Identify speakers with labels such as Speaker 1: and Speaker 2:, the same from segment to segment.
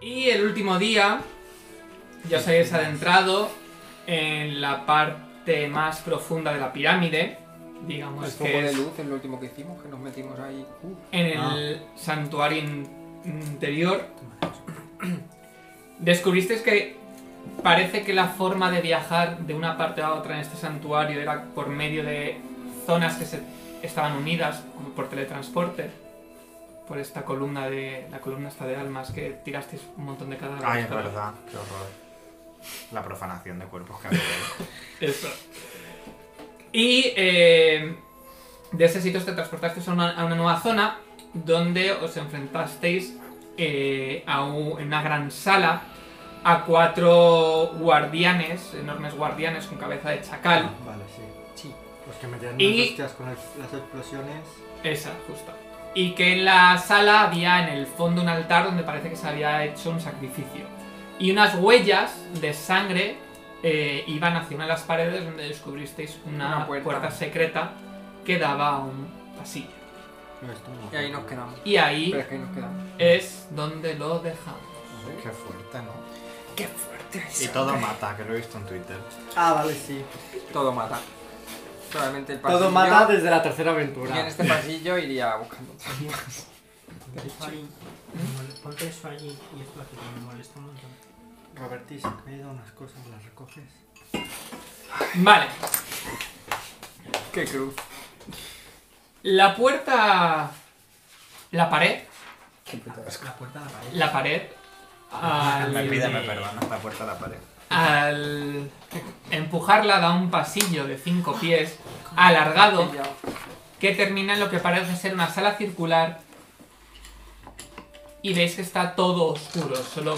Speaker 1: Y el último día, ya os habéis adentrado en la parte más profunda de la pirámide, digamos
Speaker 2: El foco
Speaker 1: que
Speaker 2: de
Speaker 1: es
Speaker 2: luz es lo último Pues que hicimos, que nos metimos ahí. Uh,
Speaker 1: en el santuario in- interior, descubristeis que parece que la forma de viajar de una parte a otra en este santuario era por medio de zonas que se estaban unidas como por teletransporte, por esta columna de la columna esta de almas que tirasteis un montón de cadáveres.
Speaker 3: Ah,
Speaker 4: Ay, es
Speaker 1: para-
Speaker 4: verdad, qué horror. La profanación de cuerpos que había.
Speaker 1: Eso. Y eh, de ese sitio os transportasteis a una, a una nueva zona donde os enfrentasteis eh, a u- en una gran sala a cuatro guardianes, enormes guardianes con cabeza de chacal.
Speaker 5: Ah, Vale, sí.
Speaker 2: sí.
Speaker 5: Los que metían
Speaker 1: Y-
Speaker 5: unas hostias con el- las explosiones.
Speaker 1: Esa, justo. Y que en la sala había en el fondo un altar donde parece que se había hecho un sacrificio. Y unas huellas de sangre eh, iban hacia una de las paredes donde descubristeis una,
Speaker 2: Una
Speaker 1: puerta.
Speaker 2: puerta.
Speaker 1: secreta que daba a un pasillo.
Speaker 5: No, esto no.
Speaker 2: Y ahí nos quedamos.
Speaker 1: Y ahí
Speaker 2: Pero es que ahí nos quedamos.
Speaker 1: es donde lo dejamos.
Speaker 4: Qué fuerte, ¿no?
Speaker 2: ¡Qué fuerte
Speaker 4: Y todo mata, que lo he visto en Twitter.
Speaker 5: Ah, vale, sí.
Speaker 2: Todo mata. Solamente el pasillo.
Speaker 5: Todo mata desde la tercera aventura.
Speaker 2: Y en este pasillo iría buscando otras más.
Speaker 6: Me molesta ahí. Ponte eso allí y esto aquí que me molesta un montón.
Speaker 5: Robertis, me he caído unas cosas, las recoges.
Speaker 1: Vale,
Speaker 2: ¡Qué cruz!
Speaker 1: la puerta... La pared.
Speaker 6: La puerta de la pared.
Speaker 1: La pared. al-
Speaker 4: Me pide, me perdona, la puerta a la pared.
Speaker 1: Al empujarla da un pasillo de cinco pies alargado
Speaker 2: Pillado.
Speaker 1: que termina en lo que parece ser una sala circular y veis que está todo oscuro, solo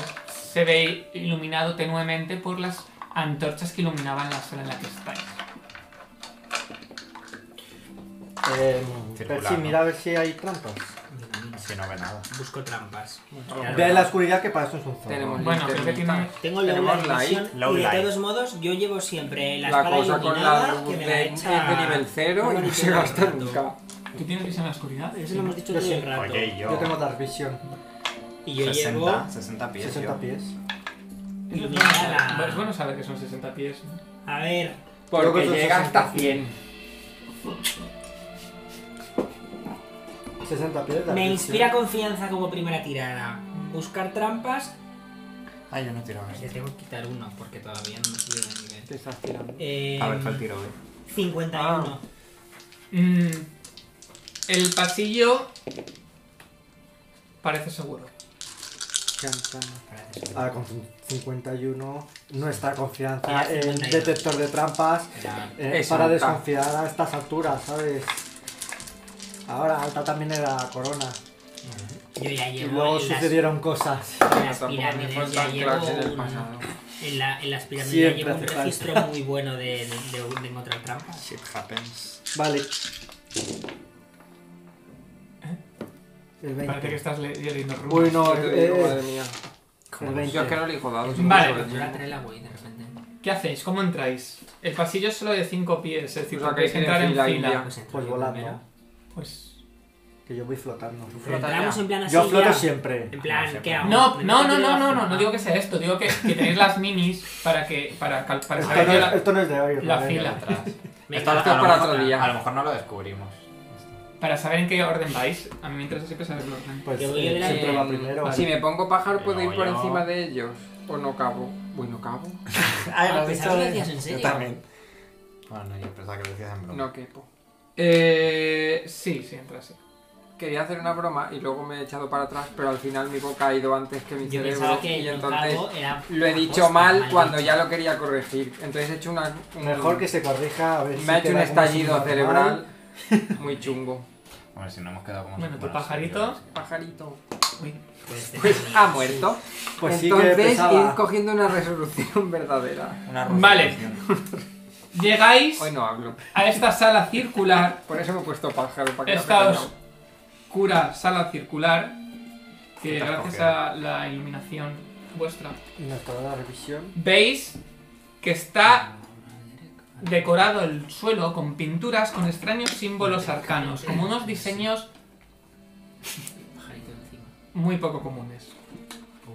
Speaker 1: se ve iluminado tenuemente por las antorchas que iluminaban la sala en la que estáis.
Speaker 5: Eh,
Speaker 4: Circular,
Speaker 5: Percy,
Speaker 4: ¿no?
Speaker 5: mira a ver si hay trampas.
Speaker 6: Mira, mira.
Speaker 4: Que no ve nada.
Speaker 6: Busco trampas.
Speaker 5: Ve la oscuridad que para eso es un zorro.
Speaker 2: Tenemos
Speaker 1: Bueno, creo que tiene...
Speaker 2: Linternita.
Speaker 6: Tengo la
Speaker 2: Tenemos la
Speaker 6: visión
Speaker 4: low
Speaker 6: y de
Speaker 4: light.
Speaker 6: todos modos yo llevo siempre la,
Speaker 2: La
Speaker 6: espada
Speaker 2: cosa con
Speaker 6: iluminada
Speaker 2: la luz
Speaker 6: que me la
Speaker 2: de,
Speaker 6: echa...
Speaker 2: de nivel 0 y no se
Speaker 6: Todo el
Speaker 2: gasta
Speaker 6: rato.
Speaker 2: nunca.
Speaker 1: ¿Tú tienes visión en la oscuridad?
Speaker 6: Eso lo hemos dicho
Speaker 5: Yo
Speaker 6: todo el
Speaker 5: sí.
Speaker 6: rato.
Speaker 4: Oye, y yo.
Speaker 5: Yo tengo Dark Vision.
Speaker 6: Y yo
Speaker 4: 60,
Speaker 6: llevo...
Speaker 4: 60 pies.
Speaker 5: 60
Speaker 4: yo.
Speaker 5: pies.
Speaker 6: iluminada la-
Speaker 1: Bueno, es bueno saber que son 60 pies. ¿no?
Speaker 6: A ver,
Speaker 5: Creo que
Speaker 2: Porque
Speaker 5: son
Speaker 2: llega hasta
Speaker 5: 60.
Speaker 2: 100.
Speaker 5: 60 pies, Dark
Speaker 6: me
Speaker 5: Vision.
Speaker 6: inspira confianza como primera tirada. Buscar trampas...
Speaker 4: Ay, yo no tiro a
Speaker 6: Le tengo que quitar uno porque todavía no me subido de nivel.
Speaker 2: Te estás tirando.
Speaker 6: Eh,
Speaker 4: A ver, fue el tiro hoy.
Speaker 6: 51.
Speaker 1: Mm, el pasillo parece seguro.
Speaker 5: Ah, con cin- 51, nuestra confianza
Speaker 6: Ah,
Speaker 5: en
Speaker 6: 51.
Speaker 5: detector de trampas
Speaker 6: Ya.
Speaker 5: eh,
Speaker 2: Es
Speaker 5: para
Speaker 2: un
Speaker 5: desconfiar a estas alturas, ¿sabes? Ahora, alta también era corona.
Speaker 6: Yo ya
Speaker 5: Y
Speaker 6: llevo
Speaker 5: luego
Speaker 6: en las-
Speaker 5: sucedieron cosas.
Speaker 6: en las
Speaker 2: Tampoco me
Speaker 6: pirámides, ya
Speaker 2: faltan
Speaker 6: llevo
Speaker 2: clases del
Speaker 6: un-
Speaker 2: pasado.
Speaker 6: en, la, en las pirámides ya
Speaker 5: Siempre
Speaker 6: llevo un
Speaker 5: hace falta.
Speaker 6: registro muy bueno de, de, de- de encontrar trampas.
Speaker 4: Shit happens.
Speaker 5: Vale. El
Speaker 1: Parece que
Speaker 5: 20.
Speaker 1: estás le- leyendo rumbo.
Speaker 5: Uy, no,
Speaker 2: Yo
Speaker 5: el,
Speaker 2: te digo,
Speaker 5: el-
Speaker 2: madre mía.
Speaker 5: el
Speaker 2: Yo es que
Speaker 5: 20.
Speaker 2: no le digo dados.
Speaker 1: Vale.
Speaker 2: sobre el
Speaker 6: Yo la
Speaker 2: mismo.
Speaker 6: trae la Wii de repente.
Speaker 1: ¿Qué hacéis? ¿Cómo entráis? El pasillo es solo de 5 pies, es decir,
Speaker 2: O sea,
Speaker 1: podéis
Speaker 2: que hay que
Speaker 1: entrar en
Speaker 2: fila
Speaker 1: fila.
Speaker 2: india.
Speaker 6: Pues, entro
Speaker 5: Pues
Speaker 6: yo primero.
Speaker 5: volando.
Speaker 1: Pues.
Speaker 5: Que yo voy flotando.
Speaker 6: Pero
Speaker 2: Flota
Speaker 6: entramos
Speaker 2: ya.
Speaker 6: en plan así.
Speaker 5: Yo floto
Speaker 6: ya.
Speaker 5: siempre.
Speaker 6: En plan, ¿qué hago?
Speaker 1: No,
Speaker 6: ¿Me
Speaker 1: no,
Speaker 6: meto
Speaker 1: no,
Speaker 6: yo
Speaker 1: no, no,
Speaker 6: abajo?
Speaker 1: no, no digo que sea esto, digo que, que tenéis las minis para que. para, cal- para
Speaker 5: Esto
Speaker 1: saber
Speaker 5: no,
Speaker 1: yo
Speaker 5: es,
Speaker 1: la,
Speaker 5: esto no es de hoy.
Speaker 1: la
Speaker 5: Rubén.
Speaker 1: fila.
Speaker 6: Venga,
Speaker 4: Esto a lo
Speaker 2: esto es para
Speaker 4: mejor-
Speaker 2: otro día.
Speaker 4: A lo mejor no lo descubrimos.
Speaker 1: Para saber en qué orden vais. A mí me interesa siempre saber el orden.
Speaker 5: Pues
Speaker 6: Yo voy
Speaker 5: eh,
Speaker 6: en la-
Speaker 5: siempre va
Speaker 2: Eh,
Speaker 5: primero.
Speaker 2: Si
Speaker 5: ¿vale?
Speaker 2: me pongo pájaro,
Speaker 4: Yo
Speaker 2: ¿puedo ir por
Speaker 4: yo.
Speaker 2: encima de ellos? ¿O no cabo? Uy, ¿no cabo?
Speaker 6: Ah, pensaba que lo decías en serio.
Speaker 4: Yo también. Bueno, yo pensaba que lo decías en broma.
Speaker 2: No quepo.
Speaker 1: Eh. Sí, sí, entra así.
Speaker 2: Quería hacer una broma y luego me he echado para atrás, pero al final mi boca ha ido antes que mi
Speaker 6: Yo
Speaker 2: cerebro
Speaker 6: pensaba que
Speaker 2: y
Speaker 6: el
Speaker 2: entonces
Speaker 6: entonces era.
Speaker 2: lo he dicho mal cuando ya lo quería corregir. Entonces he hecho una, un-
Speaker 5: Mejor que se corrija a ver si
Speaker 2: me ha hecho un
Speaker 5: queda como
Speaker 2: estallido
Speaker 5: subnormal.
Speaker 2: cerebral muy chungo.
Speaker 4: Bueno, si no hemos quedado como.
Speaker 1: Bueno,
Speaker 4: si
Speaker 1: tu
Speaker 4: fuéramos
Speaker 1: pajarito.
Speaker 4: seguidores.
Speaker 2: Pajarito.
Speaker 1: Uy.
Speaker 2: Pues ha muerto.
Speaker 5: Pues sí que
Speaker 2: entonces ir
Speaker 5: pesaba.
Speaker 2: cogiendo una resolución verdadera.
Speaker 4: Una rusa
Speaker 1: Vale.
Speaker 4: canción.
Speaker 1: Llegáis
Speaker 2: Hoy no hablo.
Speaker 1: a esta sala circular.
Speaker 2: Por eso me he puesto pájaro para que no
Speaker 1: Esta
Speaker 2: me callado.
Speaker 1: oscura sala circular. Que
Speaker 4: Te has
Speaker 1: gracias
Speaker 4: cogido.
Speaker 1: a la iluminación vuestra
Speaker 5: Y nuestra la revisión.
Speaker 1: veis que está decorado el suelo con pinturas con extraños símbolos arcanos, como unos diseños
Speaker 6: Pajarito encima.
Speaker 1: muy poco comunes.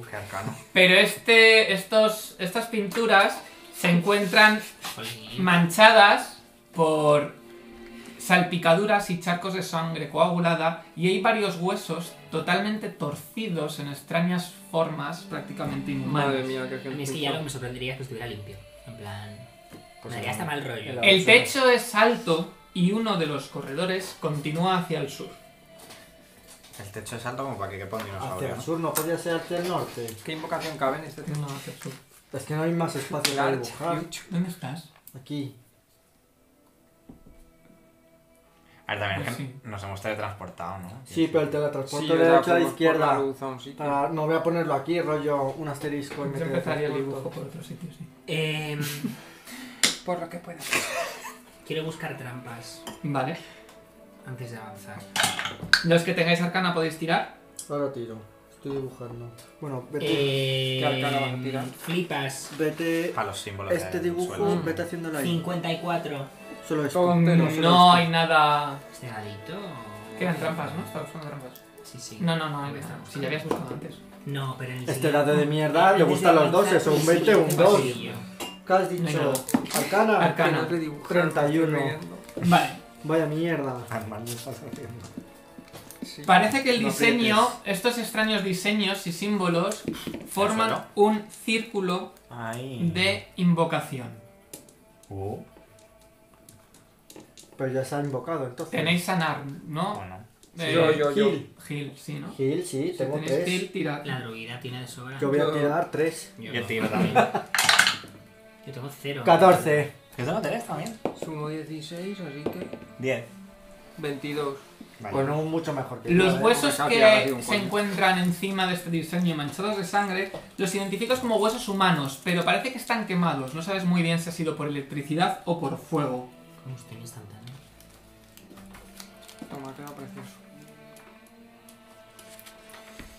Speaker 4: Qué arcano.
Speaker 1: Pero este, estos, estas pinturas se encuentran manchadas por salpicaduras y charcos de sangre coagulada y hay varios huesos totalmente torcidos en extrañas formas prácticamente
Speaker 2: Madre
Speaker 1: inhumanas.
Speaker 2: mía, qué
Speaker 6: A
Speaker 2: gente.
Speaker 6: mí es que ya lo que me sorprendería es que estuviera limpio. En plan.
Speaker 2: Pues
Speaker 6: me daría hasta mal rollo.
Speaker 5: el-
Speaker 1: El techo es alto y uno de los corredores continúa hacia el sur.
Speaker 4: El techo es alto como para que quepa un
Speaker 5: Hacia
Speaker 4: dinosaurio.
Speaker 5: el
Speaker 4: ¿no?
Speaker 5: sur no podía ser hacia el norte.
Speaker 2: ¿Qué invocación cabe en este
Speaker 1: No, hacia el sur.
Speaker 5: Es que no hay más espacio para dibujar.
Speaker 1: ¿Dónde estás?
Speaker 5: Aquí.
Speaker 4: A ver, también es
Speaker 1: Pues
Speaker 4: que
Speaker 1: sí.
Speaker 4: nos hemos teletransportado, ¿no?
Speaker 5: Sí, pero el
Speaker 2: Sí,
Speaker 5: teletransporte
Speaker 2: o
Speaker 5: le
Speaker 2: sea,
Speaker 5: he hecho a la
Speaker 2: por- por
Speaker 5: izquierda. Ah.
Speaker 2: luz a un sitio.
Speaker 5: Para- no voy a ponerlo aquí, rollo un asterisco y
Speaker 2: Pues
Speaker 5: me
Speaker 1: Yo empezaría el dibujo
Speaker 5: teletransporto.
Speaker 1: por otro sitio, sí.
Speaker 6: Eh,
Speaker 2: Por lo que pueda.
Speaker 6: quiero buscar trampas
Speaker 1: Vale.
Speaker 6: antes de avanzar.
Speaker 1: Los que tengáis arcana podéis tirar.
Speaker 5: Ahora tiro. Estoy dibujando. Bueno, vete.
Speaker 6: Eh,
Speaker 2: ¿Qué arcana vas a tirar?
Speaker 6: flipas.
Speaker 5: vete
Speaker 3: Ah,
Speaker 4: Para los símbolos
Speaker 5: este
Speaker 4: del
Speaker 5: dibujo,
Speaker 4: suelo.
Speaker 5: vete haciéndolo ahí.
Speaker 6: 54.
Speaker 5: Solo esto.
Speaker 2: Con-
Speaker 5: Solo
Speaker 2: no
Speaker 5: esto.
Speaker 1: Mm, No hay nada.
Speaker 6: Este gadito.
Speaker 1: Quedan trampas, ¿no? Estaba buscando trampas.
Speaker 6: Sí, sí.
Speaker 1: No, no, no,
Speaker 6: Ahí
Speaker 1: no,
Speaker 6: estamos.
Speaker 1: Si ya habías buscado antes.
Speaker 6: No, pero en el
Speaker 5: Este
Speaker 6: siguiente-
Speaker 5: dado de mierda, le
Speaker 6: Antes
Speaker 5: gustan
Speaker 6: de
Speaker 5: los doses,
Speaker 6: avanzar,
Speaker 5: un
Speaker 6: el
Speaker 5: 20, un
Speaker 6: siguiente
Speaker 5: 2.
Speaker 6: pasillo.
Speaker 5: ¿Qué has
Speaker 1: Venga.
Speaker 5: dicho? Arcana.
Speaker 1: Arcana.
Speaker 2: Que no te dibujan,
Speaker 5: 31.
Speaker 2: pues, estoy riendo.
Speaker 1: Vale.
Speaker 5: Vaya mierda.
Speaker 4: Tan mal me estás haciendo.
Speaker 2: Sí.
Speaker 1: Parece que el
Speaker 5: No
Speaker 1: diseño,
Speaker 5: aprietes.
Speaker 1: estos extraños diseños y símbolos, forman
Speaker 4: Eso,
Speaker 1: un círculo
Speaker 4: Ay.
Speaker 1: de invocación.
Speaker 4: Uh,
Speaker 5: Pero ya se ha invocado, entonces.
Speaker 1: Tenéis sanar, ¿no?
Speaker 4: bueno.
Speaker 1: Eh,
Speaker 2: Yo, yo, yo.
Speaker 5: Gil.
Speaker 1: Gil, sí, ¿no?
Speaker 5: Gil, sí,
Speaker 1: Si
Speaker 5: tengo
Speaker 1: tenéis
Speaker 5: tres.
Speaker 1: Gil, tirad.
Speaker 6: La droguida tiene de sobra.
Speaker 5: Yo voy a
Speaker 2: Yo-
Speaker 5: tirar tres.
Speaker 4: Yo
Speaker 6: no.
Speaker 4: tiro también.
Speaker 6: Yo tengo cero.
Speaker 5: 14.
Speaker 4: Yo tengo tres también.
Speaker 2: Sumo 16, así que.
Speaker 4: Diez.
Speaker 2: 22.
Speaker 4: Vale.
Speaker 1: Pues
Speaker 5: Bueno, mucho mejor que yo,
Speaker 1: Los
Speaker 5: ¿eh?
Speaker 1: huesos
Speaker 2: me cambia, ha sido
Speaker 1: que
Speaker 2: un
Speaker 1: se
Speaker 2: coño.
Speaker 1: encuentran encima de este diseño manchados de sangre los identificas como huesos humanos, pero parece que están quemados. No sabes muy bien si ha sido por electricidad o por fuego.
Speaker 6: Combustión instantánea.
Speaker 2: Toma, queda precioso.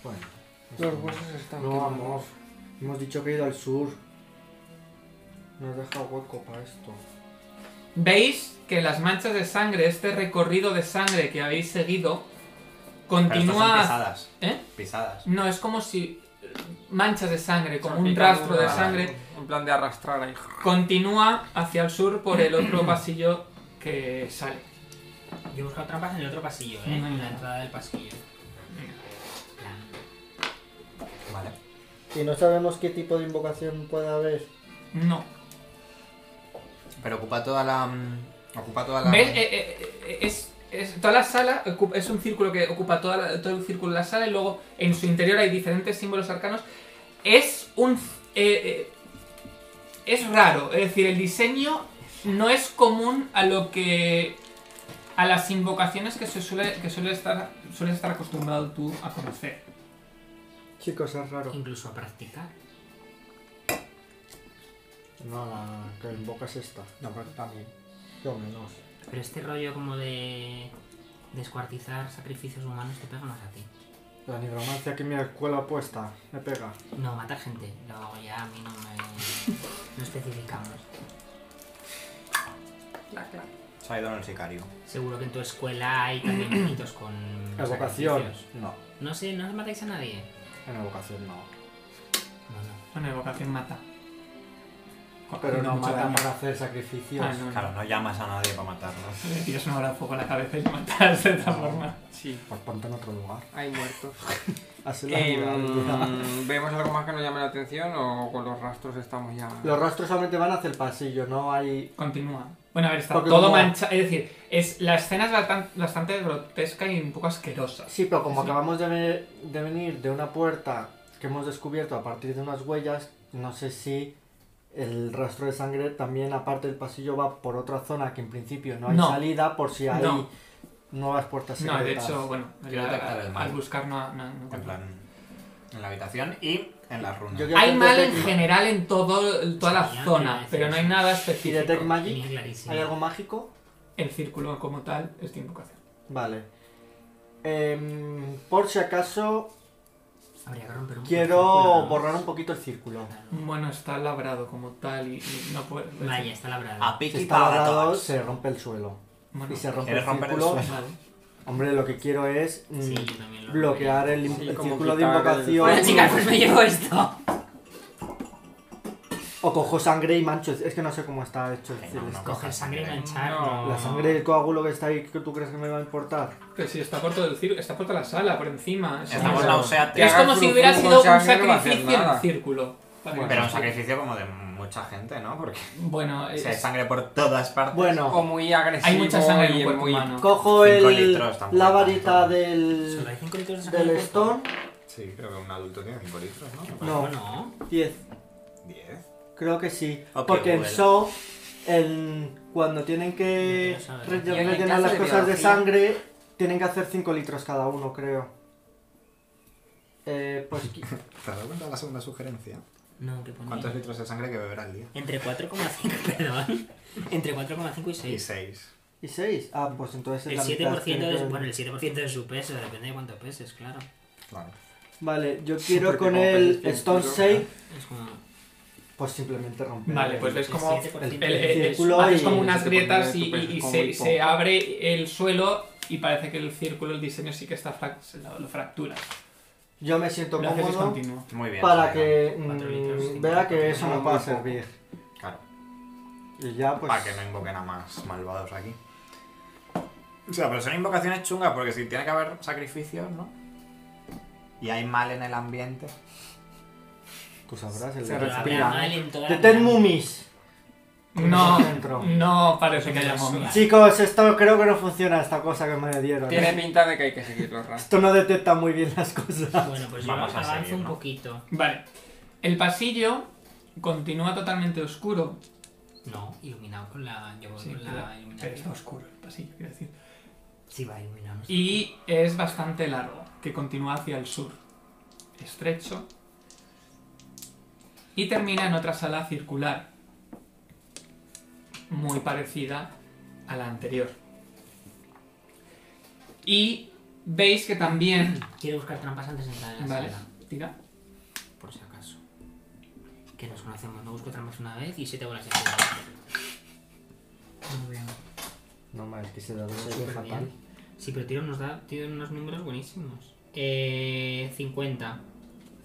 Speaker 5: Bueno.
Speaker 2: Los huesos están
Speaker 5: No
Speaker 2: quemados.
Speaker 5: vamos. Hemos dicho que he ido al sur. Nos deja hueco para esto.
Speaker 1: Veis que las manchas de sangre, este recorrido de sangre que habéis seguido,
Speaker 4: Pero estas son
Speaker 1: continúa.
Speaker 4: pisadas.
Speaker 1: ¿Eh?
Speaker 4: Pisadas.
Speaker 1: No, es como si eh, manchas de sangre, como un
Speaker 2: Salpicaduras,
Speaker 1: rastro de sangre,
Speaker 2: En plan de arrastrar ahí.
Speaker 1: continúa hacia el sur por el otro pasillo que sale.
Speaker 6: Yo he buscado trampas en el otro pasillo,
Speaker 1: No,
Speaker 6: ¿eh?
Speaker 1: no,
Speaker 6: En
Speaker 1: no.
Speaker 6: la entrada del pasillo. Plan,
Speaker 4: Vale.
Speaker 5: Y no sabemos qué tipo de invocación puede haber.
Speaker 1: No.
Speaker 4: Pero ocupa toda la. mm, Ocupa toda la.
Speaker 1: ¿Ves? Eh, eh, eh, es, es- toda la sala ocupa- es un círculo que ocupa toda la- todo el círculo de la sala y luego en su interior hay diferentes símbolos arcanos. Es un... eh, eh, es raro, es decir, el diseño no es común a lo que... a las invocaciones que, se suele, que suele estar, sueles estar acostumbrado tú a conocer.
Speaker 5: Chicos, es raro.
Speaker 6: Incluso a practicar.
Speaker 5: No, la que invocas esta.
Speaker 4: No, pero también.
Speaker 5: Yo menos.
Speaker 6: Pero este rollo como de descuartizar sacrificios humanos te pega más a ti.
Speaker 5: La nigromancia que mi escuela puesta me pega.
Speaker 6: No, matar gente. Lo hago ya, a mí no me... No especificamos.
Speaker 4: mm, Se ha ido en el sicario.
Speaker 6: Seguro que en tu escuela hay también niñitos con...
Speaker 5: Evocación.
Speaker 6: sacrificios.
Speaker 5: No,
Speaker 6: No sé, no os matáis a nadie.
Speaker 5: en evocación no.
Speaker 6: No, no.
Speaker 1: Bueno, evocación mata.
Speaker 5: Pero no
Speaker 1: Ah, Mucho
Speaker 5: mata
Speaker 1: daño.
Speaker 5: para hacer sacrificios.
Speaker 1: Ah, no, Eh,
Speaker 4: Claro, no llamas a nadie para matarnos.
Speaker 1: Le tiras una bola de fuego en la cabeza y le matas de esta forma.
Speaker 2: Sí,
Speaker 5: Pues ponte en otro lugar. Em,
Speaker 2: hay muertos.
Speaker 5: Así la
Speaker 2: Eh,
Speaker 5: nigromancia.
Speaker 2: mm, ¿Vemos algo más que nos llame la atención o con los rastros estamos ya.?
Speaker 5: Los rastros solamente van hacia el pasillo, no hay.
Speaker 1: Continúa. Bueno, a ver, está
Speaker 5: Porque
Speaker 1: todo
Speaker 5: como-
Speaker 1: manchado. Es decir, es, la escena es bastan- bastante grotesca y un poco asquerosa.
Speaker 5: Sí, pero como acabamos de, ve- de venir de una puerta que hemos descubierto a partir de unas huellas, no sé si el rastro de sangre también, aparte del pasillo, va por otra zona que en principio no hay
Speaker 1: No.
Speaker 5: salida, por si hay
Speaker 1: No.
Speaker 5: nuevas puertas
Speaker 1: No,
Speaker 5: secretas.
Speaker 1: de hecho, bueno,
Speaker 4: Quiero
Speaker 1: al-
Speaker 4: detectar el
Speaker 1: al,
Speaker 4: mal.
Speaker 1: al buscar no, no- no-
Speaker 4: En plan. En la habitación y en las runas.
Speaker 5: Yo-
Speaker 1: Hay
Speaker 5: Detect-
Speaker 1: mal en
Speaker 5: detect-
Speaker 1: general en todo, en toda
Speaker 6: Sí,
Speaker 1: la
Speaker 6: ya,
Speaker 1: zona,
Speaker 6: ya,
Speaker 1: pero
Speaker 6: sí,
Speaker 1: no hay
Speaker 6: sí.
Speaker 1: nada
Speaker 5: ¿Y Detect
Speaker 1: específico.
Speaker 6: Tenía
Speaker 5: Magic?
Speaker 6: clarísimo.
Speaker 5: ¿Hay algo mágico?
Speaker 1: El círculo como tal es de invocación.
Speaker 5: Vale. Em, por si acaso,
Speaker 6: Habría que romper un
Speaker 5: quiero borrar un poquito el círculo.
Speaker 1: Bueno, está labrado como tal y, y no puede.
Speaker 6: Vaya, está labrado.
Speaker 4: A pique
Speaker 5: Si
Speaker 4: y
Speaker 5: está
Speaker 4: para
Speaker 5: labrado,
Speaker 4: todos.
Speaker 5: se rompe el suelo.
Speaker 1: Bueno,
Speaker 5: Y se rompe el
Speaker 4: ¿Quieres romper el
Speaker 5: círculo.
Speaker 4: suelo?
Speaker 1: vale.
Speaker 5: Hombre, lo que quiero es mm,
Speaker 6: Sí, yo también lo
Speaker 5: bloquear el,
Speaker 2: Sí,
Speaker 5: el
Speaker 2: como
Speaker 5: círculo de
Speaker 2: quitar el-
Speaker 5: invocación.
Speaker 6: Bueno, chicas, pues me llevo esto.
Speaker 5: O cojo sangre y mancho. Es que no sé cómo está hecho el
Speaker 4: Que no,
Speaker 5: cielo.
Speaker 4: no
Speaker 5: esto.
Speaker 6: Coger sangre y manchar.
Speaker 1: No.
Speaker 5: La sangre del coágulo que está ahí, que tú crees que me va a importar?
Speaker 1: Pero si está por todo el circo, está por toda la sala, por encima. Es,
Speaker 4: Estamos
Speaker 1: como-
Speaker 4: nauseantes.
Speaker 1: es
Speaker 2: Hagas
Speaker 1: como
Speaker 2: un
Speaker 1: si hubiera
Speaker 2: zumo
Speaker 1: sido
Speaker 2: con
Speaker 1: un
Speaker 2: sangre, no va a hacer
Speaker 1: sacrificio en
Speaker 2: nada.
Speaker 1: el círculo. Para que-
Speaker 4: Pero un sacrificio como de mucha gente, ¿no? Porque
Speaker 1: Bueno,
Speaker 4: si hay
Speaker 1: es-
Speaker 4: sangre por todas partes.
Speaker 5: Bueno,
Speaker 2: O muy agresivo.
Speaker 1: hay mucha sangre en
Speaker 2: y
Speaker 1: el cuerpo
Speaker 2: muy...
Speaker 1: humano.
Speaker 5: cojo
Speaker 4: Cinco
Speaker 5: el,
Speaker 4: litros, tampoco
Speaker 5: la
Speaker 4: tanto.
Speaker 5: varita
Speaker 6: Solo hay
Speaker 5: del,
Speaker 6: 5 litros de sangre.
Speaker 5: del stone.
Speaker 4: Sí, creo que un adulto tiene 5 litros, ¿no?
Speaker 5: No.
Speaker 6: Bueno,
Speaker 5: 10.
Speaker 4: 10.
Speaker 5: Creo que sí.
Speaker 4: Ok,
Speaker 5: Porque en
Speaker 4: bueno.
Speaker 5: Show, en- cuando tienen que
Speaker 6: No quiero saber.
Speaker 5: re-
Speaker 2: Yo en el
Speaker 5: rellenar
Speaker 2: caso
Speaker 5: las
Speaker 2: de
Speaker 5: cosas de
Speaker 2: biología-
Speaker 5: sangre, tienen que hacer 5 litros cada uno, creo. Eh, pues qui-
Speaker 4: ¿Te has dado cuenta de la segunda sugerencia?
Speaker 6: no, que pone.
Speaker 4: ¿Cuántos litros de sangre hay que beber al día?
Speaker 6: Entre 4,5, perdón. Entre 4,5 y
Speaker 4: Y
Speaker 6: 6.
Speaker 4: 6.
Speaker 5: ¿Y 6? Ah, pues entonces es
Speaker 6: El
Speaker 5: la mitad,
Speaker 6: 7%,
Speaker 5: tiene
Speaker 6: de,
Speaker 5: que-
Speaker 6: bueno, el 7 de su peso, depende de cuánto peses, claro.
Speaker 4: Claro.
Speaker 5: Vale, yo quiero
Speaker 2: Porque
Speaker 5: con
Speaker 2: como
Speaker 5: el
Speaker 2: peces
Speaker 5: Stone
Speaker 2: pienso,
Speaker 5: 6,
Speaker 6: Es como.
Speaker 5: pues simplemente romper.
Speaker 1: Vale, pues ves como el- E el- el-
Speaker 5: Círculo
Speaker 1: haces
Speaker 5: y-
Speaker 1: como unas
Speaker 2: se te pone
Speaker 1: grietas
Speaker 2: tu
Speaker 1: y, y- y
Speaker 2: pez
Speaker 1: se,
Speaker 2: como
Speaker 1: se
Speaker 2: hipo.
Speaker 1: abre el suelo y parece que el círculo, el diseño sí que está frac- se lo, lo fractura.
Speaker 5: Yo me siento
Speaker 1: Lo haces
Speaker 5: cómodo
Speaker 1: discontinuo.
Speaker 4: Muy bien.
Speaker 5: para
Speaker 4: Sara.
Speaker 5: que
Speaker 6: Cuatro litros,
Speaker 5: mm,
Speaker 6: cinco,
Speaker 5: vea
Speaker 6: cuatro
Speaker 5: que eso
Speaker 2: litros,
Speaker 5: no va a
Speaker 2: muy poco.
Speaker 5: servir.
Speaker 4: Claro.
Speaker 5: Y ya, pues.
Speaker 4: Para que no invoquen a más malvados aquí. O sea, pero son invocaciones chungas porque si tiene que haber sacrificios, ¿no? Y hay mal en el ambiente.
Speaker 5: Tú sabrás el
Speaker 2: Se
Speaker 5: de-
Speaker 6: Pero habrá
Speaker 2: respira.
Speaker 6: mal en toda la
Speaker 5: The Ten
Speaker 6: cara.
Speaker 5: Mummies.
Speaker 1: No,
Speaker 5: Dentro.
Speaker 1: no parece que haya momias.
Speaker 5: Chicos, esto creo que no funciona, esta cosa que me dieron.
Speaker 2: Tiene pinta de que hay que seguir los rastros.
Speaker 5: Esto no detecta muy bien las cosas.
Speaker 6: Bueno, pues yo
Speaker 4: Vamos a
Speaker 6: avanzo
Speaker 4: seguir,
Speaker 6: un
Speaker 4: ¿no?
Speaker 6: poquito.
Speaker 1: Vale, el pasillo continúa totalmente oscuro.
Speaker 6: No, iluminado con la. Yo voy
Speaker 1: Sí,
Speaker 6: con
Speaker 1: pero-
Speaker 6: la
Speaker 1: pero está
Speaker 6: iluminación.
Speaker 1: oscuro el pasillo, quiero decir.
Speaker 6: Sí, va iluminado. no sé.
Speaker 1: Y es bastante largo, que continúa hacia el sur. Estrecho. Y termina en otra sala circular. Muy parecida a la anterior. Y veis que también...
Speaker 6: Quiero buscar trampas antes de entrar en la
Speaker 1: Vale,
Speaker 6: sala,
Speaker 1: tira.
Speaker 6: por si acaso. Que nos conocemos, no busco trampas una vez y siete bolas de fuego. Muy bien.
Speaker 5: No mal, que se da dos
Speaker 6: Súper bien. Sí, pero tiene unos, da- tiene unos números buenísimos. Eh, 50.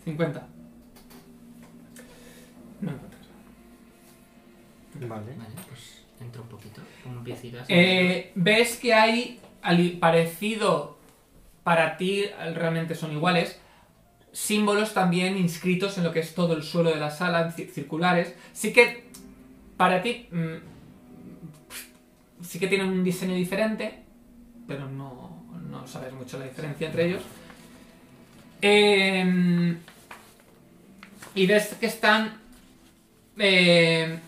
Speaker 1: 50. No encuentras.
Speaker 5: Vale.
Speaker 6: Vale, pues entro un poquito. Como piecitas.
Speaker 1: Eh, ves que hay ali- parecido para ti, eh, realmente son iguales, símbolos también inscritos en lo que es todo el suelo de la sala, en ci- circulares. Sí que para ti mm, sí que tienen un diseño diferente, pero no, no sabes mucho la diferencia entre ellos. Em, y ves que están em,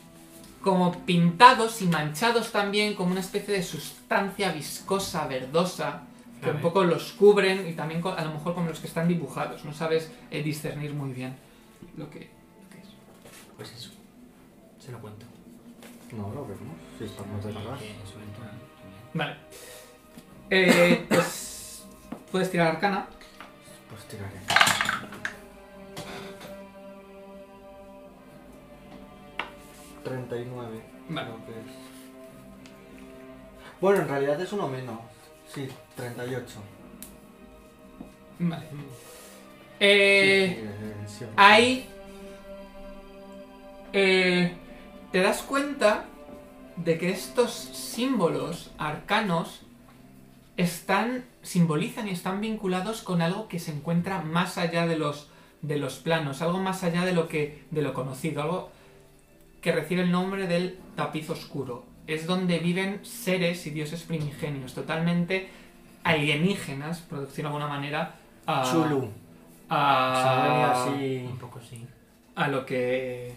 Speaker 1: como pintados y manchados también, como una especie de sustancia viscosa, verdosa, que
Speaker 6: A
Speaker 1: un
Speaker 6: ver.
Speaker 1: poco los cubren y también co- a lo mejor como los que están dibujados, no sabes eh, discernir muy bien lo que, lo que es.
Speaker 6: Pues eso. Se lo cuento.
Speaker 5: No, lo vemos. Sí, estamos de la
Speaker 6: Eh, sobre todo, también.
Speaker 1: Vale. Eh, pues, puedes tirar arcana.
Speaker 5: Pues tiraré. ...39...
Speaker 1: Vale.
Speaker 5: creo que es. Bueno, en realidad es uno menos. Sí, 38.
Speaker 1: Vale. Eh,
Speaker 5: Sí, sí, sí.
Speaker 1: Ahí eh, te das cuenta de que estos símbolos arcanos están simbolizan y están vinculados con algo que se encuentra más allá de los de los planos, algo más allá de lo que de lo conocido, algo que recibe el nombre del tapiz oscuro. Es donde viven seres y dioses primigenios, totalmente alienígenas, por decirlo de alguna manera, a,
Speaker 5: Chulu.
Speaker 1: a,
Speaker 5: Se ve así.
Speaker 6: Un poco sí.
Speaker 1: a lo que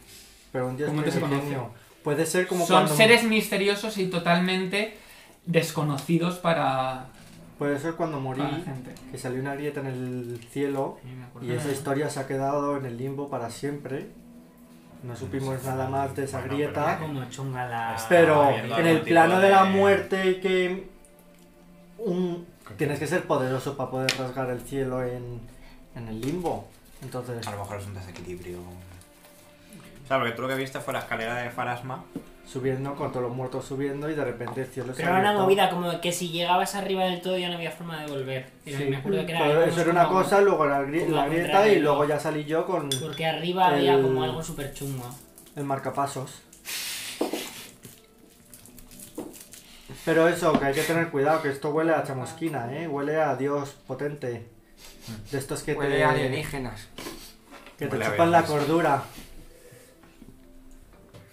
Speaker 5: Pero un dios
Speaker 1: ¿Cómo te se
Speaker 5: primigenio.
Speaker 1: conoce?
Speaker 5: Puede ser como
Speaker 1: son
Speaker 5: cuando.
Speaker 1: seres misteriosos y totalmente desconocidos para,
Speaker 5: Puede ser cuando morí.
Speaker 6: Ah,
Speaker 1: para la gente.
Speaker 5: Que salió una grieta en el cielo.
Speaker 6: Sí, me acuerdo.
Speaker 5: Y esa historia se ha quedado en el limbo para siempre. No supimos nada más de esa
Speaker 4: Bueno,
Speaker 6: Era
Speaker 5: grieta.
Speaker 6: como chunga la.
Speaker 5: Pero
Speaker 4: abierto
Speaker 5: en
Speaker 4: algún
Speaker 5: el
Speaker 4: tipo
Speaker 5: plano de la
Speaker 4: de-
Speaker 5: muerte que. un- tienes que ser poderoso para poder rasgar el cielo en, en el limbo. Entonces.
Speaker 4: pues A lo mejor es un desequilibrio. O sea, porque tú lo que viste fue la escalera de Farasma
Speaker 5: subiendo, con todos los muertos subiendo y de repente el cielo se
Speaker 6: Pero era una
Speaker 5: abierto.
Speaker 6: movida como que si llegabas arriba del todo ya no había forma de volver. Era-
Speaker 5: Sí.
Speaker 6: Me acuerdo que era.
Speaker 5: Pero
Speaker 6: algo
Speaker 5: eso era
Speaker 6: como-
Speaker 5: una cosa, luego la, gri-
Speaker 6: como
Speaker 5: la
Speaker 6: un
Speaker 5: grieta y
Speaker 6: trayecto.
Speaker 5: luego ya salí yo con
Speaker 6: Porque arriba había
Speaker 5: El-
Speaker 6: como algo súper chungo.
Speaker 5: el marcapasos. Pero eso, que hay que tener cuidado, que esto huele a chamusquina, ¿eh? Huele a Dios potente. De estos que
Speaker 2: Huele
Speaker 5: te,
Speaker 2: a alienígenas.
Speaker 5: que te
Speaker 4: Huele a
Speaker 5: chupan la
Speaker 4: velas.
Speaker 5: cordura.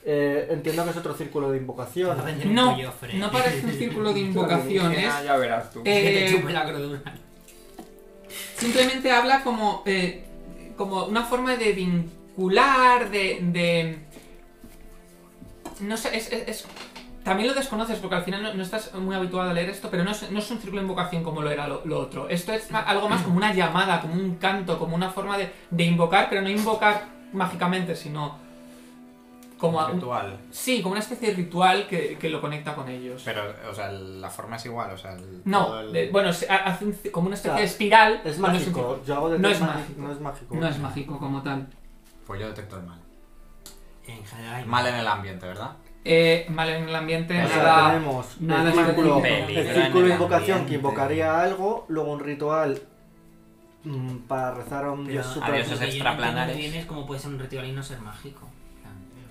Speaker 5: Eh, entiendo que es otro círculo de invocación.
Speaker 1: No, no parece un círculo de invocaciones.
Speaker 2: Alienígena, Ya verás tú.
Speaker 1: Eh,
Speaker 6: Que te chupe la cordura.
Speaker 1: Simplemente habla como, eh, como una forma de vincular, de... de- No sé, es, es- es- También lo desconoces porque al final no, no estás muy habituado a leer esto, pero no es, no es un círculo de invocación como lo era lo, lo otro. Esto es ma- algo más como una llamada, como un canto, como una forma de, de invocar, pero no invocar mágicamente, sino como... a un-
Speaker 4: Ritual.
Speaker 1: sí, como una especie de ritual que, que lo conecta con ellos.
Speaker 4: Pero, o sea, el- la forma es igual, o sea, el-
Speaker 1: No,
Speaker 4: todo el-
Speaker 1: de- bueno, se- ha- hace un c- como una especie
Speaker 5: O sea,
Speaker 1: de espiral.
Speaker 5: Es
Speaker 1: pero no un
Speaker 5: mágico.
Speaker 1: círculo.
Speaker 5: Yo hago de
Speaker 1: No
Speaker 5: tres
Speaker 1: es
Speaker 5: magi-
Speaker 1: mágico.
Speaker 5: No es mágico.
Speaker 1: No es mágico como tal.
Speaker 4: Pues yo detecto el mal.
Speaker 6: En general. hay-
Speaker 4: Mal en el ambiente, ¿verdad?
Speaker 1: Eh, mal en el ambiente,
Speaker 5: O sea,
Speaker 1: nada.
Speaker 5: tenemos
Speaker 1: nada
Speaker 5: el círculo,
Speaker 1: específico.
Speaker 5: el
Speaker 4: Peligro
Speaker 5: círculo
Speaker 4: en
Speaker 5: de
Speaker 4: el
Speaker 5: invocación
Speaker 4: ambiente.
Speaker 5: que invocaría algo, luego un ritual mm, para rezar a un
Speaker 6: Pero-
Speaker 5: dios
Speaker 6: pero
Speaker 5: super...
Speaker 6: lo
Speaker 4: dioses
Speaker 6: que yo no
Speaker 4: extraplanares.
Speaker 6: entiendo bien es cómo puede ser un ritual y no ser mágico.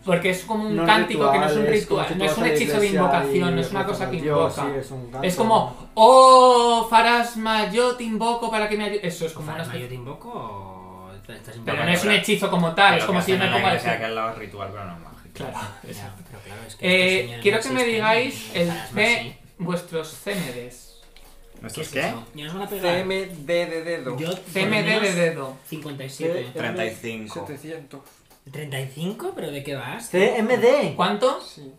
Speaker 1: Porque es como un
Speaker 5: No
Speaker 1: cántico que no es un
Speaker 5: rituales, como
Speaker 1: ritual,
Speaker 5: si
Speaker 1: no
Speaker 5: tú
Speaker 1: es
Speaker 5: vas
Speaker 1: un
Speaker 5: a la
Speaker 1: hechizo de
Speaker 5: iglesia
Speaker 1: invocación,
Speaker 5: y
Speaker 1: no es una
Speaker 5: rezas
Speaker 1: cosa
Speaker 5: al
Speaker 1: que
Speaker 5: dios,
Speaker 1: invoca.
Speaker 5: sí, es, un canto.
Speaker 1: Es como, oh, Farasma, yo te invoco para que me ayudes. Eso es como una
Speaker 6: Farma, yo
Speaker 1: especie.
Speaker 6: te invoco o estás
Speaker 1: Pero
Speaker 6: invocando?
Speaker 1: no es un hechizo como tal, es como si yo me pongo a
Speaker 4: sea
Speaker 1: decir.
Speaker 4: que al lado es ritual, pero no es mágico.
Speaker 1: Claro,
Speaker 6: Ya,
Speaker 1: exacto.
Speaker 6: pero claro, es que estos
Speaker 1: Eh,
Speaker 6: señores
Speaker 1: quiero
Speaker 6: no
Speaker 1: que me
Speaker 6: existen,
Speaker 1: digáis
Speaker 6: y
Speaker 1: el
Speaker 6: Farasma sí.
Speaker 1: C, vuestros CMDs.
Speaker 4: ¿Esto es
Speaker 6: es
Speaker 4: qué?
Speaker 6: eso? Ya nos van a pegar.
Speaker 2: CMD de dedo.
Speaker 6: Yo, por
Speaker 1: CMD de
Speaker 6: menos,
Speaker 1: dedo.
Speaker 5: ¿Qué?
Speaker 6: 57.
Speaker 4: 35.
Speaker 2: 700.
Speaker 6: ¿35? ¿Pero de qué vas?
Speaker 5: CMD.
Speaker 1: ¿Cuánto?
Speaker 2: Sí.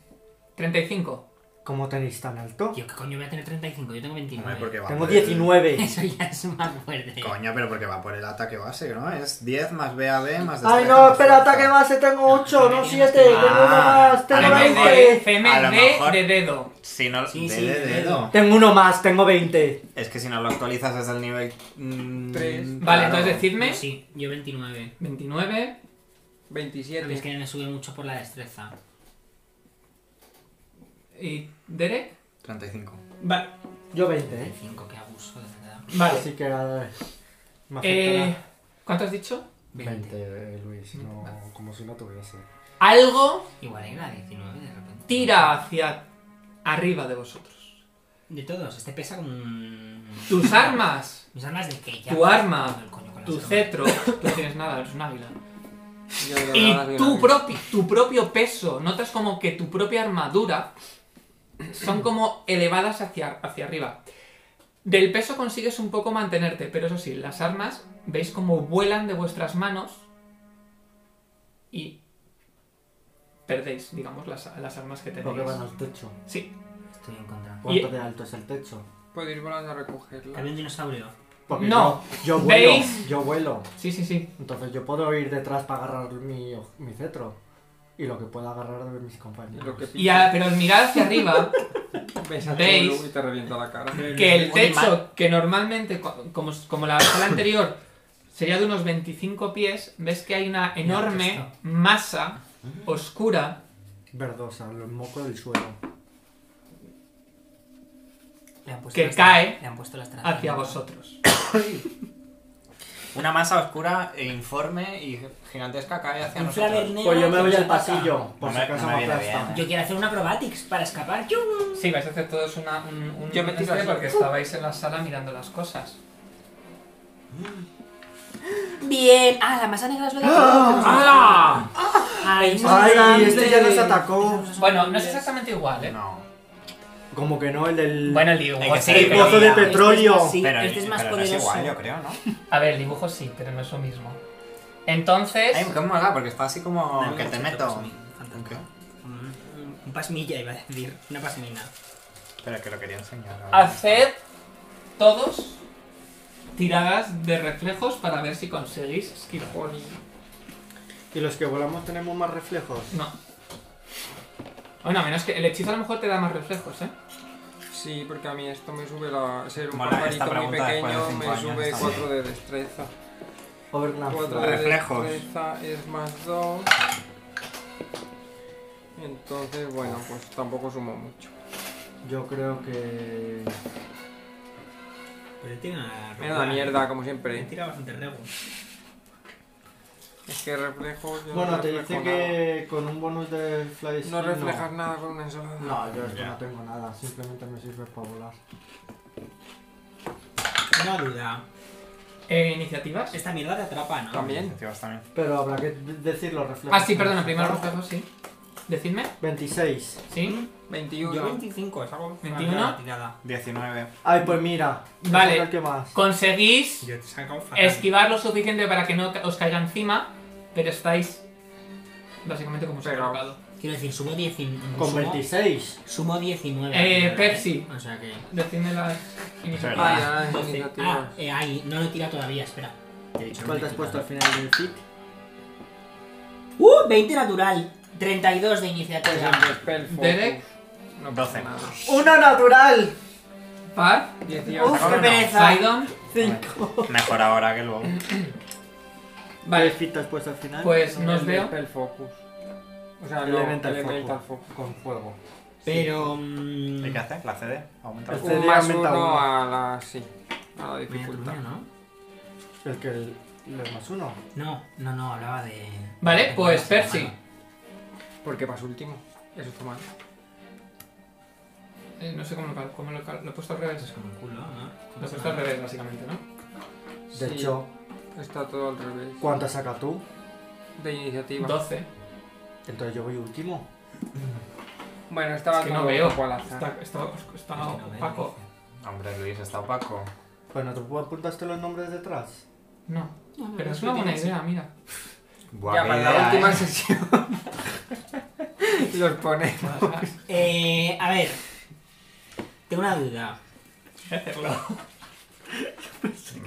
Speaker 1: 35.
Speaker 5: ¿Cómo tenéis tan alto?
Speaker 6: Tío, ¿qué coño voy a tener 35? Yo tengo
Speaker 4: Hombre,
Speaker 6: 29.
Speaker 4: porque va
Speaker 5: Tengo
Speaker 4: por el-
Speaker 5: 19.
Speaker 6: Eso ya es más fuerte.
Speaker 4: Coño, pero porque va por el ataque base, ¿no? Es 10 más BAB más
Speaker 5: Ay
Speaker 4: destreza
Speaker 5: no,
Speaker 4: más
Speaker 5: espera,
Speaker 4: fuerza.
Speaker 5: ataque base, tengo 8, no 7, tengo uno
Speaker 4: Ah,
Speaker 5: más, tengo
Speaker 4: vale,
Speaker 1: CMD,
Speaker 4: vale.
Speaker 5: 20.
Speaker 4: A lo
Speaker 1: CMD
Speaker 4: mejor-
Speaker 1: de dedo.
Speaker 4: Si no,
Speaker 6: Sí,
Speaker 4: de-
Speaker 6: sí,
Speaker 4: de
Speaker 6: de
Speaker 4: dedo.
Speaker 5: Tengo uno más, tengo 20.
Speaker 4: Es que si no lo actualizas desde el nivel. mm,
Speaker 2: Tres.
Speaker 1: Vale,
Speaker 4: claro.
Speaker 1: entonces decidme.
Speaker 6: Yo sí, yo 29.
Speaker 1: 29.
Speaker 2: 27.
Speaker 6: Pero es que me sube mucho por la destreza.
Speaker 1: ¿Y Derek?
Speaker 4: 35.
Speaker 1: Vale.
Speaker 5: Yo 20, eh.
Speaker 6: 35, qué abuso, de verdad.
Speaker 1: Vale.
Speaker 5: Así que eh, me
Speaker 1: Eh,
Speaker 5: afectará.
Speaker 1: ¿Cuánto has dicho?
Speaker 6: 20.
Speaker 5: eh, Luis, no, como si no tuviese.
Speaker 1: Algo
Speaker 6: Igual era 19 de repente.
Speaker 1: tira hacia arriba de vosotros.
Speaker 6: De todos, este pesa como un...
Speaker 1: Tus armas,
Speaker 6: Mis armas de que ya...
Speaker 1: tu arma,
Speaker 6: El coño con las
Speaker 1: tu
Speaker 6: armas.
Speaker 1: cetro, tú no tienes nada, eres un águila.
Speaker 2: Yo de verdad
Speaker 1: Y
Speaker 2: soy
Speaker 1: tu,
Speaker 2: una-
Speaker 1: propi- tu propio peso, notas como que tu propia armadura son como elevadas hacia, hacia arriba. Del peso consigues un poco mantenerte, pero eso sí, las armas veis como vuelan de vuestras manos y perdéis, digamos, las, las armas que tenéis.
Speaker 5: Porque van al techo.
Speaker 1: Sí,
Speaker 6: Estoy en contra.
Speaker 5: ¿Cuánto
Speaker 1: Y-
Speaker 5: de alto es el techo?
Speaker 2: Puedo ir volando a recogerla.
Speaker 6: También dinosaurio.
Speaker 5: Porque
Speaker 1: No.
Speaker 5: Yo, yo vuelo.
Speaker 1: ¿Veis?
Speaker 5: Yo vuelo.
Speaker 1: sí, sí, sí.
Speaker 5: Entonces yo puedo ir detrás para agarrar mi, mi cetro. Y lo que pueda agarrar de mis compañeros.
Speaker 2: Lo que
Speaker 1: Y a- pero al mirar hacia arriba,
Speaker 2: Ves a
Speaker 1: ¿Veis?
Speaker 2: Chulu y te revienta la cara.
Speaker 1: que el techo, que normalmente, co- como, como la sala anterior, sería de unos 25 pies, ves que hay una enorme
Speaker 6: esto.
Speaker 1: masa oscura.
Speaker 5: Verdosa, lo moco del suelo.
Speaker 6: Le han puesto
Speaker 1: Que
Speaker 6: las-
Speaker 1: cae
Speaker 6: Le han puesto las trazas.
Speaker 1: hacia vosotros.
Speaker 4: Una masa oscura e informe y gigantesca cae hacia
Speaker 6: Un
Speaker 4: nosotros.
Speaker 6: flaver negro
Speaker 5: Pues yo me
Speaker 6: que
Speaker 5: voy
Speaker 6: nos
Speaker 5: al
Speaker 6: ataca.
Speaker 5: pasillo, por
Speaker 4: No
Speaker 5: si
Speaker 4: me-
Speaker 5: acaso
Speaker 4: no
Speaker 5: me
Speaker 4: me viene
Speaker 5: aplastan.
Speaker 6: Yo quiero hacer un acrobatics para escapar. ¡Yum!
Speaker 1: Sí, vais a hacer todos una, un, un-
Speaker 2: Yo me
Speaker 1: un este
Speaker 2: tiro así.
Speaker 1: porque estabais en la sala mirando las cosas.
Speaker 6: Bien. Ah, la masa negra es lo de...
Speaker 1: ¡Ah!
Speaker 6: Ay, no.
Speaker 5: Ay,
Speaker 6: no,
Speaker 5: este
Speaker 6: no,
Speaker 5: ya
Speaker 6: no,
Speaker 5: nos
Speaker 6: no,
Speaker 5: atacó.
Speaker 6: no,
Speaker 1: Bueno, no es exactamente igual, ¿eh?
Speaker 4: No.
Speaker 5: Como que no, el del...
Speaker 1: Bueno, el dibujo
Speaker 4: Hay que
Speaker 1: sí,
Speaker 4: ser
Speaker 1: pero-
Speaker 5: pozo de
Speaker 6: Este es
Speaker 5: petróleo.
Speaker 6: más- sí,
Speaker 4: pero
Speaker 6: este es más
Speaker 4: pero no
Speaker 6: poderoso.
Speaker 4: es igual, yo creo, ¿no?
Speaker 1: A ver, el dibujo sí, pero no es lo mismo. Entonces...
Speaker 4: Ay, qué mola, porque está así como. Que te meto. ¿Qué?
Speaker 6: Un pasmilla iba a decir, una pasmina.
Speaker 4: Pero es que lo quería enseñar. ahora.
Speaker 1: Haced todos tiradas de reflejos para ver si conseguís skill point.
Speaker 5: Y los que volamos tenemos más reflejos.
Speaker 1: No. Bueno, a menos que el hechizo a lo mejor te da más reflejos, ¿eh?
Speaker 2: Sí, porque a mí esto me sube la. Ser un
Speaker 4: Mola, esta
Speaker 2: pajarito muy
Speaker 4: pregunta después de
Speaker 2: pequeño
Speaker 4: cinco
Speaker 2: me
Speaker 4: años
Speaker 2: sube
Speaker 4: está
Speaker 2: 4 de destreza.
Speaker 5: Overknapp.
Speaker 2: 4 de
Speaker 4: Reflejos.
Speaker 2: destreza es más 2. Entonces, bueno, pues tampoco sumo mucho.
Speaker 5: Yo creo que.
Speaker 6: Pero tiene una
Speaker 2: Me da mierda, como siempre.
Speaker 6: Tira bastante rego.
Speaker 2: Es que reflejo. yo
Speaker 5: Bueno,
Speaker 2: no
Speaker 5: te
Speaker 2: reflejo
Speaker 5: dice que con un bonus de fly
Speaker 2: nada. No
Speaker 5: speed,
Speaker 2: reflejas nada con una ensalada.
Speaker 5: No, yo esto
Speaker 4: Ya.
Speaker 5: no tengo nada, simplemente me sirve para volar.
Speaker 6: Una duda.
Speaker 1: Eh, ¿Iniciativas?
Speaker 6: Esta mierda te atrapa, ¿no?
Speaker 2: También.
Speaker 4: Iniciativas también.
Speaker 5: Pero habrá que d- decir los reflejos.
Speaker 1: Ah, sí, perdona, primero los
Speaker 5: reflejos.
Speaker 1: reflejos, sí. Decidme,
Speaker 5: 26.
Speaker 1: sí.
Speaker 2: 21.
Speaker 6: Yo 25, es algo.
Speaker 1: 21.
Speaker 6: una tirada.
Speaker 4: 19.
Speaker 5: Ay, pues mira. es
Speaker 1: Vale.
Speaker 5: el que más.
Speaker 1: Conseguís
Speaker 6: Yo te saco un fatal.
Speaker 1: esquivar lo suficiente para que no ca- os caiga encima, pero estáis básicamente como se ha
Speaker 2: Pegaos.
Speaker 1: colocado.
Speaker 6: Quiero decir, sumo 19.
Speaker 5: Con 26.
Speaker 6: Sumo 19.
Speaker 1: Eh,
Speaker 6: Mierda,
Speaker 1: Pepsi.
Speaker 6: O sea que.
Speaker 1: Decidme las
Speaker 4: Vale.
Speaker 1: iniciativas.
Speaker 2: Ah, ya,
Speaker 6: Doce.
Speaker 2: iniciativas.
Speaker 6: Ah, eh, ahí, no lo tira todavía, espera. Te he dicho,
Speaker 5: ¿Cuál
Speaker 6: no
Speaker 5: te
Speaker 6: lo
Speaker 5: has
Speaker 6: he
Speaker 5: puesto
Speaker 6: tirado.
Speaker 5: al final del fit?
Speaker 6: ¡Uh! 20 natural. 32 de
Speaker 2: Pues
Speaker 6: iniciativa.
Speaker 2: en Dispel Focus.
Speaker 1: Derek.
Speaker 2: No
Speaker 4: Doce.
Speaker 2: pasa nada.
Speaker 5: ¡Uno natural!
Speaker 1: Par,
Speaker 2: 18.
Speaker 5: ¡Uf, qué
Speaker 4: Ahora no.
Speaker 5: pereza!
Speaker 1: Sidon.
Speaker 5: Cinco.
Speaker 4: Mejor ahora que luego.
Speaker 5: Vale,
Speaker 1: Vale,
Speaker 5: fit te has puesto al final.
Speaker 1: pues no os
Speaker 2: El
Speaker 1: veo.
Speaker 2: Dispel Focus. O sea, no,
Speaker 5: Elemental,
Speaker 2: Elemental
Speaker 5: Focus.
Speaker 2: Focus.
Speaker 5: Con fuego.
Speaker 6: Pero. mm,
Speaker 4: ¿Y qué hace? ¿La CD? Aumenta
Speaker 5: Este
Speaker 2: Un
Speaker 5: día
Speaker 2: más
Speaker 5: aumenta
Speaker 2: uno
Speaker 5: uno.
Speaker 2: a la. Sí. A la
Speaker 6: Mira, tú,
Speaker 2: dificultad.
Speaker 6: mira, ¿no?
Speaker 5: El que el, el más uno.
Speaker 6: No, no, no, hablaba de.
Speaker 1: Vale,
Speaker 6: de
Speaker 1: pues,
Speaker 6: cosas en la
Speaker 1: Percy.
Speaker 6: mano.
Speaker 2: Porque vas último. Eso está mal.
Speaker 1: Eh, no sé cómo lo, cal- cómo lo, cal- lo he puesto al
Speaker 6: Eso es
Speaker 1: revés.
Speaker 6: como un culo, ¿no?
Speaker 1: Lo he puesto Pues al revés, básicamente, ¿no?
Speaker 5: De
Speaker 2: Sí,
Speaker 5: hecho,
Speaker 2: Está todo al revés.
Speaker 5: ¿cuántas sacas tú?
Speaker 2: De iniciativa.
Speaker 1: 12.
Speaker 5: Entonces yo voy último.
Speaker 2: Bueno, estaba
Speaker 1: Es que no
Speaker 2: todo
Speaker 1: veo.
Speaker 2: un poco al azar.
Speaker 1: Está, está, está
Speaker 6: Es que no ¿eh? me
Speaker 1: opaco.
Speaker 4: Hombre, Luis, está opaco.
Speaker 5: Pues no te apuntaste los nombres detrás.
Speaker 1: No,
Speaker 6: dice.
Speaker 1: pero es una buena idea, mira.
Speaker 4: Buah,
Speaker 2: ya,
Speaker 4: qué
Speaker 2: para la
Speaker 4: idea,
Speaker 2: última
Speaker 4: ¿eh?
Speaker 2: sesión. Los pone.
Speaker 6: Eh, a ver. Tengo una duda.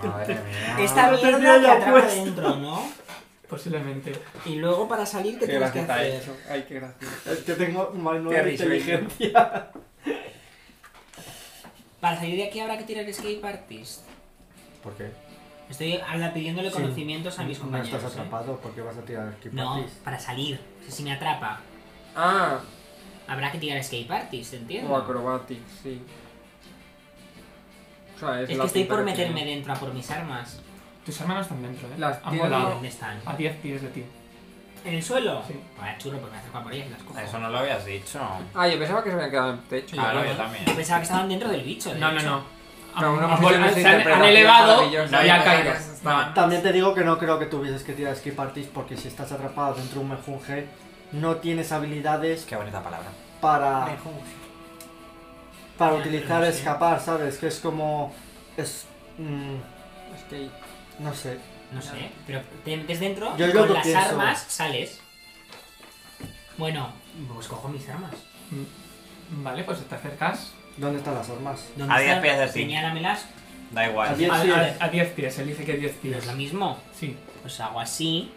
Speaker 4: Madre
Speaker 5: Ah,
Speaker 4: mía.
Speaker 6: Esta
Speaker 5: lo tenía
Speaker 6: mierda te
Speaker 5: ya
Speaker 6: atrapa
Speaker 5: puesto.
Speaker 6: dentro, ¿no?
Speaker 1: Posiblemente.
Speaker 6: Y luego para salir, ¿qué
Speaker 2: Qué
Speaker 6: tienes que
Speaker 2: graciosa
Speaker 6: hacer?
Speaker 2: eso. Ay, qué gracioso.
Speaker 5: Es que tengo más
Speaker 2: Qué
Speaker 5: nueve de
Speaker 2: risa,
Speaker 5: inteligencia.
Speaker 6: Para salir de aquí habrá que tirar escape artist.
Speaker 5: ¿Por qué?
Speaker 6: Estoy habla- pidiéndole
Speaker 5: Sí.
Speaker 6: conocimientos a mis
Speaker 5: no
Speaker 6: compañeros.
Speaker 5: estás
Speaker 6: ¿eh?
Speaker 5: atrapado porque vas a tirar skip
Speaker 6: No,
Speaker 5: artist.
Speaker 6: para salir. O sea, si me atrapa,
Speaker 2: Ah,
Speaker 6: habrá que tirar escape artist,
Speaker 2: o
Speaker 6: entiendo.
Speaker 2: acrobatic, sí. O sea, es,
Speaker 6: Es
Speaker 2: la
Speaker 6: que estoy
Speaker 2: puta
Speaker 6: por
Speaker 2: que tiene.
Speaker 6: meterme dentro a por mis armas.
Speaker 1: Tus hermanas están dentro, ¿eh?
Speaker 2: Las
Speaker 1: Han
Speaker 2: tienes,
Speaker 1: volado.
Speaker 6: ¿Dónde están?
Speaker 1: A 10 pies de ti.
Speaker 6: ¿En el suelo?
Speaker 1: Sí.
Speaker 6: Vaya churro, porque me acerco por ellas y las cojo.
Speaker 4: Eso no lo habías dicho.
Speaker 2: Ah, yo pensaba que se habían quedado en el techo.
Speaker 4: Ah, no,
Speaker 2: yo
Speaker 4: yo
Speaker 2: creo.
Speaker 4: también.
Speaker 6: Yo pensaba que estaban dentro del bicho. de
Speaker 1: No, no,
Speaker 6: hecho.
Speaker 1: no.
Speaker 2: Pero
Speaker 1: Han-
Speaker 2: una
Speaker 1: han-
Speaker 2: posible
Speaker 1: se han- han
Speaker 2: interpretación
Speaker 1: elevado y
Speaker 2: maravillosa.
Speaker 1: ha
Speaker 4: No,
Speaker 1: caído.
Speaker 4: no, no, no.
Speaker 5: También te digo que no creo que tuvieses que tirar skip artist porque si estás atrapado dentro de un mejunje no tienes habilidades
Speaker 4: Qué bonita palabra.
Speaker 5: para, para
Speaker 6: Ya,
Speaker 5: utilizar
Speaker 6: pero sí.
Speaker 5: escapar, ¿sabes? Que es como... es... mm,
Speaker 2: Es que
Speaker 5: no sé.
Speaker 6: No sé, pero te metes dentro
Speaker 5: Yo
Speaker 6: y
Speaker 5: es lo
Speaker 6: con
Speaker 5: que
Speaker 6: las
Speaker 5: pienso.
Speaker 6: armas sales. Bueno, pues cojo mis armas.
Speaker 1: Vale, pues te acercas.
Speaker 5: ¿Dónde están las armas?
Speaker 6: ¿Dónde
Speaker 4: A diez
Speaker 6: están?
Speaker 4: pies de ti.
Speaker 6: Señálamelas.
Speaker 4: Da
Speaker 5: A
Speaker 4: igual.
Speaker 5: 10
Speaker 1: A
Speaker 5: pies.
Speaker 1: a- a 10 pies, él dice que 10
Speaker 6: No es
Speaker 1: pies.
Speaker 6: lo mismo.
Speaker 1: Sí.
Speaker 6: Pues hago así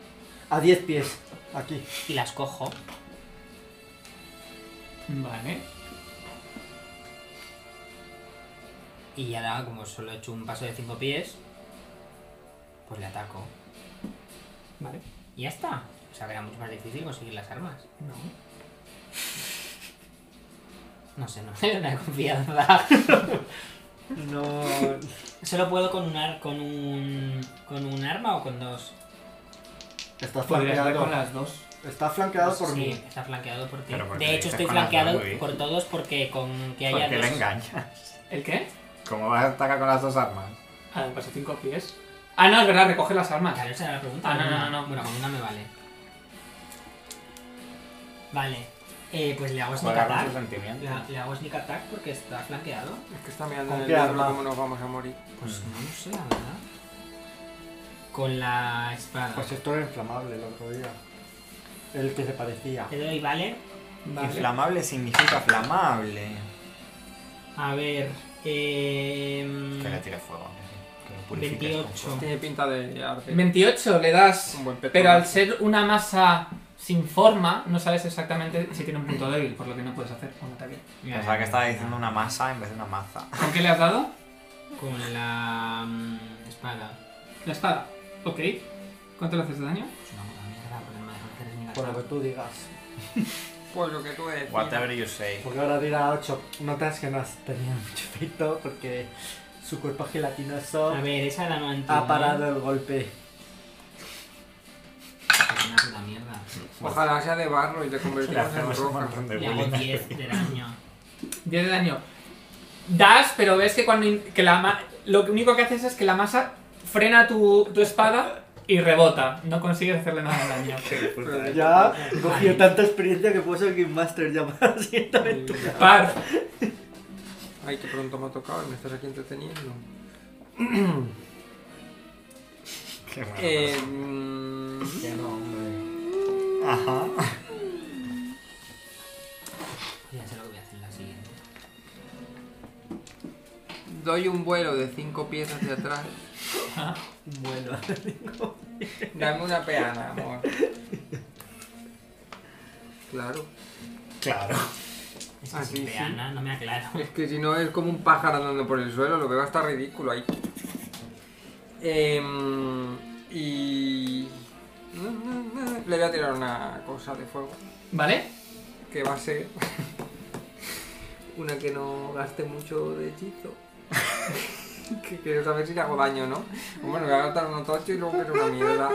Speaker 5: A 10 pies. Aquí.
Speaker 6: y las cojo.
Speaker 1: Vale.
Speaker 6: Y ya da, como solo he hecho un paso de cinco pies, pues le ataco.
Speaker 1: Vale.
Speaker 6: Y ya está. O sea, que era mucho más difícil conseguir las armas.
Speaker 1: No.
Speaker 6: No sé, no, no he confiado en nada.
Speaker 5: No...
Speaker 6: Solo puedo con un, ar- con un con un arma o con dos.
Speaker 5: Está
Speaker 1: Podrías dar
Speaker 5: flanqueado.
Speaker 1: con las dos.
Speaker 5: Está flanqueado por
Speaker 6: Pues Sí,
Speaker 5: mí.
Speaker 6: está flanqueado por ti.
Speaker 4: Pero porque
Speaker 6: De hecho,
Speaker 4: dices
Speaker 6: estoy
Speaker 4: con las
Speaker 6: flanqueado
Speaker 4: dos, Luis.
Speaker 6: por todos porque con que haya
Speaker 4: ¿Por qué
Speaker 6: dos...
Speaker 4: Pues le engaña?
Speaker 1: ¿El qué?
Speaker 4: ¿Cómo vas a atacar con las dos armas?
Speaker 1: Ah, paso 5 pies. Ah, no, es verdad, recoge las armas.
Speaker 6: Claro, esa era la pregunta.
Speaker 1: Ah, no,
Speaker 6: con
Speaker 1: no,
Speaker 6: una-
Speaker 1: no, no.
Speaker 6: Bueno, con una me vale. Vale. Eh, pues le hago sneak
Speaker 4: Juega con sus
Speaker 6: attack.
Speaker 4: sentimientos.
Speaker 6: Le, le hago sneak attack porque está flanqueado.
Speaker 2: es que está mirando
Speaker 5: ¿Con
Speaker 2: en el
Speaker 5: qué
Speaker 2: libro
Speaker 5: arma?
Speaker 2: cómo nos vamos a morir.
Speaker 6: Pues
Speaker 4: Mm.
Speaker 6: no lo sé, la verdad. Con la espada.
Speaker 5: Pues esto era inflamable el otro día. El que se parecía.
Speaker 6: Te doy, ¿vale?
Speaker 1: Vale.
Speaker 4: Inflamable significa flamable.
Speaker 6: A ver. em,
Speaker 4: Que le tire fuego. que sí, que lo purifiques con
Speaker 6: 28.
Speaker 2: Tiene pinta de arte.
Speaker 1: 28 le das.
Speaker 2: Un buen peto.
Speaker 1: Pero al ser una masa sin forma, no sabes exactamente si tiene un punto débil, por lo que no puedes hacer un ataque.
Speaker 4: fuego. Pensaba que estaba diciendo una masa en vez de una maza.
Speaker 1: ¿Con qué le has dado?
Speaker 6: Con la mm, espada.
Speaker 1: La espada. Ok. ¿Cuánto le haces de daño?
Speaker 6: Es una puta mierda porque no me dejan hacer sneak
Speaker 5: Por lo
Speaker 6: attack.
Speaker 5: que tú digas.
Speaker 2: Pues lo que tú decidas.
Speaker 4: Whatever you say.
Speaker 5: Porque ahora dirá 8. Notas que no has tenido mucho efecto porque su cuerpo gelatinoso
Speaker 2: pues-
Speaker 6: A ver, eh? esa la no entiendo.
Speaker 2: Ah,
Speaker 5: ha parado el golpe.
Speaker 6: Es una puta mierda.
Speaker 2: Ojalá sea de barro y te
Speaker 4: Le
Speaker 2: convertimos en
Speaker 4: hacemos un
Speaker 2: roca.
Speaker 4: montón de
Speaker 6: Le hago
Speaker 4: bullying.
Speaker 6: 10 de daño.
Speaker 1: 10 de daño. Das, pero ves que cuando in- que la ma- lo único que haces es que la masa frena tu, tu espada y rebota. No consigues hacerle nada de daño.
Speaker 5: Pero ya he cogido tanta experiencia que puedo ser Game Master ya para la siguiente aventura.
Speaker 1: Par.
Speaker 2: Ay, que pronto me ha tocado y me estás aquí entreteniendo.
Speaker 4: Qué bueno. pues.
Speaker 2: Eh, mm,
Speaker 5: Ya no, hombre.
Speaker 4: Ajá.
Speaker 6: Ya sé lo que voy a hacer en la siguiente.
Speaker 2: doy un vuelo de 5 pies hacia atrás.
Speaker 5: Bueno.
Speaker 2: Dame una peana, amor. Claro.
Speaker 4: Claro.
Speaker 6: Es que
Speaker 2: Ah,
Speaker 6: sin
Speaker 2: sí, sí.
Speaker 6: peana, no me aclaro.
Speaker 2: Es que si no es como un pájaro andando por el suelo, lo veo hasta ridículo ahí. Em, y... Le voy a tirar una cosa de fuego,
Speaker 1: ¿Vale?
Speaker 2: que va a ser una que no gaste mucho de hechizo. que quiero saber si le hago daño, ¿no? Bueno, voy a gastar unos tocho y luego que es una mierda.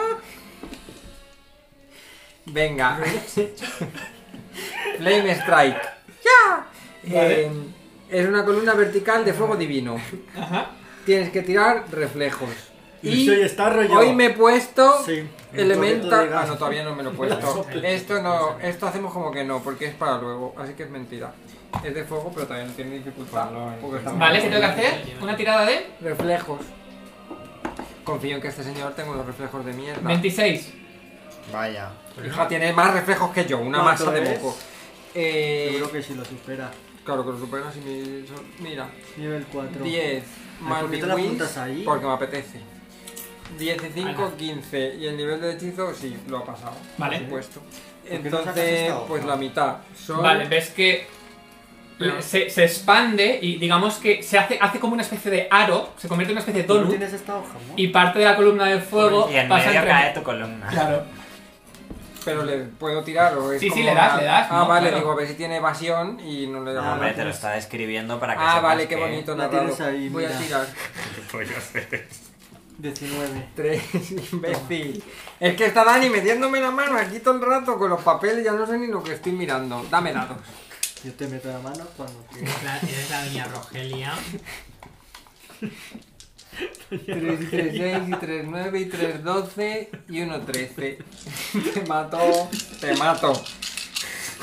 Speaker 2: Venga. Flame Strike. ¡Ya!
Speaker 1: Vale.
Speaker 2: Eh, es una columna vertical de fuego divino.
Speaker 1: Ajá.
Speaker 2: Tienes que tirar reflejos.
Speaker 5: Y soy está rollo.
Speaker 2: hoy me he puesto
Speaker 5: Sí.
Speaker 2: elemental.
Speaker 5: Entonces,
Speaker 2: Ah, no, todavía no me lo he puesto. Esto no, esto hacemos como que no, porque es para luego, así que es mentira. Es de fuego, pero también tiene dificultad. porque está
Speaker 1: Vale, ¿qué
Speaker 2: muy
Speaker 1: tengo que hacer? Una tirada de
Speaker 2: Reflejos. Confío en que este señor tenga unos reflejos de mierda.
Speaker 1: 26.
Speaker 4: Vaya.
Speaker 2: Hija, tiene más reflejos que yo, una
Speaker 5: ¿Cuánto
Speaker 2: masa de
Speaker 5: es?
Speaker 2: moco. Eh,
Speaker 5: Seguro que si lo supera.
Speaker 2: Claro que lo superas y mi- mira.
Speaker 5: Nivel 4.
Speaker 2: 10
Speaker 5: Ay,
Speaker 2: más
Speaker 5: ¿por qué
Speaker 2: mi
Speaker 5: te la
Speaker 2: whiz,
Speaker 5: apuntas ahí?
Speaker 2: porque me apetece. 10 y 5,
Speaker 6: Ala.
Speaker 2: 15. Y el nivel de hechizo, sí, lo ha pasado.
Speaker 1: Vale.
Speaker 2: Por supuesto.
Speaker 5: qué no sacas
Speaker 2: Entonces,
Speaker 5: esta hoja?
Speaker 2: pues la mitad. Son
Speaker 1: Vale, ves que le- se, se expande y digamos que se hace, hace como una especie de aro, se convierte en una especie de
Speaker 5: ¿Tú no
Speaker 1: tolu
Speaker 5: tienes esta hoja, no?
Speaker 1: y parte de la columna de fuego
Speaker 4: Y en
Speaker 1: pasa
Speaker 4: medio
Speaker 1: entre-
Speaker 4: cae tu columna.
Speaker 1: Claro.
Speaker 2: Pero le puedo tirar o es
Speaker 1: Sí, sí,
Speaker 2: como
Speaker 1: le das,
Speaker 2: una-
Speaker 1: le das,
Speaker 2: Ah,
Speaker 1: ¿no?
Speaker 2: vale,
Speaker 1: Claro.
Speaker 2: digo, a ver si tiene evasión y no le
Speaker 5: Ah,
Speaker 2: da
Speaker 4: Hombre,
Speaker 2: nada.
Speaker 5: vale.
Speaker 4: te lo está describiendo para que
Speaker 2: Ah,
Speaker 4: sepas
Speaker 2: vale, qué
Speaker 4: que-
Speaker 2: bonito
Speaker 5: La
Speaker 2: narrado.
Speaker 5: tienes ahí,
Speaker 2: Voy a
Speaker 5: mira.
Speaker 2: tirar.
Speaker 4: Voy a hacer esto.
Speaker 5: 19.
Speaker 2: Tres, imbécil. Es que está Dani metiéndome la mano aquí todo el rato con los papeles, ya no sé ni lo que estoy mirando. Dame dados.
Speaker 5: Yo te meto la mano cuando quieras.
Speaker 6: La- Eres la doña Rogelia.
Speaker 2: 3 y 3, 6 y 3, 9 y 3, 12 y 1, 13. Te mato, te mato.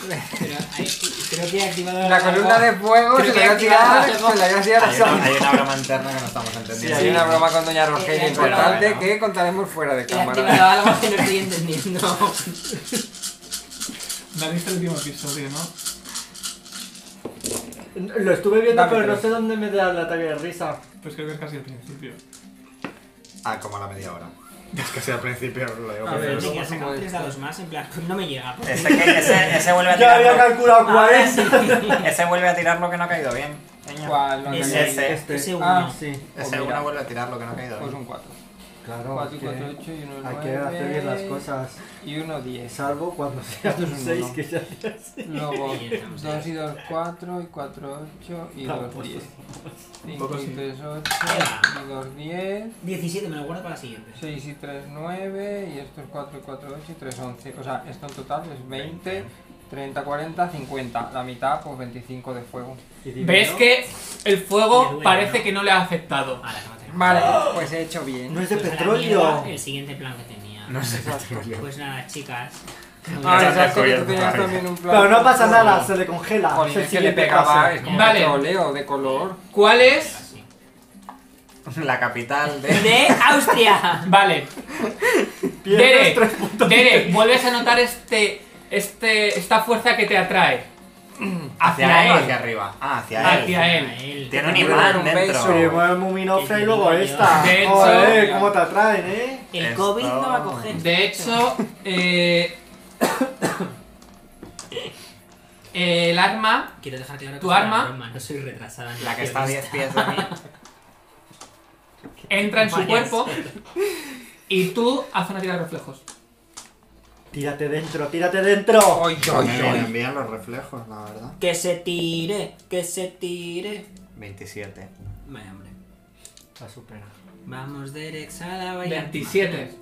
Speaker 6: Pero hay- creo que he activado
Speaker 2: La columna de fuego se
Speaker 1: Creo
Speaker 2: la
Speaker 1: que
Speaker 2: voy
Speaker 1: hay que
Speaker 2: a
Speaker 1: dar
Speaker 2: tirar,
Speaker 1: las
Speaker 2: ah, se la voy a tirar a
Speaker 4: Hay una,
Speaker 2: Sam.
Speaker 4: hay una broma interna que no estamos entendiendo.
Speaker 2: Hay una broma con Doña Rogelia
Speaker 6: He
Speaker 2: importante
Speaker 4: activado.
Speaker 2: que contaremos fuera de
Speaker 6: He
Speaker 2: cámara.
Speaker 6: activado algo que no estoy entendiendo.
Speaker 1: No has visto el último episodio, ¿no?
Speaker 5: Lo estuve viendo,
Speaker 2: Dame
Speaker 5: pero no
Speaker 2: tres.
Speaker 5: sé dónde me da el ataque de risa.
Speaker 1: Pues creo que es casi al principio.
Speaker 4: Ah, como a la media hora. Es que si al principio lo digo.
Speaker 2: A
Speaker 4: pero
Speaker 2: ver,
Speaker 6: Pero
Speaker 4: luego-
Speaker 6: sí que
Speaker 2: ¿cómo
Speaker 6: has
Speaker 2: se
Speaker 6: sacado
Speaker 2: mueve
Speaker 6: tres dados más, en plan, no me llega. pues.
Speaker 4: Ese, que- ese, ese vuelve a
Speaker 5: Ya había
Speaker 4: tirar.
Speaker 5: calculado
Speaker 6: Ahora
Speaker 5: 40.
Speaker 6: sí.
Speaker 4: Lo, ese vuelve a tirar lo que no ha caído bien. niño.
Speaker 2: ¿Cuál? No,
Speaker 6: Ese,
Speaker 2: no, no.
Speaker 4: ese.
Speaker 6: Ese uno.
Speaker 2: Ah,
Speaker 5: este, Sí.
Speaker 2: Pues
Speaker 4: Ese
Speaker 2: mira,
Speaker 4: uno vuelve a tirar lo que no ha caído
Speaker 2: Pues
Speaker 4: bien.
Speaker 2: un 4.
Speaker 5: Claro.
Speaker 2: 4 y
Speaker 5: que
Speaker 2: 4, 8 y 1, 9.
Speaker 5: Hay que hacer bien las cosas.
Speaker 2: Y 1, 10.
Speaker 5: Salvo cuando sea
Speaker 2: Esto
Speaker 5: un
Speaker 2: es un
Speaker 5: 6
Speaker 2: uno.
Speaker 5: que ya te hace.
Speaker 2: Luego
Speaker 6: Y estamos
Speaker 2: 2 y 2, 4 y 4, 8
Speaker 5: Ah,
Speaker 2: y 2,
Speaker 5: pues
Speaker 2: 10. 5 y 3, 8
Speaker 6: Venga.
Speaker 2: y 2, 10.
Speaker 6: 17, me lo guardo para la siguiente.
Speaker 2: 6 y 3, 9, y esto es 4 y 4, 8 y 3, 11. O sea, esto en total es 20, 30, 40, 50. La mitad, pues 25 de fuego.
Speaker 5: Y dime,
Speaker 1: Ves
Speaker 5: ¿no?
Speaker 1: que el
Speaker 6: Me
Speaker 1: fuego
Speaker 6: duele,
Speaker 1: parece
Speaker 6: ¿no?
Speaker 1: que no le ha afectado.
Speaker 6: Ahora que me tengo.
Speaker 2: Vale, pues he hecho bien.
Speaker 5: No es de
Speaker 6: Pues a la
Speaker 5: petróleo.
Speaker 6: mierda, El siguiente plan que tenía.
Speaker 4: No sé.
Speaker 6: Pues nada, chicas.
Speaker 2: Ah,
Speaker 4: Ya está
Speaker 2: exacto, que tú
Speaker 4: cubierto,
Speaker 2: tenías
Speaker 4: está bien.
Speaker 2: también un plan.
Speaker 5: Pero no pasa nada, se le congela.
Speaker 2: Jolín,
Speaker 5: es el
Speaker 2: es que le
Speaker 5: siguiente
Speaker 2: pegaba,
Speaker 5: paso.
Speaker 2: es como
Speaker 1: Vale.
Speaker 2: petróleo de color.
Speaker 1: ¿Cuál es?
Speaker 4: La capital de.
Speaker 6: ¡De Austria!
Speaker 1: Vale.
Speaker 5: Pierdes
Speaker 1: Derek,
Speaker 5: tres puntos.
Speaker 1: Derek, vuelves a notar este, este, esta fuerza que te atrae.
Speaker 4: ¿Hacia él o hacia
Speaker 1: Hacia él.
Speaker 4: arriba? Ah, hacia él.
Speaker 1: Hacia él.
Speaker 4: Tiene un
Speaker 2: Te
Speaker 4: imán
Speaker 2: dieron un
Speaker 4: dentro.
Speaker 2: beso.
Speaker 5: Se mueve Muminofra y luego esta.
Speaker 1: De hecho-
Speaker 5: Joder, cómo te atraen, eh.
Speaker 6: El
Speaker 4: Esto-
Speaker 6: COVID no va a coger.
Speaker 1: De hecho, eh, eh, el arma
Speaker 6: Quiero dejar claro que
Speaker 1: ¿Tu
Speaker 6: es una
Speaker 1: arma?
Speaker 6: broma, no soy retrasada. ni
Speaker 4: La que está a 10
Speaker 6: accionista.
Speaker 4: pies de mí.
Speaker 1: entra en su
Speaker 6: Vaya
Speaker 1: cuerpo y tú haz una tirada de reflejos.
Speaker 5: Tírate dentro, tírate dentro.
Speaker 4: Me vienen bien los reflejos, la verdad.
Speaker 6: Que se tire, que se tire.
Speaker 4: 27.
Speaker 6: Vaya, hombre.
Speaker 5: La supera.
Speaker 6: Vamos, Derek, a la valla.
Speaker 1: 27.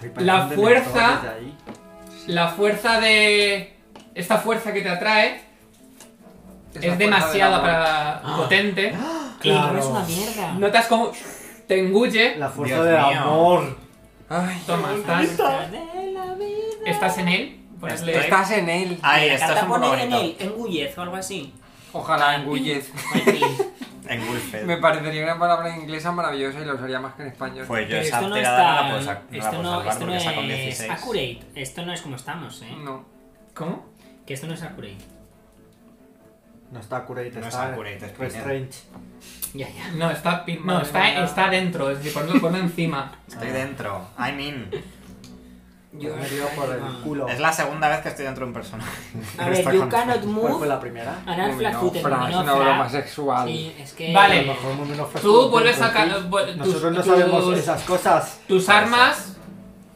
Speaker 5: Ay,
Speaker 1: La
Speaker 5: parecen
Speaker 1: fuerza-
Speaker 5: dementores de ahí.
Speaker 1: La fuerza de. Esta fuerza que te atrae es, demasiado para potente.
Speaker 6: Claro.
Speaker 5: Claro.
Speaker 6: es una mierda.
Speaker 1: Notas como. Te engulle.
Speaker 5: La fuerza
Speaker 4: Dios
Speaker 5: del
Speaker 4: mío.
Speaker 5: amor.
Speaker 1: Toma, estás,
Speaker 6: de la vida.
Speaker 1: estás en él. Ponle-
Speaker 4: Estoy-
Speaker 2: Estás en él.
Speaker 4: Ahí,
Speaker 6: La
Speaker 4: estás
Speaker 6: carta
Speaker 4: un poco
Speaker 6: pone en
Speaker 4: bonito.
Speaker 6: él, engullez o algo así.
Speaker 2: Ojalá engullez.
Speaker 4: En Wilfred.
Speaker 2: Me parecería una palabra inglesa maravillosa y la usaría más que en español.
Speaker 4: Pues yo
Speaker 6: Pero
Speaker 4: esa
Speaker 6: esto no
Speaker 4: tirada
Speaker 6: está.
Speaker 4: no la puedo, sac- no la
Speaker 6: esto
Speaker 4: puedo
Speaker 6: no,
Speaker 4: salvar
Speaker 6: esto no
Speaker 4: porque está con
Speaker 6: es
Speaker 4: 16.
Speaker 6: accurate. Esto no es como estamos, eh.
Speaker 2: No.
Speaker 1: ¿Cómo?
Speaker 4: Mm.
Speaker 6: Que esto no es accurate.
Speaker 5: No está accurate,
Speaker 4: No
Speaker 5: está
Speaker 4: es accurate, es
Speaker 5: restraint.
Speaker 6: Ya, ya.
Speaker 1: No, está, pin- no,
Speaker 2: Madre
Speaker 1: está,
Speaker 2: mía.
Speaker 1: está dentro. Es decir, ponlo, ponlo encima.
Speaker 4: Estoy dentro. I mean.
Speaker 5: Yo me dio por el culo.
Speaker 4: Es la segunda vez que estoy dentro de un personaje.
Speaker 6: A
Speaker 4: No
Speaker 6: ver,
Speaker 4: está
Speaker 6: you
Speaker 4: con-
Speaker 6: cannot
Speaker 5: ¿Cuál fue
Speaker 6: move.
Speaker 5: la primera?
Speaker 6: Anal
Speaker 2: Uy, no,
Speaker 6: flacutet.
Speaker 2: Fran, es
Speaker 6: no,
Speaker 2: una
Speaker 6: fra-
Speaker 2: broma sexual.
Speaker 6: Sí, es que.
Speaker 1: Vale.
Speaker 5: A lo mejor muy menos
Speaker 1: Tú
Speaker 5: fresco,
Speaker 1: vuelves a.
Speaker 5: pero
Speaker 1: ca-
Speaker 5: sí.
Speaker 1: vu-
Speaker 5: Nosotros no
Speaker 1: tus-
Speaker 5: sabemos
Speaker 1: tus-
Speaker 5: esas cosas.
Speaker 1: Tus armas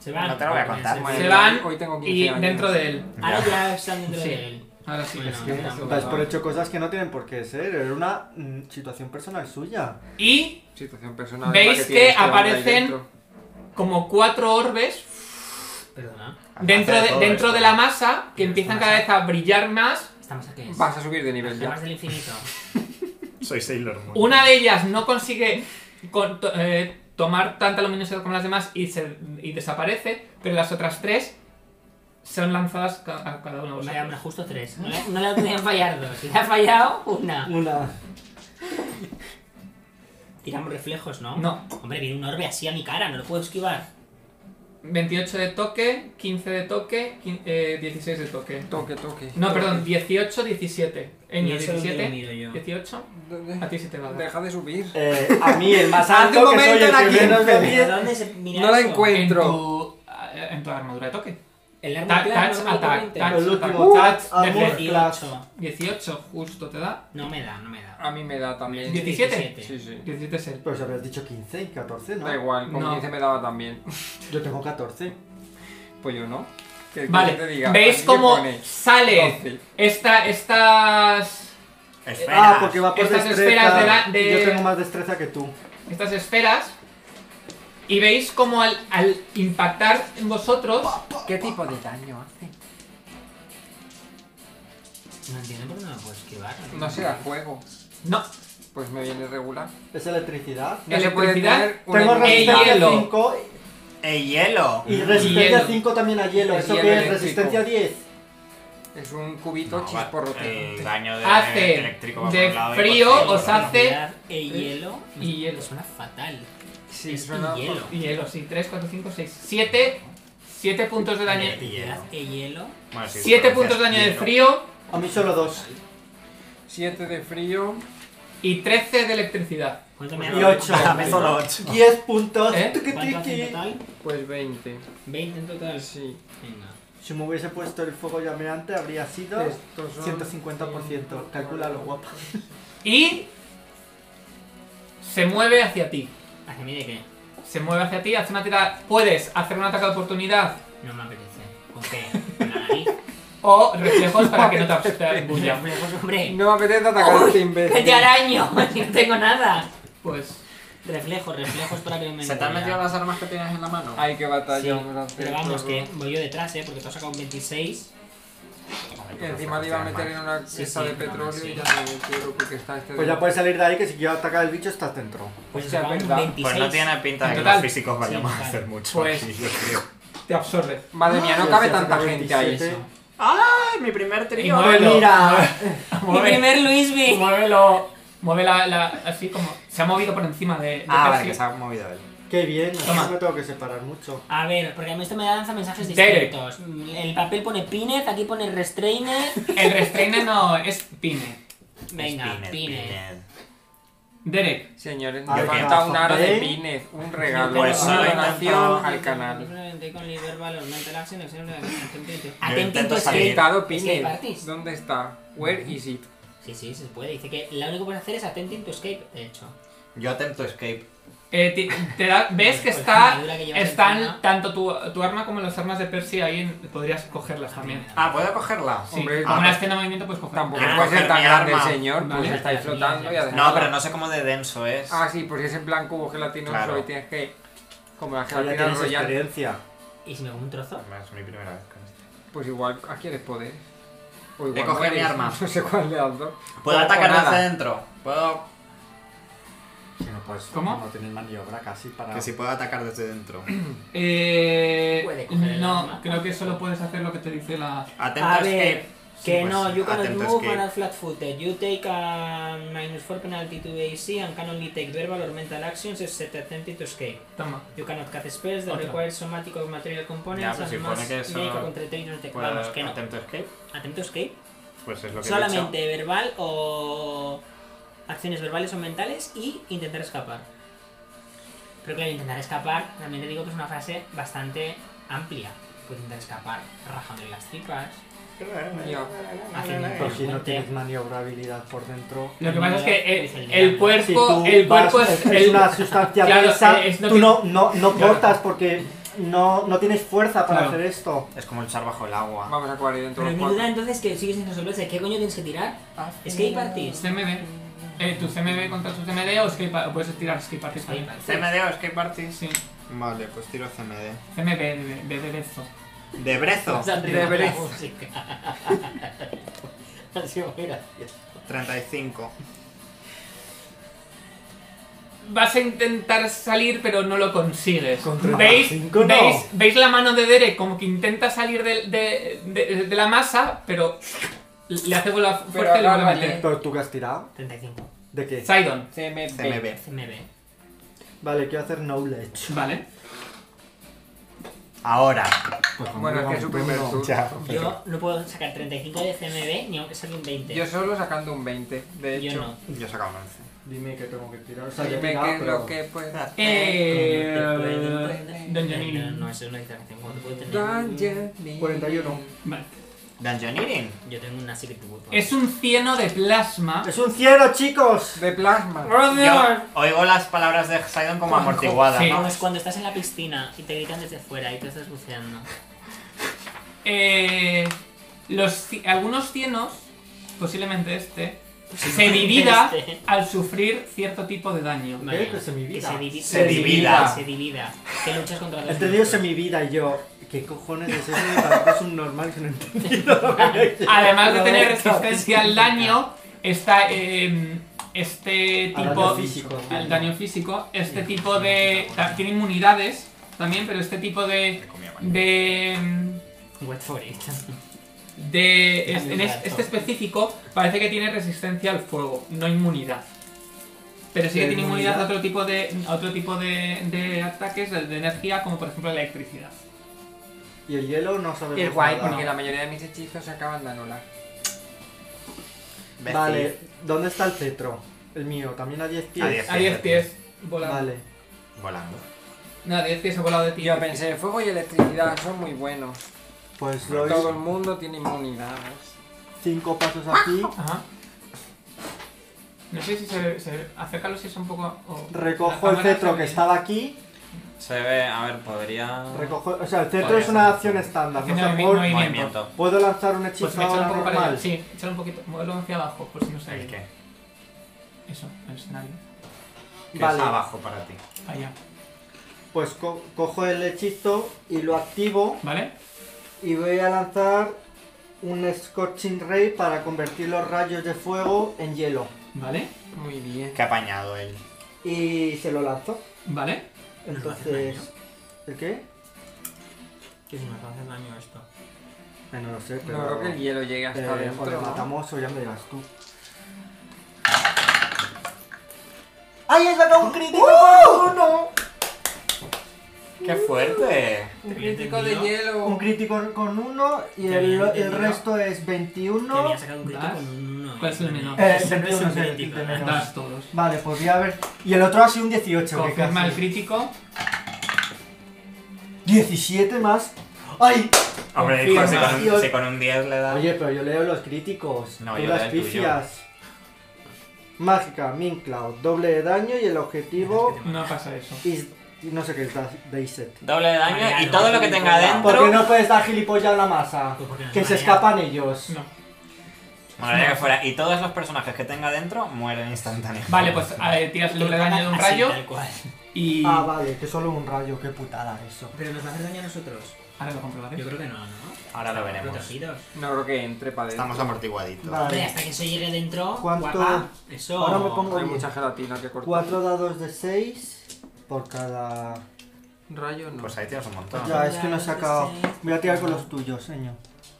Speaker 6: Se van.
Speaker 4: No te lo voy a contar.
Speaker 6: Se-
Speaker 2: Madre
Speaker 1: se
Speaker 2: mía,
Speaker 1: van
Speaker 2: hoy tengo 15
Speaker 1: y
Speaker 2: años.
Speaker 1: dentro de él.
Speaker 6: Ahora ya están dentro
Speaker 1: Sí.
Speaker 6: de él.
Speaker 1: Ahora sí.
Speaker 6: Bueno,
Speaker 1: es
Speaker 5: Que
Speaker 1: que-
Speaker 2: no.
Speaker 5: dais por hecho cosas que no tienen por qué ser. Era una mm, situación personal suya.
Speaker 1: Y
Speaker 2: Situación personal.
Speaker 1: ¿Veis
Speaker 2: la
Speaker 1: que
Speaker 2: tiene este hombre ahí
Speaker 1: aparecen-
Speaker 2: dentro.
Speaker 1: como cuatro orbes
Speaker 6: Perdona.
Speaker 1: dentro
Speaker 4: Hace
Speaker 1: de,
Speaker 4: todo
Speaker 1: dentro
Speaker 4: esto.
Speaker 1: de la masa que
Speaker 6: Pero
Speaker 1: empiezan
Speaker 6: esta
Speaker 1: cada vez
Speaker 6: masa-
Speaker 1: a brillar más.
Speaker 6: ¿Esta masa qué es?
Speaker 2: Vas a subir de nivel
Speaker 6: Las
Speaker 2: ya.
Speaker 6: gemas del infinito.
Speaker 4: Soy Sailor Moon.
Speaker 1: Una de ellas no consigue con- to- eh, tomar tanta luminosidad como las demás y, se, y desaparece, pero las otras tres son lanzadas ca- a cada una de
Speaker 6: Vaya, hombre,
Speaker 1: vosotros.
Speaker 6: justo tres. No le, no le podían fallar dos. Si le ha fallado, una.
Speaker 5: Una.
Speaker 6: Tiramos reflejos, ¿no?
Speaker 1: No.
Speaker 6: Hombre, viene un orbe así a mi cara, no lo puedo esquivar.
Speaker 1: 28 de toque, 15 de toque, quin- eh, 16 de toque.
Speaker 2: Toque, toque.
Speaker 1: No, perdón, 18, 17.
Speaker 6: Y
Speaker 1: Eño,
Speaker 6: eso es lo que le
Speaker 1: 17,
Speaker 6: miro yo.
Speaker 1: 18. A
Speaker 2: De-
Speaker 1: ti sí te va a dar.
Speaker 2: Deja de subir.
Speaker 5: Eh, a mí, el más
Speaker 2: Hace
Speaker 5: alto
Speaker 2: un
Speaker 5: que soy,
Speaker 2: momento
Speaker 5: el
Speaker 2: era
Speaker 5: que menos
Speaker 2: 15.
Speaker 5: me mide.
Speaker 6: ¿Pero dónde se mira
Speaker 2: No la
Speaker 6: eso?
Speaker 2: encuentro.
Speaker 1: En
Speaker 2: Dentro.
Speaker 1: tu, eh, en tu armadura de toque.
Speaker 6: El arma
Speaker 1: Ta-
Speaker 6: clave
Speaker 1: Touch
Speaker 6: no me lo
Speaker 1: attack,
Speaker 6: permite.
Speaker 1: touch
Speaker 5: El
Speaker 1: attack,
Speaker 5: último
Speaker 1: touch
Speaker 5: amor.
Speaker 1: defense.
Speaker 6: 18.
Speaker 1: 18 justo te da.
Speaker 6: No me da, no me da.
Speaker 2: A mí me da también.
Speaker 1: 17.
Speaker 2: Sí, sí.
Speaker 1: 17 es el.
Speaker 5: Pero os habrías dicho 15 y 14, ¿no?
Speaker 2: Da igual, con
Speaker 1: No.
Speaker 2: 15 me daba también.
Speaker 5: Yo tengo 14.
Speaker 2: Pues yo no. Que- que
Speaker 1: Vale,
Speaker 2: te diga,
Speaker 1: ¿veis
Speaker 2: aquí
Speaker 1: cómo
Speaker 2: pone
Speaker 1: sale
Speaker 2: 12.
Speaker 1: esta, estas,
Speaker 4: Espera.
Speaker 5: Ah, porque va por
Speaker 1: Estas
Speaker 5: destreza.
Speaker 1: esferas de la- de-
Speaker 5: Yo tengo más destreza que tú.
Speaker 1: estas esferas? Y veis cómo al, al impactar en vosotros,
Speaker 2: ¿Qué tipo de daño hace?
Speaker 6: No entiendo por qué no lo puedo esquivar.
Speaker 2: No será fuego.
Speaker 1: no,
Speaker 2: Pues me viene regular.
Speaker 5: Es electricidad.
Speaker 2: No se puede
Speaker 1: Electricidad.
Speaker 2: tener una
Speaker 5: Tengo
Speaker 1: resistencia
Speaker 5: resistencia
Speaker 1: hielo. Mm.
Speaker 5: 5
Speaker 4: ¡El Eh, hielo!
Speaker 5: y resistencia
Speaker 1: hielo.
Speaker 5: 5 también a hielo.
Speaker 2: Y
Speaker 5: ¿Eso
Speaker 2: hielo
Speaker 5: qué es?
Speaker 2: eléctrico.
Speaker 5: Resistencia 10.
Speaker 2: Es un cubito
Speaker 4: No, va-
Speaker 3: Eh,
Speaker 2: chisporrote.
Speaker 4: El daño de
Speaker 1: Hace
Speaker 4: eléctrico va por
Speaker 1: de
Speaker 4: un lado y pues
Speaker 1: frío,
Speaker 4: por otro.
Speaker 1: os hace-
Speaker 6: Mirar El hielo.
Speaker 1: Y hielo.
Speaker 6: Me Suena fatal.
Speaker 2: Sí,
Speaker 6: es
Speaker 2: suena.
Speaker 6: hielo.
Speaker 1: hielo, sí, 3, 4, 5, 6, 7, 7 puntos de daño.
Speaker 4: Hielo.
Speaker 6: Mirad El hielo.
Speaker 4: Bueno, sí,
Speaker 1: 7
Speaker 4: pronuncias
Speaker 1: puntos de daño de
Speaker 4: hielo.
Speaker 1: frío
Speaker 5: A mí solo 2.
Speaker 2: 7 de frío.
Speaker 1: y 13 de electricidad.
Speaker 6: ¿Cuánto me ha
Speaker 5: Y
Speaker 6: dado?
Speaker 5: ocho.
Speaker 4: Dame solo 8.
Speaker 5: 10 puntos.
Speaker 1: Ah. ¿Eh?
Speaker 5: Tuki,
Speaker 6: ¿Cuánto hace en
Speaker 5: tuki.
Speaker 6: total?
Speaker 2: Pues 20.
Speaker 6: 20 en total.
Speaker 2: Sí.
Speaker 6: Venga.
Speaker 5: Si me hubiese puesto el fuego llameante habría sido
Speaker 2: Estos son
Speaker 5: 150%. Calculalo, guapa.
Speaker 1: Y se mueve hacia ti.
Speaker 6: ¿Hacia mí de qué?
Speaker 1: Se mueve hacia ti, hace una tirada. Puedes hacer un ataque de oportunidad
Speaker 6: No me apetece. ¿Con qué? ¿Con la nariz?
Speaker 1: o reflejos para que no te abs- te
Speaker 6: Bulla.
Speaker 1: bulla.
Speaker 6: Pues hombre.
Speaker 2: No me apetece atacar a este
Speaker 6: ¡Que
Speaker 2: imbécil.
Speaker 6: te araño! No tengo nada.
Speaker 1: Pues
Speaker 6: Reflejos, reflejos para que no me
Speaker 4: ¿Se te han
Speaker 6: enrolla.
Speaker 4: metido las armas que tienes en la mano?
Speaker 2: Ay, qué batalla.
Speaker 6: Sí,
Speaker 2: vamos a hacer,
Speaker 6: pero vamos,
Speaker 2: chorro.
Speaker 6: que voy yo detrás, ¿eh? Porque te has sacado un 26.
Speaker 2: Y encima le iba a meter en una
Speaker 6: Sí,
Speaker 2: cesta
Speaker 6: sí,
Speaker 2: de
Speaker 6: no,
Speaker 2: petróleo
Speaker 6: sí.
Speaker 2: y ya no me quiero porque está este.
Speaker 5: Pues
Speaker 2: de-
Speaker 5: ya puedes salir de ahí que si quiero atacar el bicho estás dentro.
Speaker 6: Pues
Speaker 2: Hostia,
Speaker 6: he sacado un
Speaker 2: verdad.
Speaker 6: 26.
Speaker 4: Pues no tiene pinta de que
Speaker 1: Total.
Speaker 4: los físicos vayamos
Speaker 6: Sí,
Speaker 4: a hacer mucho.
Speaker 1: Pues-
Speaker 4: aquí, yo creo.
Speaker 1: te absorbe.
Speaker 2: Madre mía, no
Speaker 5: Yo
Speaker 2: cabe
Speaker 5: si hace
Speaker 2: tanta gente ahí.
Speaker 5: 27.
Speaker 4: ¡Ay, mi primer
Speaker 1: Y
Speaker 4: trío!
Speaker 1: muévelo.
Speaker 5: Mira.
Speaker 6: Mi
Speaker 1: Mueve,
Speaker 6: primer Luis B.
Speaker 1: muévelo. Mueve la, la- así como. Se ha movido por encima de. de
Speaker 4: Ah, vale,
Speaker 1: Percy.
Speaker 4: que se ha movido él.
Speaker 5: Qué bien, así
Speaker 1: Toma.
Speaker 5: no me tengo que separar mucho.
Speaker 6: A ver, porque a mí esto me lanza mensajes
Speaker 1: Derek.
Speaker 6: distintos. Mm, El papel pone Pinez, aquí pone Restrainer.
Speaker 1: El restrainer no es pine.
Speaker 6: Venga,
Speaker 4: Spinner,
Speaker 6: Pinez.
Speaker 4: Spinner.
Speaker 1: Derek,
Speaker 2: Señores,
Speaker 5: Ah,
Speaker 2: nos falta
Speaker 5: vale.
Speaker 2: un aro de
Speaker 5: ¿Eh?
Speaker 2: pines, un regalo,
Speaker 4: Pues
Speaker 2: una
Speaker 4: solo
Speaker 2: donación
Speaker 4: intentaba-
Speaker 2: al canal.
Speaker 6: Atentito
Speaker 4: intento
Speaker 6: es
Speaker 4: salir.
Speaker 6: que.
Speaker 2: Pintado
Speaker 6: escape
Speaker 2: pines.
Speaker 6: parties.
Speaker 2: ¿Dónde está? Where is it?
Speaker 6: Sí, sí, se puede. Dice que lo único que puedes hacer es Attending to Escape, de hecho.
Speaker 4: Yo atento escape.
Speaker 1: Eh, ti- te da- ves que
Speaker 6: Pues, la
Speaker 1: está
Speaker 6: armadura que llevas encima.
Speaker 1: están tanto tu, tu arma como las armas de Percy ahí en- podrías
Speaker 6: Pues
Speaker 1: cogerlas también.
Speaker 4: Ah, ¿puedo cogerla?
Speaker 1: Sí,
Speaker 2: Hombre,
Speaker 1: como
Speaker 4: ah,
Speaker 1: una
Speaker 4: pues-
Speaker 1: escena de movimiento puedes cogerlas.
Speaker 2: Tampoco
Speaker 4: Ah,
Speaker 2: puede ser tan
Speaker 4: mi
Speaker 2: grande el
Speaker 4: arma.
Speaker 2: señor, pues
Speaker 1: Vale.
Speaker 2: estáis flotando y además.
Speaker 4: No, pero no sé cómo de denso es.
Speaker 2: Ah, sí, porque es en plan cubo gelatinoso
Speaker 4: Claro. Pues
Speaker 2: y tienes que. Como la
Speaker 5: Ya
Speaker 2: gelatina
Speaker 5: tienes
Speaker 2: royal,
Speaker 5: experiencia.
Speaker 6: ¿Y si me como un trozo?
Speaker 4: Es mi primera vez con esto.
Speaker 2: pues igual adquieres poderes. O
Speaker 4: He cogido mi
Speaker 2: mueres,
Speaker 4: arma.
Speaker 2: No sé cuál de las dos.
Speaker 4: ¿Puedo
Speaker 5: Pues
Speaker 2: O- o
Speaker 4: atacar desde
Speaker 2: nada.
Speaker 4: dentro? ¿Puedo...?
Speaker 5: Que no puedes-
Speaker 1: ¿Cómo?
Speaker 5: No tienes maniobra casi para.
Speaker 4: Ah. Que si puedo atacar desde dentro.
Speaker 1: Eh,
Speaker 6: Puede coger el
Speaker 1: no,
Speaker 6: arma.
Speaker 1: creo que solo puedes hacer lo que te dice la...
Speaker 4: Atento
Speaker 6: A ver,
Speaker 4: escape.
Speaker 6: que
Speaker 4: Sí, pues,
Speaker 6: no, you cannot
Speaker 4: atento
Speaker 6: move
Speaker 4: escape.
Speaker 6: and are flat-footed. You take a minus 4 penalty to AC and can only take verbal or mental actions except attempting to escape.
Speaker 1: Toma.
Speaker 6: You cannot cut spells that
Speaker 1: Otra.
Speaker 6: require somatic or material
Speaker 4: Ya,
Speaker 6: components
Speaker 4: pero si
Speaker 6: and
Speaker 4: pone
Speaker 6: must
Speaker 4: que eso
Speaker 6: make a
Speaker 4: no
Speaker 6: concentration check.
Speaker 4: ¿Puedo
Speaker 6: Vamos, que no.
Speaker 4: atento escape?
Speaker 6: Atento escape.
Speaker 4: Pues es lo que he
Speaker 6: Solamente verbal o acciones verbales o mentales y intentar escapar. Pero claro, intentar escapar, también te digo que es una frase bastante amplia. Puedes intentar escapar rajándole las tripas.
Speaker 4: dicho.
Speaker 2: Ya.
Speaker 6: Haciendo un
Speaker 5: Pero si no
Speaker 6: puente.
Speaker 5: tienes maniobrabilidad por dentro.
Speaker 1: Lo que pasa es que
Speaker 6: Es
Speaker 1: el,
Speaker 6: el
Speaker 1: el cuerpo,
Speaker 5: Si tú
Speaker 1: el cuerpo
Speaker 5: vas-
Speaker 1: es,
Speaker 5: es
Speaker 1: el-
Speaker 5: una sustancia
Speaker 1: Claro, eh,
Speaker 5: densa,
Speaker 1: es- no
Speaker 5: tú
Speaker 1: tiene-
Speaker 5: no, no, no
Speaker 1: Claro.
Speaker 5: cortas porque no, no tienes fuerza para
Speaker 1: Claro.
Speaker 5: hacer esto.
Speaker 4: Es como luchar bajo el agua.
Speaker 2: Vamos a jugar ahí dentro
Speaker 6: Pero
Speaker 2: los
Speaker 6: mi duda entonces que sigues sin resolverse. ¿Qué coño tienes que tirar? Escape artist.
Speaker 1: CMD. Eh, tu CMD contra tu CMD o escape, o puedes tirar escape artist
Speaker 6: Escape
Speaker 1: también.
Speaker 6: artist.
Speaker 4: ¿CMD o escape artist?
Speaker 1: Sí,
Speaker 4: Vale, pues tiro CMD.
Speaker 1: CMD de, de, de esto.
Speaker 4: ¿De brezo?
Speaker 6: Vamos a arreglar la
Speaker 2: Deberes.
Speaker 6: música. Ha sido muy gracioso.
Speaker 4: 35.
Speaker 1: Vas a intentar salir, pero no lo consigues.
Speaker 5: Contra
Speaker 1: ¿Veis,
Speaker 5: cinco, no.
Speaker 1: ¿veis, veis la mano de Derek como que intenta salir del- de, de- de la masa, pero le hace la fuerza y lo vuelve a
Speaker 2: agárrale.
Speaker 1: meter.
Speaker 5: Pero tú que has tirado,
Speaker 6: 35.
Speaker 5: ¿de qué?
Speaker 1: Sidon.
Speaker 2: CMB.
Speaker 4: CMB.
Speaker 6: CMB.
Speaker 5: Vale, quiero hacer knowledge.
Speaker 1: Vale.
Speaker 4: Ahora.
Speaker 2: Bueno, es que es su primer
Speaker 5: Turno.
Speaker 2: turno.
Speaker 4: Ya.
Speaker 6: Yo no puedo sacar 35 de CMB ni aunque saque un 20.
Speaker 2: Yo solo sacando un 20, de
Speaker 6: Yo
Speaker 2: hecho.
Speaker 6: no.
Speaker 4: Yo he sacado un 11.
Speaker 5: Dime que tengo que tirar. O sea, yo he
Speaker 2: Dime
Speaker 5: tirado,
Speaker 2: qué es
Speaker 5: pero-
Speaker 2: lo que puedes hacer.
Speaker 1: Eh,
Speaker 6: No,
Speaker 1: Dungeoneering.
Speaker 6: no, eso es una distracción. ¿Cuánto puedo tener?
Speaker 2: Dungeoneering.
Speaker 5: 41.
Speaker 1: Vale.
Speaker 4: Dungeoneering.
Speaker 6: Yo tengo una Secret Weapon.
Speaker 1: Es un cieno de plasma.
Speaker 5: ¡Es un cielo, chicos!
Speaker 2: De plasma.
Speaker 4: Yo oigo las palabras de Sidon como amortiguadas,
Speaker 1: Sí.
Speaker 6: Como es
Speaker 4: ¿no?
Speaker 6: cuando estás en la piscina y te gritan desde fuera y tú estás buceando.
Speaker 1: Eh, los, ci- algunos cienos, posiblemente este, se divida
Speaker 6: Este.
Speaker 1: al sufrir cierto tipo de daño.
Speaker 6: Vale.
Speaker 5: que se mi vida.
Speaker 6: Que se divida.
Speaker 4: Se divida.
Speaker 6: Se divida. Que luchas contra los
Speaker 5: Entre Dios
Speaker 6: monstruos.
Speaker 5: en mi vida y yo. ¿Qué cojones es eso? Y para mí es un normal que no he entendido lo que me quiere.
Speaker 1: Además de tener
Speaker 5: Claro,
Speaker 1: resistencia al daño, está eh, este
Speaker 5: Al
Speaker 1: tipo
Speaker 5: daño físico.
Speaker 1: al daño físico, este tipo de ta- tiene inmunidades también, pero este tipo de
Speaker 4: Me comía mal.
Speaker 1: de mm,
Speaker 6: Wait for it.
Speaker 1: de es- en es- este específico parece que tiene resistencia al fuego, no inmunidad. Pero sí que
Speaker 5: ¿Pero
Speaker 1: tiene inmunidad a
Speaker 5: inmunidad?
Speaker 1: otro tipo de a otro tipo de, de ataques de, de energía, como por ejemplo la electricidad.
Speaker 5: Y el hielo no sabemos
Speaker 2: Es guay,
Speaker 5: Pues nada.
Speaker 2: porque la mayoría de mis hechizos se acaban de anular.
Speaker 4: Becil.
Speaker 5: Vale, eh, ¿dónde está el cetro? El mío, también a 10 pies.
Speaker 4: A 10.
Speaker 1: A 10 pies volando.
Speaker 5: Vale.
Speaker 4: Volando.
Speaker 1: No, a 10 pies he volado de ti.
Speaker 2: Yo pensé, fuego y electricidad son muy buenos.
Speaker 5: Pues lo
Speaker 2: Todo el
Speaker 5: hice
Speaker 2: mundo tiene inmunidades.
Speaker 5: 5 pasos aquí.
Speaker 1: Ajá. No sé si se, se acércalo si es un poco. o- la
Speaker 5: Recojo el
Speaker 1: cámara
Speaker 5: cetro
Speaker 1: se
Speaker 5: que
Speaker 1: ve.
Speaker 5: estaba aquí.
Speaker 4: Se ve, a ver, podría...
Speaker 5: Recojo, o sea, el cetro
Speaker 4: Podría
Speaker 5: es una
Speaker 4: ser.
Speaker 5: acción estándar. No
Speaker 1: Tiene
Speaker 5: sé,
Speaker 1: el mismo
Speaker 5: puedo-
Speaker 1: movimiento.
Speaker 4: Movimiento.
Speaker 5: puedo lanzar un hechizo
Speaker 1: Pues me
Speaker 5: ahora
Speaker 1: echalo un poco para allá.
Speaker 5: normal.
Speaker 1: Sí, echalo un poquito. Muévelo hacia abajo, por si no se
Speaker 4: ¿El
Speaker 1: ve.
Speaker 4: qué?
Speaker 1: Eso, el escenario.
Speaker 4: ¿Qué
Speaker 5: Vale.
Speaker 4: es abajo para ti?
Speaker 1: Allá.
Speaker 5: Pues co- cojo el hechizo y lo activo
Speaker 1: ¿Vale?
Speaker 5: y voy a lanzar un Scorching Ray para convertir los rayos de fuego en hielo.
Speaker 1: ¿Vale?
Speaker 2: Muy bien.
Speaker 4: Que ha apañado él.
Speaker 5: Y se lo lanzo.
Speaker 1: ¿Vale?
Speaker 5: Entonces... ¿El qué?
Speaker 6: Que si nos hace daño esto.
Speaker 5: Eh, no lo sé, pero...
Speaker 2: No creo que el hielo llegue
Speaker 5: Eh,
Speaker 2: hasta
Speaker 5: o le
Speaker 2: adentro. ¿no?
Speaker 5: matamos o ya me dirás tú. ¡Ay, he sacado un crítico! por uno!
Speaker 4: ¡Qué fuerte!
Speaker 2: Un crítico de hielo.
Speaker 5: Un crítico con uno y
Speaker 6: Qué
Speaker 5: el,
Speaker 6: bien,
Speaker 5: el
Speaker 6: qué bien.
Speaker 5: resto es
Speaker 6: Que
Speaker 5: 21.
Speaker 6: había sacado un crítico
Speaker 1: ¿Vas?
Speaker 6: con un uno,
Speaker 1: ¿Cuál es el
Speaker 6: eh.
Speaker 1: menor?
Speaker 5: Eh,
Speaker 6: Ese no es un
Speaker 5: de- de-
Speaker 6: crítico,
Speaker 5: de-
Speaker 6: ¿no?
Speaker 5: de-
Speaker 1: Das todos.
Speaker 5: Vale, pues voy a ver. Y el otro ha sido un 18. que
Speaker 1: Confirma el
Speaker 5: casi.
Speaker 1: crítico.
Speaker 5: 17 más. ¡Ay!
Speaker 4: Hombre, hijo, si con,
Speaker 5: Confirmación.
Speaker 4: un, si con un 10 le da...
Speaker 5: Oye, pero yo leo los críticos.
Speaker 4: No,
Speaker 5: tú
Speaker 4: yo
Speaker 5: las
Speaker 4: leo el tuyo.
Speaker 5: pifias. Mágica, Min Cloud, doble de daño y el objetivo.
Speaker 1: No pasa eso.
Speaker 5: is- y no sé qué es, da- Dayset.
Speaker 3: Doble de daño
Speaker 6: Mariano,
Speaker 3: y todo lo que
Speaker 6: no
Speaker 3: tenga
Speaker 6: importa.
Speaker 5: ¿Por qué
Speaker 3: dentro.
Speaker 5: no puedes dar gilipollas a la masa?
Speaker 6: Pues porque no es
Speaker 5: Que se
Speaker 6: Mariano.
Speaker 5: escapan ellos.
Speaker 1: No.
Speaker 3: Molaría que fuera. Y todos los personajes que tenga dentro mueren instantáneamente.
Speaker 1: Vale, pues a ver, tiras el doble daño de un
Speaker 6: Así,
Speaker 1: rayo
Speaker 6: tal cual.
Speaker 1: y.
Speaker 5: Ah, vale, que solo un rayo, qué putada eso.
Speaker 6: Pero nos va a hacer daño a nosotros.
Speaker 1: Ahora lo comprobaré.
Speaker 6: Yo creo que no, ¿no?
Speaker 3: Ahora lo veremos.
Speaker 6: Protegidos.
Speaker 2: No creo que entre para dentro.
Speaker 4: Estamos amortiguaditos.
Speaker 6: Hombre,
Speaker 5: Vale,
Speaker 6: hasta que eso llegue dentro.
Speaker 5: ¿Cuánto?
Speaker 6: guapa, Eso.
Speaker 5: Ahora me pongo-
Speaker 2: Hay mucha gelatina que cortar.
Speaker 5: cuatro dados de 6 por cada.
Speaker 2: Rayos no.
Speaker 4: Pues ahí tienes un montón.
Speaker 5: Ya, es que no he sacado. Voy a tirar con los tuyos, señor.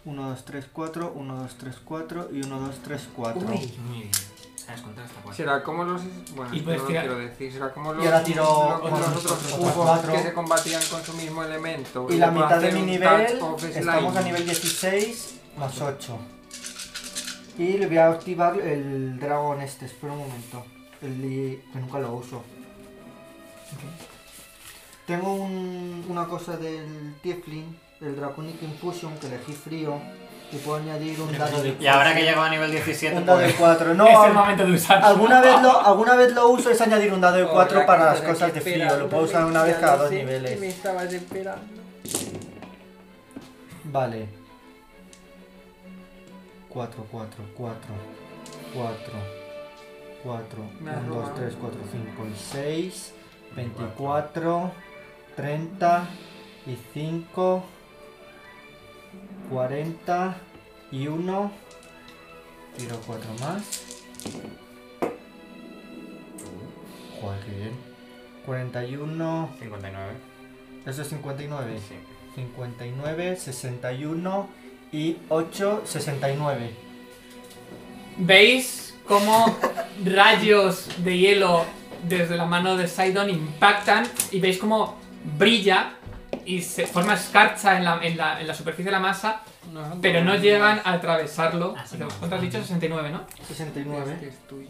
Speaker 5: 1, 2, 3, 4, 1, 2, 3, 4 y 1, 2, 3, 4.
Speaker 6: Uy, muy bien. Sabes contar hasta cuatro.
Speaker 2: Será como los. Bueno,
Speaker 1: Y puedes
Speaker 2: esto no lo
Speaker 1: tirar-
Speaker 2: quiero decir. Será como los,
Speaker 5: Y ahora tiro
Speaker 2: los-
Speaker 5: otros-
Speaker 2: los otros
Speaker 5: otros
Speaker 2: cubos
Speaker 5: cuatro.
Speaker 2: que se combatían con su mismo elemento.
Speaker 5: Y la
Speaker 2: le puedo
Speaker 5: mitad de
Speaker 2: hacer
Speaker 5: mi
Speaker 2: un
Speaker 5: nivel,
Speaker 2: touch of slime.
Speaker 5: estamos a nivel 16 más 8. Y le voy a activar el dragón este, espera un momento. El li- que nunca lo uso. Tengo un- una cosa del Tiefling, el Draconic Infusion, que elegí frío. Y puedo añadir un dado de
Speaker 3: Y ahora que llegó a nivel 17,
Speaker 5: Un dado de
Speaker 3: pues.
Speaker 5: 4. No,
Speaker 1: es el
Speaker 5: al-
Speaker 1: momento de usarlo.
Speaker 5: alguna vez, lo, alguna vez lo uso es añadir un dado de
Speaker 2: Ahora
Speaker 5: 4
Speaker 2: que
Speaker 5: para las
Speaker 2: tengo
Speaker 5: cosas
Speaker 2: que
Speaker 5: de frío.
Speaker 2: esperar,
Speaker 5: Lo puedo
Speaker 2: no me
Speaker 5: usar una vez cada dos
Speaker 2: sé que
Speaker 5: niveles.
Speaker 2: Me estabas esperando.
Speaker 5: Vale. 4, 4, 4, 4, 4,
Speaker 2: Me has
Speaker 5: 1, 2,
Speaker 2: robado.
Speaker 5: 3, 4, 5 y 6, 24, 30 y 5, 40 y 1, tiro 4 más. Joder, qué bien. 41,
Speaker 3: 59.
Speaker 5: eso es 59.
Speaker 3: Sí.
Speaker 5: 59, 61 y 8, 69.
Speaker 1: ¿Veis cómo rayos de hielo desde la mano de Sidon impactan y veis cómo brilla y se forma escarcha en la, en la- en la superficie de la masa, pero no llegan a atravesarlo.
Speaker 6: Ah, sí, no.
Speaker 1: ¿Cuánto has dicho? 69, ¿no?
Speaker 5: 69.
Speaker 2: Este es tuyo.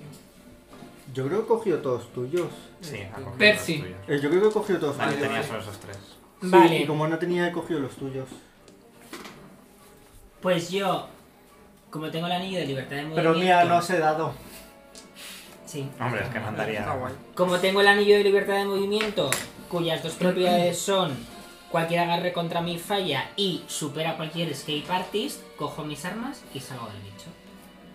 Speaker 5: Yo creo que he cogido todos tuyos.
Speaker 3: Sí, ha cogido
Speaker 1: Percy.
Speaker 3: los tuyos.
Speaker 5: Eh, yo creo que he cogido todos
Speaker 3: Vale,
Speaker 5: tuyos.
Speaker 3: tenía solo esos tres.
Speaker 5: Sí,
Speaker 6: Vale.
Speaker 5: Y como no tenía, he cogido los tuyos.
Speaker 6: Pues yo, como tengo el anillo de libertad de movimiento.
Speaker 5: Pero mira, no os he dado.
Speaker 6: Sí.
Speaker 3: Hombre, es que mandaría.
Speaker 2: Está guay.
Speaker 6: Como tengo el anillo de libertad de movimiento, cuyas dos propiedades son cualquier agarre contra mí falla y supera cualquier escape artist, cojo mis armas y salgo del bicho.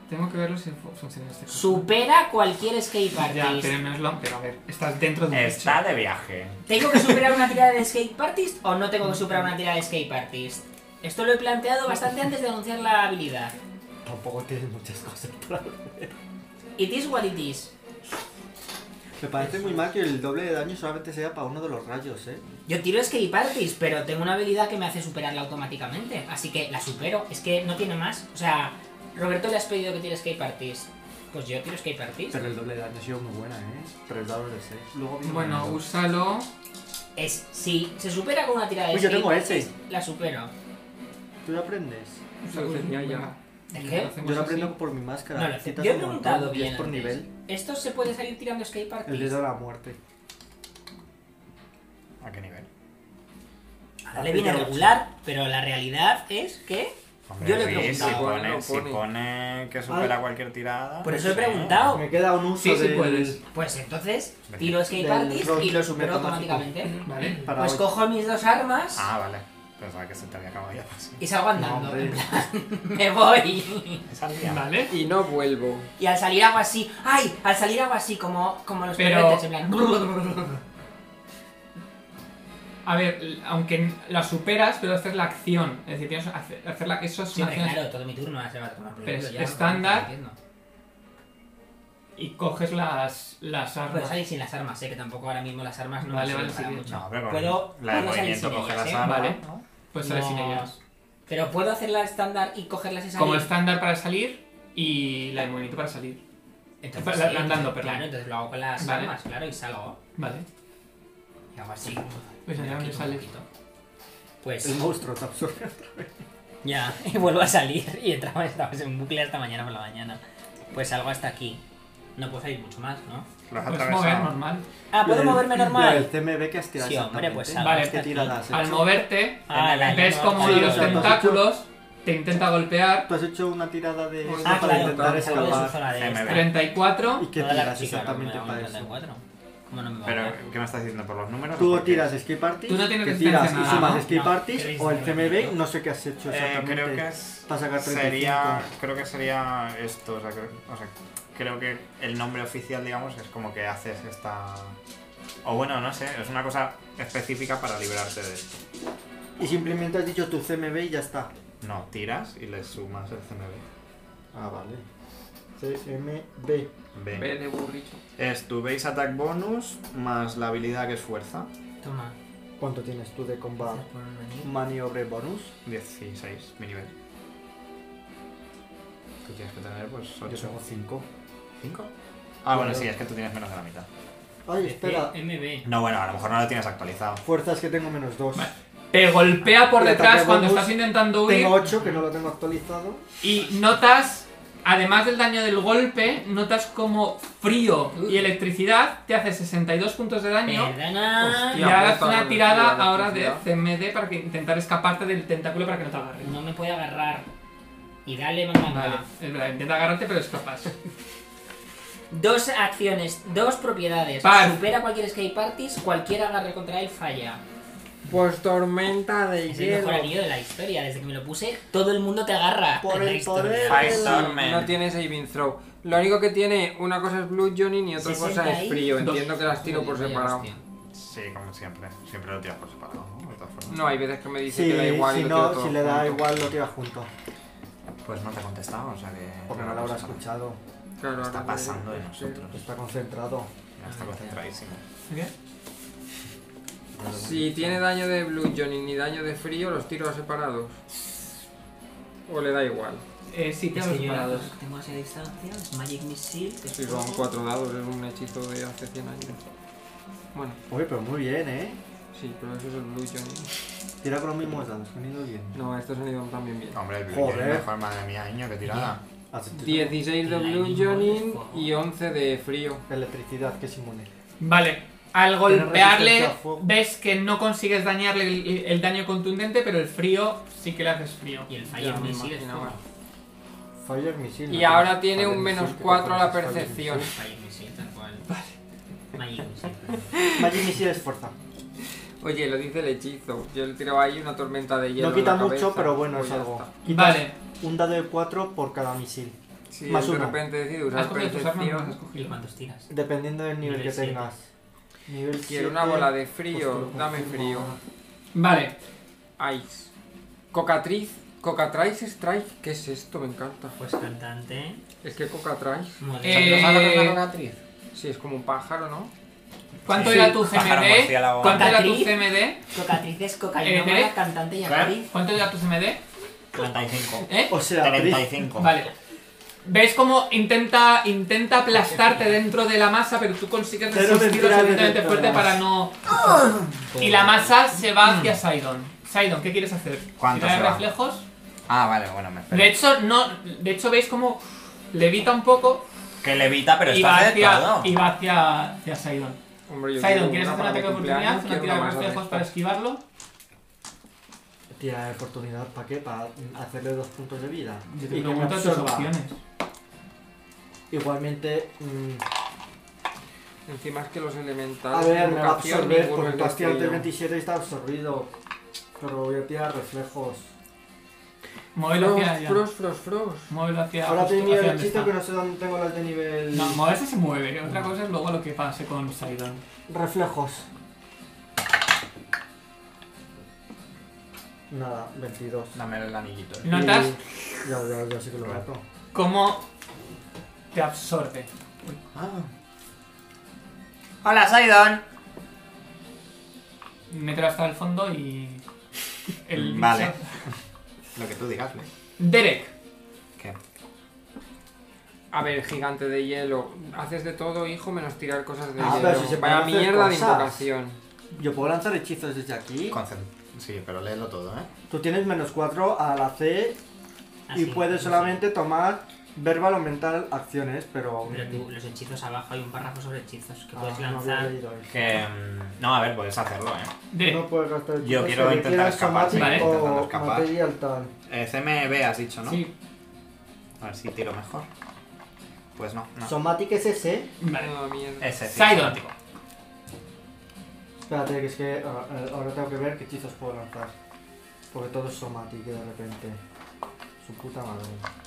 Speaker 1: Tengo que verlo si fu- funciona este caso.
Speaker 6: Supera cualquier escape
Speaker 1: Ya,
Speaker 6: artist.
Speaker 1: pero no es lo... Pero a ver, estás dentro de un
Speaker 3: Está
Speaker 1: bicho.
Speaker 3: de viaje.
Speaker 6: ¿Tengo que superar una tirada de escape artist o no tengo que superar una tirada de escape artist? Esto lo he planteado bastante antes de anunciar la habilidad.
Speaker 5: Tampoco tienes muchas cosas para...
Speaker 6: It is what it is.
Speaker 5: Me parece muy mal que el doble de daño solamente sea para uno de los rayos, ¿eh?
Speaker 6: Yo tiro escape artist, pero tengo una habilidad que me hace superarla automáticamente. Así que la supero. Es que no tiene más. O sea, Roberto le has pedido que tire escape artist. Pues yo tiro escape artist.
Speaker 5: Pero el doble de daño ha sido muy buena, ¿eh? Tres dados de 6. Luego viene
Speaker 1: Bueno,
Speaker 5: un-
Speaker 1: úsalo.
Speaker 6: Es, si se supera con una tirada de
Speaker 5: Uy, yo
Speaker 6: escape
Speaker 5: tengo ese.
Speaker 6: artist, la supero.
Speaker 5: ¿Tú lo aprendes?
Speaker 1: úsalo,
Speaker 2: tenía ya.
Speaker 1: venga.
Speaker 6: ¿El
Speaker 1: Lo
Speaker 6: qué?
Speaker 1: hacemos
Speaker 5: Yo lo aprendo
Speaker 1: así.
Speaker 5: por mi máscara.
Speaker 6: No, lo-
Speaker 5: Quitas
Speaker 6: yo he
Speaker 5: un montón,
Speaker 6: preguntado
Speaker 5: diez
Speaker 6: bien
Speaker 5: por
Speaker 6: antes.
Speaker 5: nivel.
Speaker 6: ¿Esto se puede salir tirando escape
Speaker 5: El dedo
Speaker 6: artist?
Speaker 5: de la muerte.
Speaker 3: ¿A qué nivel?
Speaker 6: Ahora le viene regular, pero la realidad es que...
Speaker 3: Hombre,
Speaker 6: Yo le he
Speaker 3: sí,
Speaker 6: preguntado.
Speaker 3: Si
Speaker 2: Igual
Speaker 3: pone,
Speaker 2: no
Speaker 3: si
Speaker 2: pone.
Speaker 3: pone que supera cualquier tirada.
Speaker 6: Ah, Por eso he
Speaker 3: sí.
Speaker 6: preguntado.
Speaker 5: Me queda un uso
Speaker 1: Sí, sí
Speaker 5: del-
Speaker 1: puedes.
Speaker 6: Pues entonces
Speaker 3: Venga.
Speaker 6: tiro escape
Speaker 5: Del
Speaker 6: artist y
Speaker 5: roll
Speaker 6: lo supero
Speaker 5: metamágico.
Speaker 6: automáticamente.
Speaker 1: Vale.
Speaker 5: Para
Speaker 6: Pues
Speaker 5: hoy.
Speaker 6: cojo mis dos armas
Speaker 3: Ah, vale. Pensaba que se te había acabado ya. pues, Sí.
Speaker 6: y salgo
Speaker 5: No,
Speaker 6: andando.
Speaker 5: hombre.
Speaker 6: Me voy.
Speaker 3: Es al día.
Speaker 1: Vale.
Speaker 2: Y no vuelvo.
Speaker 6: Y al salir hago así, ¡ay! Al salir hago así, como, como los
Speaker 1: Pero-
Speaker 6: perretes, en plan.
Speaker 1: A ver, l- aunque la superas, pero haces la acción. Es decir, tienes hacer, hacerla... Eso es
Speaker 6: Sí,
Speaker 1: una
Speaker 6: hombre,
Speaker 1: acción
Speaker 6: claro, todo mi turno se va a tomar por
Speaker 1: Pero
Speaker 6: culo,
Speaker 1: es
Speaker 6: ya, no,
Speaker 1: estándar.
Speaker 6: no entiendo.
Speaker 1: y coges las, las
Speaker 6: Puedo
Speaker 1: armas.
Speaker 6: salir sin las armas, sé que tampoco ahora mismo las armas no
Speaker 1: Vale,
Speaker 6: me
Speaker 1: vale,
Speaker 6: sirven para
Speaker 1: sí,
Speaker 6: mucho.
Speaker 3: No, pero con
Speaker 6: Puedo-
Speaker 3: la de
Speaker 6: puedo salir
Speaker 3: movimiento
Speaker 6: sin
Speaker 3: coge
Speaker 6: ellas,
Speaker 3: las
Speaker 6: ¿eh?
Speaker 3: armas.
Speaker 1: Ah, Vale. Pues sales sin
Speaker 6: No.
Speaker 1: ellas.
Speaker 6: Pero puedo hacerla estándar y cogerlas y salir.
Speaker 1: Como estándar para salir y la de movimiento para salir.
Speaker 6: Entonces,
Speaker 1: la-
Speaker 6: sí,
Speaker 1: andando,
Speaker 6: entonces,
Speaker 1: perdón.
Speaker 6: Claro, entonces lo hago con las
Speaker 1: Vale.
Speaker 6: armas, claro, y salgo.
Speaker 1: Vale.
Speaker 6: Y hago así.
Speaker 1: Pues
Speaker 6: me
Speaker 1: allá donde
Speaker 6: quito un
Speaker 1: sales.
Speaker 6: poquito. Pues
Speaker 5: El monstruo te absorbe.
Speaker 6: ya, y vuelvo a salir y entraba estamos en bucle hasta mañana por la mañana. Pues salgo hasta aquí. No puedo salir mucho más, ¿no?
Speaker 3: Los
Speaker 1: Puedes mover
Speaker 3: atravesado.
Speaker 1: Pues normal.
Speaker 6: Ah, puedo
Speaker 5: Lo del-
Speaker 6: moverme normal.
Speaker 5: lo del CMB que has tirado
Speaker 6: Sí, hombre,
Speaker 5: exactamente.
Speaker 6: pues
Speaker 1: Vale,
Speaker 5: ¿Qué tiradas has
Speaker 1: Al
Speaker 5: hecho?
Speaker 1: moverte,
Speaker 6: Ah, la
Speaker 1: ves
Speaker 6: línea
Speaker 1: como
Speaker 6: normal.
Speaker 1: los
Speaker 5: Sí, los
Speaker 1: tentáculos te intenta golpear.
Speaker 5: Tú has hecho una tirada de...
Speaker 2: Ah,
Speaker 6: Ah,
Speaker 5: para
Speaker 6: claro,
Speaker 5: intentar
Speaker 6: porque seguro es su
Speaker 5: escapar.
Speaker 6: zona de
Speaker 4: Sí, me
Speaker 6: extra.
Speaker 4: ve.
Speaker 1: 34.
Speaker 5: ¿Y qué
Speaker 6: Toda la-
Speaker 5: tiras
Speaker 6: sí, claro, me
Speaker 5: exactamente
Speaker 6: da un
Speaker 5: para eso?
Speaker 6: 34. ¿Cómo no me va a
Speaker 4: Pero,
Speaker 6: ver?
Speaker 4: ¿qué me estás diciendo? ¿Por los números? o
Speaker 5: Tú
Speaker 4: por qué?
Speaker 5: tiras escape artist,
Speaker 1: Tú no tienes
Speaker 5: que
Speaker 1: resistencia
Speaker 5: tiras
Speaker 1: a
Speaker 5: y
Speaker 1: nada,
Speaker 5: sumas
Speaker 1: ¿no?
Speaker 5: escape
Speaker 6: No,
Speaker 5: artist
Speaker 6: tenéis
Speaker 5: o el
Speaker 6: nada.
Speaker 5: CMB, no sé qué has hecho
Speaker 4: Eh,
Speaker 5: Pues exactamente.
Speaker 4: creo que es,
Speaker 5: Para sacar 35.
Speaker 4: sería creo que sería esto o sea, creo, o sea, creo que el nombre oficial digamos es como que haces esta o bueno no sé es una cosa específica para librarte de esto
Speaker 5: Y simplemente has dicho tu CMB y ya está.
Speaker 4: no tiras y le sumas el CMB
Speaker 5: Ah, vale. CMB.
Speaker 4: Ven.
Speaker 2: Ve de burrito.
Speaker 4: es tu base attack bonus más la habilidad que es fuerza
Speaker 6: Toma.
Speaker 5: ¿Cuánto tienes tú de combat
Speaker 6: gracias por venir.
Speaker 5: maniobre bonus?
Speaker 4: 16 mi nivel tú tienes que tener pues 8
Speaker 5: 5.
Speaker 4: 5 ah bueno
Speaker 5: Bueno.
Speaker 4: sí es que tú tienes menos de la mitad
Speaker 5: Ay, espera.
Speaker 6: MB.
Speaker 4: no bueno a lo mejor no lo tienes actualizado
Speaker 3: eh.
Speaker 5: Fuerzas que tengo menos 2.
Speaker 1: Te golpea por
Speaker 5: Le
Speaker 1: detrás
Speaker 5: ataque
Speaker 1: cuando
Speaker 5: bonus.
Speaker 1: estás intentando huir.
Speaker 5: Tengo 8 que no lo tengo actualizado.
Speaker 1: Y notas, además del daño del golpe, notas como frío y electricidad te hace 62 puntos de
Speaker 2: Eh,
Speaker 1: daño.
Speaker 6: Perdona.
Speaker 1: Y
Speaker 2: Hostia.
Speaker 1: hagas
Speaker 2: puta,
Speaker 1: una
Speaker 2: electricidad,
Speaker 1: tirada ahora de
Speaker 2: electricidad.
Speaker 1: CMD para que intentar escaparte del tentáculo para que no te agarre.
Speaker 6: No me puede agarrar. Y dale, mamá.
Speaker 1: Vale, es verdad, intenta agarrarte pero escapas.
Speaker 6: Dos acciones, dos propiedades.
Speaker 1: Par.
Speaker 6: Supera cualquier escape parties, cualquier agarre contra él falla.
Speaker 2: Pues tormenta de
Speaker 6: Es el mejor
Speaker 2: hielo.
Speaker 6: anillo de la historia. Desde que me lo puse, todo el mundo te agarra.
Speaker 5: Por
Speaker 6: en la
Speaker 5: el
Speaker 6: historia.
Speaker 5: poder.
Speaker 3: Five
Speaker 5: Sí,
Speaker 3: Stormen.
Speaker 2: No tiene saving throw. Lo único que tiene, una cosa es Blue Johnny y otra cosa
Speaker 6: 60
Speaker 2: es
Speaker 6: y-
Speaker 2: frío. Entiendo que las tiro por
Speaker 6: Joder, vaya
Speaker 2: separado.
Speaker 6: hostia.
Speaker 4: Sí, como siempre. Siempre lo tiras por separado, ¿no? De todas formas.
Speaker 2: No, hay veces que me dice
Speaker 5: Sí,
Speaker 2: que da igual y lo
Speaker 5: si
Speaker 2: tiro
Speaker 5: no,
Speaker 2: todo
Speaker 5: si le da
Speaker 2: junto.
Speaker 5: igual lo tira junto.
Speaker 3: Pues no te ha contestado, o sea que.
Speaker 5: Porque no lo habrá escuchado.
Speaker 2: Claro,
Speaker 3: Está
Speaker 2: ahora
Speaker 3: pasando de
Speaker 2: me-
Speaker 3: nosotros.
Speaker 5: Está concentrado.
Speaker 3: Ya Está concentradísimo.
Speaker 2: Si tiene daño de Blue Johnny ni daño de frío, los tiro a separados. O le da igual.
Speaker 1: Eh, sí, te
Speaker 6: Es
Speaker 1: hago
Speaker 6: que yo
Speaker 1: separados.
Speaker 6: Este Tengo así a distancia. es Magic Missile. que es
Speaker 2: Si son
Speaker 6: fuego.
Speaker 2: cuatro dados, es un hechizo de hace 100 años. Bueno,
Speaker 5: Oye, pero muy bien, ¿eh?
Speaker 2: sí, pero eso es el Blue Johnny.
Speaker 5: Tira con los mismos dados, que han ido bien.
Speaker 2: No, estos han ido también bien.
Speaker 3: Hombre, el Blue
Speaker 5: Joder.
Speaker 3: Johnny es mejor, madre mía, niño, que tirada.
Speaker 5: Has hecho
Speaker 2: 16 de Blue Johnny y 11 de frío.
Speaker 5: Electricidad que es inmune.
Speaker 1: Vale, al
Speaker 5: resistencia
Speaker 1: golpearle
Speaker 5: a fuego.
Speaker 1: ves que no consigues dañarle el, el daño contundente, pero el frío sí que le haces frío.
Speaker 6: Y el
Speaker 2: Ya
Speaker 6: Fire
Speaker 2: me
Speaker 6: Missile es
Speaker 2: imaginaba.
Speaker 6: fuego.
Speaker 5: Fire Missile.
Speaker 2: Y
Speaker 5: ¿no?
Speaker 2: ahora tiene
Speaker 5: Fire
Speaker 2: un
Speaker 5: Missile,
Speaker 2: menos
Speaker 5: que te
Speaker 2: 4 a la
Speaker 5: pones Fire
Speaker 2: percepción.
Speaker 6: Magic Missile, tal cual. Magic Missile.
Speaker 5: Missile. Magic Missile es fuerza.
Speaker 2: Oye, lo dice el hechizo. Yo le tiraba ahí una tormenta de hielo.
Speaker 5: No
Speaker 2: en
Speaker 5: quita
Speaker 2: la cabeza.
Speaker 5: mucho, pero bueno,
Speaker 2: Pues
Speaker 5: es
Speaker 2: ya
Speaker 5: algo.
Speaker 2: está.
Speaker 5: Quitas
Speaker 1: Vale,
Speaker 5: Un dado de 4 por cada misil.
Speaker 2: Si
Speaker 5: Más
Speaker 2: él de
Speaker 5: uno.
Speaker 2: repente decide
Speaker 1: has
Speaker 2: usar
Speaker 1: cogido tus armas, no las has
Speaker 2: percepción.
Speaker 6: ¿Y
Speaker 1: cogido.
Speaker 6: cuántos tiras?
Speaker 5: Dependiendo del nivel,
Speaker 6: Nivel
Speaker 5: que
Speaker 6: siete.
Speaker 5: tengas. Nivel pues, 7.
Speaker 2: Quiero una bola de frío. Dame frío.
Speaker 1: Vale,
Speaker 2: Ice. Cocatriz. Cocatrice Strike. ¿Qué es esto? Me encanta.
Speaker 6: Pues cantante.
Speaker 2: Es que Cocatrice.
Speaker 6: modelo.
Speaker 1: Eh,
Speaker 2: Sí, es como un pájaro, ¿no?
Speaker 1: ¿cuánto
Speaker 3: Sí.
Speaker 1: era tu
Speaker 3: Pájaro,
Speaker 1: CMD?
Speaker 3: murciélago.
Speaker 1: ¿Cuánto era tu
Speaker 6: ¿Catriz?
Speaker 1: CMD?
Speaker 6: Cocatriz es
Speaker 1: Eh, ¿eh?
Speaker 6: cocainómana, cantante y
Speaker 3: Claro.
Speaker 6: actriz.
Speaker 1: ¿Cuánto era tu CMD?
Speaker 3: 35.
Speaker 1: ¿Eh?
Speaker 5: O sea, Chris,
Speaker 3: 35.
Speaker 1: Vale. ¿Ves cómo intenta, intenta aplastarte dentro de la masa, pero tú consigues
Speaker 5: Pero
Speaker 1: resistir lo
Speaker 5: vendrá
Speaker 1: suficientemente
Speaker 5: dentro de
Speaker 1: fuerte
Speaker 5: la
Speaker 1: para
Speaker 5: masa.
Speaker 1: no...
Speaker 3: Oh.
Speaker 1: Y la masa se va hacia Sidon. Sidon, ¿qué quieres hacer?
Speaker 3: Mm. ¿Cuánto
Speaker 1: ¿Tirar
Speaker 3: se va?
Speaker 1: reflejos?
Speaker 3: Ah, vale, bueno, me espero.
Speaker 1: De hecho, no, de hecho veis como levita un poco
Speaker 3: Que levita, pero
Speaker 1: y va
Speaker 3: está de
Speaker 1: hacia,
Speaker 3: todo.
Speaker 1: y va hacia, hacia Sidon.
Speaker 2: Hombre, yo
Speaker 1: Sidon,
Speaker 2: quiero
Speaker 1: ¿quieres
Speaker 2: una
Speaker 1: hacer
Speaker 2: para
Speaker 1: una pequeña
Speaker 2: mi
Speaker 1: oportunidad?
Speaker 2: cumpleaños,
Speaker 1: ¿Una
Speaker 2: quiero
Speaker 1: tira de
Speaker 2: más de
Speaker 1: reflejos
Speaker 2: estas.
Speaker 1: para esquivarlo?
Speaker 5: tira de oportunidad, ¿para qué? Para hacerle dos puntos de vida.
Speaker 1: Yo te
Speaker 5: Y que me
Speaker 1: pregunto tus
Speaker 5: absorba.
Speaker 1: opciones.
Speaker 5: Igualmente, mm,
Speaker 2: Encima es que los
Speaker 5: a
Speaker 2: elementales.
Speaker 5: ver, me va a
Speaker 2: invocación,
Speaker 5: absorber
Speaker 2: ninguno
Speaker 5: porque
Speaker 2: es
Speaker 5: tú
Speaker 2: de
Speaker 5: has tirado el
Speaker 2: frío.
Speaker 5: 27 y está absorbido. Pero voy a tirar reflejos.
Speaker 1: Móvelo hacia allá.
Speaker 2: Frost, frost, frost.
Speaker 1: Móvelo hacia
Speaker 5: Ahora
Speaker 1: justo
Speaker 5: tengo nivel
Speaker 1: hacia
Speaker 5: de
Speaker 1: donde
Speaker 5: hechizo
Speaker 1: está.
Speaker 5: que no sé dónde tengo las de nivel.
Speaker 1: No, moverse se mueve. Otra cosa es luego lo que pase con Sidon.
Speaker 5: Reflejos. Nada, 22.
Speaker 3: Dame el anillito.
Speaker 1: Notas
Speaker 5: Y- Ya, ya, ya sé que lo mato.
Speaker 1: cómo te absorbe.
Speaker 3: Hola, Saidon.
Speaker 1: Mételo hasta el fondo y... El
Speaker 3: Vale. Lo que tú digas, ¿no?
Speaker 1: Derek.
Speaker 3: ¿Qué?
Speaker 2: A ver, gigante de hielo. Haces de todo, hijo, menos tirar cosas de
Speaker 5: Ah,
Speaker 2: hielo.
Speaker 5: pero si se
Speaker 2: Vaya
Speaker 5: pueden hacer
Speaker 2: mierda de
Speaker 5: cosas.
Speaker 2: invocación.
Speaker 5: Yo puedo lanzar hechizos desde aquí.
Speaker 3: Concent- Sí, pero léelo todo, ¿eh?
Speaker 5: Tú tienes menos 4 a la C
Speaker 6: Así,
Speaker 5: y puedes
Speaker 6: así.
Speaker 5: solamente tomar verbal o mental acciones, pero aún.
Speaker 6: Pero tú, los hechizos abajo hay un párrafo sobre hechizos que
Speaker 5: Ah,
Speaker 6: puedes
Speaker 5: no había
Speaker 6: lanzar.
Speaker 5: leído eso.
Speaker 3: Que. mm, No, a ver, puedes hacerlo, eh.
Speaker 1: De-
Speaker 5: No puedes gastar hechizos.
Speaker 3: Yo quiero
Speaker 5: que
Speaker 3: intentar
Speaker 5: requieran
Speaker 3: escapar,
Speaker 1: sí,
Speaker 5: somatic
Speaker 3: intentando
Speaker 5: o
Speaker 3: escapar.
Speaker 5: material tal.
Speaker 3: Eh, CMB has dicho, ¿no?
Speaker 1: Sí,
Speaker 3: A ver si tiro mejor. Pues no, no.
Speaker 5: Somatic es ese.
Speaker 1: vale.
Speaker 2: No, mierda.
Speaker 3: Ese, sí,
Speaker 1: Sidon.
Speaker 3: somático.
Speaker 5: Espérate, que es que ah, eh, ahora tengo que ver qué hechizos puedo lanzar. Porque todo es somatic de repente. Su puta madre.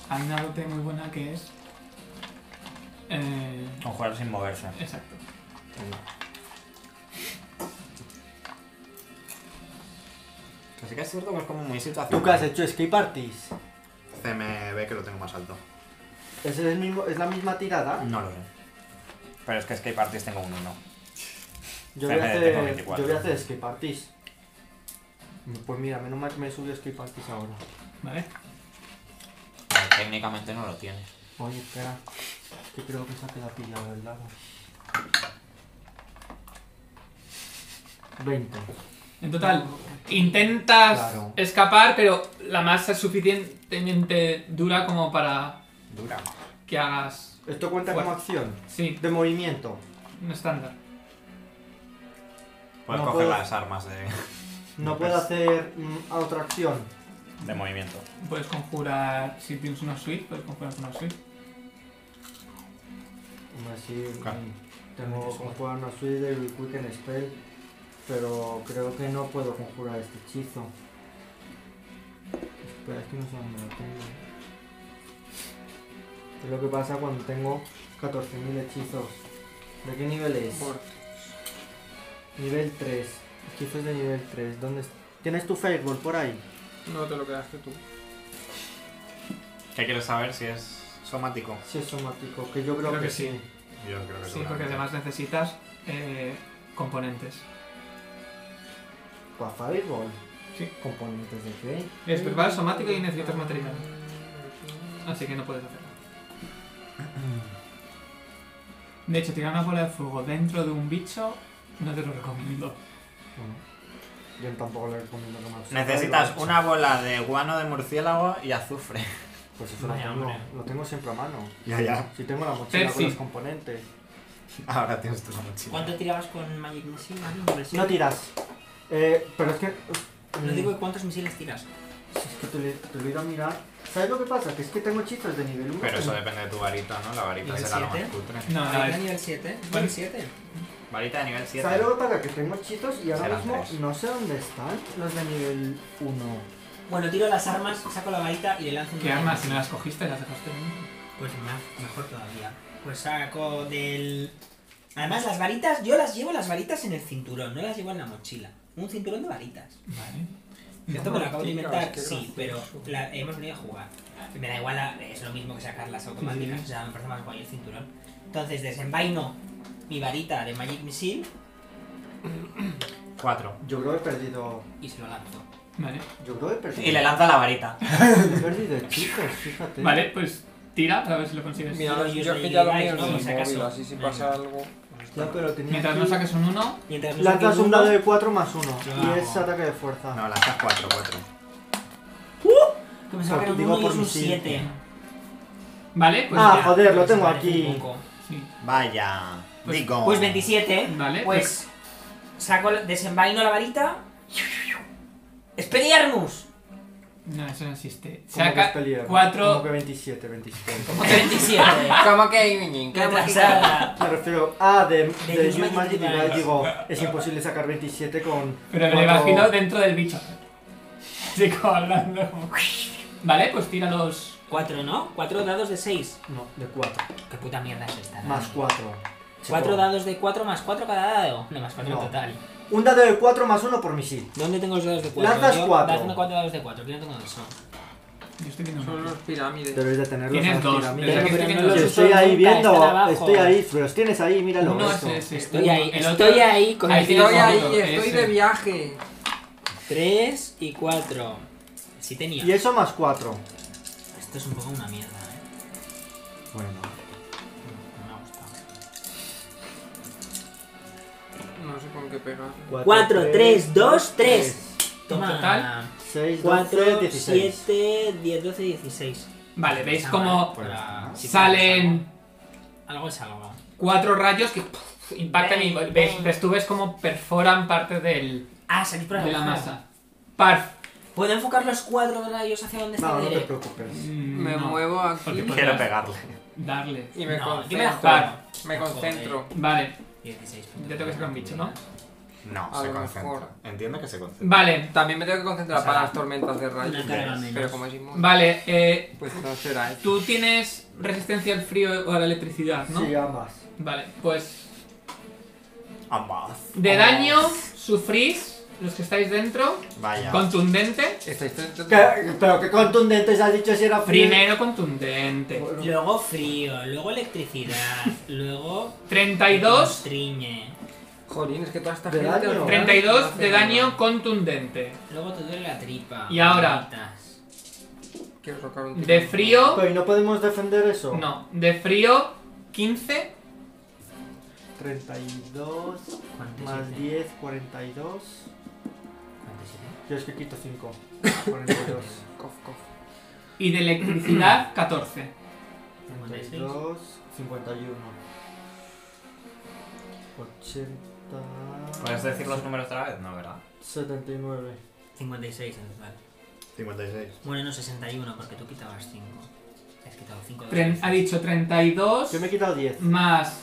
Speaker 1: Hay una dote muy buena que es. Eh,
Speaker 3: Conjurar sin moverse.
Speaker 1: exacto.
Speaker 3: Que sí que es cierto que es como muy situación.
Speaker 5: ¿Tú qué has hecho? ¿Escape parties?
Speaker 3: CMB que lo tengo más alto.
Speaker 5: ¿Es, el mismo, ¿Es la misma tirada?
Speaker 3: No lo sé. Pero es que Escape Artist tengo un 1.
Speaker 5: Yo voy a
Speaker 3: Tengo
Speaker 5: hacer,
Speaker 3: 24.
Speaker 5: yo voy a hacer escape parties. Pues mira, menos mal que me subió escape parties ahora.
Speaker 1: Vale.
Speaker 3: Técnicamente no lo tienes.
Speaker 5: Oye, espera. Que creo que se ha quedado pillado el lado. 20.
Speaker 1: En total, intentas
Speaker 5: Claro.
Speaker 1: escapar, pero la masa es suficientemente dura como para
Speaker 3: Dura.
Speaker 1: que hagas.
Speaker 5: ¿Esto cuenta como
Speaker 1: Fuerza.
Speaker 5: acción?
Speaker 1: Sí,
Speaker 5: De movimiento.
Speaker 1: un estándar.
Speaker 3: Puedes
Speaker 5: No
Speaker 3: coger
Speaker 5: puedo.
Speaker 3: las armas de,
Speaker 5: No
Speaker 3: No,
Speaker 5: puedo
Speaker 3: pues.
Speaker 5: hacer mm, otra acción.
Speaker 3: de movimiento.
Speaker 1: Puedes conjurar, si tienes una suite, puedes conjurar una suite.
Speaker 5: Hombre, sí,
Speaker 3: Claro.
Speaker 5: mm, tengo conjurar una suite del Quicken Spell, pero creo que no puedo conjurar este hechizo. Espera, es que no sé dónde lo tengo. Es lo que pasa cuando tengo 14.000 hechizos. ¿De qué nivel es? Nivel 3. Hechizos de nivel 3. ¿Dónde est- ¿Tienes tu Fireball por ahí?
Speaker 2: No te lo quedaste tú.
Speaker 3: ¿Qué quieres saber si es somático?
Speaker 5: Si es somático, que yo creo,
Speaker 1: Creo
Speaker 5: que,
Speaker 1: que sí.
Speaker 5: sí.
Speaker 3: Yo creo que
Speaker 1: Sí,
Speaker 3: seguramente.
Speaker 1: porque además necesitas eh, componentes.
Speaker 5: ¿Para Fireball?
Speaker 1: Sí.
Speaker 5: ¿Componentes de qué?
Speaker 1: Es verbal, somático y necesitas material. Así que no puedes hacerlo. De hecho, tirar una bola de fuego dentro de un bicho no te lo recomiendo.
Speaker 5: Bueno, yo tampoco le recomiendo que más.
Speaker 3: Necesitas una bola de guano de murciélago y azufre.
Speaker 5: Pues eso lo
Speaker 6: Vaya,
Speaker 5: tengo,
Speaker 6: hombre.
Speaker 5: lo tengo siempre a mano.
Speaker 3: Ya, ya.
Speaker 5: Si tengo la mochila
Speaker 1: Percy.
Speaker 5: con los componentes.
Speaker 3: Ahora tienes tu mochila.
Speaker 6: ¿Cuánto tirabas con Magic Missile? Ah, no, versión.
Speaker 5: No tiras. Eh, pero es que.
Speaker 6: No digo cuántos misiles tiras.
Speaker 5: Si es que te, le- te lo he ido a mirar. ¿Sabes lo que pasa? Que es que tengo hechizos de nivel 1.
Speaker 3: Pero eso depende de tu varita, ¿no? La varita
Speaker 6: ¿Nivel
Speaker 3: será lo más
Speaker 6: siete?
Speaker 3: cutre.
Speaker 1: No, no,
Speaker 6: Ah,
Speaker 1: es-
Speaker 6: era nivel 7?
Speaker 1: Bueno.
Speaker 6: ¿Nivel 7?
Speaker 3: Varita de nivel 7.
Speaker 5: ¿Sabes lo que pasa? Que tengo hechizos y ahora
Speaker 3: Serán
Speaker 5: mismo
Speaker 3: tres.
Speaker 5: no sé dónde están los de nivel 1.
Speaker 6: Bueno, tiro las armas, saco la varita y le lanzo un
Speaker 1: ¿Qué
Speaker 6: daño.
Speaker 1: armas? Si no las cogiste, las dejaste.
Speaker 6: Pues ma- mejor todavía. Pues saco del... Además, las varitas, yo las llevo las varitas en el cinturón, no las llevo en la mochila. Un cinturón de varitas.
Speaker 1: Vale.
Speaker 6: Esto me lo acabo de
Speaker 2: Tío,
Speaker 6: inventar,
Speaker 2: es que
Speaker 6: sí, pero la- hemos venido a jugar. Me da igual, la- es lo mismo que sacar las automáticas, o sea, me parece más guay el cinturón. Entonces desenvaino mi varita de Magic Missile
Speaker 3: 4.
Speaker 5: Yo creo que he perdido.
Speaker 6: y se lo lanzo.
Speaker 1: Vale.
Speaker 5: Yo creo que he perdido.
Speaker 3: Y le lanza la varita.
Speaker 5: He perdido hechizos, fíjate.
Speaker 1: Vale, pues tira, a ver si lo consigues.
Speaker 2: Mira,
Speaker 6: Yo
Speaker 2: yo
Speaker 6: soy
Speaker 2: es que ya lo
Speaker 6: Levi,
Speaker 2: mío es
Speaker 6: ¿no?
Speaker 2: del
Speaker 6: Por si acaso.
Speaker 2: móvil, así si
Speaker 6: Venga.
Speaker 2: pasa algo.
Speaker 5: Ya, pero tenía.
Speaker 1: Mientras no
Speaker 5: aquí-
Speaker 1: saques un 1,
Speaker 6: Mientras no
Speaker 5: Lanzas
Speaker 6: saques
Speaker 5: un
Speaker 6: uno-
Speaker 5: dado de 4 más 1.
Speaker 6: Claro.
Speaker 5: Y es ataque de fuerza.
Speaker 3: No, lanzas 4, 4.
Speaker 6: Que me sacan
Speaker 5: Porque
Speaker 6: un
Speaker 5: digo
Speaker 6: uno y
Speaker 5: por
Speaker 6: es un
Speaker 5: misil.
Speaker 6: 7.
Speaker 1: vale, pues
Speaker 5: Ah,
Speaker 1: ya.
Speaker 5: joder. lo tengo
Speaker 6: Parece
Speaker 5: aquí.
Speaker 6: un poco.
Speaker 1: Sí.
Speaker 3: Vaya.
Speaker 1: Pues-
Speaker 3: Digo.
Speaker 6: Pues 27.
Speaker 1: Vale,
Speaker 6: Pues saco, la- desenvaino la varita. ¡Expelliarmus!
Speaker 1: No, eso no existe.
Speaker 5: ¿Cómo que es
Speaker 1: Saca
Speaker 5: pelear? Como
Speaker 1: 4.
Speaker 5: que 27, 27.
Speaker 6: Como que 27.
Speaker 2: ¿Cómo que
Speaker 6: ¡Qué atrasada!
Speaker 5: Me refiero a de, de,
Speaker 6: Use
Speaker 5: Use
Speaker 6: Magic
Speaker 5: Magic
Speaker 6: Device.
Speaker 5: Device, digo, es imposible sacar 27 con...
Speaker 1: Pero me lo
Speaker 5: cuatro-
Speaker 1: imagino dentro del bicho. Chico, hablando como. Vale, pues tira los.
Speaker 6: 4, ¿no? 4 dados de 6.
Speaker 5: No, de 4,
Speaker 6: ¿Qué puta mierda es esta?
Speaker 5: más 4.
Speaker 6: 4 dados de 4 más 4 cada dado. No, más 4
Speaker 5: No.
Speaker 6: en total.
Speaker 5: Un dado de 4 más 1 por misil.
Speaker 6: ¿Dónde tengo los dados de 4?
Speaker 5: Lanzas cuatro.
Speaker 6: Lanzando 4 dados de 4. Yo no tengo eso.
Speaker 1: Yo estoy viendo
Speaker 2: Son
Speaker 1: un
Speaker 2: los pirámides.
Speaker 5: Debes de tenerlos
Speaker 1: Tienes
Speaker 5: aquí,
Speaker 1: dos,
Speaker 5: mira,
Speaker 1: desde
Speaker 5: mira.
Speaker 1: aquí estoy
Speaker 6: Pero
Speaker 1: viendo
Speaker 5: Yo
Speaker 6: no los
Speaker 1: dos.
Speaker 6: uso
Speaker 5: estoy ahí
Speaker 6: nunca,
Speaker 5: viendo,
Speaker 6: están abajo.
Speaker 5: estoy ahí, los tienes ahí, míralo.
Speaker 1: Uno es
Speaker 5: esto.
Speaker 1: ese.
Speaker 6: Estoy
Speaker 1: uno,
Speaker 6: ahí,
Speaker 1: el otro-
Speaker 6: estoy ahí con
Speaker 1: Ahí
Speaker 6: el
Speaker 1: tienes
Speaker 2: Estoy ahí,
Speaker 1: otro,
Speaker 2: estoy
Speaker 1: ese.
Speaker 2: de viaje.
Speaker 6: 3 y 4. Sí tenía.
Speaker 5: Y eso más 4.
Speaker 6: Esto es un poco una mierda, eh.
Speaker 5: Bueno,
Speaker 6: No me ha gustado.
Speaker 2: No sé con qué pegar.
Speaker 6: 4, 3, 2, 3.
Speaker 1: Toma.
Speaker 6: Toma.
Speaker 5: 6,
Speaker 6: 4,
Speaker 5: 12, 16.
Speaker 6: 7, 10, 12, 16.
Speaker 1: Vale, veis
Speaker 6: Ah,
Speaker 1: como
Speaker 4: Pues ya está, ¿no?
Speaker 6: Sí,
Speaker 1: salen
Speaker 6: Algo es algo.
Speaker 1: cuatro rayos que puf, impactan y
Speaker 6: Bang,
Speaker 1: ves,
Speaker 6: bang.
Speaker 1: ves- tú ves como perforan parte del,
Speaker 6: Ah, salís por
Speaker 1: de la
Speaker 6: agujero.
Speaker 1: masa. Parf.
Speaker 6: ¿Puedo enfocar los cuatro rayos hacia donde está
Speaker 5: No, no te
Speaker 6: Derek?
Speaker 5: preocupes.
Speaker 1: mm,
Speaker 2: Me
Speaker 1: no,
Speaker 2: muevo
Speaker 1: porque
Speaker 2: aquí
Speaker 1: podrías
Speaker 3: Quiero pegarle.
Speaker 1: Darle.
Speaker 2: y me
Speaker 6: No, yo me la
Speaker 2: concentro.
Speaker 6: juego.
Speaker 2: me concentro.
Speaker 1: Vale,
Speaker 6: 16.
Speaker 1: ya tengo que sacar un bicho, ¿no?
Speaker 4: No,
Speaker 2: A
Speaker 4: se
Speaker 2: lo
Speaker 4: concentra.
Speaker 2: mejor.
Speaker 4: Entiendo que se concentra.
Speaker 1: Vale,
Speaker 2: También me tengo que concentrar
Speaker 6: O sea,
Speaker 2: para las tormentas de
Speaker 6: Una
Speaker 2: rayos.
Speaker 6: carga menos.
Speaker 2: Pero como es inmune,
Speaker 1: vale. eh,
Speaker 2: pues no será esto.
Speaker 1: tú tienes resistencia al frío o a la electricidad, ¿no?
Speaker 5: Sí, ambas.
Speaker 1: Vale, pues
Speaker 4: Ambas.
Speaker 5: Oh.
Speaker 1: de daño sufrís los que estáis dentro,
Speaker 4: Vaya.
Speaker 1: contundente.
Speaker 2: Estáis intentando-
Speaker 5: ¿Qué- pero qué contundente se ha dicho si era frío.
Speaker 1: Primero contundente.
Speaker 5: Bueno,
Speaker 6: Luego frío, luego electricidad, luego.
Speaker 1: 32,
Speaker 6: Triñe.
Speaker 2: Jolín, es que toda esta
Speaker 5: ¿De
Speaker 2: gente...
Speaker 5: daño?
Speaker 2: al final
Speaker 1: 32
Speaker 2: hace
Speaker 1: de
Speaker 2: nada.
Speaker 1: daño contundente.
Speaker 6: Luego te duele la tripa.
Speaker 1: Y ahora.
Speaker 6: manitas.
Speaker 2: Quiero tocar un
Speaker 1: De
Speaker 2: tiro.
Speaker 1: frío,
Speaker 5: Pero ¿y no podemos defender eso?
Speaker 1: no, de frío 15,
Speaker 5: 32
Speaker 6: ¿Cuánto
Speaker 5: más
Speaker 6: hice?
Speaker 5: 10, 42.
Speaker 6: ¿Cuánto hice?
Speaker 5: Yo es que quito 5. 42.
Speaker 2: Cof, cof.
Speaker 1: y de electricidad 14.
Speaker 5: 32, 51. 80.
Speaker 3: ¿Puedes decir los números otra vez? No, ¿verdad?
Speaker 5: 79.
Speaker 6: 56 en total.
Speaker 4: 56.
Speaker 6: Bueno, no 61, porque tú quitabas 5. Has quitado 5
Speaker 1: Tren- ha dicho 32
Speaker 5: Yo me he quitado 10.
Speaker 1: más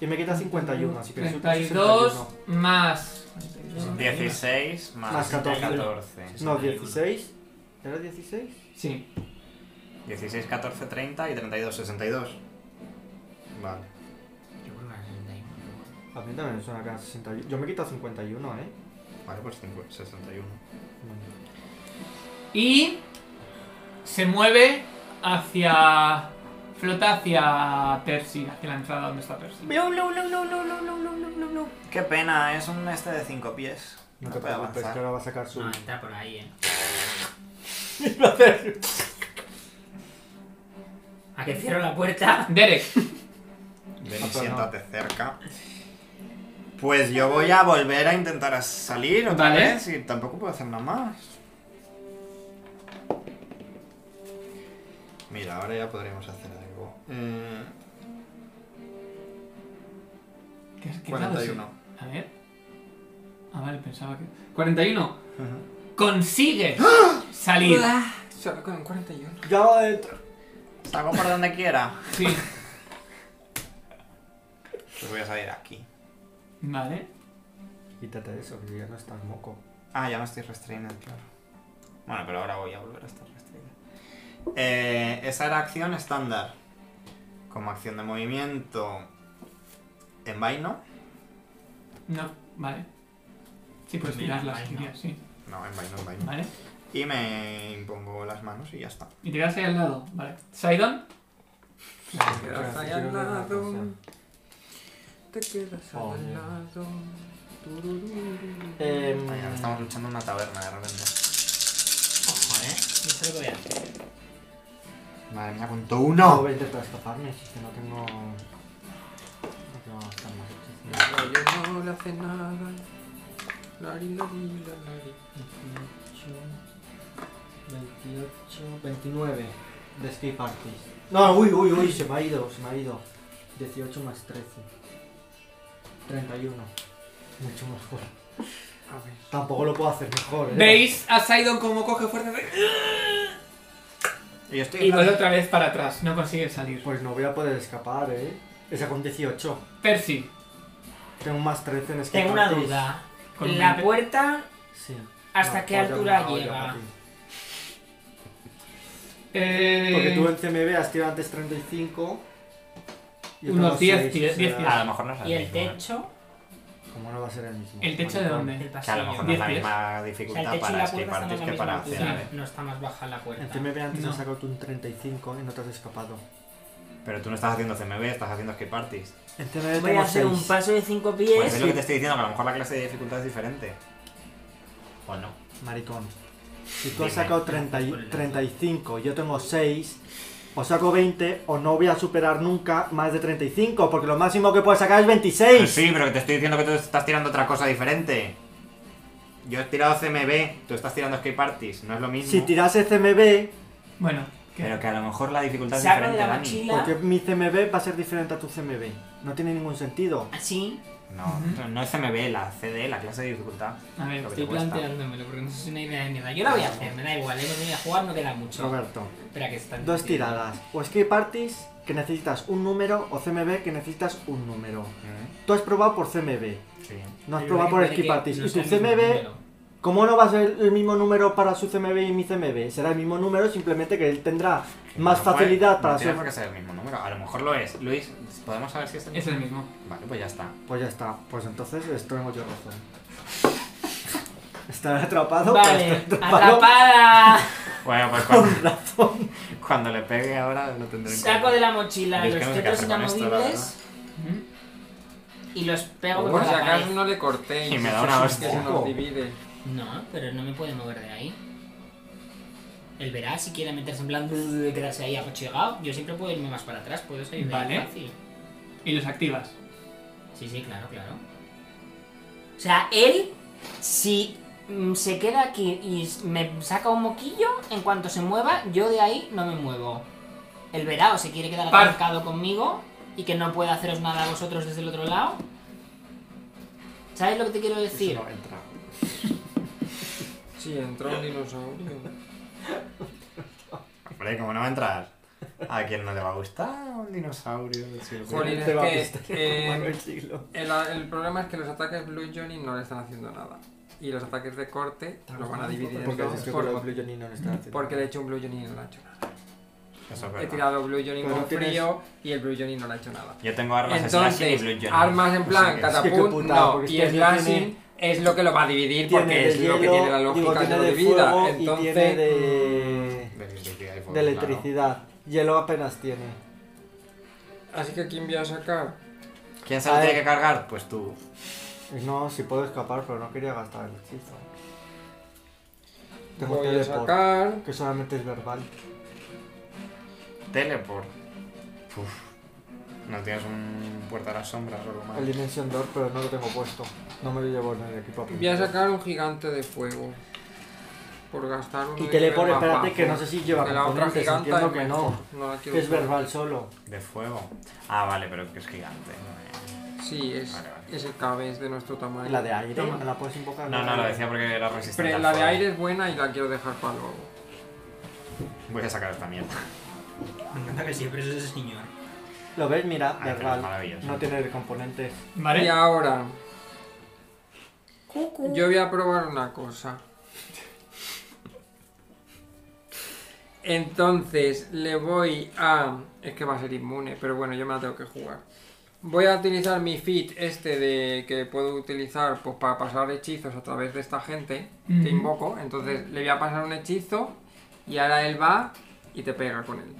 Speaker 5: Y me quita 51, así que soy
Speaker 1: 32
Speaker 5: 61.
Speaker 1: más
Speaker 3: 16
Speaker 5: Más
Speaker 3: más
Speaker 5: 14.
Speaker 3: 14.
Speaker 5: No, 16. ¿Era 16?
Speaker 1: sí,
Speaker 3: 16, 14, 30 y 32, 62. Vale.
Speaker 6: Yo creo que era 61. pero
Speaker 5: A mí también me suena que era 61. Yo me he quitado 51, ¿eh?
Speaker 3: Vale, pues cincu- 61.
Speaker 5: Bueno.
Speaker 1: y se mueve hacia flota hacia Percy, hacia la entrada donde está Percy.
Speaker 3: Qué pena, es un este de 5 pies.
Speaker 5: No te preocupes, que ahora va a sacar su.
Speaker 6: bueno. No, está por ahí, eh. ¿A que cierro la puerta?
Speaker 1: Derek,
Speaker 3: Ven
Speaker 5: Ah,
Speaker 3: y
Speaker 5: pues no.
Speaker 3: siéntate cerca. Pues yo voy a volver a intentar a salir otra
Speaker 1: Vale.
Speaker 3: vez y tampoco puedo hacer nada más. Mira, ahora ya podríamos hacer algo. Eh,
Speaker 1: ¿qué, qué grado es?
Speaker 3: 41.
Speaker 1: A ver. Ah, vale, pensaba que 41
Speaker 3: Ujú.
Speaker 1: consigues
Speaker 6: ¡Ah!
Speaker 1: salir.
Speaker 2: Solo con un 41.
Speaker 5: Ya va adentro.
Speaker 3: Salgo por donde quiera.
Speaker 1: Sí.
Speaker 3: Pues voy a salir aquí.
Speaker 1: Vale.
Speaker 5: Quítate eso, que ya no estás moco.
Speaker 3: Ah, ya no estoy restrained, claro. Bueno, pero ahora voy a volver a estar restrained. Eh, esa era acción estándar. Como acción de movimiento en vaino.
Speaker 1: No, vale. Sí, puedes
Speaker 6: Pues Mira,
Speaker 1: tirar las
Speaker 6: ahí no.
Speaker 1: tiras, sí.
Speaker 3: No, en vaino, en vaino.
Speaker 1: Vale.
Speaker 3: Y me impongo las manos y ya está.
Speaker 1: Y te quedas ahí al lado. Vale. Saidon,
Speaker 2: Te quedas ahí al lado. Te quedas
Speaker 5: Oh,
Speaker 2: al
Speaker 5: yeah.
Speaker 2: lado. Turururu.
Speaker 5: Eh,
Speaker 3: Vaya, estamos luchando en una taberna de repente.
Speaker 6: Ojo, eh. Yo sé lo que voy a hacer.
Speaker 3: Madre mía, con
Speaker 5: No,
Speaker 3: uno.
Speaker 5: voy a intentar escaparme, si es que no tengo. No tengo gastar más hechizo.
Speaker 2: El rollo no le hace nada. Lari, lari, la, lari.
Speaker 5: 28, 29 de Escape Artist. No, uy, uy, uy, se me ha ido, se me ha ido. 18 más 13. 31. Mucho mejor.
Speaker 2: A ver.
Speaker 5: Tampoco lo puedo hacer mejor, ¿eh?
Speaker 1: veis a Saidon como coge fuerza de-
Speaker 3: Y yo
Speaker 1: y
Speaker 3: estoy.
Speaker 1: vuelve otra vez para atrás. No consigue salir.
Speaker 5: Pues no voy a poder escapar, ¿eh? Esa con 18.
Speaker 1: Percy,
Speaker 5: Tengo un más 13 en Escape
Speaker 6: Tengo una
Speaker 5: Artist.
Speaker 6: duda.
Speaker 1: Con
Speaker 6: la
Speaker 1: un-
Speaker 6: puerta,
Speaker 5: Sí.
Speaker 6: ¿hasta
Speaker 5: No,
Speaker 6: qué
Speaker 5: joder,
Speaker 6: altura
Speaker 5: una olla
Speaker 6: llega?
Speaker 5: para ti.
Speaker 1: eh,
Speaker 5: Porque tú en CMB has tirado antes 35. y yo
Speaker 1: Unos
Speaker 5: tengo
Speaker 1: 10,
Speaker 5: seis,
Speaker 1: 10,
Speaker 5: o sea,
Speaker 1: 10.
Speaker 3: Ah, a lo mejor no es el
Speaker 6: ¿Y el
Speaker 3: mismo, ¿eh?
Speaker 6: techo?
Speaker 5: ¿Cómo no va a ser el mismo?
Speaker 1: ¿El techo de
Speaker 5: Maricón.
Speaker 1: dónde?
Speaker 6: El
Speaker 3: Que a lo
Speaker 6: pasillo.
Speaker 3: mejor no es la
Speaker 1: 10 pies.
Speaker 3: misma
Speaker 6: O sea,
Speaker 3: dificultad
Speaker 6: el techo y
Speaker 3: para este
Speaker 6: la puerta
Speaker 3: escape
Speaker 6: están a
Speaker 3: artist
Speaker 6: la
Speaker 3: que
Speaker 6: misma
Speaker 3: para
Speaker 6: altura.
Speaker 1: hacer-
Speaker 3: hacer.
Speaker 6: No está más baja la puerta.
Speaker 5: En CMB antes
Speaker 1: No.
Speaker 5: has sacado tú un 35 y no te has escapado.
Speaker 3: Pero tú no estás haciendo CMB, estás haciendo escape artist.
Speaker 5: En CMB
Speaker 6: Voy a
Speaker 5: tengo
Speaker 6: hacer un
Speaker 5: 6.
Speaker 6: paso de 5
Speaker 3: Pues
Speaker 6: pies.
Speaker 3: es lo que te estoy diciendo, que a lo mejor la clase de dificultad es diferente. O no.
Speaker 5: Maricón. Si tú has
Speaker 3: Dime,
Speaker 5: sacado 30 y-
Speaker 6: por el-
Speaker 5: 35 y yo tengo 6, o saco 20 o no voy a superar nunca más de 35, porque lo máximo que puedes sacar es 26.
Speaker 3: Pues Sí, pero que te estoy diciendo que tú estás tirando otra cosa diferente. Yo he tirado CMB, tú estás tirando escape artist, no es lo mismo.
Speaker 5: Si tirase CMB,
Speaker 1: Bueno, ¿Qué?
Speaker 3: Pero que a lo mejor la dificultad es
Speaker 6: Saco de
Speaker 3: diferente,
Speaker 6: la
Speaker 3: Dani.
Speaker 6: mochila.
Speaker 5: Porque mi CMB va a ser diferente a tu CMB. No tiene ningún sentido.
Speaker 6: Así.
Speaker 3: No, no es CMB, la CD, la clase de dificultad.
Speaker 1: A ver,
Speaker 3: Lo que
Speaker 6: Estoy
Speaker 3: te cuesta.
Speaker 6: planteándomelo porque no sé si es una idea de mierda. Yo la voy a hacer, me da igual, hemos venido a jugar, no queda mucho.
Speaker 5: Roberto,
Speaker 6: Espera que están.
Speaker 5: dos tiradas. O Escape Parties, que necesitas un número, o CMB, que necesitas un número.
Speaker 3: Mm,
Speaker 5: Tú has probado por CMB,
Speaker 3: Sí.
Speaker 5: no has probado por Escape Parties. Y tu CMB,
Speaker 6: número.
Speaker 5: ¿cómo no va a ser el mismo número para su CMB y mi CMB? Será el mismo número, simplemente que él tendrá más
Speaker 2: pues,
Speaker 3: No puede-
Speaker 5: facilidad
Speaker 3: no
Speaker 5: para su...
Speaker 3: tiene por qué ser el mismo número. A lo mejor lo es. Luis, ¿podemos saber si es el
Speaker 1: Es
Speaker 3: mismo?
Speaker 1: el mismo.
Speaker 3: Vale, pues ya está.
Speaker 5: Pues ya está, pues entonces es- tengo yo razón. Estará atrapado. pero
Speaker 6: Vale,
Speaker 5: está atrapado
Speaker 6: atrapada.
Speaker 3: Bueno, pues cuando,
Speaker 5: con razón.
Speaker 3: cuando le pegue ahora lo tendré en
Speaker 6: Saco
Speaker 3: cuenta.
Speaker 6: de la mochila
Speaker 3: Yo es que
Speaker 6: los
Speaker 3: no sé qué
Speaker 6: tetos
Speaker 3: hacer con esto, la
Speaker 6: inamovibles
Speaker 1: Ujú.
Speaker 6: y los pego
Speaker 2: Por
Speaker 6: contra
Speaker 2: si
Speaker 6: la
Speaker 2: acaso
Speaker 6: pared.
Speaker 2: no le cortéis.
Speaker 3: Y me da una
Speaker 2: Que se
Speaker 3: hostia.
Speaker 2: nos divide.
Speaker 6: No, pero no me puede mover de ahí. Él verá si quiere meterse en plan de quedarse ahí apochegado. Yo siempre puedo irme más para atrás, puedo salir de ahí
Speaker 1: Vale.
Speaker 6: fácil.
Speaker 1: Y los activas.
Speaker 6: Sí, sí, claro, claro. O sea, él, si mm, se queda aquí y s- me saca un moquillo, en cuanto se mueva, yo de ahí no me muevo. Él verá o se quiere quedar
Speaker 1: Par.
Speaker 6: aparcado conmigo y que no pueda haceros nada a vosotros desde el otro lado. ¿Sabes lo que te quiero decir?
Speaker 5: No entra.
Speaker 2: Sí, entró un dinosaurio.
Speaker 3: Hombre, ¿cómo no va a entrar? ¿A quién no le va a gustar un dinosaurio? Si lo
Speaker 2: Jolín,
Speaker 3: quiere.
Speaker 2: es
Speaker 5: Te va a
Speaker 2: que,
Speaker 5: gustar
Speaker 2: eh,
Speaker 5: como Manuel Siglo.
Speaker 2: El, el problema es que los ataques Blue Johnny no le están haciendo nada. Y los ataques de corte los van a dividir en
Speaker 5: Porque
Speaker 2: dos.
Speaker 5: dices que
Speaker 2: por-
Speaker 5: con los Blue Johnny no le están haciendo
Speaker 2: porque le he
Speaker 5: nada.
Speaker 2: hecho un Blue Johnny y no le ha hecho nada.
Speaker 3: Eso es
Speaker 2: He
Speaker 3: verdad.
Speaker 2: tirado Blue Johnny
Speaker 5: Pero
Speaker 2: con
Speaker 5: no tienes-
Speaker 2: frío y el Blue Johnny no le ha hecho nada.
Speaker 3: Yo tengo armas slashing y Blue
Speaker 2: Entonces,
Speaker 3: Johnny.
Speaker 2: armas en plan
Speaker 3: Así que-
Speaker 5: Es que qué
Speaker 2: catapult,
Speaker 5: putada,
Speaker 2: no,
Speaker 5: porque
Speaker 2: y
Speaker 5: este año
Speaker 2: slashing es lo que lo va a dividir
Speaker 5: Tiene
Speaker 2: porque
Speaker 5: de
Speaker 2: es lo que
Speaker 5: hielo,
Speaker 2: tiene la
Speaker 5: digo,
Speaker 2: lógica
Speaker 5: tiene
Speaker 2: no
Speaker 5: de
Speaker 2: de vida.
Speaker 5: fuego
Speaker 2: Entonces, mm, pues,
Speaker 5: y tiene de,
Speaker 3: De electricidad y fuego,
Speaker 5: de
Speaker 3: claro.
Speaker 5: electricidad. Hielo apenas tiene.
Speaker 2: así que ¿quién voy a sacar?
Speaker 3: ¿Quién se lo
Speaker 5: A
Speaker 3: tiene
Speaker 5: ver.
Speaker 3: que cargar? Pues tú.
Speaker 5: No, si puedo escapar, pero no quería gastar el hechizo. Tengo
Speaker 2: Voy a
Speaker 5: teleport,
Speaker 2: sacar.
Speaker 5: que solamente es verbal.
Speaker 3: Teleport. Uf. No tienes un puerta a las sombras o algo más.
Speaker 5: El Dimension Door, pero no lo tengo puesto. No me lo llevo en el equipo.
Speaker 2: Voy a sacar un gigante de fuego. Por gastar un.
Speaker 5: Y teleport, espérate, que no sé si lleva
Speaker 2: la otra
Speaker 5: componentes,
Speaker 2: giganta
Speaker 5: entiendo
Speaker 2: es
Speaker 5: que no.
Speaker 2: mejor, la quiero
Speaker 5: Es
Speaker 2: usar.
Speaker 5: verbal solo.
Speaker 3: De fuego. Ah, vale, pero que es gigante. no, eh.
Speaker 2: Sí, es,
Speaker 3: Vale, vale.
Speaker 2: es el cabe, es de nuestro tamaño.
Speaker 5: ¿Y la de aire?
Speaker 1: Toma.
Speaker 5: ¿Me la puedes invocar?
Speaker 3: No, no, lo decía porque era resistente.
Speaker 2: Pero
Speaker 3: al
Speaker 2: la de
Speaker 3: fuego.
Speaker 2: aire es buena y la quiero dejar para luego.
Speaker 3: Voy a sacar esta mierda.
Speaker 6: Me encanta que siempre es ese señor.
Speaker 5: Lo ves, mira,
Speaker 3: Ay, pero Ah, es
Speaker 5: verbal.
Speaker 3: maravilloso.
Speaker 5: No tiene componentes.
Speaker 2: Y
Speaker 1: Vale.
Speaker 2: ahora. Yo voy a probar una cosa. Entonces, le voy a. Es que va a ser inmune, pero bueno, yo me la tengo que jugar. Voy a utilizar mi fit este de que puedo utilizar pues, para pasar hechizos a través de esta gente
Speaker 1: Ujú.
Speaker 2: que invoco. Entonces, le voy a pasar un hechizo y ahora él va y te pega con él.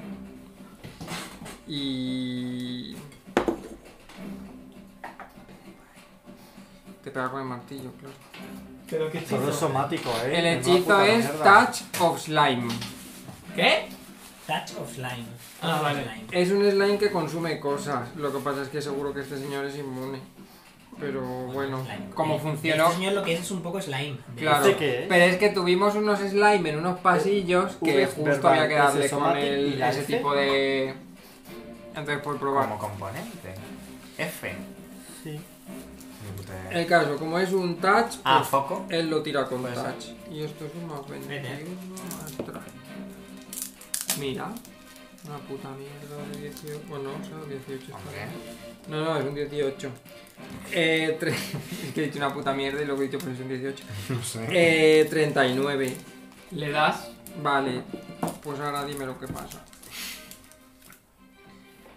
Speaker 2: Y. Te pega con el martillo, claro.
Speaker 1: Pero qué
Speaker 5: Solo es
Speaker 1: hechizo.
Speaker 5: somático, ¿eh?
Speaker 2: El
Speaker 5: Menuda
Speaker 2: hechizo
Speaker 5: puta
Speaker 2: es
Speaker 5: mierda.
Speaker 2: Touch of Slime.
Speaker 1: ¿Qué?
Speaker 6: Touch of slime.
Speaker 1: Ah, vale.
Speaker 6: Slime.
Speaker 2: Es un slime que consume cosas. Lo que pasa es que seguro que este señor es inmune. Pero bueno,
Speaker 6: slime.
Speaker 2: cómo
Speaker 6: Eh,
Speaker 2: funcionó.
Speaker 6: Este señor lo que es es un poco slime. De
Speaker 2: Claro,
Speaker 5: ¿Este qué es?
Speaker 2: pero es que tuvimos unos slime en unos pasillos
Speaker 5: Eh,
Speaker 2: que
Speaker 5: V
Speaker 2: justo
Speaker 5: verbal,
Speaker 2: había que darle
Speaker 5: S
Speaker 2: con
Speaker 5: somatic
Speaker 2: el-
Speaker 5: y la
Speaker 2: ese
Speaker 5: F.
Speaker 2: tipo de. Entonces, por probar.
Speaker 3: Como componente. F.
Speaker 5: Sí.
Speaker 3: Ni puta idea.
Speaker 2: El caso, como es un touch,
Speaker 3: Ah,
Speaker 2: pues,
Speaker 3: foco.
Speaker 2: él lo tira con
Speaker 3: Puede
Speaker 2: touch. Pues Y esto es un más 21
Speaker 6: Vete.
Speaker 2: más 3. Mira, una puta mierda de 18. Bueno, o sea, 18 está
Speaker 3: Hombre.
Speaker 2: bien. No, no, es un 18. Eh, tre- es que he dicho una puta mierda y lo que he dicho pues es un 18.
Speaker 3: No sé.
Speaker 2: Eh, 39.
Speaker 1: Le das.
Speaker 2: Vale, pues ahora dime lo que pasa.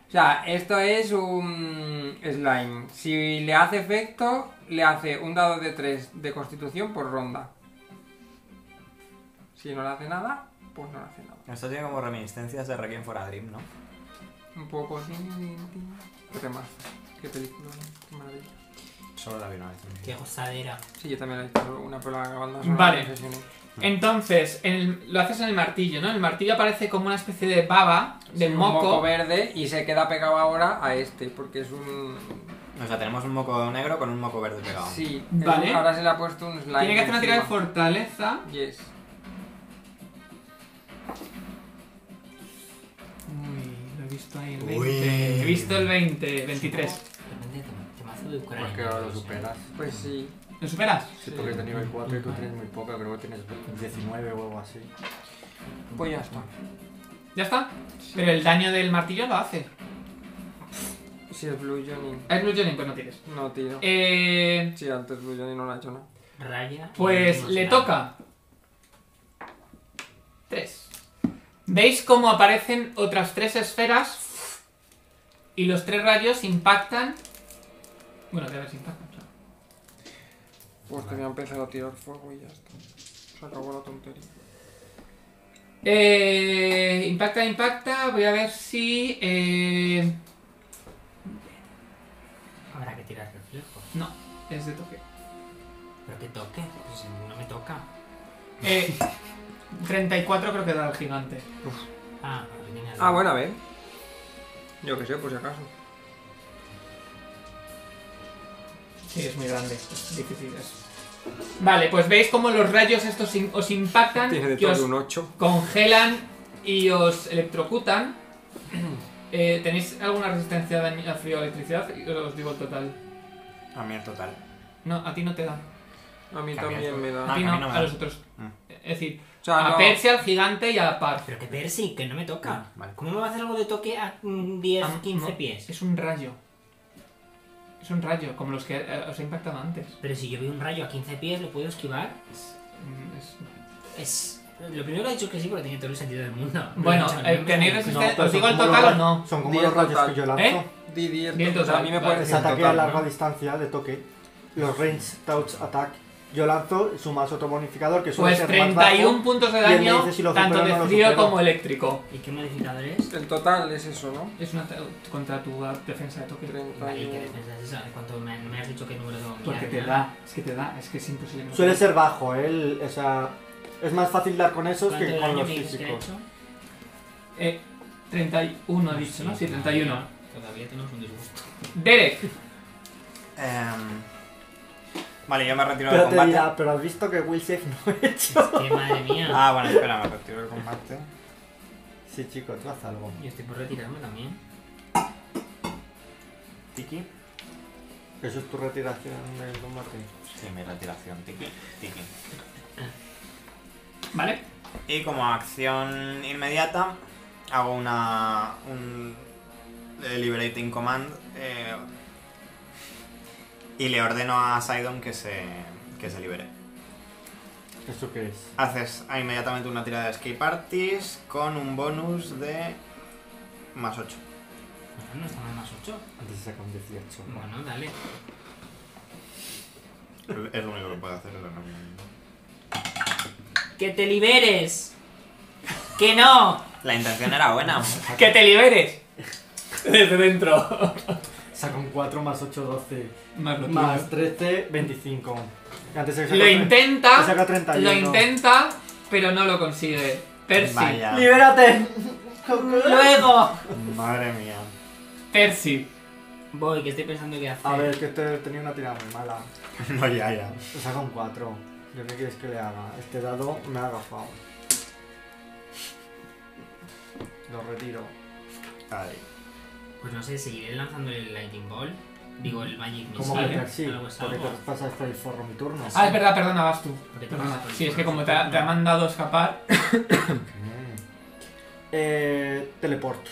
Speaker 2: O sea, esto es un slime. Si le hace efecto, le hace un dado de 3 de constitución por ronda. Si no le hace nada, pues no le hace nada.
Speaker 3: Esto tiene como reminiscencias de Requiem for a Dream, ¿no?
Speaker 2: Un poco... tin, tin, tin. Qué temazo. Qué película, ¿no? qué maravilla.
Speaker 3: Solo la vi una vez. en mi
Speaker 6: Qué
Speaker 3: vida.
Speaker 6: gozadera.
Speaker 2: Sí, yo también la he hecho una por la banda sonora
Speaker 1: Vale.
Speaker 2: de sesiones.
Speaker 1: Entonces, en el- lo haces en el martillo, ¿no? El martillo aparece como una especie de baba, de
Speaker 2: Sí, un
Speaker 1: moco.
Speaker 2: verde y se queda pegado ahora a este, porque es un...
Speaker 3: O sea, tenemos un moco negro con un moco verde pegado.
Speaker 2: Sí, es
Speaker 1: Vale.
Speaker 2: un- ahora se le ha puesto un slime
Speaker 1: Tiene que hacer una tirada de
Speaker 2: encima.
Speaker 1: fortaleza.
Speaker 2: Yes.
Speaker 1: visto ahí el
Speaker 3: Uy.
Speaker 1: 20. He visto el 20, 23.
Speaker 6: Realmente te- te mazo de Ucrania.
Speaker 5: Pues que ahora lo
Speaker 6: tío, o sea,
Speaker 5: superas.
Speaker 2: Pues sí.
Speaker 1: ¿Lo superas?
Speaker 5: Sí, porque es de nivel 4 y tú tienes muy poca, creo que tienes 19 o algo así.
Speaker 2: Pues ya está.
Speaker 1: ¿Ya está? Pero el daño del martillo lo hace.
Speaker 2: Si es Blue Johnny,
Speaker 1: Es Blue Johnny, pues no tienes.
Speaker 2: no tiro.
Speaker 1: Eh,
Speaker 2: Si antes Blue Johnny no lo ha hecho nada.
Speaker 6: Raya.
Speaker 1: pues
Speaker 6: No
Speaker 1: le
Speaker 6: será.
Speaker 1: toca. Tres. ¿Veis cómo aparecen otras tres esferas? Y los tres rayos impactan. Bueno, debe si impactan. claro.
Speaker 2: Pues te voy a empezar a tirar fuego y ya está. Se acabó la tontería.
Speaker 1: Eh, impacta, impacta. Voy a ver si. eh,
Speaker 6: Habrá que tirar reflejo.
Speaker 1: No, es de toque.
Speaker 6: Pero que toque. Pues si no me toca.
Speaker 1: Eh, 34 creo que da el gigante.
Speaker 6: Ah, porque tiene algo.
Speaker 2: Ah, bueno, a ver. Yo que sé, por si acaso.
Speaker 1: Sí, es muy grande. es Difícil es. Vale, pues veis cómo los rayos estos in- os impactan,
Speaker 2: Tiene de
Speaker 1: que
Speaker 2: todo
Speaker 1: os
Speaker 2: un 8.
Speaker 1: congelan y os electrocutan. Eh, ¿Tenéis alguna resistencia a daño- a frío o electricidad? Os digo el total.
Speaker 3: A mí el total.
Speaker 1: No, a ti no te da.
Speaker 2: A mí
Speaker 3: Cambia
Speaker 2: también
Speaker 3: esto.
Speaker 2: me
Speaker 1: A
Speaker 2: da.
Speaker 1: ti
Speaker 3: a mí
Speaker 1: no,
Speaker 3: no me
Speaker 1: a
Speaker 3: da.
Speaker 1: los otros.
Speaker 3: Ah.
Speaker 1: Es decir,
Speaker 2: O sea,
Speaker 1: a
Speaker 2: no-
Speaker 1: Percy, al gigante y a Parf.
Speaker 6: Pero que Percy, que no me toca.
Speaker 3: Ah, vale.
Speaker 6: ¿Cómo me va a hacer algo de toque a mm, 10,
Speaker 1: Ah,
Speaker 6: 15
Speaker 1: no.
Speaker 6: pies?
Speaker 1: Es un rayo. Es un rayo, como los que eh, os he impactado antes.
Speaker 6: Pero si yo veo un rayo a 15 pies, ¿lo puedo esquivar?
Speaker 1: Mm, es-
Speaker 6: Es. Lo primero que ha dicho que sí, porque tiene todo el sentido del mundo. Pero
Speaker 1: Bueno,
Speaker 6: no, no,
Speaker 1: eh,
Speaker 6: no,
Speaker 1: tenéis
Speaker 6: no.
Speaker 1: resistencia.
Speaker 5: No, pero
Speaker 1: ¿Os digo
Speaker 5: son
Speaker 1: el
Speaker 5: como
Speaker 1: total o
Speaker 5: los-
Speaker 1: no?
Speaker 5: Son como
Speaker 2: Diez
Speaker 5: los rayos
Speaker 2: total.
Speaker 5: que yo lanzo.
Speaker 1: ¿Eh?
Speaker 2: Di 10.
Speaker 1: Di el
Speaker 2: o sea, pues a
Speaker 1: total,
Speaker 2: mí me puede
Speaker 1: vale.
Speaker 5: Es
Speaker 2: decir
Speaker 5: ataque
Speaker 2: total,
Speaker 5: a larga
Speaker 2: ¿no?
Speaker 5: distancia de toque. Los range touch attack. Yo lanzo, sumas otro bonificador que suele
Speaker 1: Pues
Speaker 5: ser más bajo.
Speaker 1: 31 puntos de
Speaker 5: y él me
Speaker 1: daño,
Speaker 5: dice si lo
Speaker 1: tanto
Speaker 5: supero o
Speaker 1: de
Speaker 5: no lo
Speaker 1: frío
Speaker 5: supero.
Speaker 1: como eléctrico.
Speaker 6: ¿Y qué modificador es?
Speaker 2: El total es eso, ¿no?
Speaker 1: Es una ta- contra tu ah, defensa de toque.
Speaker 6: Vale, ¿y qué
Speaker 2: 31.
Speaker 6: defensa es esa? ¿Cuánto me, no me has dicho qué número tengo que mirar,
Speaker 1: Porque te
Speaker 6: ¿no?
Speaker 1: da, es que te da, es que es imposible. no
Speaker 5: Suele
Speaker 1: te-
Speaker 5: ser bajo, ¿eh? el- o sea, es más fácil dar con esos
Speaker 6: ¿Cuánto
Speaker 5: que con
Speaker 6: daño
Speaker 5: los
Speaker 6: me dices que le he
Speaker 5: físicos.
Speaker 6: hecho?
Speaker 1: Eh, 31 ha dicho, ¿no? Sí, 31.
Speaker 6: Todavía tenemos un disgusto.
Speaker 1: Derek,
Speaker 3: Em, vale, yo me retiro del
Speaker 5: Pero te
Speaker 3: combate.
Speaker 5: dirá, pero has visto que Will Safe no he hecho.
Speaker 6: Que madre mía.
Speaker 3: Ah, bueno, espera, me retiro del combate.
Speaker 5: Sí, chico, tú haz algo.
Speaker 6: Yo estoy por retirarme también.
Speaker 3: Tiki.
Speaker 5: Eso es tu retiración del combate.
Speaker 3: Sí, mi retiración, tiki, tiki.
Speaker 1: ¿vale?
Speaker 3: Y como acción inmediata, hago una. un. eh, Liberating Command. eh, y le ordeno a Sidon que se. que se libere.
Speaker 5: ¿Eso qué es?
Speaker 3: Haces ah, inmediatamente una tirada de escape artist con un bonus de. más 8.
Speaker 6: Bueno, no está mal más 8.
Speaker 5: Antes sacan 18.
Speaker 6: Bueno, dale.
Speaker 3: Es lo único que puedo hacer, es lo único.
Speaker 6: ¡Que te liberes! ¡Que no!
Speaker 3: La intención era buena.
Speaker 1: ¡Que te liberes! Desde dentro.
Speaker 5: Sacan 4 más 8, 12.
Speaker 1: Más lo tuyo.
Speaker 5: Más 13, 25. Antes se
Speaker 1: Lo
Speaker 5: Se
Speaker 1: intenta,
Speaker 5: saca 31.
Speaker 1: lo intenta, pero no lo consigue. Percy,
Speaker 3: Vaya.
Speaker 5: ¡Libérate!
Speaker 6: ¡Luego!
Speaker 3: Madre mía.
Speaker 1: Percy.
Speaker 6: Voy, que estoy pensando qué hacer.
Speaker 5: A ver, que este tenía una tirada muy mala.
Speaker 3: No, ya, ya.
Speaker 5: Se saca un 4. ¿Yo qué quieres que le haga? Este dado me ha agafado. Lo retiro.
Speaker 3: Ahí.
Speaker 6: Pues no sé, seguiré lanzando el Lightning Ball. Digo, el Magic Missile.
Speaker 5: Como que sí,
Speaker 6: Algo es
Speaker 5: porque
Speaker 6: algo.
Speaker 5: te pasa hasta el forro mi turno.
Speaker 1: Ah, es verdad, perdona, vas tú.
Speaker 6: Porque te
Speaker 1: Perdona.
Speaker 6: vas por el
Speaker 1: Sí, es que
Speaker 6: culo.
Speaker 1: como te ha, te ha mandado escapar,
Speaker 5: Mm. Eh, teleport.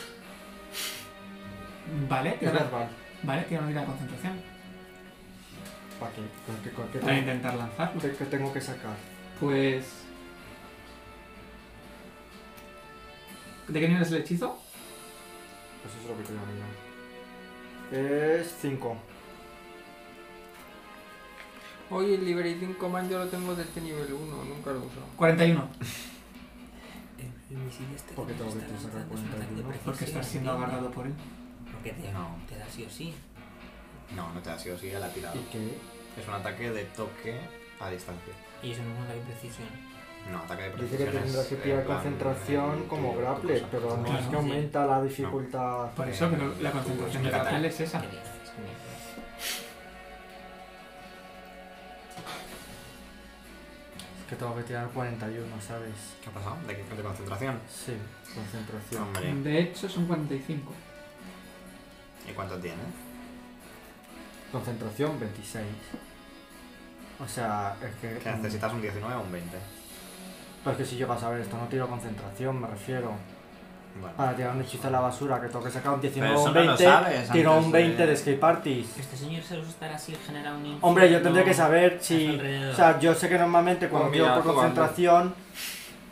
Speaker 1: Vale,
Speaker 5: Es
Speaker 1: tiene una,
Speaker 5: verbal.
Speaker 1: vale, tiene una tira de concentración
Speaker 5: ¿Para qué? ¿Con qué- con qué
Speaker 1: para
Speaker 5: tengo-
Speaker 1: intentar lanzarlo.
Speaker 5: qué- qué tengo que sacar?
Speaker 1: Pues. ¿De qué nivel es el hechizo?
Speaker 5: Pues Eso es lo que tengo que Es 5.
Speaker 2: Oye, el Liberating Command yo lo tengo desde nivel 1, nunca lo he usado.
Speaker 1: 41.
Speaker 6: El misil este
Speaker 5: Porque tengo que
Speaker 6: está
Speaker 5: sacar
Speaker 6: lanzando es un
Speaker 5: 41,
Speaker 6: ataque de precisión,
Speaker 1: Porque estás siendo
Speaker 6: entiendo.
Speaker 1: agarrado por él.
Speaker 6: Porque te,
Speaker 3: No.
Speaker 6: te da sí o sí.
Speaker 3: No, no te ha sido, sigue la tirada.
Speaker 5: ¿Y qué?
Speaker 3: Es un ataque de toque a distancia.
Speaker 6: Y eso no es un ataque de precisión.
Speaker 3: No, ataque de
Speaker 5: Dice que
Speaker 3: precisión.
Speaker 5: tendrás
Speaker 3: es,
Speaker 5: que
Speaker 3: eh,
Speaker 5: pillar
Speaker 3: plan,
Speaker 5: concentración
Speaker 3: eh,
Speaker 5: como
Speaker 3: tu- tu
Speaker 5: grapple,
Speaker 3: cosa.
Speaker 5: pero no
Speaker 1: Claro.
Speaker 5: es que aumenta la dificultad.
Speaker 1: Por eso, pero la concentración de
Speaker 3: Espérate.
Speaker 1: papel es esa.
Speaker 6: ¿Qué dices? ¿Qué dices?
Speaker 5: Es que tengo que tirar 41, ¿sabes?
Speaker 3: ¿Qué ha pasado? ¿De, qué, de concentración?
Speaker 5: Sí, concentración.
Speaker 3: Hombre.
Speaker 1: De hecho, son 45.
Speaker 3: ¿Y cuánto tiene?
Speaker 5: Concentración 26. O sea, es que. mm,
Speaker 3: Que necesitas un 19 o un 20.
Speaker 5: Pero es que si yo vas a ver esto, no tiro concentración, me refiero.
Speaker 3: Bueno.
Speaker 5: Para tirar un hechizo a la basura, que tengo que sacar un 19
Speaker 3: Pero
Speaker 5: o
Speaker 3: eso
Speaker 5: un
Speaker 3: no lo
Speaker 5: 20,
Speaker 3: sabes
Speaker 5: tiro
Speaker 3: antes
Speaker 5: un
Speaker 3: de-
Speaker 5: 20 de escape parties.
Speaker 6: Este señor se usa estar así genera un.
Speaker 5: Hombre, yo
Speaker 6: infierno
Speaker 5: tendría que saber
Speaker 6: a su
Speaker 5: si.
Speaker 6: alrededor.
Speaker 5: O sea, yo sé que normalmente cuando
Speaker 3: Bueno, mira,
Speaker 5: tiro por
Speaker 3: jugando.
Speaker 5: concentración.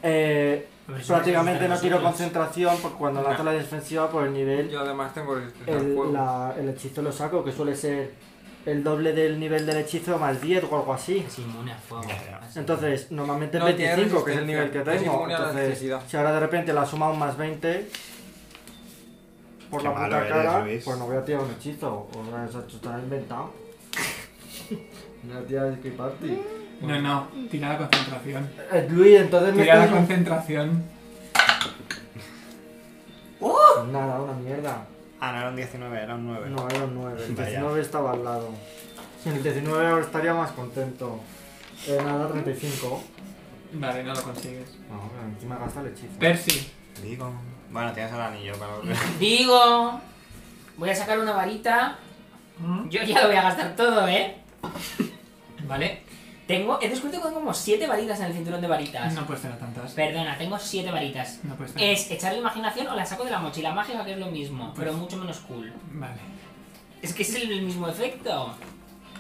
Speaker 5: Eh,
Speaker 6: Hombre, eso
Speaker 5: prácticamente
Speaker 6: no
Speaker 5: no
Speaker 6: es
Speaker 5: tiro
Speaker 6: nosotros.
Speaker 5: concentración porque cuando lanzo la defensiva por el nivel,
Speaker 2: Yo además tengo el, el juego.
Speaker 5: el, la- el hechizo lo saco, que suele ser el doble del nivel del hechizo más 10 o algo así.
Speaker 6: Es inmune a fuego.
Speaker 3: Ya, ya.
Speaker 6: Así.
Speaker 5: Entonces, normalmente es
Speaker 2: No, tiene
Speaker 5: 25, que es el nivel que
Speaker 2: resistencia, es
Speaker 5: tengo.
Speaker 2: inmune a la
Speaker 5: Entonces,
Speaker 2: necesidad.
Speaker 5: si ahora de repente la suma un más 20 por
Speaker 3: Qué
Speaker 5: la
Speaker 3: malo
Speaker 5: puta
Speaker 3: eres,
Speaker 5: cara,
Speaker 3: Luis.
Speaker 5: pues no voy a tirar un hechizo. O sea, eso te lo has inventado. Me voy a tirar Escape Party.
Speaker 1: No, no, tira la concentración.
Speaker 5: Eh, Luis, entonces me
Speaker 1: Tira la
Speaker 5: estás...
Speaker 1: concentración.
Speaker 5: Nada, una mierda.
Speaker 3: Ah, no era un 19, era un 9.
Speaker 5: No, era un 9. El
Speaker 3: Vaya.
Speaker 5: 19 estaba al lado. Si en el 19 ahora estaría más contento. Eh, nada, 35.
Speaker 1: Vale, no lo consigues.
Speaker 5: No, pero encima gasta el hechizo.
Speaker 1: Percy,
Speaker 3: Digo. Bueno, tienes el anillo para
Speaker 6: Digo, voy a sacar una varita. Yo ya lo voy a gastar todo, ¿eh? Vale. Tengo, he descubierto que tengo como 7 varitas en el cinturón de varitas.
Speaker 1: no puedes tener tantas.
Speaker 6: Perdona, tengo 7 varitas.
Speaker 1: No puedes tener.
Speaker 6: Es echar la imaginación o la saco de la mochila mágica, que es lo mismo,
Speaker 1: Pues-
Speaker 6: pero mucho menos cool.
Speaker 1: Vale.
Speaker 6: Es que es el mismo efecto.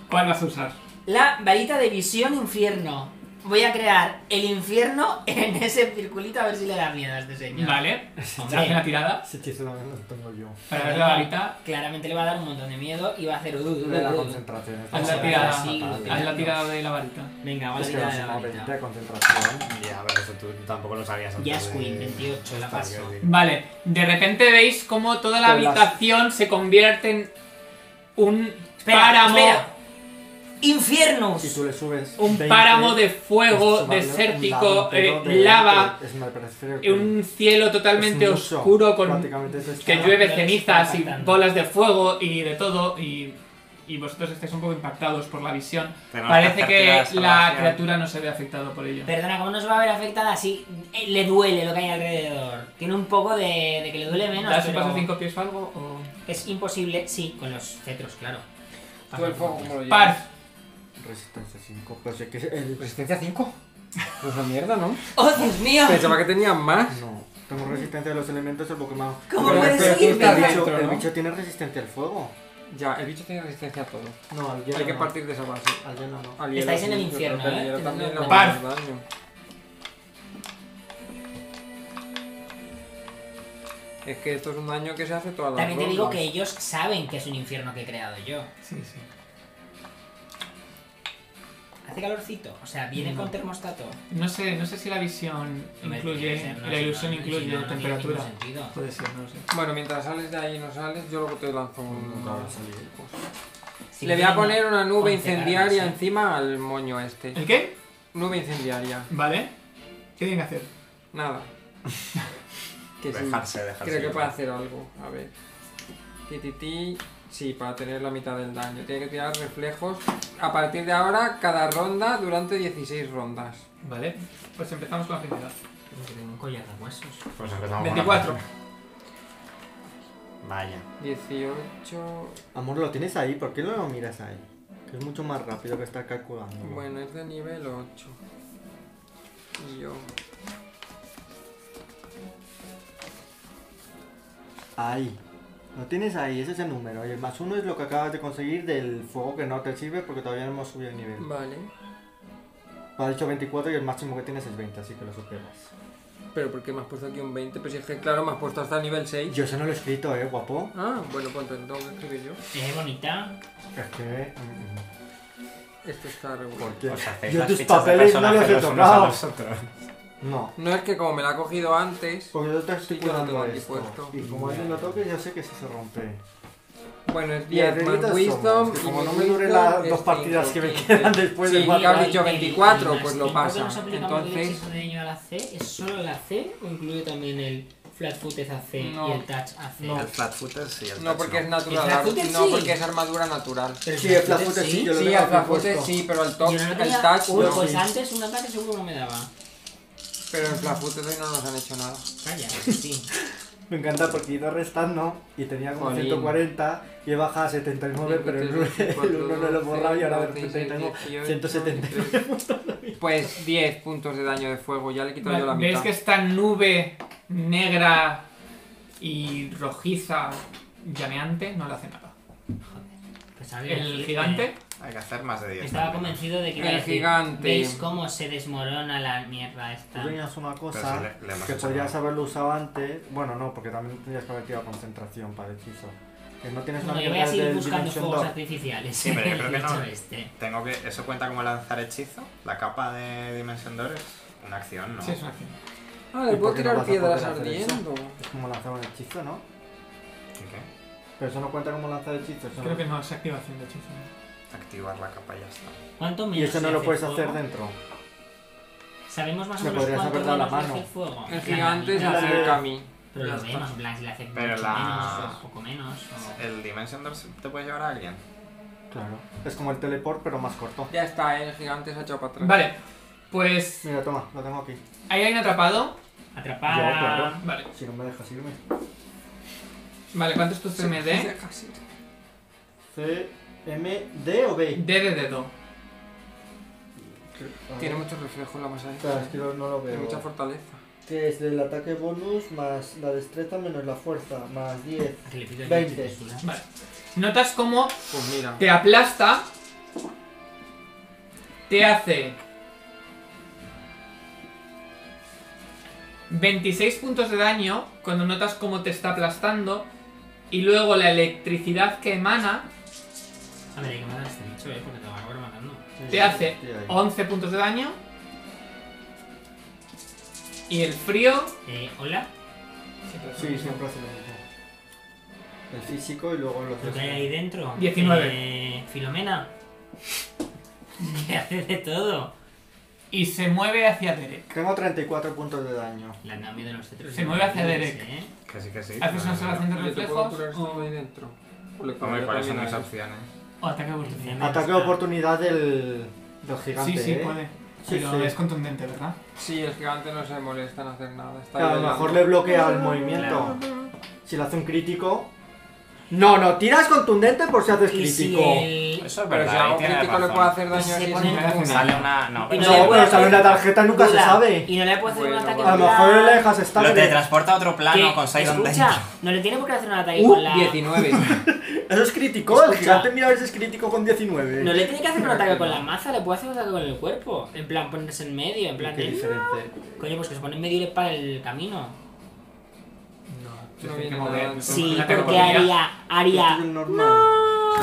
Speaker 1: ¿Cuál vas a usar?
Speaker 6: La varita de visión infierno. Voy a crear el infierno en ese circulito a ver si le da miedo a este señor.
Speaker 1: Vale.
Speaker 6: Hombre.
Speaker 1: Haz una tirada
Speaker 5: Ese hechizo también lo tengo yo.
Speaker 1: para ver la varita.
Speaker 6: Claramente le va a dar un montón de miedo y va a hacer. uh, uh,
Speaker 5: De la
Speaker 6: uh, uh.
Speaker 5: concentración. esta
Speaker 1: Eh, Haz
Speaker 6: Hazla
Speaker 1: la
Speaker 5: cosa
Speaker 1: tirada.
Speaker 5: es
Speaker 6: Sí,
Speaker 5: fatal.
Speaker 1: Haz la tirada de la varita.
Speaker 6: Venga, vamos
Speaker 5: Es
Speaker 6: a
Speaker 5: que la
Speaker 6: tirar la
Speaker 5: suma
Speaker 6: varita.
Speaker 5: 20 de concentración.
Speaker 3: Ya, pero eso tú tampoco lo sabías antes.
Speaker 6: Jazz
Speaker 3: de-
Speaker 6: Queen, 28, la
Speaker 3: Hasta
Speaker 6: paso.
Speaker 3: que-
Speaker 1: Vale, de repente veis cómo toda la
Speaker 5: Con las-
Speaker 1: habitación se convierte en un
Speaker 6: Espera,
Speaker 1: páramo.
Speaker 6: espera. ¡Infiernos!
Speaker 5: Si tú le subes.
Speaker 1: Un
Speaker 5: 20,
Speaker 1: páramo de fuego
Speaker 5: sumarle un
Speaker 1: desértico,
Speaker 5: lado
Speaker 1: eh,
Speaker 5: entero de
Speaker 1: lava, eh,
Speaker 5: 20. Es, me parece que-
Speaker 1: un cielo totalmente
Speaker 5: es mucho.
Speaker 1: oscuro con
Speaker 5: Prácticamente eso es
Speaker 1: que
Speaker 6: Ah,
Speaker 1: llueve
Speaker 6: pero
Speaker 1: cenizas
Speaker 6: está
Speaker 1: y
Speaker 6: impactando.
Speaker 1: bolas de fuego y de todo y, y vosotros estáis un poco impactados por la visión.
Speaker 3: Tenemos
Speaker 1: Parece
Speaker 3: hacer tiradas
Speaker 1: que
Speaker 3: salvación.
Speaker 1: la criatura no se ve afectada por ello.
Speaker 6: Perdona, ¿cómo nos va a ver afectada si eh, le duele lo que hay alrededor? Tiene un poco de, de que le duele menos,
Speaker 1: ¿Das un
Speaker 6: pero
Speaker 1: paso cinco pies o algo? O...
Speaker 6: es imposible, sí, con los cetros, claro.
Speaker 2: Tú Ah, el fuego, ¿cómo lo
Speaker 1: Par.
Speaker 2: llevas?
Speaker 5: Resistencia 5. Pero sé que el.
Speaker 2: ¿Resistencia 5? Pues la mierda, ¿no?
Speaker 6: ¡Oh, Dios mío!
Speaker 2: Pensaba que tenía más.
Speaker 5: No. Tengo resistencia a los elementos del Pokémon.
Speaker 6: ¿Cómo
Speaker 5: Pero-
Speaker 6: puedes
Speaker 5: pero tú
Speaker 6: seguir,
Speaker 5: estás
Speaker 6: Pedro?
Speaker 5: dicho,
Speaker 2: Dentro,
Speaker 5: El
Speaker 2: ¿no?
Speaker 5: bicho tiene resistencia al fuego.
Speaker 2: Ya, el bicho tiene resistencia a todo.
Speaker 5: No, al hielo.
Speaker 2: Hay que
Speaker 5: no.
Speaker 2: partir de esa base.
Speaker 5: Al hielo no.
Speaker 2: Al hielo
Speaker 6: Estáis en
Speaker 2: sí,
Speaker 6: el
Speaker 2: yo
Speaker 6: infierno,
Speaker 2: creo que al
Speaker 6: ¿eh?
Speaker 2: hielo también le
Speaker 1: Par.
Speaker 2: hago más daño. Es que esto es un daño que se hace todas las
Speaker 6: También te digo
Speaker 2: rondas.
Speaker 6: que ellos saben que es un infierno que he creado yo.
Speaker 1: Sí, sí.
Speaker 6: Hace calorcito, o sea,
Speaker 1: Mm.
Speaker 6: viene con termostato.
Speaker 1: No sé, no sé si la visión
Speaker 6: No
Speaker 1: incluye,
Speaker 6: tiene- no,
Speaker 1: la
Speaker 6: si
Speaker 1: ilusión
Speaker 6: no, no, si
Speaker 1: incluye
Speaker 6: no, no tiene ningún
Speaker 1: temperatura.
Speaker 6: sentido.
Speaker 1: Puede ser, no lo sé.
Speaker 2: Bueno, mientras sales de ahí y no sales, yo lo que te lanzo
Speaker 1: Mm,
Speaker 2: un...
Speaker 5: Nunca va a salir.
Speaker 6: Si
Speaker 2: Le voy a
Speaker 6: quieren,
Speaker 2: poner una nube
Speaker 6: once
Speaker 2: incendiaria
Speaker 6: cargas, ¿eh?
Speaker 2: encima al moño este.
Speaker 1: ¿El qué?
Speaker 2: Nube incendiaria.
Speaker 1: Vale. ¿Qué tiene que hacer?
Speaker 2: Nada. que sí.
Speaker 3: Dejarse, dejarse.
Speaker 2: Creo que puede hacer algo. A ver. Ti, ti, ti. Sí, para tener la mitad del daño. Tiene que tirar reflejos. A partir de ahora, cada ronda durante 16 rondas.
Speaker 1: Vale. Pues empezamos con la afinidad.
Speaker 6: Porque tengo un collar de huesos.
Speaker 3: Pues empezamos con la
Speaker 1: 24.
Speaker 3: primera. Vaya.
Speaker 2: 18.
Speaker 5: Amor, lo tienes ahí, ¿por qué no lo miras ahí? Que es mucho más rápido que estar calculando.
Speaker 2: Bueno, es de nivel 8. Y yo.
Speaker 5: Ahí. Lo tienes ahí, ese es el número. Y el más uno es lo que acabas de conseguir del fuego que no te sirve porque todavía no hemos subido el nivel.
Speaker 3: Mm.
Speaker 2: Vale.
Speaker 5: Lo has dicho 24 y el máximo que tienes es 20, así que lo superas.
Speaker 2: Pero ¿por qué me has puesto aquí un 20? Pues es que, claro, me has puesto hasta el nivel 6.
Speaker 5: Yo eso no lo he escrito, eh, guapo.
Speaker 2: Ah, bueno, pues entonces tengo que escribir yo.
Speaker 6: Es bonita.
Speaker 5: Es que. mm, mm,
Speaker 2: Esto está regular.
Speaker 5: ¿Por qué?
Speaker 3: Os pues hacéis
Speaker 5: Yo
Speaker 3: las
Speaker 5: tus
Speaker 3: fichas de
Speaker 5: papeles no los
Speaker 3: personajes
Speaker 5: he
Speaker 3: los unos a
Speaker 5: tocado.
Speaker 3: los otros.
Speaker 5: No.
Speaker 2: No es que como me la ha cogido antes.
Speaker 5: Porque yo te estoy
Speaker 2: Sí, yo lo tengo
Speaker 5: cuidando
Speaker 2: aquí
Speaker 5: esto.
Speaker 2: puesto.
Speaker 5: Y como alguien lo toque, yo sé que eso se rompe.
Speaker 2: Bueno, es
Speaker 5: Y el
Speaker 2: 10 más
Speaker 5: Reddit
Speaker 2: Wisdom.
Speaker 5: somos, que
Speaker 2: y
Speaker 5: como
Speaker 2: mi
Speaker 5: no me duren
Speaker 2: wisdom
Speaker 5: las
Speaker 2: es
Speaker 5: dos partidas
Speaker 2: cinco,
Speaker 5: que me
Speaker 2: quince.
Speaker 5: quedan después
Speaker 2: Sí,
Speaker 5: del
Speaker 2: y
Speaker 5: Valorant.
Speaker 2: has dicho
Speaker 6: Y- y
Speaker 2: 24,
Speaker 6: más,
Speaker 2: pues
Speaker 6: ¿y
Speaker 2: lo
Speaker 6: por qué no
Speaker 2: pasa.
Speaker 6: se aplica el
Speaker 2: Entonces,
Speaker 6: hechizo de daño a la C? ¿Es solo la C o incluye también el Flatfooted hace y
Speaker 1: No.
Speaker 6: el Touch hace.
Speaker 5: No.
Speaker 3: El flatfooter sí, el
Speaker 2: No,
Speaker 3: touch
Speaker 2: porque es
Speaker 6: El
Speaker 2: natural.
Speaker 6: Flatfooter
Speaker 2: No,
Speaker 6: sí.
Speaker 2: porque es armadura natural.
Speaker 6: Pero
Speaker 5: Sí, el
Speaker 6: Flatfooted
Speaker 5: Flatfooted sí, yo lo
Speaker 2: Sí,
Speaker 5: tengo
Speaker 2: el
Speaker 5: aquí
Speaker 2: flafote
Speaker 5: puesto.
Speaker 2: sí, pero el
Speaker 6: Yo
Speaker 2: touch,
Speaker 6: no
Speaker 2: el
Speaker 6: tenía-
Speaker 2: touch
Speaker 6: Uy,
Speaker 2: no.
Speaker 6: pues
Speaker 5: sí.
Speaker 6: antes un ataque seguro no me daba.
Speaker 2: Pero el flafote hoy no nos han hecho nada.
Speaker 6: Calla, sí.
Speaker 5: Me encanta porque he ido restando y tenía como
Speaker 2: Jolín.
Speaker 5: 140 y he bajado a 79, pero el 1 no lo he borrado y ahora de repente tengo 179.
Speaker 2: 179. Pues 10 puntos de daño de fuego, ya le he quitado yo la
Speaker 1: ¿Ves
Speaker 2: mitad.
Speaker 1: que esta nube negra y rojiza llameante no le hace nada?
Speaker 6: Pues a ver,
Speaker 1: El
Speaker 6: eh,
Speaker 1: gigante
Speaker 3: Hay que hacer más de 10.
Speaker 6: Estaba
Speaker 3: también.
Speaker 6: convencido de que iba a
Speaker 2: El
Speaker 6: decir,
Speaker 2: gigante.
Speaker 6: ¿Veis cómo se desmorona la mierda esta?
Speaker 5: Tú tenías una
Speaker 3: Pero
Speaker 5: cosa
Speaker 3: sí, le- le hemos
Speaker 5: que
Speaker 3: hecho
Speaker 5: podrías
Speaker 3: mal.
Speaker 5: haberlo usado antes. Bueno, no, porque también tendrías que haber tirado concentración para el hechizo. Que no tienes una
Speaker 6: Bueno, yo voy
Speaker 5: mierda
Speaker 6: a seguir
Speaker 5: del
Speaker 6: buscando
Speaker 5: Dimension
Speaker 6: fuegos
Speaker 5: Door.
Speaker 6: artificiales.
Speaker 3: Sí, pero yo creo que
Speaker 6: El bicho
Speaker 3: no.
Speaker 6: este.
Speaker 3: Tengo que. ¿Eso cuenta como lanzar hechizo? La capa de Dimension Door es una acción, ¿no?
Speaker 1: sí es una acción.
Speaker 2: Ah, le
Speaker 5: ¿Y
Speaker 2: puedo
Speaker 5: por qué no
Speaker 2: tirar
Speaker 5: vas a
Speaker 2: piedras
Speaker 5: poder hacer eso?
Speaker 2: ardiendo.
Speaker 5: Es como lanzar un hechizo, ¿no?
Speaker 3: ¿Y qué?
Speaker 5: Pero eso no cuenta como lanzar hechizo. Eso
Speaker 1: Creo
Speaker 5: no...
Speaker 1: que no es activación de hechizo. ¿no?
Speaker 3: Activar la capa y ya está.
Speaker 6: ¿Cuánto menos
Speaker 5: Y eso
Speaker 6: le
Speaker 5: no lo
Speaker 6: hace
Speaker 5: puedes
Speaker 6: fuego?
Speaker 5: hacer dentro.
Speaker 6: Sabemos más o
Speaker 5: Me
Speaker 6: menos
Speaker 5: podrías
Speaker 6: cuánto
Speaker 5: haber dado la
Speaker 6: menos le hace
Speaker 5: mano.
Speaker 6: fuego.
Speaker 2: El gigante se
Speaker 5: la-
Speaker 2: acerca a mí.
Speaker 6: Pero
Speaker 2: Ya
Speaker 6: lo
Speaker 2: está.
Speaker 6: vemos, en plan, si le hace
Speaker 3: Pero
Speaker 6: mucho
Speaker 3: la-
Speaker 6: menos o poco menos. o-
Speaker 3: ¿El Dimension Door se- te puede llevar a alguien?
Speaker 5: Claro. Es como el teleport, pero más corto.
Speaker 2: Ya está, el gigante se ha echado para atrás.
Speaker 1: Vale, pues
Speaker 5: Mira, toma, lo tengo aquí.
Speaker 1: ahí hay alguien atrapado.
Speaker 6: Atrapar.
Speaker 5: Yo, claro.
Speaker 1: Vale,
Speaker 5: Si no me dejas irme.
Speaker 1: vale, ¿cuánto es tu CMD?
Speaker 5: C, M, D o B.
Speaker 1: D de dedo.
Speaker 5: A ver.
Speaker 2: Tiene mucho reflejo la masa
Speaker 5: Claro, es que
Speaker 2: esta.
Speaker 5: no no lo
Speaker 2: Tiene
Speaker 5: veo.
Speaker 2: mucha fortaleza.
Speaker 5: Que es el ataque bonus más la destreza menos la fuerza, más 10.
Speaker 6: Que le pido el
Speaker 5: 20.
Speaker 6: bicho de textura.
Speaker 1: Vale. Notas cómo
Speaker 2: Pues mira.
Speaker 1: te aplasta, te hace 26 puntos de daño cuando notas cómo te está aplastando y luego la electricidad que emana
Speaker 6: A ver, hay que matar a este bicho, eh, porque te lo van a acabar matando.
Speaker 1: te hace 11 puntos de daño y el frío
Speaker 6: Eh, hola.
Speaker 5: Sí, siempre hace lo mismo. El físico y luego los
Speaker 6: Lo que hay ahí dentro.
Speaker 1: 19.
Speaker 6: Eh, Filomena. Que hace de todo.
Speaker 1: y se mueve hacia Derek.
Speaker 5: Tengo 34 puntos de daño.
Speaker 6: La han cambiado los cetros.
Speaker 1: Se mueve hacia Derek.
Speaker 6: Eh.
Speaker 3: Que sí, que sí.
Speaker 1: Haces una salvación de
Speaker 2: Yo te
Speaker 1: reflejos
Speaker 2: puedo curar esto
Speaker 1: o,
Speaker 2: ahí dentro. O le
Speaker 3: Hombre,
Speaker 2: yo
Speaker 3: ¿cuáles son
Speaker 2: también
Speaker 3: mis
Speaker 2: a él.
Speaker 3: opciones?
Speaker 1: o ataque de oportunidad.
Speaker 6: Menos
Speaker 5: Ataque de
Speaker 6: nada.
Speaker 5: oportunidad del, del gigante.
Speaker 1: Sí, sí,
Speaker 5: ¿eh?
Speaker 1: puede.
Speaker 5: Sí,
Speaker 1: Pero
Speaker 5: sí.
Speaker 1: es contundente, ¿verdad?
Speaker 2: Sí, el gigante no se molesta en hacer nada. Está
Speaker 5: Claro, a
Speaker 2: ahí
Speaker 5: lo mejor le
Speaker 2: bailando.
Speaker 5: bloquea el movimiento. Si le hace un crítico. No, no, tiras contundente por si haces
Speaker 6: Y si
Speaker 5: crítico.
Speaker 6: el-
Speaker 3: Eso es
Speaker 2: Pero si hago crítico le puedo hacer daño
Speaker 6: Y se
Speaker 2: así
Speaker 6: pone-
Speaker 2: sin ningún-
Speaker 3: Sale una. No,
Speaker 6: Y
Speaker 3: pero.
Speaker 5: No,
Speaker 6: le puedo
Speaker 5: pero
Speaker 6: hacer-
Speaker 5: sale una tarjeta, nunca se
Speaker 6: Hola.
Speaker 5: sabe.
Speaker 6: Y no le puede hacer
Speaker 2: Bueno,
Speaker 6: un ataque
Speaker 2: bueno.
Speaker 5: A lo
Speaker 6: con la-
Speaker 5: mejor le dejas
Speaker 3: Lo
Speaker 5: estable.
Speaker 3: teletransporta a otro plano
Speaker 6: Que-
Speaker 3: con Silent
Speaker 6: Escucha,
Speaker 3: Danger.
Speaker 6: no le tiene por qué hacer un ataque con la.
Speaker 2: ¡Uh! 19.
Speaker 5: Eso es crítico. El
Speaker 6: Escucha.
Speaker 5: gigante mira a ver si es crítico con 19.
Speaker 6: No le tiene que hacer un ataque con la maza, le puede hacer un ataque con el cuerpo. En plan, ponerse en medio, en plan.
Speaker 5: Qué
Speaker 6: eh,
Speaker 5: diferente.
Speaker 6: Coño, pues que se pone en medio y le para el camino.
Speaker 1: No,
Speaker 2: viene nada.
Speaker 6: Sí,
Speaker 1: la
Speaker 6: porque
Speaker 1: categoría.
Speaker 5: Esto
Speaker 6: haría. haría
Speaker 5: es el normal.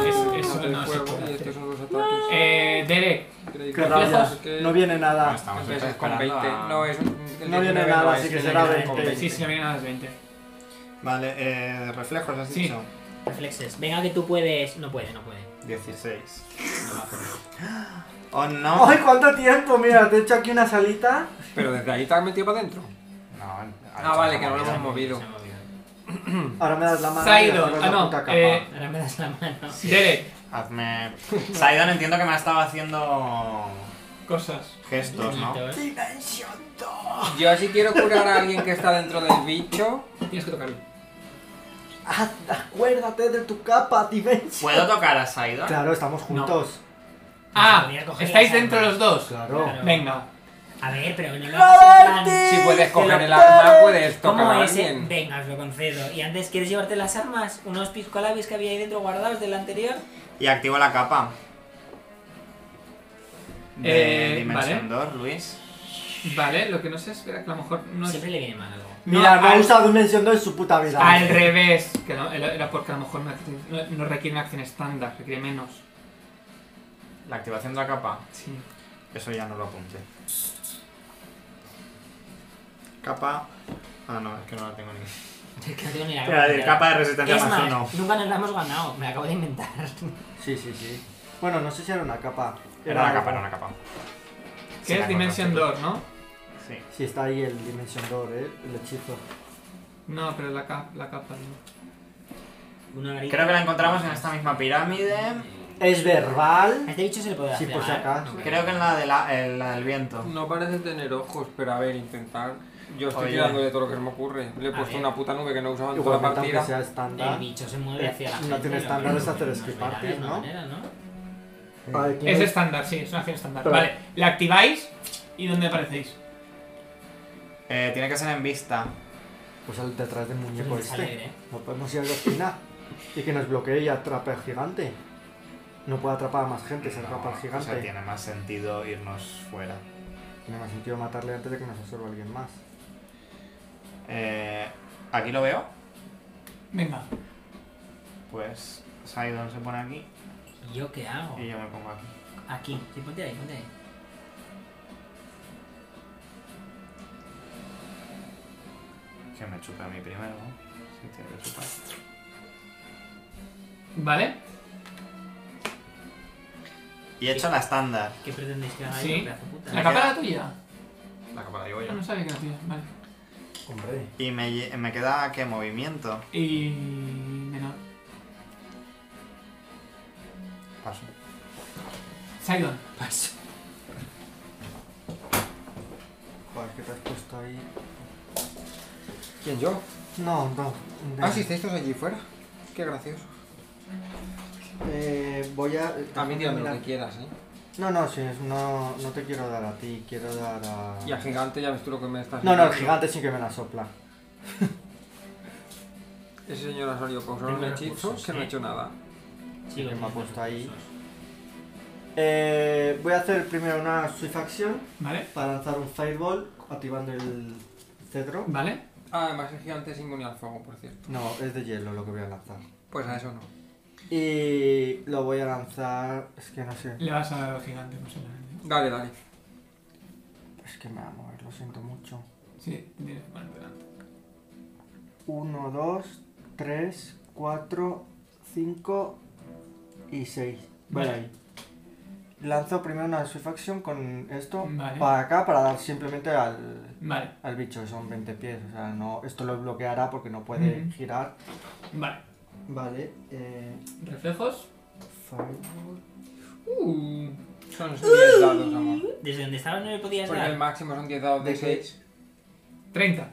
Speaker 1: Eso- eso
Speaker 2: Otro
Speaker 1: no se
Speaker 2: juego,
Speaker 1: puede
Speaker 2: Y
Speaker 1: hacer.
Speaker 2: estos son los ataques.
Speaker 1: Eh, Derek,
Speaker 2: Increíble.
Speaker 5: Qué
Speaker 2: Reflejos,
Speaker 5: rabia.
Speaker 2: que-
Speaker 5: No viene nada.
Speaker 3: Estamos
Speaker 2: Entonces es con
Speaker 3: esperando
Speaker 2: 20.
Speaker 3: a-
Speaker 2: No, es un- el
Speaker 5: No
Speaker 2: 19
Speaker 5: viene nada,
Speaker 2: es,
Speaker 5: así que
Speaker 2: el
Speaker 5: será
Speaker 2: 19
Speaker 5: 20.
Speaker 1: sí, sí, no viene a las 20.
Speaker 3: Vale, eh, reflejos has
Speaker 1: Sí.
Speaker 3: dicho.
Speaker 6: reflexes. Venga, que tú puedes. No puede, no puede.
Speaker 3: 16. Oh no.
Speaker 5: ¡Ay, cuánto tiempo! Mira, te he hecho aquí una salita.
Speaker 2: Pero desde ahí te has metido para adentro.
Speaker 3: No, ha
Speaker 2: Ah,
Speaker 3: hecho
Speaker 2: vale,
Speaker 3: la
Speaker 2: que no lo
Speaker 3: movida.
Speaker 2: hemos movido.
Speaker 6: Se ha movido.
Speaker 5: Ahora me das la mano. y
Speaker 1: Sidon,
Speaker 5: me das
Speaker 1: ah
Speaker 5: la
Speaker 1: no,
Speaker 5: puta capa.
Speaker 1: eh,
Speaker 6: Ahora me das la mano.
Speaker 1: Derek,
Speaker 3: Hazme. Sidon entiendo que me ha estado haciendo
Speaker 1: cosas.
Speaker 3: gestos, ¿no?
Speaker 6: Bonitos.
Speaker 2: Yo así quiero curar a alguien que está dentro del bicho.
Speaker 1: Tienes que tocarlo.
Speaker 5: Ah, acuérdate de tu capa, Dimension.
Speaker 3: ¿Puedo tocar a Sidon?
Speaker 5: Claro, estamos juntos.
Speaker 1: Ah,
Speaker 6: podía coger
Speaker 1: estáis
Speaker 6: las
Speaker 1: dentro
Speaker 6: armas.
Speaker 1: los dos.
Speaker 5: Claro.
Speaker 6: Claro.
Speaker 1: Venga,
Speaker 6: A ver, pero no lo hagas en plan.
Speaker 2: Si puedes coger
Speaker 5: lo
Speaker 2: el arma, puedes tocar
Speaker 6: ¿Cómo
Speaker 2: a
Speaker 6: es? eh?
Speaker 2: alguien.
Speaker 6: Venga, os lo concedo. ¿Y antes quieres llevarte las armas? ¿Unos piscolabis que había ahí dentro guardados del anterior?
Speaker 3: Y activo la capa. De
Speaker 1: Eh,
Speaker 3: Dimension Door, Luis.
Speaker 1: vale, lo que no sé, espera, que a lo mejor no es...
Speaker 6: Siempre le viene mal algo.
Speaker 1: No,
Speaker 5: Mira, no ha
Speaker 1: al-
Speaker 5: usado Dimension 2 en su puta vida.
Speaker 1: Al revés, que no, era era porque a lo mejor no, no- no requiere una acción estándar, requiere menos.
Speaker 3: La activación de la capa.
Speaker 1: Sí.
Speaker 3: Eso ya no lo apunté. Capa. Ah, no, es que no la tengo ni.
Speaker 6: Es que no tengo ni la
Speaker 3: Iba a decir, capa de resistencia
Speaker 6: Es
Speaker 3: más
Speaker 6: más,
Speaker 3: uno.
Speaker 6: nunca nos la hemos ganado. Me la acabo de inventar.
Speaker 5: Sí, sí, sí. Bueno, no sé si era una capa.
Speaker 3: Era una capa, era una capa. Sí,
Speaker 1: Que
Speaker 3: la
Speaker 1: es Dimension
Speaker 3: encontraste
Speaker 1: Door, ¿no?
Speaker 3: tú. Sí.
Speaker 5: Sí, está ahí el Dimension Door, ¿eh? el hechizo.
Speaker 1: No, pero la, ca- la capa no.
Speaker 6: Una varita.
Speaker 3: Creo que la encontramos en esta misma pirámide.
Speaker 5: Es
Speaker 6: A
Speaker 5: verbal.
Speaker 6: este bicho se le puede
Speaker 5: Sí,
Speaker 6: hacer.
Speaker 5: por si acaso.
Speaker 3: Creo que en la, de la, en la del viento.
Speaker 2: No parece tener ojos, pero a ver, intentar. Yo estoy
Speaker 3: Oye.
Speaker 2: tirando de todo lo que se me ocurre. Le he
Speaker 6: A
Speaker 2: puesto
Speaker 6: ver.
Speaker 2: una puta nube que no usaba en toda la
Speaker 5: Igualmente, aunque
Speaker 2: partida.
Speaker 5: sea
Speaker 6: El
Speaker 5: estándar.
Speaker 6: bicho se mueve hacia la
Speaker 5: Eh, No
Speaker 6: gente,
Speaker 5: tiene
Speaker 6: lo
Speaker 5: estándares
Speaker 6: que-
Speaker 5: hacer
Speaker 6: nos
Speaker 5: skip
Speaker 6: verá de
Speaker 5: parties,
Speaker 6: alguna
Speaker 5: ¿no?
Speaker 6: manera, ¿no?
Speaker 5: A ver, ¿quién
Speaker 1: Es
Speaker 5: es?
Speaker 1: estándar, sí, es una acción estándar.
Speaker 5: Pero-
Speaker 1: Vale, la activáis y ¿dónde aparecéis?
Speaker 3: Eh, tiene que ser en vista.
Speaker 5: Pues el detrás del
Speaker 6: Es
Speaker 5: muñeco
Speaker 6: muy alegre,
Speaker 5: este.
Speaker 6: ¿eh?
Speaker 5: No podemos ir a la esquina. Y que nos bloquee y atrape al gigante. No puede atrapar a más gente, se atrapa al
Speaker 3: o sea,
Speaker 5: gigante.
Speaker 3: tiene más sentido irnos fuera.
Speaker 5: Tiene más sentido matarle antes de que nos absorba alguien más.
Speaker 3: Eh, aquí lo veo.
Speaker 1: Venga.
Speaker 3: Pues Sidon se pone aquí
Speaker 6: ¿Y ¿Yo qué hago?
Speaker 3: y yo me pongo aquí.
Speaker 6: Aquí. Sí, ponte ahí, ponte ahí.
Speaker 3: Que me chupe a mí primero. ¿no? Sí, tiene que chupar.
Speaker 1: Vale,
Speaker 3: Y he hecho la estándar.
Speaker 6: ¿Qué pretendéis que haga
Speaker 1: Sí.
Speaker 6: yo, pedazo de puta?
Speaker 1: la capa era tuya.
Speaker 3: La capa la llevo
Speaker 1: Ah, No sabía que era tuya, vale.
Speaker 5: Hombre.
Speaker 3: Y me, lle- me queda qué movimiento.
Speaker 1: Y. menor.
Speaker 3: Paso.
Speaker 1: Sidon.
Speaker 6: Paso.
Speaker 5: Joder, que te has puesto ahí.
Speaker 2: ¿Quién yo?
Speaker 5: No, no. de-
Speaker 2: Ah, sí, estáis todos allí fuera. Qué gracioso.
Speaker 5: Eh, voy a.
Speaker 2: También tírame lo
Speaker 5: mirar.
Speaker 2: que quieras, ¿eh?
Speaker 5: No, no, sí, es- no, no te quiero dar a ti, quiero dar a.
Speaker 2: Y al gigante ya ves tú lo que me estás
Speaker 5: No, no, el
Speaker 2: diciendo.
Speaker 5: gigante sí que me la sopla.
Speaker 2: Ese señor ha salido con solo un
Speaker 6: Primero
Speaker 2: hechizo
Speaker 6: cursos,
Speaker 2: que no ha
Speaker 6: ¿eh?
Speaker 2: hecho nada.
Speaker 6: Sí,
Speaker 5: que
Speaker 6: lo
Speaker 5: me ha
Speaker 6: tengo
Speaker 5: puesto
Speaker 6: puesto.
Speaker 5: ahí. Eh, voy a hacer primero una Swift Action
Speaker 1: Vale,
Speaker 5: para lanzar un Fireball activando el cetro.
Speaker 1: vale.
Speaker 2: Ah, además el gigante es inmune al fuego, por cierto.
Speaker 5: No, es de hielo lo que voy a lanzar.
Speaker 2: Pues a eso no.
Speaker 5: Y lo voy a lanzar. Es que no sé.
Speaker 1: Le vas a dar al gigante, posiblemente.
Speaker 2: Dale, dale.
Speaker 5: Es que me va a mover, lo siento mucho.
Speaker 1: Sí, tienes que poner delante.
Speaker 5: 1, 2, 3, 4, 5 y 6. Vale.
Speaker 1: Vale.
Speaker 5: ahí. Lanzo primero una Swift Action con esto
Speaker 1: Vale.
Speaker 5: para acá para dar simplemente al,
Speaker 1: Vale,
Speaker 5: al bicho, que son 20 pies. O sea, no, esto lo bloqueará porque no puede
Speaker 1: Ujú.
Speaker 5: girar.
Speaker 1: vale.
Speaker 5: Vale. Eh,
Speaker 1: Reflejos.
Speaker 5: fireball.
Speaker 1: Uh.
Speaker 2: Son 10 dados, amor.
Speaker 6: Desde donde estaba no le podías
Speaker 2: Porque el
Speaker 6: dar.
Speaker 2: máximo son 10 dados de
Speaker 5: ¿De qué?
Speaker 2: 6.
Speaker 1: 30.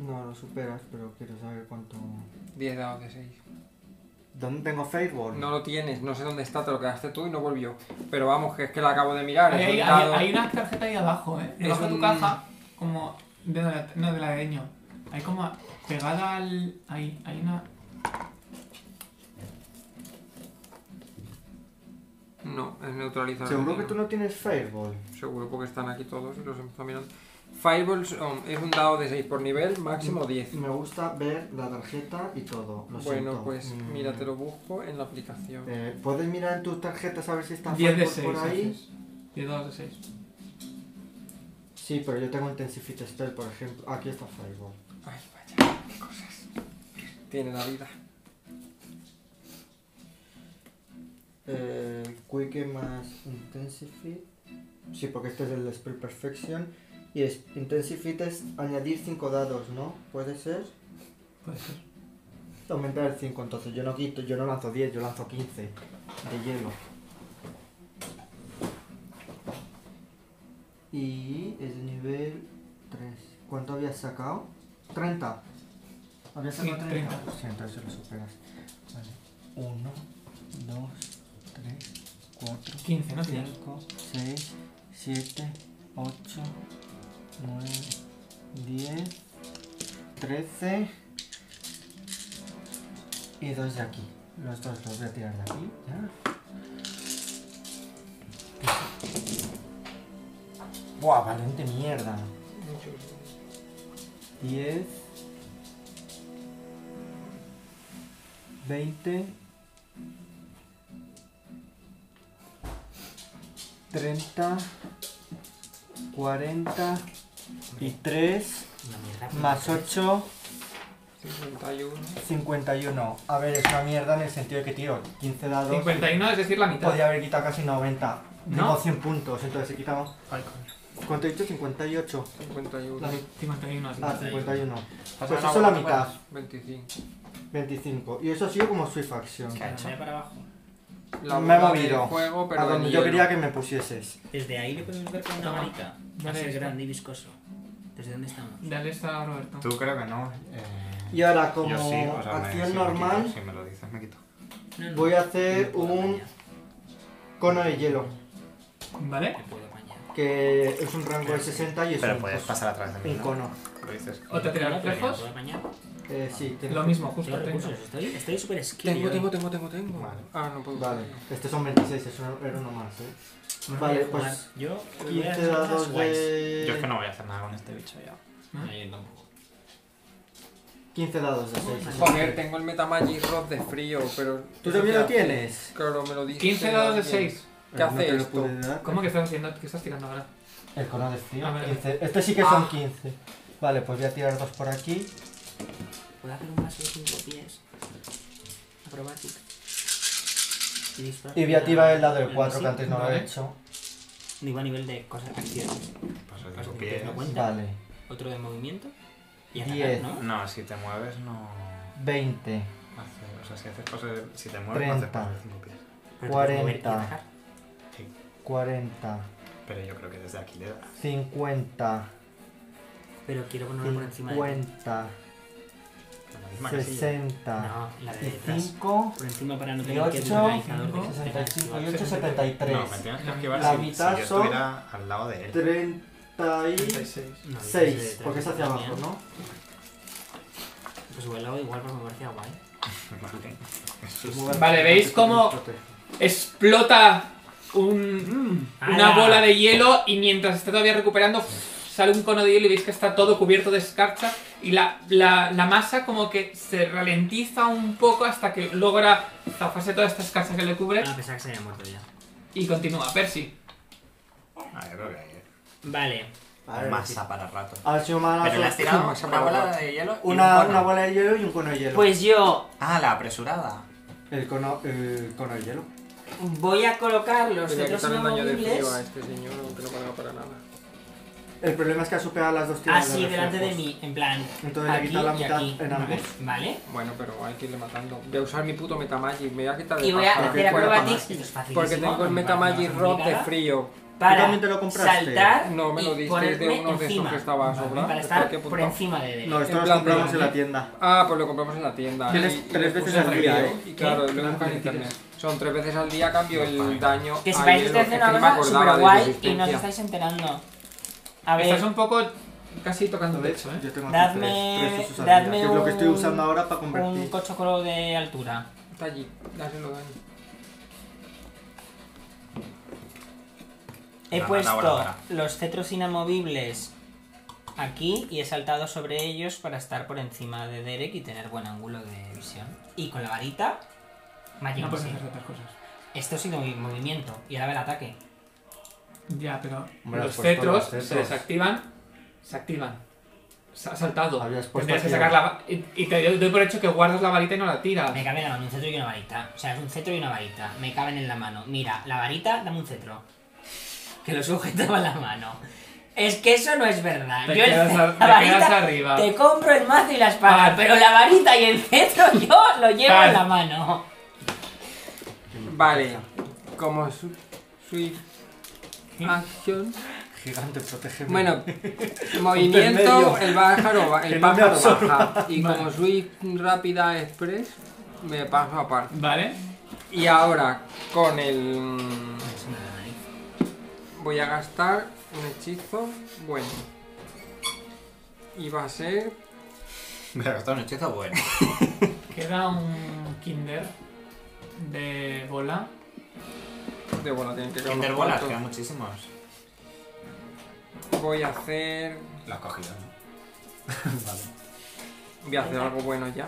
Speaker 5: No lo superas, pero quiero saber cuánto.
Speaker 2: 10 dados de 6.
Speaker 5: ¿Dónde tengo Fireball?
Speaker 2: No lo tienes, no sé dónde está, te lo quedaste tú y no volvió. Pero vamos, que es que la acabo de mirar.
Speaker 1: Hay,
Speaker 2: es un
Speaker 1: hay-
Speaker 2: dado-
Speaker 1: hay una tarjeta ahí abajo, eh. Debajo de tu
Speaker 2: un-
Speaker 1: caja, como. De la, no, de la de Ño. Hay como pegada al. Ahí, hay una.
Speaker 2: No, es neutralizar.
Speaker 5: Seguro
Speaker 2: el
Speaker 5: que tú no tienes Fireball.
Speaker 2: veneno. Seguro porque están aquí todos y los están mirando. Fireball son- um, es un dado de 6 por nivel, máximo 10.
Speaker 5: Me gusta ver la tarjeta y todo. Lo
Speaker 2: Bueno,
Speaker 5: siento.
Speaker 2: pues
Speaker 5: Mm.
Speaker 2: mira, te lo busco en la aplicación.
Speaker 5: Eh, ¿Puedes mirar en tus tarjetas a ver si está
Speaker 1: 10 de
Speaker 5: Fireball
Speaker 1: 6.
Speaker 5: por ahí?
Speaker 1: haces. 10 dados de 6.
Speaker 5: Sí, pero yo tengo Intensify Spell, por ejemplo. Aquí está Fireball.
Speaker 2: Ay, vaya, qué cosas. Tiene la vida.
Speaker 5: Eh, Quick más Intensify. Sí, porque este es el Spell Perfection. Y es, Intensify es añadir 5 dados, ¿no? ¿Puede ser?
Speaker 1: Puede ser.
Speaker 5: Aumentar el 5, entonces yo no quito, yo no lanzo 10, yo lanzo 15 de hielo. Y es de nivel 3. ¿Cuánto habías sacado? 30. ¿Habías
Speaker 1: Sí,
Speaker 5: sacado 30?
Speaker 1: 30.
Speaker 5: Sí, entonces lo superas. Vale. 1, 2, 3, 4,
Speaker 1: 15, ¿no? Tienes.
Speaker 5: 5, 6, 7, 8, 9, 10, 13 y dos de aquí. Los dos los voy a tirar de aquí, ya. Buah, valiente mierda. 10, 20, 30, 40 y 3
Speaker 6: Una mierda.
Speaker 5: más 8,
Speaker 2: 51.
Speaker 5: 51. A ver, es una mierda en el sentido de que tiro 15 dados.
Speaker 1: 51, es decir, la mitad.
Speaker 5: Podría haber quitado casi 90.
Speaker 1: ¿No?
Speaker 5: Tengo 100 puntos, entonces si quitamos. ¿Cuánto he dicho? 58.
Speaker 2: 51.
Speaker 5: La-
Speaker 1: 51, así.
Speaker 5: Ah, 51.
Speaker 4: Estás
Speaker 5: Pues
Speaker 4: en
Speaker 5: eso es la
Speaker 4: agua,
Speaker 5: mitad.
Speaker 2: 25.
Speaker 5: 25. Y eso ha sido como Swift Action.
Speaker 4: ¿Qué ha hecho?
Speaker 6: Voy para abajo.
Speaker 2: La
Speaker 5: me he
Speaker 2: bola del
Speaker 5: movido.
Speaker 2: Juego, pero
Speaker 5: a
Speaker 2: de
Speaker 5: donde yo
Speaker 2: hielo.
Speaker 5: quería que me pusieses.
Speaker 6: Desde ahí le podemos ver con una
Speaker 1: Toma.
Speaker 6: varita. Va a
Speaker 1: Vale,
Speaker 6: ser
Speaker 1: está.
Speaker 6: grande y viscoso. ¿Desde dónde estamos?
Speaker 1: Dale esto a Roberto.
Speaker 4: Tú creo que no.
Speaker 3: eh.
Speaker 5: Y ahora, como
Speaker 4: Yo sí, o sea, me-
Speaker 5: acción
Speaker 4: sí me
Speaker 5: normal,
Speaker 4: quito, si me lo dices, me quito.
Speaker 6: No, no.
Speaker 5: voy a hacer
Speaker 6: No puedo
Speaker 5: un
Speaker 6: apañar,
Speaker 5: cono de hielo,
Speaker 1: ¿Vale?
Speaker 6: no puedo apañar.
Speaker 5: que es un rango de 60 y es
Speaker 4: Pero
Speaker 5: un,
Speaker 4: puedes
Speaker 5: pues,
Speaker 4: pasar a través de mí.
Speaker 5: un
Speaker 4: ¿no?
Speaker 5: cono.
Speaker 4: Lo dices.
Speaker 1: ¿O te tiras
Speaker 6: Claro, pero
Speaker 1: reflejos?
Speaker 6: no puedo apañar.
Speaker 5: Eh, sí, tiene-
Speaker 1: Lo mismo,
Speaker 6: Tengo
Speaker 1: justo. tengo.
Speaker 6: recursos, estoy estoy súper skill.
Speaker 2: Tengo,
Speaker 6: yo.
Speaker 2: tengo, tengo, tengo, tengo.
Speaker 4: Vale.
Speaker 2: Ah, no puedo.
Speaker 5: Vale, este son 26, es uno, era uno más, ¿eh?
Speaker 6: No
Speaker 5: Vale,
Speaker 6: voy a jugar.
Speaker 5: pues,
Speaker 6: Yo voy a
Speaker 5: 15
Speaker 6: hacer cosas
Speaker 5: dados
Speaker 6: guays.
Speaker 5: de...
Speaker 4: Yo es que no voy a hacer nada con este bicho ya.
Speaker 1: ¿Ah?
Speaker 3: Ahí tampoco.
Speaker 5: 15 dados de 6.
Speaker 2: Joder, tengo el Metamagic Rod de frío, pero.
Speaker 5: ¿Tú también lo tienes?
Speaker 2: Claro, me lo dice.
Speaker 1: 15 dados de
Speaker 2: alguien.
Speaker 1: 6.
Speaker 2: ¿Qué hace
Speaker 5: te lo
Speaker 2: esto?
Speaker 5: pude dar.
Speaker 1: ¿Cómo que estás haciendo? ¿Qué estás tirando ahora?
Speaker 5: El cono de frío.
Speaker 1: A ver.
Speaker 5: 15. Este sí que son
Speaker 1: Ah.
Speaker 5: 15. Vale, pues voy a tirar dos por aquí.
Speaker 6: Puedo hacer un paso de 5 pies. Acrobático. Y, disparo.
Speaker 5: Y voy a activar el dado de
Speaker 6: Bueno,
Speaker 5: 4
Speaker 6: sí,
Speaker 5: que antes no lo he
Speaker 1: vale.
Speaker 5: hecho.
Speaker 6: Digo a nivel de cosas de acción.
Speaker 4: Paso de
Speaker 6: Cosas
Speaker 4: cinco
Speaker 6: de acción,
Speaker 4: pies.
Speaker 6: no cuenta.
Speaker 5: Vale.
Speaker 6: Otro de movimiento. Y atacar,
Speaker 5: Diez.
Speaker 6: ¿no?
Speaker 4: No, si te mueves no.
Speaker 5: 20,
Speaker 4: hace- o sea, si haces cosas. de- Si te mueves, no haces
Speaker 5: Treinta.
Speaker 4: paso de cinco pies.
Speaker 6: Pero te puedes mover y
Speaker 5: 40.
Speaker 6: atacar.
Speaker 5: 40,
Speaker 4: Pero yo creo que desde aquí le da.
Speaker 5: 50,
Speaker 6: Pero quiero ponerlo por encima de.
Speaker 5: 50,
Speaker 4: La misma casilla.
Speaker 5: 60,
Speaker 6: No, la de detrás.
Speaker 5: 65,
Speaker 6: Por encima para no
Speaker 5: Y
Speaker 6: tener que
Speaker 5: ocho,
Speaker 6: tener el realizador de que se tenga
Speaker 5: 65 y
Speaker 6: activado.
Speaker 4: No,
Speaker 5: 8,
Speaker 4: me
Speaker 5: 73.
Speaker 4: tienes que esquivar
Speaker 5: La
Speaker 4: si, si
Speaker 5: mitad
Speaker 4: yo
Speaker 5: son-
Speaker 4: estuviera al lado de él.
Speaker 5: 36,
Speaker 6: No, yo soy de
Speaker 5: porque es hacia
Speaker 6: también.
Speaker 5: abajo, ¿no?
Speaker 6: Pues igual lo hago igual porque me parecía guay.
Speaker 4: Vale.
Speaker 1: Vale, ¿veis cómo explota un, una
Speaker 6: ¡Hala!
Speaker 1: bola de hielo y mientras está todavía recuperando ff, sale un cono de hielo y veis que está todo cubierto de escarcha y la, la- la masa como que se ralentiza un poco hasta que logra zafarse toda esta escarcha que le cubre
Speaker 6: A pesar Ah, que se había muerto ya.
Speaker 1: y continúa. Percy,
Speaker 4: Ah, yo creo que hay
Speaker 6: Vale.
Speaker 5: A ver,
Speaker 4: masa para rato.
Speaker 5: A ver si un
Speaker 4: Pero le has tirado
Speaker 2: masa
Speaker 4: una
Speaker 2: para
Speaker 4: bola
Speaker 2: rato.
Speaker 4: de hielo. y un
Speaker 5: Una,
Speaker 4: cono.
Speaker 5: una bola de hielo y un cono de hielo.
Speaker 6: Pues yo
Speaker 4: Ah, la apresurada.
Speaker 5: El cono, el cono de hielo.
Speaker 6: voy a colocar los
Speaker 2: Voy a
Speaker 6: centros
Speaker 2: quitarle el daño de frío a
Speaker 6: inamovibles
Speaker 2: este señor, aunque no valga para nada.
Speaker 5: El problema es que ha superado las dos tiras. de
Speaker 6: así Ah, delante de
Speaker 5: reflejos.
Speaker 6: mí, en plan.
Speaker 5: Entonces le
Speaker 6: aquí
Speaker 5: quita la
Speaker 6: y
Speaker 5: mitad
Speaker 6: aquí.
Speaker 5: en ambos.
Speaker 6: Vale.
Speaker 2: Bueno, pero hay que irle matando. Voy a usar mi puto Metamagic, me voy a quitar de
Speaker 6: Y voy a
Speaker 2: paja.
Speaker 6: hacer
Speaker 2: Porque-
Speaker 6: acrobatics. Esto es facilísimo.
Speaker 2: Porque tengo el
Speaker 6: no me parece
Speaker 2: Metamagic
Speaker 6: más
Speaker 2: Rod de
Speaker 6: complicada,
Speaker 2: frío.
Speaker 5: ¿Tú
Speaker 6: Para
Speaker 5: también te lo compraste?
Speaker 6: saltar.
Speaker 2: No, me lo
Speaker 6: y
Speaker 2: disteis
Speaker 6: ponerme
Speaker 2: de unos de esos
Speaker 6: encima.
Speaker 2: que estaba a sobrar.
Speaker 6: Para
Speaker 2: ¿Por qué
Speaker 6: estar
Speaker 2: puto?
Speaker 6: por encima de él.
Speaker 5: No,
Speaker 2: En
Speaker 5: esto lo
Speaker 2: plan
Speaker 5: compramos
Speaker 2: de-
Speaker 5: en la tienda.
Speaker 2: Ah, pues lo compramos en la tienda.
Speaker 5: Tienes
Speaker 2: Y- y
Speaker 5: tres
Speaker 2: lo
Speaker 5: veces
Speaker 2: puse
Speaker 5: al
Speaker 2: en
Speaker 5: día,
Speaker 2: frío,
Speaker 5: ¿eh?
Speaker 2: Y claro, lo
Speaker 5: Claro,
Speaker 2: buscas en
Speaker 5: tienes.
Speaker 2: internet. Son tres veces al día, cambio el daño.
Speaker 6: Que
Speaker 2: a
Speaker 6: sepáis que
Speaker 2: hielo,
Speaker 6: estoy haciendo
Speaker 2: que ni
Speaker 6: una
Speaker 2: me
Speaker 6: cosa
Speaker 2: acordaba
Speaker 6: super
Speaker 2: de
Speaker 6: guay y no os
Speaker 2: existencia.
Speaker 6: estáis enterando. A ver.
Speaker 1: estás un poco casi tocando
Speaker 5: Entonces,
Speaker 1: techo, ¿eh?
Speaker 5: Yo tengo aquí
Speaker 6: Dadme-
Speaker 5: tres, tres usos al
Speaker 6: dadme
Speaker 5: día, que es lo que estoy
Speaker 6: un-
Speaker 5: usando ahora para
Speaker 6: Un
Speaker 5: convertir.
Speaker 6: cochocoro de altura.
Speaker 2: Está allí, dáselo daño.
Speaker 6: He
Speaker 4: Ahora,
Speaker 6: puesto
Speaker 4: ahora, ahora.
Speaker 6: los cetros inamovibles aquí y he saltado sobre ellos para estar por encima de Derek y tener buen ángulo de visión. Y con la varita, Magic
Speaker 1: No puedes
Speaker 6: Missile.
Speaker 1: hacer otras cosas.
Speaker 6: Esto ha sido mi movimiento y ahora el ataque.
Speaker 1: Ya, pero
Speaker 5: Hombre,
Speaker 1: los
Speaker 5: has puesto
Speaker 1: cetros
Speaker 5: los cetros.
Speaker 1: se desactivan, se activan. Se ha saltado.
Speaker 5: Habías puesto
Speaker 1: Tendrías que
Speaker 5: aquí,
Speaker 1: sacar la va- y, y te doy por hecho que guardas la varita y no la tiras.
Speaker 6: Me caben en la mano un cetro y una varita. O sea, es un cetro y una varita. Me caben en la mano. Mira, la varita, dame un cetro. Que lo sujetaba en la mano. Es que eso no es verdad.
Speaker 1: Te
Speaker 6: Yo el-
Speaker 1: quedas a-
Speaker 6: la
Speaker 1: te quedas
Speaker 6: varita-
Speaker 1: arriba. Ah.
Speaker 6: Te compro el mazo y la espada,
Speaker 1: Vale.
Speaker 6: pero la varita y el cetro yo lo llevo
Speaker 1: Ah.
Speaker 6: en la mano.
Speaker 2: Vale, como su- Swift Action.
Speaker 5: Gigante, protege.
Speaker 2: Bueno,
Speaker 5: medio.
Speaker 2: movimiento, el pájaro, ba-
Speaker 5: Que
Speaker 2: el
Speaker 5: no me
Speaker 2: pájaro
Speaker 5: absorba.
Speaker 2: baja. Y como Swift Rápida Express, me paso aparte.
Speaker 1: Vale.
Speaker 2: Y ahora, con el. mm, Voy a gastar un hechizo bueno. Y va a ser.
Speaker 4: Me ha gastado un hechizo bueno.
Speaker 1: Queda un Kinder de bola.
Speaker 2: De bola, tienen que quedar unos
Speaker 4: Interbolas,
Speaker 2: cuantos.
Speaker 4: quedan muchísimos.
Speaker 2: Voy a hacer.
Speaker 4: Lo has cogido, ¿no? vale.
Speaker 2: Voy a hacer algo bueno ya.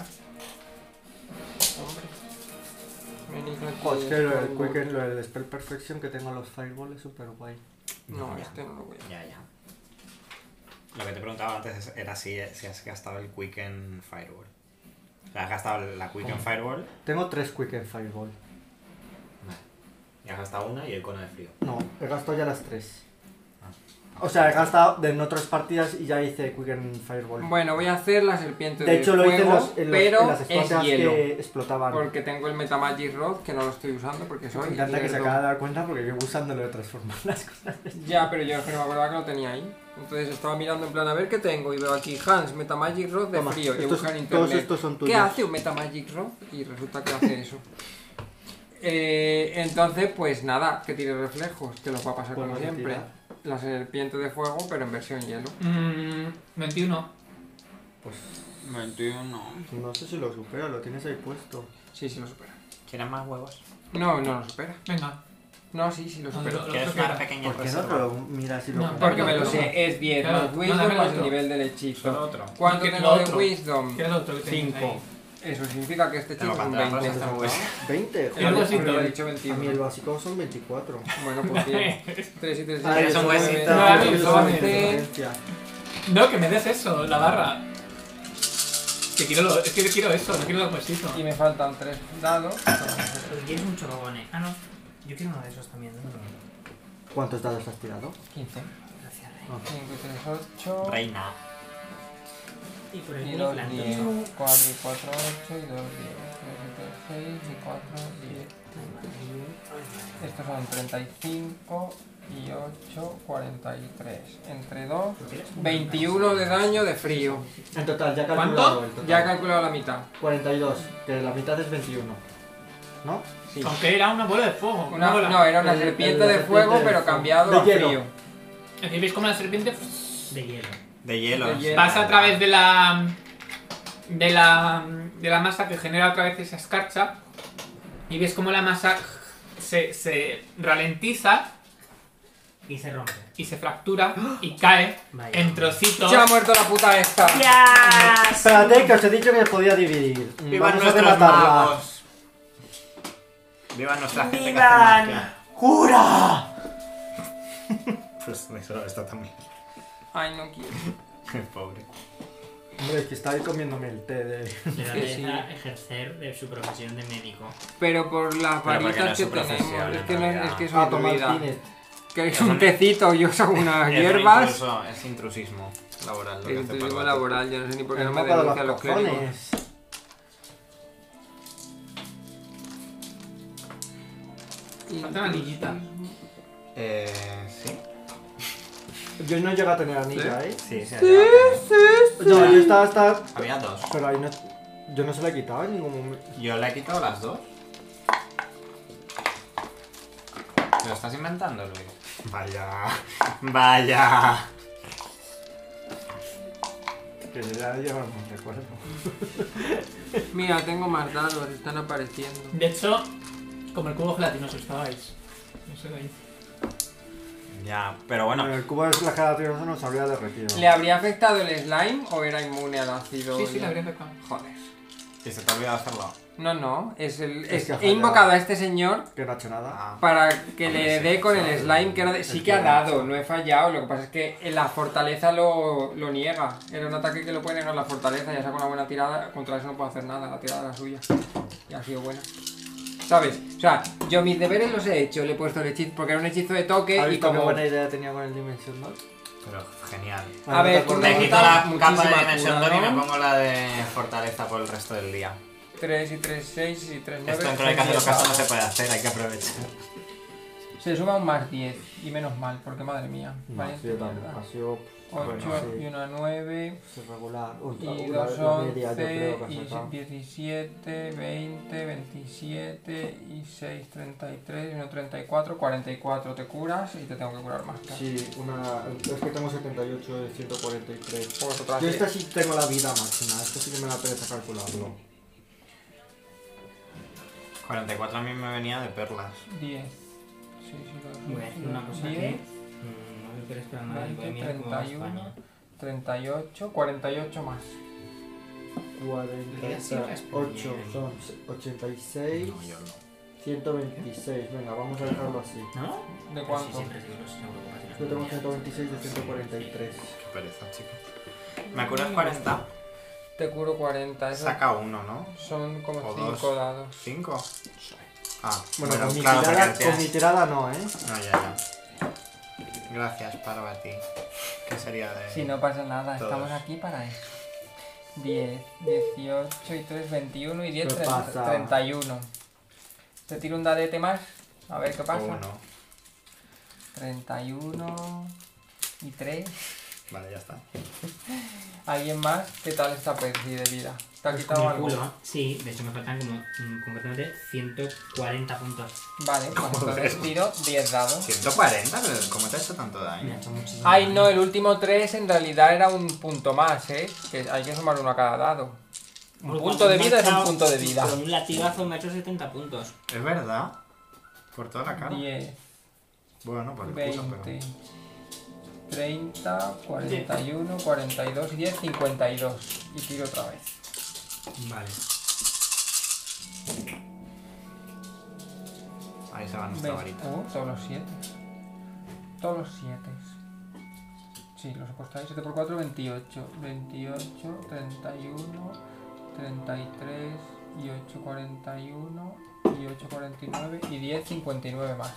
Speaker 2: Hombre. Venid aquí,
Speaker 5: es que lo del,
Speaker 2: Skyward.
Speaker 5: Quicken, lo del Spell Perfection que tengo en los Fireball es súper guay.
Speaker 2: No,
Speaker 4: Ya.
Speaker 2: este no lo voy a hacer.
Speaker 4: Ya, ya. Lo que te preguntaba antes es- era si, si has gastado el Quicken Firewall. O sea, has gastado la Quicken Firewall
Speaker 5: Tengo tres Quicken Fireball.
Speaker 4: y has gastado una y el cono de frío.
Speaker 5: No, he gastado ya las tres.
Speaker 4: Ah.
Speaker 5: O sea, he gastado de- en otras partidas y ya hice Quicken Fireball.
Speaker 2: Bueno, voy a hacer la serpiente
Speaker 5: de hecho, lo hice en,
Speaker 2: fuego,
Speaker 5: los- en los-
Speaker 2: pero
Speaker 5: en las
Speaker 2: es
Speaker 5: espadas
Speaker 2: hielo.
Speaker 5: que explotaban.
Speaker 2: Porque tengo el Metamagic Rod que no lo estoy usando porque soy.
Speaker 5: Me encanta que se
Speaker 2: lerdo.
Speaker 5: acaba de dar cuenta porque yo usándolo de transformar las cosas.
Speaker 2: Ya, pero yo es que no me acordaba que lo tenía ahí. Entonces estaba mirando en plan a ver qué tengo y veo aquí Hans, Metamagic Rod de
Speaker 5: Toma,
Speaker 2: frío. Y
Speaker 5: estos-
Speaker 2: busco en
Speaker 5: todos
Speaker 2: internet.
Speaker 5: estos son tuyos.
Speaker 2: ¿Qué hace un Metamagic Rod? Y resulta que hace eso. Eh, entonces, pues nada, que tire reflejos, que los va a pasar como
Speaker 5: Bueno,
Speaker 2: siempre.
Speaker 5: tira.
Speaker 2: La serpiente de fuego, pero en versión hielo.
Speaker 1: Mm, 21.
Speaker 5: Pues
Speaker 3: 21.
Speaker 5: no sé si lo supera, lo tienes ahí puesto.
Speaker 2: Sí, sí lo supera.
Speaker 4: ¿Quieres más huevos?
Speaker 2: No, no lo supera.
Speaker 1: Venga.
Speaker 2: No, sí, sí lo
Speaker 1: No,
Speaker 2: supera.
Speaker 1: no, no.
Speaker 4: ¿Quieres
Speaker 1: creo que
Speaker 4: una
Speaker 1: era.
Speaker 4: pequeña
Speaker 5: ¿Por qué no te
Speaker 4: reserva?
Speaker 5: lo mira si lo
Speaker 1: No,
Speaker 5: compras?
Speaker 2: Porque me lo sé, es 10
Speaker 1: Claro,
Speaker 2: más
Speaker 1: no,
Speaker 2: Wisdom
Speaker 1: dámelo
Speaker 2: más
Speaker 1: otro.
Speaker 2: el nivel del
Speaker 4: Solo
Speaker 2: hechizo.
Speaker 4: otro.
Speaker 2: ¿Cuánto
Speaker 1: Que
Speaker 2: tengo
Speaker 1: lo
Speaker 2: de
Speaker 1: otro.
Speaker 2: Wisdom?
Speaker 1: ¿Qué era lo otro que tenéis
Speaker 2: 5.
Speaker 1: ahí?
Speaker 2: Eso significa que este
Speaker 4: Te lo
Speaker 2: hechizo es un
Speaker 4: cantarás, pues,
Speaker 2: 20.
Speaker 4: está muy bien.
Speaker 5: 20.
Speaker 1: Yo
Speaker 2: Pero
Speaker 1: lo siento,
Speaker 2: he
Speaker 1: eh.
Speaker 2: dicho
Speaker 5: A mí el
Speaker 2: 21.
Speaker 5: básico son 24.
Speaker 2: Bueno, pues bien.
Speaker 1: Eh,
Speaker 2: 3 y 3
Speaker 5: Ah,
Speaker 4: Eres
Speaker 5: eso
Speaker 4: un
Speaker 5: me-
Speaker 4: huesito.
Speaker 5: no,
Speaker 1: Vale,
Speaker 2: pues
Speaker 5: eso
Speaker 1: vale.
Speaker 5: me diferencia.
Speaker 1: No, que me des eso, la barra. Que quiero lo- es que yo quiero eso, no quiero el huesito.
Speaker 2: Y me faltan 3 dados.
Speaker 6: Lo que quieres es un chorrogone. Ah, no. Yo quiero uno de esos también. ¿no?
Speaker 5: ¿Cuántos dados has tirado?
Speaker 2: 15.
Speaker 6: Gracias, ¿eh?
Speaker 2: 5 y 3, 8.
Speaker 4: Reina.
Speaker 6: Rey. Y por el
Speaker 2: Y
Speaker 6: mini
Speaker 2: 2,
Speaker 6: plan.
Speaker 2: 10. 4 y 4, 8 y 2, 10. 3 y 3, 6 y 4, 10. Estos son 35 y 8, 43. Entre 2, 21 de daño de frío.
Speaker 5: En total, ya he
Speaker 1: ¿Cuánto?
Speaker 5: calculado el total.
Speaker 2: Ya he calculado la mitad.
Speaker 5: 42, que la mitad es 21. ¿No?
Speaker 2: Sí.
Speaker 1: Aunque era una bola de fuego. Una,
Speaker 2: Una-
Speaker 1: bola.
Speaker 2: no, eh. era una
Speaker 5: El- el-
Speaker 2: serpiente
Speaker 5: la
Speaker 2: de
Speaker 5: serpiente
Speaker 2: fuego,
Speaker 5: de
Speaker 2: pero
Speaker 5: fuego.
Speaker 2: cambiado
Speaker 5: De
Speaker 2: a
Speaker 5: hielo.
Speaker 2: frío.
Speaker 1: Es decir, veis como la serpiente pues,
Speaker 6: De hielo.
Speaker 3: De hielo.
Speaker 2: De hielo.
Speaker 1: pasa a través de la. de la. de la masa que genera otra vez esa escarcha. Y ves como la masa se, se ralentiza
Speaker 6: Y se rompe.
Speaker 1: y se fractura y cae
Speaker 6: Vaya.
Speaker 1: en trocitos.
Speaker 2: Se ha muerto la puta esta.
Speaker 6: ¡Gracias!
Speaker 5: Espérate, que os he dicho que podía dividir.
Speaker 3: ¡Vivan
Speaker 5: Vamos a
Speaker 3: nuestros
Speaker 5: rematarla.
Speaker 3: magos! ¡Viva nuestra gente que hace
Speaker 6: ¡Vivan!
Speaker 3: magia! ¡Jura! pues eso está también.
Speaker 2: Ay, no quiero.
Speaker 3: Pobre.
Speaker 5: Hombre, es que estaba ahí comiéndome el té de.
Speaker 6: Le da
Speaker 2: Sí,
Speaker 6: pereza ejercer de su profesión de médico.
Speaker 2: Pero por las
Speaker 3: Pero porque no
Speaker 2: varitas
Speaker 3: es
Speaker 2: que
Speaker 3: su profesión,
Speaker 2: tenemos. Es
Speaker 3: en
Speaker 2: que no es,
Speaker 3: realidad.
Speaker 2: es que es
Speaker 5: Ah,
Speaker 2: una
Speaker 5: tomar
Speaker 2: bebida.
Speaker 5: tines.
Speaker 2: ¿Queréis
Speaker 3: Es
Speaker 2: un
Speaker 3: un-
Speaker 2: tecito? Yo uso unas
Speaker 3: Es un
Speaker 2: hierbas.
Speaker 3: intruso, Es intrusismo laboral. Lo que
Speaker 2: El
Speaker 3: hace
Speaker 2: turismo
Speaker 3: Parvati.
Speaker 2: laboral, yo no sé ni por qué
Speaker 5: El
Speaker 2: no me
Speaker 5: mapa de
Speaker 2: denuncian los
Speaker 5: los
Speaker 2: clérigos.
Speaker 5: cojones.
Speaker 1: Falta una anillita.
Speaker 3: Eh. Sí.
Speaker 5: Yo no llego a tener anilla, ¿eh?
Speaker 3: Sí, sí. había también.
Speaker 5: No, yo estaba hasta.
Speaker 3: Había dos.
Speaker 5: Pero ahí no. Yo no se la he quitado en ningún momento.
Speaker 3: Yo le he quitado las dos. ¿Te lo estás inventando, Luis? Vaya. Vaya.
Speaker 5: Que ya lleva un recuerdo.
Speaker 2: Mira, tengo más dados, están apareciendo.
Speaker 1: De hecho, como el cubo gelatinoso estabais. No sé de ahí.
Speaker 3: Ya, pero bueno.
Speaker 5: Bueno, el cubo de la cara de no se habría derretido.
Speaker 2: ¿Le habría afectado el slime o era inmune al ácido?
Speaker 1: Sí, sí, la habría sacado.
Speaker 2: Joder.
Speaker 3: Y se te ha olvidado hacerlo.
Speaker 2: No, no, es el.
Speaker 5: Es
Speaker 2: es-
Speaker 5: que ha
Speaker 2: he
Speaker 5: fallado.
Speaker 2: invocado a este señor
Speaker 5: Que no ha hecho nada.
Speaker 3: Ah,
Speaker 2: para que
Speaker 3: Hombre,
Speaker 2: le
Speaker 3: sí,
Speaker 2: dé con
Speaker 3: sí,
Speaker 2: el
Speaker 3: sí.
Speaker 2: slime que era de- sí
Speaker 5: El
Speaker 2: que ha
Speaker 5: que-
Speaker 2: dado, no he fallado, lo que pasa es que la fortaleza lo, lo niega. Era un ataque que lo puede negar la fortaleza, ya saco una buena tirada, contra eso no puedo hacer nada, la tirada era suya. Y ha sido buena. ¿Sabes? O sea, yo mis deberes los he hecho, le he puesto el hechizo, porque era un hechizo de toque
Speaker 5: ¿Has
Speaker 2: y
Speaker 5: visto qué
Speaker 2: como...
Speaker 5: buena idea tenía con el Dimension Knot?
Speaker 3: pero genial.
Speaker 2: A ver, tú
Speaker 5: Bueno,
Speaker 3: Me
Speaker 2: me
Speaker 3: quito la
Speaker 2: muchísima
Speaker 3: capa de dimensión
Speaker 2: cura,
Speaker 3: Dory y me
Speaker 2: ¿no?
Speaker 3: pongo la de fortaleza por el resto del día.
Speaker 2: 3 y 3, 6 y 3, 9.
Speaker 3: Esto en realidad de los casos no se puede hacer, hay que aprovechar.
Speaker 2: Se suma un más 10 y menos mal, porque madre mía.
Speaker 5: No, ha sido tan- ha sido
Speaker 2: 8
Speaker 5: Bueno, sí.
Speaker 2: y 1 9
Speaker 5: pues, regular. Ultra-
Speaker 2: y 2
Speaker 5: una- la media, yo
Speaker 2: 11
Speaker 5: creo que ha
Speaker 2: y
Speaker 5: sacado.
Speaker 2: 17, 20, 27 y 6, 33 y 1, 34, 44 te curas y te tengo que curar más. claro.
Speaker 5: Sí, una. Es que tengo 78 de 143.
Speaker 2: Pues otra
Speaker 5: Yo
Speaker 2: vez.
Speaker 5: esta sí tengo la vida máxima, esto sí que me la pereza calcularlo.
Speaker 3: 44 a mí me venía de perlas.
Speaker 2: 10. Sí, sí, lo
Speaker 6: Voy a decir una cosa que.
Speaker 2: 10,
Speaker 6: mm, No me estoy esperando a nadie, porque
Speaker 2: 20,
Speaker 6: mira cómo va España.
Speaker 2: 31, 38, 48 más.
Speaker 5: 48 son 86,
Speaker 3: No, yo no.
Speaker 5: 126. Venga, vamos a dejarlo así.
Speaker 6: ¿No?
Speaker 2: ¿De
Speaker 6: Pero sí,
Speaker 2: cuánto?
Speaker 6: siempre digo los euros,
Speaker 5: Yo tengo
Speaker 6: euros.
Speaker 5: 126 de 143.
Speaker 3: Qué pereza, chico. Me curas 40.
Speaker 2: Te curo 40. Eso
Speaker 3: Saca uno, ¿no?
Speaker 2: son como
Speaker 3: O
Speaker 2: 5
Speaker 3: dos.
Speaker 2: dados.
Speaker 3: 5. Ah,
Speaker 5: Bueno,
Speaker 3: bueno,
Speaker 5: con mi,
Speaker 3: claro, porque
Speaker 5: tirada,
Speaker 3: tienes-
Speaker 5: con mi tirada no, ¿eh?
Speaker 3: No, ya, ya. Gracias, Parvati. ¿Qué sería de...?
Speaker 2: Si no pasa nada,
Speaker 3: Todos.
Speaker 2: estamos aquí para eso. 10, 18 y 3, 21 y 10,
Speaker 5: ¿Qué
Speaker 2: 30,
Speaker 5: pasa?
Speaker 2: 31. Te tiro un dadete más, a ver qué pasa.
Speaker 3: Uno.
Speaker 2: 31 y 3.
Speaker 3: Vale, ya está.
Speaker 2: ¿Alguien más? ¿Qué tal está Percy de vida? ¿Te ha quitado
Speaker 6: Como el
Speaker 2: algo?
Speaker 6: culo. Sí, de hecho me faltan como mm, concretamente 140 puntos.
Speaker 2: Vale, pues entonces tiro 10 dados.
Speaker 3: 140, pero ¿cómo te ha hecho tanto
Speaker 6: Me ha
Speaker 3: daño?
Speaker 6: hecho muchísimo.
Speaker 2: Ay,
Speaker 6: daño.
Speaker 2: no, el último 3 en realidad era un punto más, ¿eh? Que hay que sumar uno a cada dado. Un
Speaker 6: Porque
Speaker 2: punto de
Speaker 6: me ha
Speaker 2: vida es un
Speaker 6: echado-
Speaker 2: punto de vida.
Speaker 6: Con un latigazo me ha hecho 70 puntos.
Speaker 3: Es verdad. Por toda la cara.
Speaker 2: 10,
Speaker 3: Bueno, pues por el culo,
Speaker 2: 20, 30, 41, 42 y 10, 52. Y tiro otra vez.
Speaker 6: Vale.
Speaker 3: pero... Ahí se va nuestra
Speaker 2: ¿Ves?
Speaker 3: varita.
Speaker 2: Uh, todos los 7. Todos los 7. Sí, los he puesto ahí. 7 por 4, 28. 28, 31, 33, y 8, 41, y 8, 49, y 10, 59 más.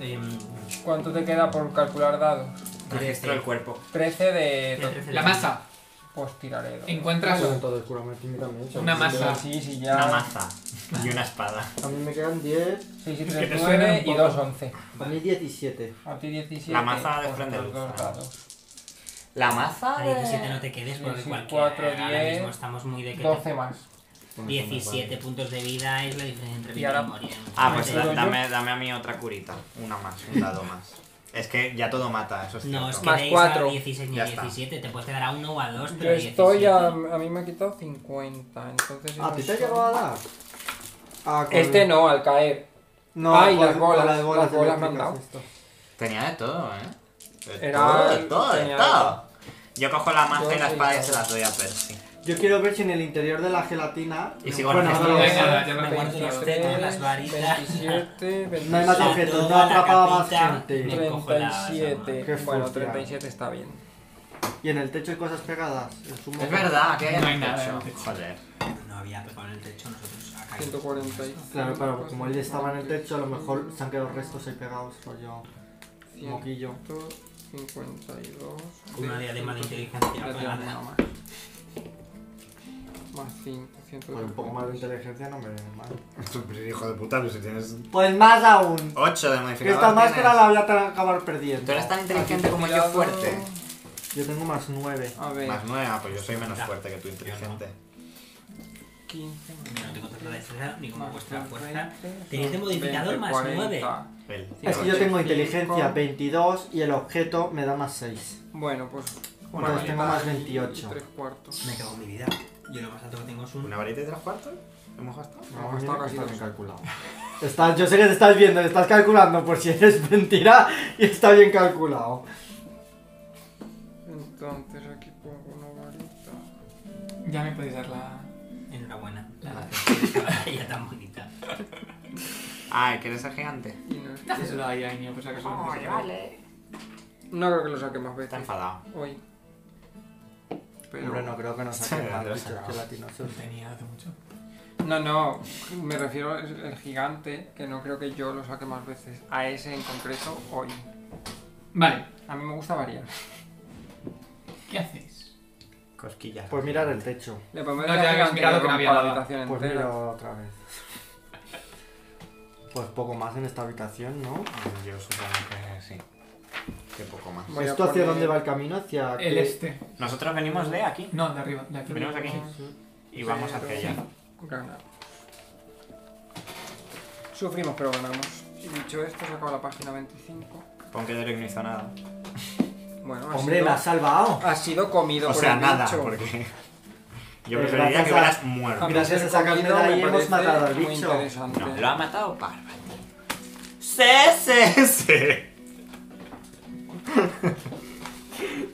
Speaker 6: Em,
Speaker 2: ¿Cuánto te queda por calcular dados?
Speaker 3: Registro el cuerpo.
Speaker 2: 13 de... to-
Speaker 1: La masa.
Speaker 2: Pues tiraré. dos.
Speaker 1: Encuentras
Speaker 5: Bueno, todo el curame aquí también, chaval.
Speaker 1: Una masa.
Speaker 5: Yo-
Speaker 2: Sí, sí,
Speaker 3: Una
Speaker 2: ya.
Speaker 3: maza y una espada.
Speaker 5: A mí me quedan 10,
Speaker 2: 6 y
Speaker 1: Que te
Speaker 2: 3,
Speaker 1: suene
Speaker 2: 9
Speaker 1: un
Speaker 2: y
Speaker 1: poco.
Speaker 2: 2, 11.
Speaker 5: a mí 17.
Speaker 2: A ti 17.
Speaker 3: La maza de
Speaker 2: pues
Speaker 3: frente
Speaker 2: los
Speaker 3: luz,
Speaker 2: dos
Speaker 3: ¿no?
Speaker 2: dados.
Speaker 3: La maza.
Speaker 6: Ahí 17 no te quedes porque
Speaker 2: 16,
Speaker 6: cualquiera.
Speaker 2: cuatro,
Speaker 6: ahora
Speaker 2: diez,
Speaker 6: mismo estamos muy de que.
Speaker 2: 12 más.
Speaker 6: 17 puntos de vida es la diferencia entre
Speaker 2: Y
Speaker 6: vivir y
Speaker 2: ahora-
Speaker 6: morir.
Speaker 3: Ah, pues
Speaker 2: ¿Me
Speaker 3: da-
Speaker 2: tiro yo?
Speaker 3: dame, dame a mí otra curita. Una más, un dado más. Es que ya todo mata, eso es
Speaker 6: No, os
Speaker 3: cierto.
Speaker 2: Más
Speaker 6: quedéis
Speaker 2: cuatro.
Speaker 6: a 16 ni
Speaker 3: Ya
Speaker 6: a
Speaker 3: está.
Speaker 6: 17. Te puedes quedar a 1 o a 2,
Speaker 2: Yo
Speaker 6: pero.
Speaker 2: estoy
Speaker 6: 17.
Speaker 2: a... A mí me ha quitado 50, entonces...
Speaker 5: ¿A ti
Speaker 2: esos
Speaker 5: te ha
Speaker 2: son-
Speaker 5: llegado a dar? Ah, con-
Speaker 2: Este no, al caer.
Speaker 5: No,
Speaker 2: Ay,
Speaker 5: con-
Speaker 2: las bolas,
Speaker 5: con
Speaker 2: las bolas me han
Speaker 5: eléctricas
Speaker 2: dado.
Speaker 5: estas.
Speaker 3: Tenía de todo, ¿eh? De
Speaker 2: Era-
Speaker 3: todo, de todo, de
Speaker 2: tenía
Speaker 3: todo. Yo cojo la
Speaker 2: Yo
Speaker 3: maza y la
Speaker 2: soy
Speaker 3: espada y
Speaker 2: todo.
Speaker 3: se las doy a Percy.
Speaker 5: Yo quiero ver si en el interior de la gelatina.
Speaker 3: Y si
Speaker 5: Bueno,
Speaker 3: guardas
Speaker 5: no,
Speaker 1: Venga,
Speaker 5: no,
Speaker 1: ya me
Speaker 2: Este,
Speaker 1: este,
Speaker 6: Me guardo los
Speaker 2: 23,
Speaker 6: tetas, las varitas.
Speaker 2: 27, 27...
Speaker 5: No hay más
Speaker 6: Sobre
Speaker 5: objetos, no
Speaker 6: todo la
Speaker 5: atrapaba más
Speaker 6: capita,
Speaker 5: gente.
Speaker 6: me cojo la llama.
Speaker 2: 37.
Speaker 5: Qué
Speaker 2: bueno,
Speaker 5: fuerte.
Speaker 2: 37 está bien.
Speaker 5: Y en el techo hay cosas pegadas. Es,
Speaker 3: Es verdad, que
Speaker 1: No hay nada en el techo.
Speaker 3: Joder.
Speaker 6: No había tocado en el techo nosotros. Acá.
Speaker 2: 146.
Speaker 5: Claro, pero como él estaba en el techo, a lo mejor se han quedado restos ahí pegados, rollo. Moquillo.
Speaker 2: 152...
Speaker 6: Una diadema de inteligencia. pegada.
Speaker 2: Más 5,
Speaker 5: Con Pues un poco más de inteligencia no me viene mal.
Speaker 3: Hijo de puta, pero si tienes.
Speaker 5: Pues más aún.
Speaker 3: 8 de
Speaker 5: Que
Speaker 3: modificador.
Speaker 5: esta máscara
Speaker 3: tienes.
Speaker 5: la voy a acabar perdiendo.
Speaker 3: Tú eres tan inteligente como yo fuerte.
Speaker 5: Yo tengo más 9.
Speaker 2: A ver,
Speaker 3: Más 9, pues yo soy menos
Speaker 6: Ya.
Speaker 3: fuerte que tú, inteligente.
Speaker 2: 15...
Speaker 6: Yo no tengo tanta destreza ni como
Speaker 2: más
Speaker 6: vuestra fuerza.
Speaker 2: 20,
Speaker 6: Tenéis de modificador más
Speaker 2: 40.
Speaker 3: Él.
Speaker 5: Es que yo tengo inteligencia
Speaker 2: Cinco.
Speaker 5: 22 y el objeto me da más 6.
Speaker 2: Bueno, pues...
Speaker 3: Una
Speaker 5: Entonces tengo
Speaker 3: varita.
Speaker 5: más 28.
Speaker 2: 3 cuartos.
Speaker 6: Me cago en mi vida. Yo lo más alto que tengo es un.
Speaker 3: ¿Una varita y tres cuartos? ¿Hemos gastado?
Speaker 2: No, está
Speaker 5: mira que
Speaker 2: casi
Speaker 5: está
Speaker 2: dos.
Speaker 5: bien calculado. Estás- yo sé que te estás viendo, te estás calculando por si eres mentira y está bien calculado.
Speaker 2: Entonces aquí pongo una varita.
Speaker 1: Ya me podéis dar la.
Speaker 6: Enhorabuena. Ya tan bonita.
Speaker 3: Ah, ¿quieres ser gigante?
Speaker 2: Y no, es-
Speaker 1: Dáceselo ahí, Ainio, por si acaso. lo necesitas.
Speaker 2: no creo que lo saque más
Speaker 3: Está
Speaker 2: veces
Speaker 3: enfadado.
Speaker 2: hoy. Pero...
Speaker 5: Hombre, no creo que nos
Speaker 3: Sí,
Speaker 5: saquen más
Speaker 3: lo he
Speaker 5: bichos
Speaker 3: sacado.
Speaker 1: Lo
Speaker 5: gelatinosos.
Speaker 1: tenía hace mucho.
Speaker 2: No, no, me refiero al al gigante, que no creo que yo lo saque más veces. A ese en concreto hoy.
Speaker 1: Vale,
Speaker 2: A mí me gusta variar.
Speaker 1: ¿qué hacéis?
Speaker 3: Cosquillas.
Speaker 5: Pues mirar el techo.
Speaker 2: Le podemos
Speaker 1: No,
Speaker 2: dar
Speaker 1: ya
Speaker 2: al
Speaker 1: habías
Speaker 2: gigante
Speaker 1: mirado que no
Speaker 2: rompa
Speaker 1: había
Speaker 2: la
Speaker 1: nada.
Speaker 2: habitación
Speaker 5: Pues
Speaker 2: entera.
Speaker 5: mira otra vez. Pues poco más en esta habitación, ¿no?
Speaker 3: Mm, Yo supongo que sí. Que poco más.
Speaker 2: Voy a
Speaker 5: ¿Esto hacia
Speaker 2: poner-
Speaker 5: dónde va el camino? Hacia
Speaker 1: El
Speaker 5: qué?
Speaker 1: este.
Speaker 3: Nosotros venimos de aquí
Speaker 1: No, de arriba, de aquí.
Speaker 3: Venimos aquí. y vamos hacia allá.
Speaker 2: Ganar. Sufrimos, pero ganamos. Y dicho esto, se acaba la página 25.
Speaker 3: Pon que Derek no hizo nada.
Speaker 2: Bueno, ha
Speaker 5: Hombre,
Speaker 2: sido,
Speaker 5: me has salvado.
Speaker 2: ha sido comido
Speaker 3: O
Speaker 2: por
Speaker 3: sea,
Speaker 2: el
Speaker 3: nada,
Speaker 2: bicho.
Speaker 3: porque. Yo
Speaker 5: Eh,
Speaker 3: preferiría
Speaker 5: gracias
Speaker 3: que
Speaker 5: a-
Speaker 3: hubieras
Speaker 2: A
Speaker 3: muerto.
Speaker 2: mí
Speaker 5: Gracias
Speaker 2: ser
Speaker 5: a sacarme
Speaker 2: comido
Speaker 5: de ahí
Speaker 2: me
Speaker 5: hemos
Speaker 2: parece
Speaker 5: matado al
Speaker 2: muy
Speaker 5: bicho.
Speaker 2: interesante.
Speaker 3: No, lo ha matado Parvati. ¡Sí,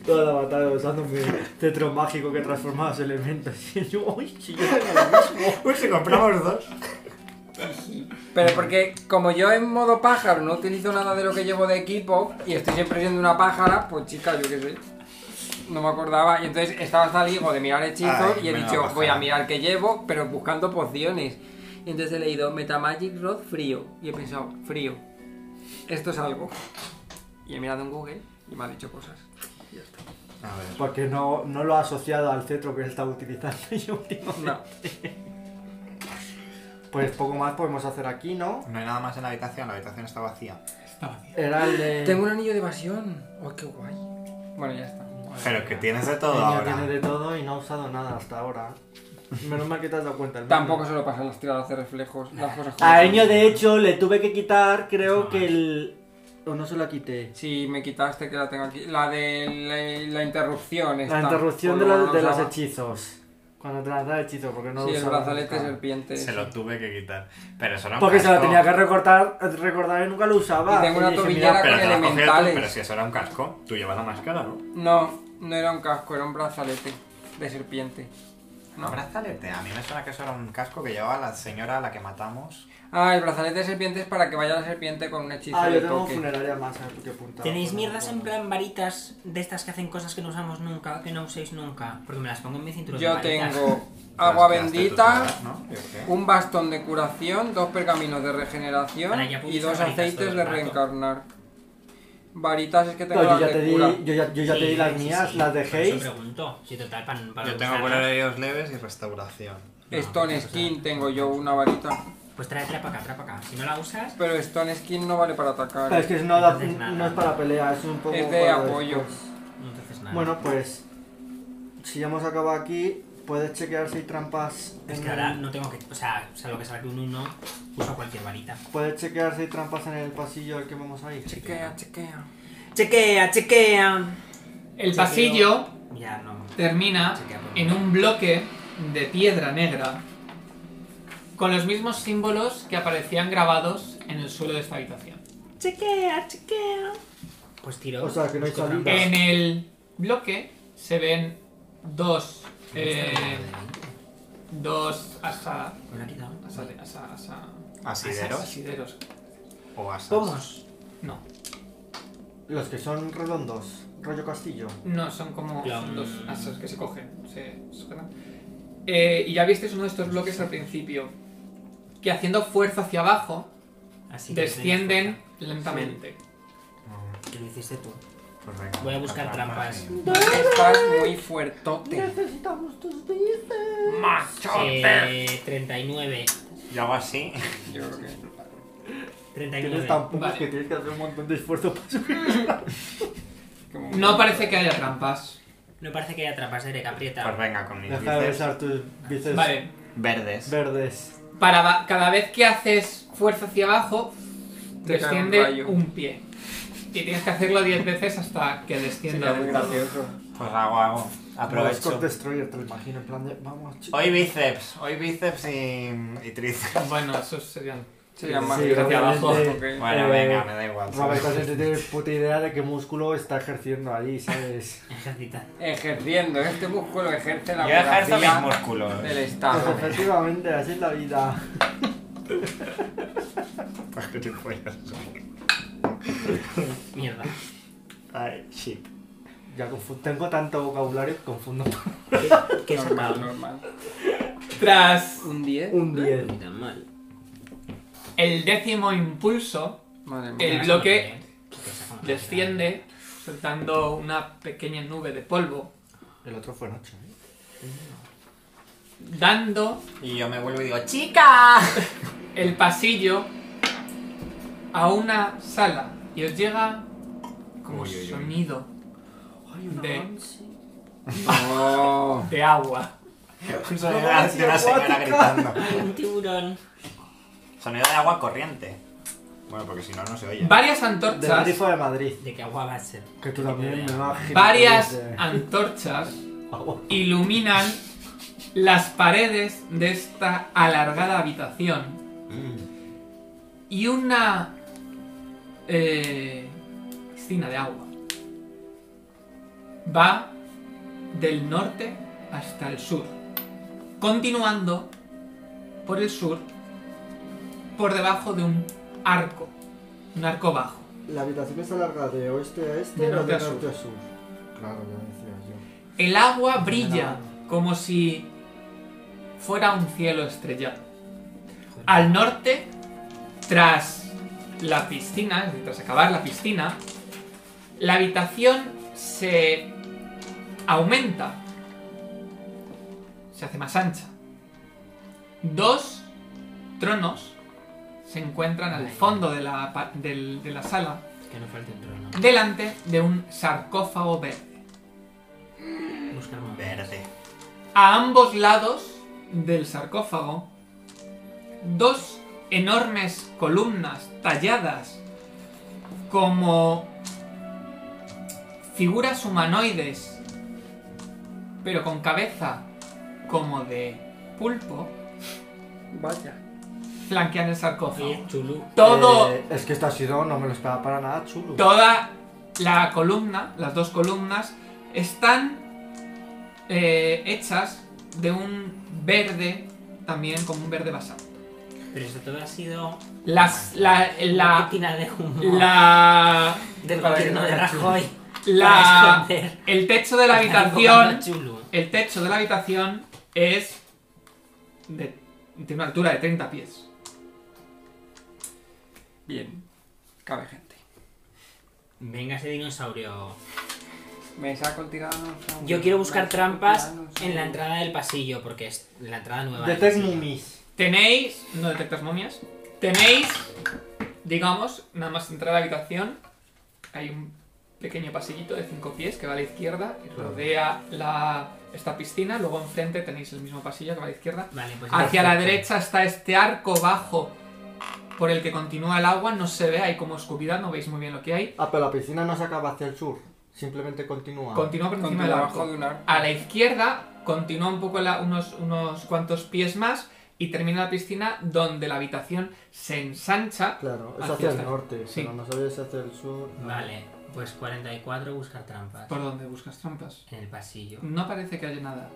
Speaker 5: Toda la batalla usando mi tetro mágico que transforma los elementos. Y yo, uy, si yo tengo lo mismo.
Speaker 3: Uy, si compramos dos.
Speaker 2: Pero porque como yo en modo pájaro no utilizo nada de lo que llevo de equipo y estoy siempre siendo una pájara, pues chica, yo qué sé. No me acordaba. Y entonces estaba hasta el higo de mirar hechizos
Speaker 3: Ay,
Speaker 2: y he
Speaker 3: menuda
Speaker 2: dicho,
Speaker 3: pájara.
Speaker 2: voy a mirar qué llevo, pero buscando pociones. Y entonces he leído Metamagic Rod frío. Y he pensado, frío. esto es algo. Y he mirado en Google y me ha dicho cosas. Y ya está.
Speaker 3: A ver.
Speaker 5: Porque no, no lo ha asociado al cetro que él estaba utilizando yo últimamente.
Speaker 2: No.
Speaker 5: Pues poco más podemos hacer aquí, ¿no?
Speaker 3: No hay nada más en la habitación, la habitación está vacía.
Speaker 1: Está vacía.
Speaker 5: Era el de...
Speaker 2: Tengo un anillo de evasión. ¡Oh, qué guay! Bueno, ya está.
Speaker 3: Pero que tienes de
Speaker 5: El
Speaker 3: todo
Speaker 5: niño
Speaker 3: ahora.
Speaker 5: tiene de todo y no ha usado nada hasta ahora. Menos mal que te has dado cuenta. el
Speaker 2: Tampoco
Speaker 5: mío.
Speaker 2: se lo pasan las tiradas de reflejos, las cosas
Speaker 5: A
Speaker 2: como
Speaker 5: Eño,
Speaker 2: son.
Speaker 5: de hecho, le tuve que quitar, creo que el... O no se la quité.
Speaker 2: Si me quitaste que la tengo aquí. La de la, la interrupción.
Speaker 5: La
Speaker 2: esta.
Speaker 5: interrupción de,
Speaker 2: Cuando no
Speaker 5: la- de los
Speaker 2: usaba.
Speaker 5: hechizos. Cuando te lanzan hechizos, porque no
Speaker 2: Sí,
Speaker 5: lo
Speaker 2: el
Speaker 5: usaba
Speaker 2: brazalete
Speaker 5: nunca.
Speaker 2: serpiente.
Speaker 3: Se lo tuve que quitar. Pero eso no
Speaker 6: Ah,
Speaker 5: Porque se la
Speaker 3: casco.
Speaker 5: tenía que recortar, recordar y nunca lo usaba.
Speaker 2: Y tengo una
Speaker 5: dije,
Speaker 2: tobillera
Speaker 5: mira, ah,
Speaker 3: Pero
Speaker 2: con
Speaker 3: te lo has cogido tú,
Speaker 2: elementales.
Speaker 3: pero si eso era un casco, tú llevas la máscara, ¿no?
Speaker 2: No, no era un casco, era un brazalete de serpiente.
Speaker 3: No, brazalete. A mí me suena que eso era un casco que llevaba la señora a la que matamos.
Speaker 2: Ah, el brazalete de serpiente es para que vaya la serpiente con un hechizo
Speaker 5: Ah,
Speaker 2: de
Speaker 5: yo tengo
Speaker 2: toque.
Speaker 5: funeraria más, a ver por qué apuntaba.
Speaker 6: ¿Tenéis
Speaker 5: Bueno,
Speaker 6: mierdas en
Speaker 5: bueno.
Speaker 6: plan varitas de estas que hacen cosas que no usamos nunca, que no uséis nunca? Porque me las pongo en mi cinturón.
Speaker 2: Yo
Speaker 6: de varitas.
Speaker 2: tengo agua
Speaker 3: Las quedaste tú
Speaker 2: bendita,
Speaker 3: todas, ¿no? Yo creo.
Speaker 2: un bastón de curación, dos pergaminos de regeneración
Speaker 6: Ahora ya puedes
Speaker 2: y dos
Speaker 6: usar varitas todo
Speaker 2: aceites
Speaker 6: el
Speaker 2: de
Speaker 6: rato.
Speaker 2: reencarnar. Varitas es que tengo
Speaker 5: No,
Speaker 2: las
Speaker 5: yo ya
Speaker 2: de
Speaker 5: te di,
Speaker 2: cura.
Speaker 5: yo ya, yo ya te
Speaker 6: Sí,
Speaker 5: di las
Speaker 6: sí,
Speaker 5: mías,
Speaker 6: sí.
Speaker 5: las
Speaker 6: Por eso
Speaker 5: dejéis.
Speaker 6: pregunto. Si total, pan- para
Speaker 3: Yo tengo
Speaker 6: usarlas,
Speaker 3: cuellos leves y restauración.
Speaker 2: Stone
Speaker 6: pues,
Speaker 2: Skin
Speaker 6: o sea.
Speaker 2: tengo yo una varita.
Speaker 6: Pues tráetela para acá, tráela para acá. Si no la usas,
Speaker 2: Pero Stone Skin no vale para atacar. ¿eh?
Speaker 5: Pero es que no, da-
Speaker 6: Entonces, nada.
Speaker 5: no es para pelea, es un poco.
Speaker 2: Es de
Speaker 5: para
Speaker 2: apoyo.
Speaker 5: después.
Speaker 6: no te haces nada.
Speaker 5: Bueno, pues. Si ya hemos acabado aquí, puedes chequear si hay trampas.
Speaker 6: es
Speaker 5: en
Speaker 6: que ahora
Speaker 5: el-
Speaker 6: no tengo que. O sea, salvo que saque un 1, uso cualquier varita.
Speaker 5: Puedes chequear si hay trampas en el pasillo al que vamos a ir.
Speaker 2: Chequea, chequea.
Speaker 6: Chequea, chequea.
Speaker 1: El pasillo
Speaker 6: Ya, no.
Speaker 1: termina en un bloque de piedra negra con los mismos símbolos que aparecían grabados en el suelo de esta habitación.
Speaker 6: Chequea, chequea. Pues tiro.
Speaker 5: O sea, que no hay
Speaker 6: busco
Speaker 5: salida.
Speaker 6: trampas.
Speaker 1: En el bloque se ven dos...
Speaker 6: Pues
Speaker 1: eh, dos asa,
Speaker 6: Me lo ha quitado.
Speaker 1: asa, asa, asa-
Speaker 3: ¿Asideros
Speaker 1: asideros.
Speaker 3: o asas?
Speaker 6: Pomos.
Speaker 1: No,
Speaker 5: Los que son redondos, rollo castillo.
Speaker 1: no, son como
Speaker 6: Claro.
Speaker 1: son dos asas que se cogen, se sujetan. Eh, y ya visteis uno de estos bloques al principio, que haciendo fuerza hacia abajo,
Speaker 6: Así que
Speaker 1: descienden lentamente.
Speaker 3: Mm,
Speaker 6: Que lo hiciste tú.
Speaker 3: pues venga,
Speaker 6: Voy a buscar trampas.
Speaker 3: sí.
Speaker 2: Estás muy fuertote.
Speaker 5: Necesitamos tus dientes.
Speaker 6: Eh, 39.
Speaker 3: Yo hago así.
Speaker 2: Yo creo que.
Speaker 5: Tienes
Speaker 6: 39.
Speaker 5: tan pocos
Speaker 1: Vale.
Speaker 5: que tienes que hacer un montón de esfuerzo para subir.
Speaker 2: como-
Speaker 1: No parece que haya trampas.
Speaker 6: No parece que eh, haya trampas, Derek, aprieta.
Speaker 3: Pues venga, con mis
Speaker 5: Deja de
Speaker 3: bíceps
Speaker 5: besar tus bíceps
Speaker 1: Vale,
Speaker 3: verdes.
Speaker 5: verdes.
Speaker 1: para ba- cada vez que haces fuerza hacia abajo,
Speaker 2: Te cae un
Speaker 1: desciende
Speaker 2: rayo.
Speaker 1: un pie. Y tienes que hacerlo 10 veces hasta que descienda
Speaker 2: Sería muy
Speaker 1: del todo.
Speaker 2: gracioso.
Speaker 3: Pues hago, hago.
Speaker 5: Como los Scott
Speaker 3: Aprovecho.
Speaker 5: Destroyer, te lo imagino, en plan de. Vamos, chicos.
Speaker 3: Hoy bíceps, hoy bíceps y, y tríceps.
Speaker 1: Bueno, esos serían.
Speaker 2: Sería más
Speaker 5: Sí,
Speaker 2: gracioso.
Speaker 5: obviamente.
Speaker 2: ok.
Speaker 3: Bueno,
Speaker 5: Eh,
Speaker 3: venga, me da igual.
Speaker 5: Roberto no tiene puta idea de qué músculo está ejerciendo ahí, ¿sabes?
Speaker 6: Ejercita.
Speaker 2: Ejerciendo, este músculo ejerce la
Speaker 3: Yo ejerzo mis
Speaker 2: abogacía
Speaker 3: músculos.
Speaker 2: del
Speaker 5: Pues
Speaker 2: Estado.
Speaker 5: efectivamente, así es la vida.
Speaker 6: Mierda.
Speaker 3: Ay, shit.
Speaker 5: Ya confu- tengo tanto vocabulario que confundo.
Speaker 6: ¿Qué es
Speaker 2: Normal, normal.
Speaker 1: Tras
Speaker 2: ¿Un 10?
Speaker 5: Un 10.
Speaker 6: mal.
Speaker 1: el décimo impulso,
Speaker 2: Madre mía.
Speaker 1: el bloque desciende soltando una pequeña nube de polvo,
Speaker 5: El otro fue Nacho. ¿eh?
Speaker 1: dando
Speaker 3: Y yo me vuelvo y digo, ¡Chi!
Speaker 1: el pasillo a una sala y os llega como
Speaker 3: Uy, uy, uy.
Speaker 1: sonido de,
Speaker 2: No.
Speaker 1: de agua.
Speaker 3: Sonido de una señora gritando.
Speaker 6: Un tiburón.
Speaker 3: Sonido de agua corriente. Bueno, porque si no, no se oye.
Speaker 1: Varias
Speaker 5: Del
Speaker 1: antorchas,
Speaker 5: grifo de Madrid.
Speaker 6: ¿De qué agua va a ser?
Speaker 5: Que tú también me vas
Speaker 1: varias antorchas
Speaker 5: Agua.
Speaker 1: iluminan las paredes de esta alargada habitación
Speaker 3: Mm.
Speaker 1: y una eh, piscina de agua. Va del norte hasta el sur, continuando por el sur, por debajo de un arco, un arco bajo.
Speaker 5: La habitación es larga de oeste a este
Speaker 1: De
Speaker 5: o
Speaker 1: norte
Speaker 5: de
Speaker 1: a sur.
Speaker 5: norte a sur. Claro, ya decía yo.
Speaker 1: El agua brilla como si fuera un cielo estrellado. Al norte, tras la piscina, es decir, tras acabar la piscina, la habitación se aumenta, se hace más ancha. Dos tronos se encuentran al fondo de la, pa- del- de la sala,
Speaker 6: Que no falte el trono.
Speaker 1: delante de un sarcófago verde.
Speaker 6: Buscar más.
Speaker 3: Verde.
Speaker 1: A ambos lados del sarcófago, dos enormes columnas talladas como figuras humanoides, pero con cabeza como de pulpo,
Speaker 2: Vaya.
Speaker 1: flanquean el
Speaker 6: Oye,
Speaker 1: sarcófago.
Speaker 6: Chulu.
Speaker 1: Todo,
Speaker 5: Eh, es que esto ha sido, no me lo esperaba para nada, chulo.
Speaker 1: toda la columna, las dos columnas, están eh, hechas de un verde, también como un verde basal.
Speaker 6: Pero esto todo ha sido
Speaker 1: Las, la,
Speaker 6: la
Speaker 1: la,
Speaker 6: cortina de humo
Speaker 1: la,
Speaker 6: del
Speaker 2: Para que
Speaker 6: gobierno
Speaker 2: no
Speaker 6: de
Speaker 2: vea
Speaker 6: Rajoy. para
Speaker 1: la,
Speaker 6: esconder
Speaker 1: el techo de la
Speaker 6: que está invocando
Speaker 1: habitación,
Speaker 6: a Chulu.
Speaker 1: el techo de la habitación es de, tiene una altura de 30 pies.
Speaker 2: Bien. Cabe gente.
Speaker 6: Venga ese dinosaurio.
Speaker 2: Me saco el tirano.
Speaker 6: Yo quiero buscar
Speaker 2: Me saco el
Speaker 6: trampas
Speaker 2: tirano, sí.
Speaker 6: en la entrada del pasillo, porque es la entrada nueva. del
Speaker 5: Detect
Speaker 6: pasillo.
Speaker 5: Mummies.
Speaker 1: Tenéis, no detectas momias, tenéis, digamos, nada más entrar a la habitación, hay un pequeño pasillito de 5 pies que va a la izquierda, que rodea la, esta piscina, luego enfrente tenéis el mismo pasillo que va a la izquierda,
Speaker 6: Vale, pues
Speaker 1: Hacia la
Speaker 6: perfecto.
Speaker 1: derecha está este arco bajo por el que continúa el agua, no se ve, hay como oscuridad, no veis muy bien lo que hay.
Speaker 5: Ah, pero la piscina no se acaba hacia el sur, simplemente Ah, continúa.
Speaker 1: Continúa por
Speaker 2: Con
Speaker 1: encima
Speaker 2: tu
Speaker 1: del
Speaker 2: abajo de
Speaker 1: arco.
Speaker 2: un arco.
Speaker 1: A la izquierda continúa un poco la- unos, unos cuantos pies más y termina la piscina donde la habitación se ensancha.
Speaker 5: claro, es
Speaker 1: Hacia
Speaker 5: hacia el
Speaker 1: esta.
Speaker 5: norte,
Speaker 1: Sí.
Speaker 5: pero no sabía si hacia el sur. no.
Speaker 6: Vale, pues 44 buscar trampas.
Speaker 1: ¿Por donde buscas trampas?
Speaker 6: En el pasillo.
Speaker 1: No parece que haya nada.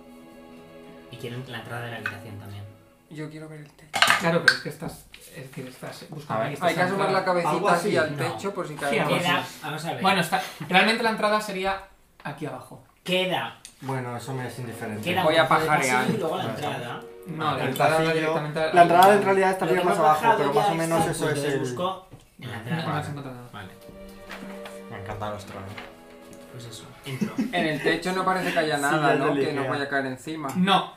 Speaker 6: Y quiero la entrada de la habitación también.
Speaker 2: Yo quiero ver el techo.
Speaker 1: Claro, pero es que estás, es decir, estás buscando...
Speaker 3: A ver,
Speaker 1: y estás
Speaker 2: Hay que asomar la
Speaker 1: anclada.
Speaker 5: Algo
Speaker 2: cabecita
Speaker 5: así,
Speaker 2: así al
Speaker 6: no.
Speaker 2: techo por si
Speaker 1: Sí,
Speaker 2: cae.
Speaker 1: algo
Speaker 2: algo.
Speaker 1: así.
Speaker 6: Queda, vamos a ver.
Speaker 1: Bueno, está, realmente la entrada sería aquí abajo.
Speaker 6: queda,
Speaker 5: Bueno, eso me es indiferente.
Speaker 6: queda.
Speaker 2: Voy a
Speaker 6: un poco de
Speaker 2: pajarear.
Speaker 6: pasillo Y luego la entrada.
Speaker 1: No, la
Speaker 5: Ah, El
Speaker 1: entrada no
Speaker 5: pasillo-
Speaker 1: directamente... al-
Speaker 5: La entrada en
Speaker 1: al-
Speaker 5: realidad
Speaker 6: Lo que
Speaker 5: estaría
Speaker 6: hemos
Speaker 5: más abajo,
Speaker 6: bajado
Speaker 5: pero
Speaker 6: ya
Speaker 5: más o menos
Speaker 6: está,
Speaker 5: eso es
Speaker 6: entonces
Speaker 5: el...
Speaker 6: busco en la
Speaker 1: No, no
Speaker 6: entrada.
Speaker 1: has encontrado nada.
Speaker 6: Vale,
Speaker 3: Me encantan los tronos.
Speaker 6: pues eso. Entro.
Speaker 2: En el techo no parece que haya
Speaker 5: Sí,
Speaker 2: nada,
Speaker 5: ya
Speaker 2: ¿no?
Speaker 5: te
Speaker 2: Que nos
Speaker 5: ligea.
Speaker 2: vaya a caer encima.
Speaker 1: No,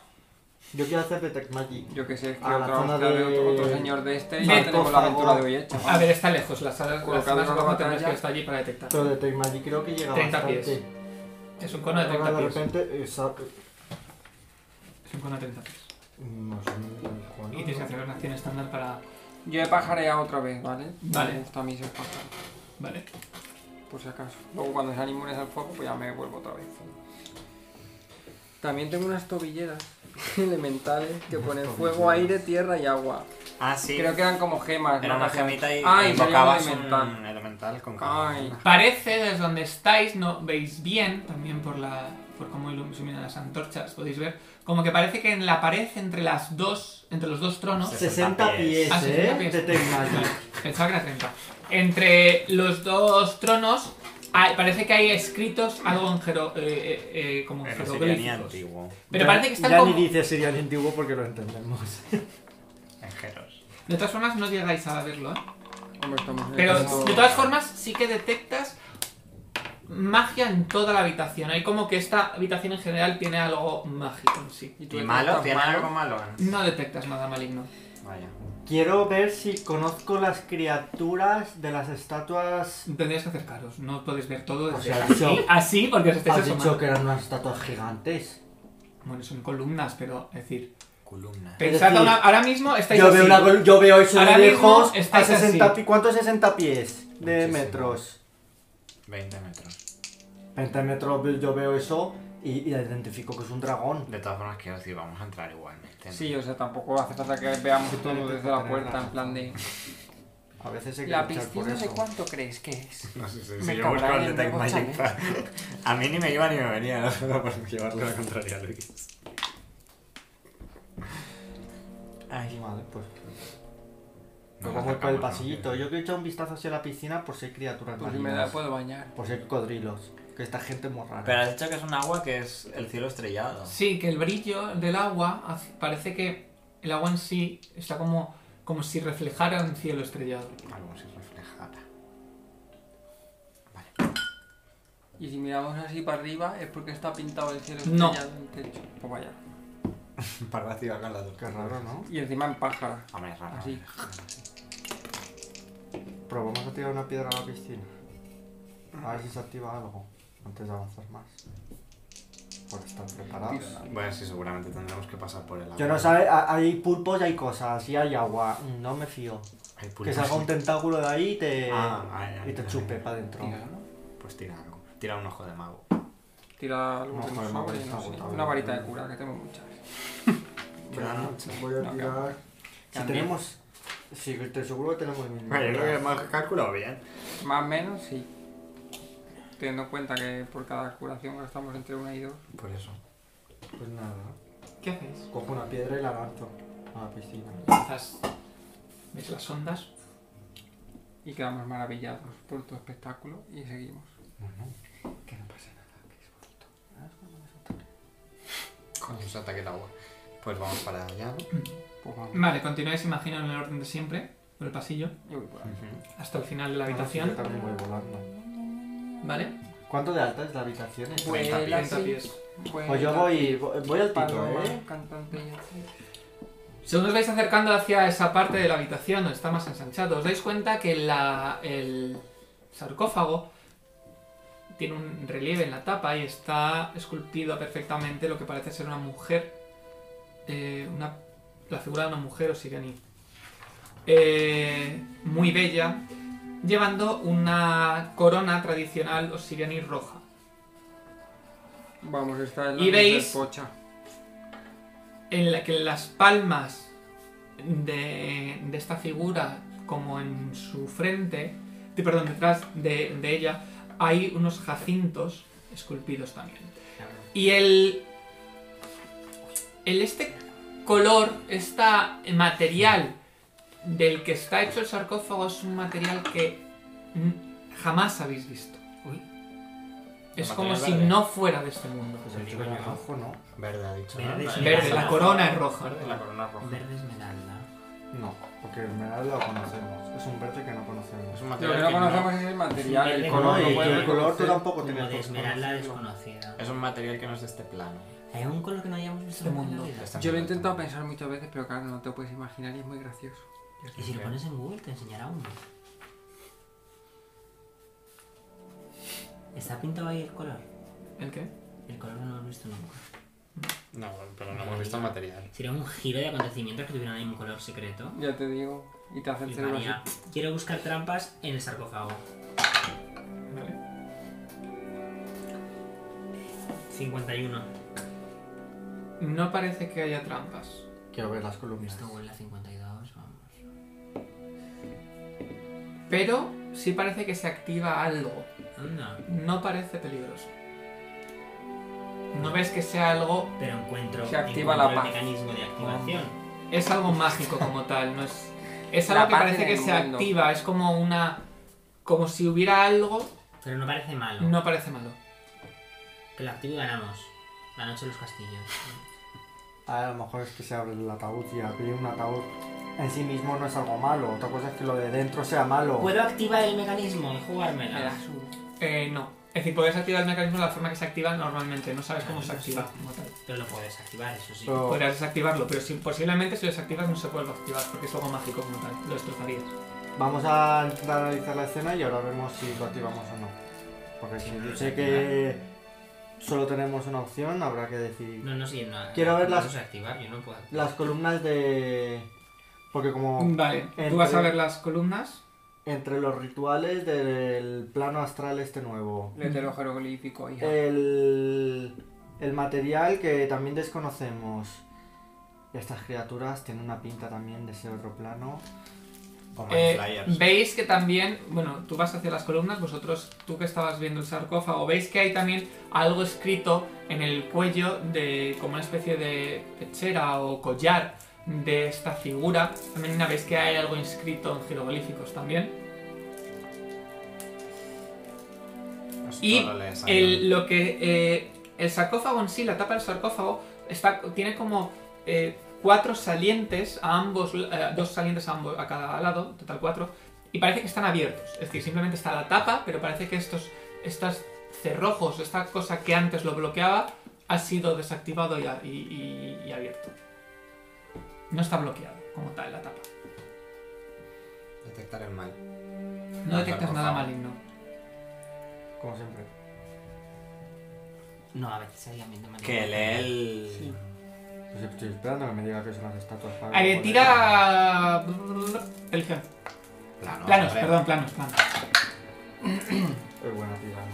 Speaker 5: Yo quiero hacer Detect Magic.
Speaker 2: Yo qué sé, que
Speaker 5: A la
Speaker 2: otro,
Speaker 5: zona
Speaker 2: que hable otro,
Speaker 5: de-
Speaker 2: otro señor de este y
Speaker 1: Vale,
Speaker 2: ya tenemos
Speaker 5: por
Speaker 2: la aventura
Speaker 5: favor.
Speaker 2: de hoy hecha.
Speaker 1: A ver, está lejos, la sala la
Speaker 2: Colocado
Speaker 1: sala
Speaker 2: en la
Speaker 1: roja tendrás
Speaker 2: batalla.
Speaker 1: que estar allí para detectar.
Speaker 5: Pero Detect Magic creo que llega
Speaker 1: 30
Speaker 5: bastante.
Speaker 1: pies. Es un cono de
Speaker 5: Ahora
Speaker 1: 30
Speaker 5: de
Speaker 1: pies.
Speaker 5: repente, exacto.
Speaker 1: Es un cono de 30 pies.
Speaker 5: No sé,
Speaker 1: Y
Speaker 5: ¿cuándo?
Speaker 1: tienes que hacer una acción estándar para.
Speaker 2: Yo he pajareado otra vez, ¿vale?
Speaker 1: Vale.
Speaker 2: Me gusta a mí ser pájaro,
Speaker 1: Vale.
Speaker 2: por si acaso. Luego cuando sean inmunes al fuego, pues ya me vuelvo otra vez. También tengo unas tobilleras elementales que
Speaker 5: Unas
Speaker 2: ponen
Speaker 5: tobilleras.
Speaker 2: fuego, aire, tierra y agua.
Speaker 3: Ah, sí.
Speaker 2: Creo que eran como gemas,
Speaker 3: Era
Speaker 2: ¿no?
Speaker 3: una gemita y
Speaker 2: Ah, y salió
Speaker 3: y invocabas
Speaker 2: un
Speaker 3: un
Speaker 2: elemental.
Speaker 3: elemental, con cada
Speaker 2: Ay,
Speaker 1: Parece desde donde estáis, no veis bien, también por la. por cómo ilum- iluminan las antorchas, podéis ver. Como que parece que en la pared entre las dos. entre los dos tronos.
Speaker 5: 60 pies,
Speaker 1: Ah, 60
Speaker 5: ¿eh?
Speaker 1: pies.
Speaker 5: Detect Magic.
Speaker 1: Pensaba que era 30. Entre los dos tronos. hay- parece que hay escritos algo en jero, eh, eh, eh, como
Speaker 3: Pero sería ni
Speaker 1: jeroglíficos.
Speaker 3: antiguo.
Speaker 1: Pero
Speaker 5: Ya-
Speaker 1: parece que están
Speaker 5: ya
Speaker 1: como...
Speaker 5: ni dice Sirian antiguo porque lo entendemos.
Speaker 3: En Jeros.
Speaker 1: De todas formas, no llegáis a verlo, ¿eh?
Speaker 2: hombre, estamos en el
Speaker 1: Pero
Speaker 2: campo.
Speaker 1: de todas formas, sí que detectas magia en toda la habitación. Hay como que esta habitación en general tiene algo mágico en sí.
Speaker 2: tú
Speaker 3: ¿Y
Speaker 2: estás
Speaker 3: malo?
Speaker 2: tan
Speaker 3: ¿Tiene
Speaker 2: malo?
Speaker 3: algo malo?
Speaker 1: No detectas nada maligno.
Speaker 3: Vaya.
Speaker 5: Quiero ver si conozco las criaturas de las estatuas.
Speaker 1: Tendrías que acercaros, no podéis ver todo
Speaker 5: O
Speaker 1: desde
Speaker 5: sea,
Speaker 1: así,
Speaker 5: yo-
Speaker 1: así, porque os estáis
Speaker 5: Has dicho
Speaker 1: asomando.
Speaker 5: que eran unas estatuas gigantes.
Speaker 1: Bueno, son columnas, pero, es decir,
Speaker 3: Columna.
Speaker 1: pensad
Speaker 5: decir,
Speaker 1: ahora- ahora mismo estáis
Speaker 5: Yo
Speaker 1: así.
Speaker 5: veo, una, gol- yo veo eso
Speaker 1: Ahora
Speaker 5: de
Speaker 1: mismo
Speaker 5: lejos. A
Speaker 1: estáis
Speaker 5: 60
Speaker 1: así.
Speaker 5: pi- ¿Cuántos 60 pies de
Speaker 3: Muchísimo.
Speaker 5: metros?
Speaker 3: 20 metros.
Speaker 5: 20 metros yo veo eso y, y identifico que es un dragón.
Speaker 3: De todas formas, quiero decir, vamos a entrar igualmente. ¿no?
Speaker 2: Sí, o sea, tampoco hace falta que veamos todo desde la puerta, en plan de...
Speaker 5: A veces hay que
Speaker 2: La
Speaker 5: luchar
Speaker 2: piscina
Speaker 5: por
Speaker 2: de
Speaker 5: eso.
Speaker 2: cuánto crees que es.
Speaker 3: No sé si
Speaker 2: Me
Speaker 3: yo busco
Speaker 2: cabrá
Speaker 3: el
Speaker 2: en
Speaker 3: Detect
Speaker 2: el
Speaker 3: Magic.
Speaker 2: nuevo
Speaker 3: A mí ni me iba ni me venía, no solo por llevarle la contraria a Luis.
Speaker 5: Ay, madre, pues.
Speaker 3: No nos
Speaker 5: Pues vamos por el
Speaker 3: acercamos, ¿no?
Speaker 5: pasillito. Yo quiero echar un vistazo hacia la piscina por si hay criaturas
Speaker 2: Pues me la
Speaker 5: malignas.
Speaker 2: puedo bañar.
Speaker 5: Por si hay cocodrilos. Que esta gente es muy rara.
Speaker 3: Pero has dicho que es un agua que es el cielo estrellado.
Speaker 1: Sí, que el brillo del agua hace- parece que el agua en sí está como, como si reflejara un cielo estrellado.
Speaker 3: Algo así refleja.
Speaker 2: Y si miramos así para arriba es porque está pintado el cielo
Speaker 1: No.
Speaker 2: estrellado en el techo. Pues vaya.
Speaker 3: Para activar con la dos.
Speaker 5: Qué raro, ¿no?
Speaker 2: Y encima en pájara.
Speaker 3: Hombre, es raro.
Speaker 2: Así.
Speaker 5: Pero vamos a tirar una piedra a la piscina. A ver si se activa algo antes de avanzar más. Por estar preparados.
Speaker 3: Bueno, sí, seguramente tendremos que pasar por el agua.
Speaker 5: Yo no sé, ha- hay pulpos y hay cosas, y hay agua. mm, No me fío.
Speaker 3: Hay
Speaker 5: Que
Speaker 3: pulpos.
Speaker 5: salga un tentáculo de ahí y te,
Speaker 3: Ah, ay, ay,
Speaker 5: y te
Speaker 3: ay,
Speaker 5: chupe
Speaker 3: ay.
Speaker 5: para adentro.
Speaker 2: Tira, ¿no?
Speaker 3: Pues tira algo. Tira un ojo de mago.
Speaker 2: Tira algún
Speaker 5: No,
Speaker 2: de
Speaker 5: joder,
Speaker 2: los
Speaker 5: madre,
Speaker 2: sobres, no
Speaker 5: está
Speaker 2: sé.
Speaker 5: agotado.
Speaker 2: Una varita de cura, que tengo muchas.
Speaker 3: Bueno,
Speaker 5: voy a
Speaker 2: no,
Speaker 5: tirar. Si
Speaker 2: También.
Speaker 5: tenemos. Sí, te seguro que tenemos el mismo.
Speaker 3: Bueno, yo creo que hemos calculado bien.
Speaker 2: Más o menos, sí. Teniendo en cuenta que por cada curación gastamos entre una y dos.
Speaker 3: Por eso.
Speaker 5: Pues nada,
Speaker 1: ¿Qué hacéis?
Speaker 5: cojo una piedra y la lanzo a la piscina.
Speaker 1: Lanzas. ¿Ves las ondas?
Speaker 2: Y quedamos maravillados por tu espectáculo y seguimos.
Speaker 3: Que no pasa nada, que es bonito. Con sus ataques de agua. Pues vamos para allá. ¿no?
Speaker 2: Pues vamos.
Speaker 1: Vale, continuáis, imagino, en el orden de siempre, por el pasillo,
Speaker 2: Yo voy por ahí.
Speaker 1: hasta el final de la
Speaker 5: Yo
Speaker 1: habitación.
Speaker 5: también voy volando.
Speaker 1: ¿Vale?
Speaker 5: ¿Cuánto de alta es la habitación? esta?
Speaker 2: Pues-
Speaker 3: Treinta pies.
Speaker 2: Vuela,
Speaker 1: 30
Speaker 2: sí.
Speaker 1: pies.
Speaker 5: Pues yo voy, voy al tito,
Speaker 2: Paloma,
Speaker 5: ¿eh?
Speaker 2: cantante y actriz.
Speaker 1: Según os vais acercando hacia esa parte de la habitación donde está más ensanchado, os dais cuenta que la- el sarcófago tiene un relieve en la tapa y está esculpido perfectamente lo que parece ser una mujer, eh, una- la figura de una mujer o sirení. Eh, muy bella, llevando una corona tradicional o sirení roja.
Speaker 2: Vamos, esta es la
Speaker 1: Y
Speaker 2: Miss
Speaker 1: veis-
Speaker 2: del Pocha.
Speaker 1: en la que las palmas de, de esta figura, como en su frente, de- perdón, detrás de, de ella, hay unos jacintos esculpidos también. Y el, el este color, este material del que está hecho el sarcófago es un material que mm, jamás habéis visto. Es
Speaker 3: ¿El
Speaker 1: como
Speaker 3: material
Speaker 1: si
Speaker 3: verde?
Speaker 1: no fuera de este mundo.
Speaker 5: Pues el chico de abajo, ¿no?
Speaker 3: Verde ha dicho.
Speaker 6: Verde,
Speaker 3: ¿no?
Speaker 6: sí.
Speaker 1: Verde, la corona es roja.
Speaker 3: Verde, La corona roja.
Speaker 6: Verde esmeralda.
Speaker 5: No, porque el Esmeralda lo conocemos. Es un verde que no conocemos.
Speaker 3: Es un
Speaker 2: Lo
Speaker 3: material
Speaker 2: que no
Speaker 3: que no-
Speaker 2: conocemos es el material, el
Speaker 6: Verde
Speaker 2: color.
Speaker 6: como
Speaker 2: No
Speaker 5: y
Speaker 2: puede
Speaker 5: el color tú
Speaker 2: reconocer.
Speaker 5: tampoco
Speaker 6: Como
Speaker 5: tenías
Speaker 6: de
Speaker 5: por
Speaker 6: esmeralda
Speaker 5: conocerlo.
Speaker 6: desconocida.
Speaker 3: Es un material que no es de este plano.
Speaker 6: ¿Hay un color que no hayamos visto
Speaker 1: Este
Speaker 6: nunca en la
Speaker 1: mundo.
Speaker 6: vida?
Speaker 3: Está
Speaker 2: Yo lo he
Speaker 3: en el
Speaker 2: intentado
Speaker 3: plano.
Speaker 2: pensar muchas veces, pero claro, no te lo puedes imaginar y es muy gracioso.
Speaker 6: Y si lo
Speaker 3: Bien.
Speaker 6: pones en Google te enseñará uno. ¿Está pintado ahí el color?
Speaker 1: ¿El qué?
Speaker 6: El color que no hemos visto nunca.
Speaker 3: No, pero no hemos visto el material.
Speaker 6: Sería un giro de acontecimientos que tuvieran ahí un color secreto.
Speaker 2: Ya te digo. Y te hace el cerebro así.
Speaker 6: Fliparía. Quiero buscar trampas en el sarcófago.
Speaker 1: Vale.
Speaker 6: 51.
Speaker 1: No parece que haya trampas.
Speaker 5: Quiero ver las columnas.
Speaker 6: Esto huele a 52, vamos.
Speaker 1: Pero sí parece que se activa algo.
Speaker 6: Anda.
Speaker 1: No parece peligroso. No ves que sea algo...
Speaker 6: Pero encuentro,
Speaker 2: Se activa la
Speaker 6: encuentro
Speaker 2: paz.
Speaker 6: el mecanismo de activación.
Speaker 1: Es algo mágico como tal. No es, es
Speaker 2: La
Speaker 1: algo que
Speaker 2: paz
Speaker 1: parece
Speaker 2: en
Speaker 1: que
Speaker 2: el
Speaker 1: se
Speaker 2: mundo.
Speaker 1: activa. Es como una... Como si hubiera algo.
Speaker 6: Pero no parece malo.
Speaker 1: No parece malo.
Speaker 6: Que lo activo y ganamos. La noche de los castillos.
Speaker 5: Ah, A lo mejor es que se abre el ataúd y abrir un ataúd en sí mismo no es algo malo. Otra cosa es que lo de dentro sea malo.
Speaker 6: ¿Puedo activar el mecanismo y
Speaker 2: Me
Speaker 6: jugármela?
Speaker 2: da su-
Speaker 1: Eh, no. Es decir, podéis activar el mecanismo de la forma que se activa normalmente. No sabes cómo se
Speaker 6: Ah,
Speaker 1: activa
Speaker 6: sí.
Speaker 1: como tal.
Speaker 6: Pero lo puedo desactivar, eso sí.
Speaker 5: Pero-
Speaker 1: Podrías desactivarlo, pero si, posiblemente si lo desactivas no se vuelve a activar porque es algo mágico como tal. Lo destrozarías.
Speaker 5: Vamos a intentar analizar la escena y ahora vemos si lo activamos o no. Porque si yo sé que solo tenemos una opción, habrá que decidir.
Speaker 6: No, no, sí, no.
Speaker 5: Quiero
Speaker 6: no
Speaker 5: ver las-
Speaker 6: puedo desactivar, yo no puedo.
Speaker 5: Las columnas de... Porque como
Speaker 1: Vale,
Speaker 5: Entre-
Speaker 1: tú vas a ver las columnas.
Speaker 5: entre los rituales del plano astral este nuevo.
Speaker 2: Letrero jeroglífico, hija.
Speaker 5: Eh, El, el material que también desconocemos. Estas criaturas tienen una pinta también de ese otro plano.
Speaker 3: Como
Speaker 1: Eh,
Speaker 3: en flyers.
Speaker 1: veis que también, bueno, tú vas hacia las columnas, vosotros, tú que estabas viendo el sarcófago, veis que hay también algo escrito en el cuello de como una especie de pechera o collar de esta figura. También veis que hay algo inscrito en jeroglíficos también.
Speaker 3: Esto
Speaker 1: y
Speaker 3: lo lees ahí,
Speaker 1: El, lo que eh, el sarcófago en sí, la tapa del sarcófago, está, tiene como eh, cuatro salientes a ambos, eh, dos salientes a, ambos, a cada lado, total cuatro, y parece que están abiertos. Es decir, simplemente está la tapa, pero parece que estos, estas cerrojos, esta cosa que antes lo bloqueaba, ha sido desactivado y, a- y- y- y abierto. No está bloqueado como tal la tapa.
Speaker 3: Detectar el mal.
Speaker 1: No
Speaker 3: Ah,
Speaker 1: detectas
Speaker 3: claro, por
Speaker 1: nada
Speaker 3: favor.
Speaker 1: maligno.
Speaker 5: como siempre.
Speaker 6: No, a veces sería viendo maligno.
Speaker 3: Que lee el.
Speaker 5: Sí. Pues estoy esperando que me diga que son las estatuas. para
Speaker 1: Eh,
Speaker 5: poder-
Speaker 1: tira. Religión.
Speaker 3: Plano,
Speaker 1: Planos,
Speaker 3: hombre.
Speaker 1: perdón, planos, planos.
Speaker 5: Es buena tirada.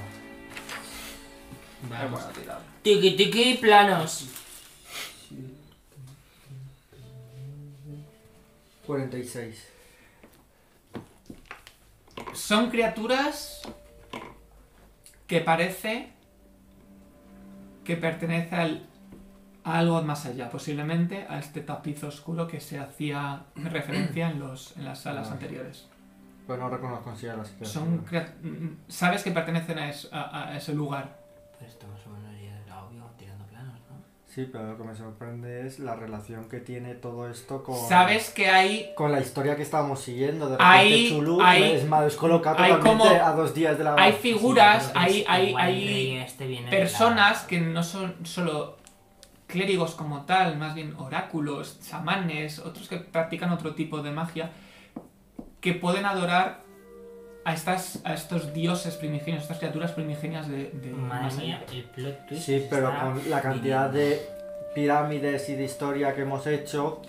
Speaker 6: Vamos. Tiki tiki planos.
Speaker 5: 46.
Speaker 1: Son criaturas que parece que pertenece al, a algo más allá, posiblemente a este tapiz oscuro que se hacía referencia en, los, en las salas
Speaker 5: Ah.
Speaker 1: anteriores.
Speaker 5: Pues no reconozco en sí a las que.
Speaker 1: Son crea- mm, sabes que pertenecen a, es- a- a ese lugar.
Speaker 6: Pues esto más o menos ya era obvio, tirando planos, ¿no?
Speaker 5: Sí, pero lo que me sorprende es la relación que tiene todo esto con.
Speaker 1: Sabes que hay
Speaker 5: Con la historia que estábamos siguiendo. De repente
Speaker 1: Hay-
Speaker 5: Chulú
Speaker 1: hay-
Speaker 5: es más descolocado
Speaker 1: hay
Speaker 5: totalmente
Speaker 1: como-
Speaker 5: a dos días de la.
Speaker 1: hay figuras,
Speaker 6: Ah, Sí,
Speaker 1: hay
Speaker 6: pero es
Speaker 1: hay
Speaker 6: igual el
Speaker 1: hay-
Speaker 6: rey este viene de la-
Speaker 1: personas que no son solo clérigos como tal, más bien oráculos, chamanes, otros que practican otro tipo de magia, que pueden adorar a, estas, a estos dioses primigenios, estas criaturas primigenias de, de más
Speaker 6: Madre
Speaker 1: allá.
Speaker 6: mía, el plot twist.
Speaker 5: Sí, pero
Speaker 6: está
Speaker 5: con la cantidad
Speaker 6: divino.
Speaker 5: de pirámides y de historia que hemos hecho,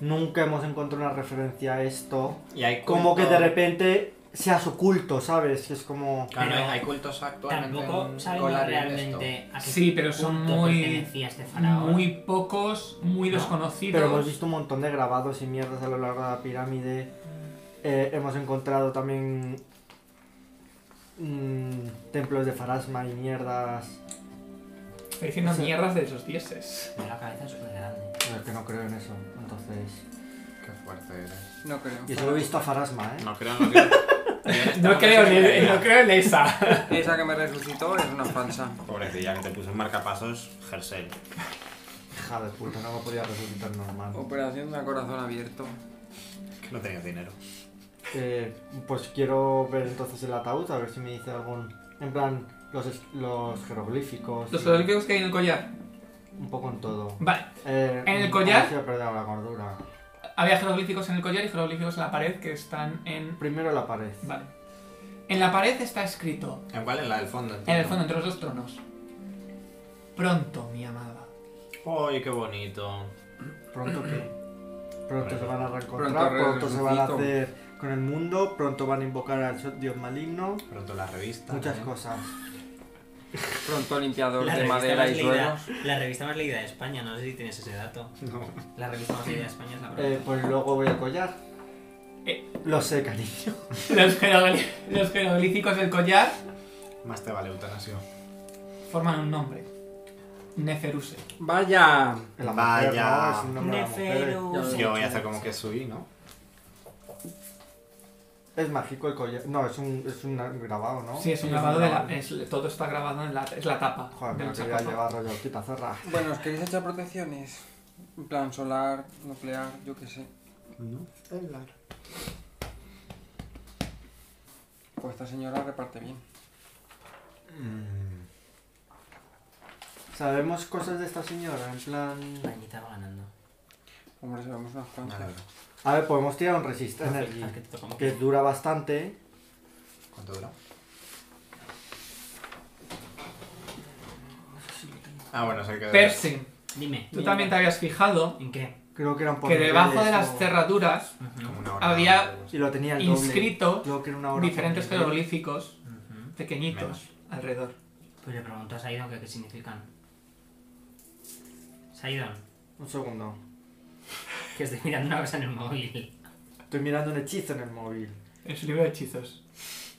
Speaker 5: nunca hemos encontrado una referencia a esto.
Speaker 3: Y hay
Speaker 5: Como que
Speaker 3: cultos-
Speaker 5: de repente seas oculto, ¿sabes? Que es como.
Speaker 3: Claro,
Speaker 6: Pero
Speaker 3: hay cultos actualmente.
Speaker 6: Tampoco
Speaker 3: en
Speaker 6: sabemos
Speaker 3: Golarion esto.
Speaker 6: realmente a qué
Speaker 1: Sí, pero son
Speaker 6: punto
Speaker 1: muy-
Speaker 6: pertenecía este faraón.
Speaker 1: Muy pocos, muy
Speaker 6: No,
Speaker 1: desconocidos.
Speaker 5: Pero hemos visto un montón de grabados y mierdas a lo largo de la pirámide. Eh, hemos encontrado también mm, templos de farasma y mierdas.
Speaker 1: Estoy diciendo
Speaker 5: Sí.
Speaker 1: mierdas de esos dioses.
Speaker 6: Pero la cabeza es súper grande.
Speaker 5: Pero es que no creo en eso. Entonces.
Speaker 3: Qué fuerte eres.
Speaker 2: No creo.
Speaker 5: Y solo he visto a farasma, ¿eh?
Speaker 3: No creo en lo que.
Speaker 1: No creo, en, no creo en esa.
Speaker 2: Esa que me resucitó es una falsa.
Speaker 3: Pobrecilla, que te puso en marcapasos jersey.
Speaker 5: Hija de puta, no me podía resucitar normal.
Speaker 2: Operación de corazón abierto.
Speaker 3: Que no tenías dinero.
Speaker 5: Eh, pues quiero ver entonces el ataúd, a ver si me dice algún. En plan, los, es- los jeroglíficos.
Speaker 1: Los
Speaker 5: y
Speaker 1: jeroglíficos que hay en el collar.
Speaker 5: Un poco en todo.
Speaker 1: Vale,
Speaker 5: Eh,
Speaker 1: ¿En el
Speaker 5: a ver
Speaker 1: collar?
Speaker 5: si he perdido la gordura.
Speaker 1: había jeroglíficos en el collar y jeroglíficos en la pared que están en...
Speaker 5: Primero la pared.
Speaker 1: Vale. En la pared está escrito
Speaker 3: ¿En cuál? En la del fondo.
Speaker 1: En
Speaker 3: entiendo.
Speaker 1: el fondo, entre los dos tronos. Pronto, mi amada.
Speaker 3: ¡Ay, qué bonito!
Speaker 5: Pronto que. Pronto se van a reencontrar,
Speaker 2: Pronto
Speaker 5: pronto se van a
Speaker 2: resucito.
Speaker 5: hacer con el mundo, pronto van a invocar al so- dios maligno.
Speaker 3: Pronto la revista.
Speaker 5: Muchas
Speaker 3: ¿eh?
Speaker 5: cosas.
Speaker 2: Pronto limpiador
Speaker 6: La
Speaker 2: de
Speaker 6: revista
Speaker 2: madera
Speaker 6: más
Speaker 2: y
Speaker 6: leída-
Speaker 2: suelos.
Speaker 6: La revista más leída de España, no sé si tienes ese dato.
Speaker 3: No.
Speaker 6: La revista más leída de España es la
Speaker 5: Eh, pues luego voy al collar.
Speaker 1: Eh.
Speaker 5: Lo sé, cariño.
Speaker 1: Los, jerogli- los jeroglíficos del collar
Speaker 3: Más te vale eutanasio.
Speaker 1: forman un nombre. Neferuse.
Speaker 2: Vaya.
Speaker 5: La mujer,
Speaker 3: Vaya.
Speaker 5: ¿no? Es un nombre de la mujer.
Speaker 6: Neferu.
Speaker 3: Yo voy a hacer como que subí, ¿no?
Speaker 5: Es mágico el collar. No, es un, es un grabado, ¿no?
Speaker 1: Sí, es un
Speaker 5: Sí,
Speaker 1: grabado de la. es- todo está grabado en la. Es la tapa.
Speaker 5: Joder, me
Speaker 1: del
Speaker 5: lo quería
Speaker 1: sarcófago.
Speaker 5: llevar rollo quitazorra.
Speaker 2: Bueno, ¿os queréis echar protecciones? En plan solar, nuclear, yo qué sé.
Speaker 3: No.
Speaker 2: Pues esta señora reparte bien.
Speaker 5: ¿Sabemos cosas de esta señora? En plan...
Speaker 6: Españita va ganando.
Speaker 2: Hombre, sabemos unas cuantas.
Speaker 5: A ver, podemos tirar un resist energy.
Speaker 6: Ah, que te toca un
Speaker 5: Que
Speaker 6: poco.
Speaker 5: dura bastante.
Speaker 3: ¿Cuánto dura? Ah, bueno, sé que.
Speaker 1: Percy,
Speaker 6: Dime.
Speaker 1: tú también te habías fijado
Speaker 6: ¿En qué?
Speaker 5: Creo que eran por
Speaker 1: que debajo
Speaker 5: niveles
Speaker 1: de las
Speaker 5: o-
Speaker 1: cerraduras
Speaker 6: Ujú,
Speaker 3: Como una hora.
Speaker 1: Había-
Speaker 5: Y lo tenía el doble.
Speaker 1: inscrito
Speaker 5: Creo que era una hora por
Speaker 1: diferentes
Speaker 5: nivel.
Speaker 1: jeroglíficos
Speaker 6: ujú.
Speaker 1: pequeñitos alrededor.
Speaker 6: Pues le preguntas a Aidon que qué significan. Saidon,
Speaker 5: Un segundo.
Speaker 6: que estoy mirando una cosa en el móvil.
Speaker 5: Estoy mirando un hechizo en el móvil.
Speaker 1: Es un libro de hechizos.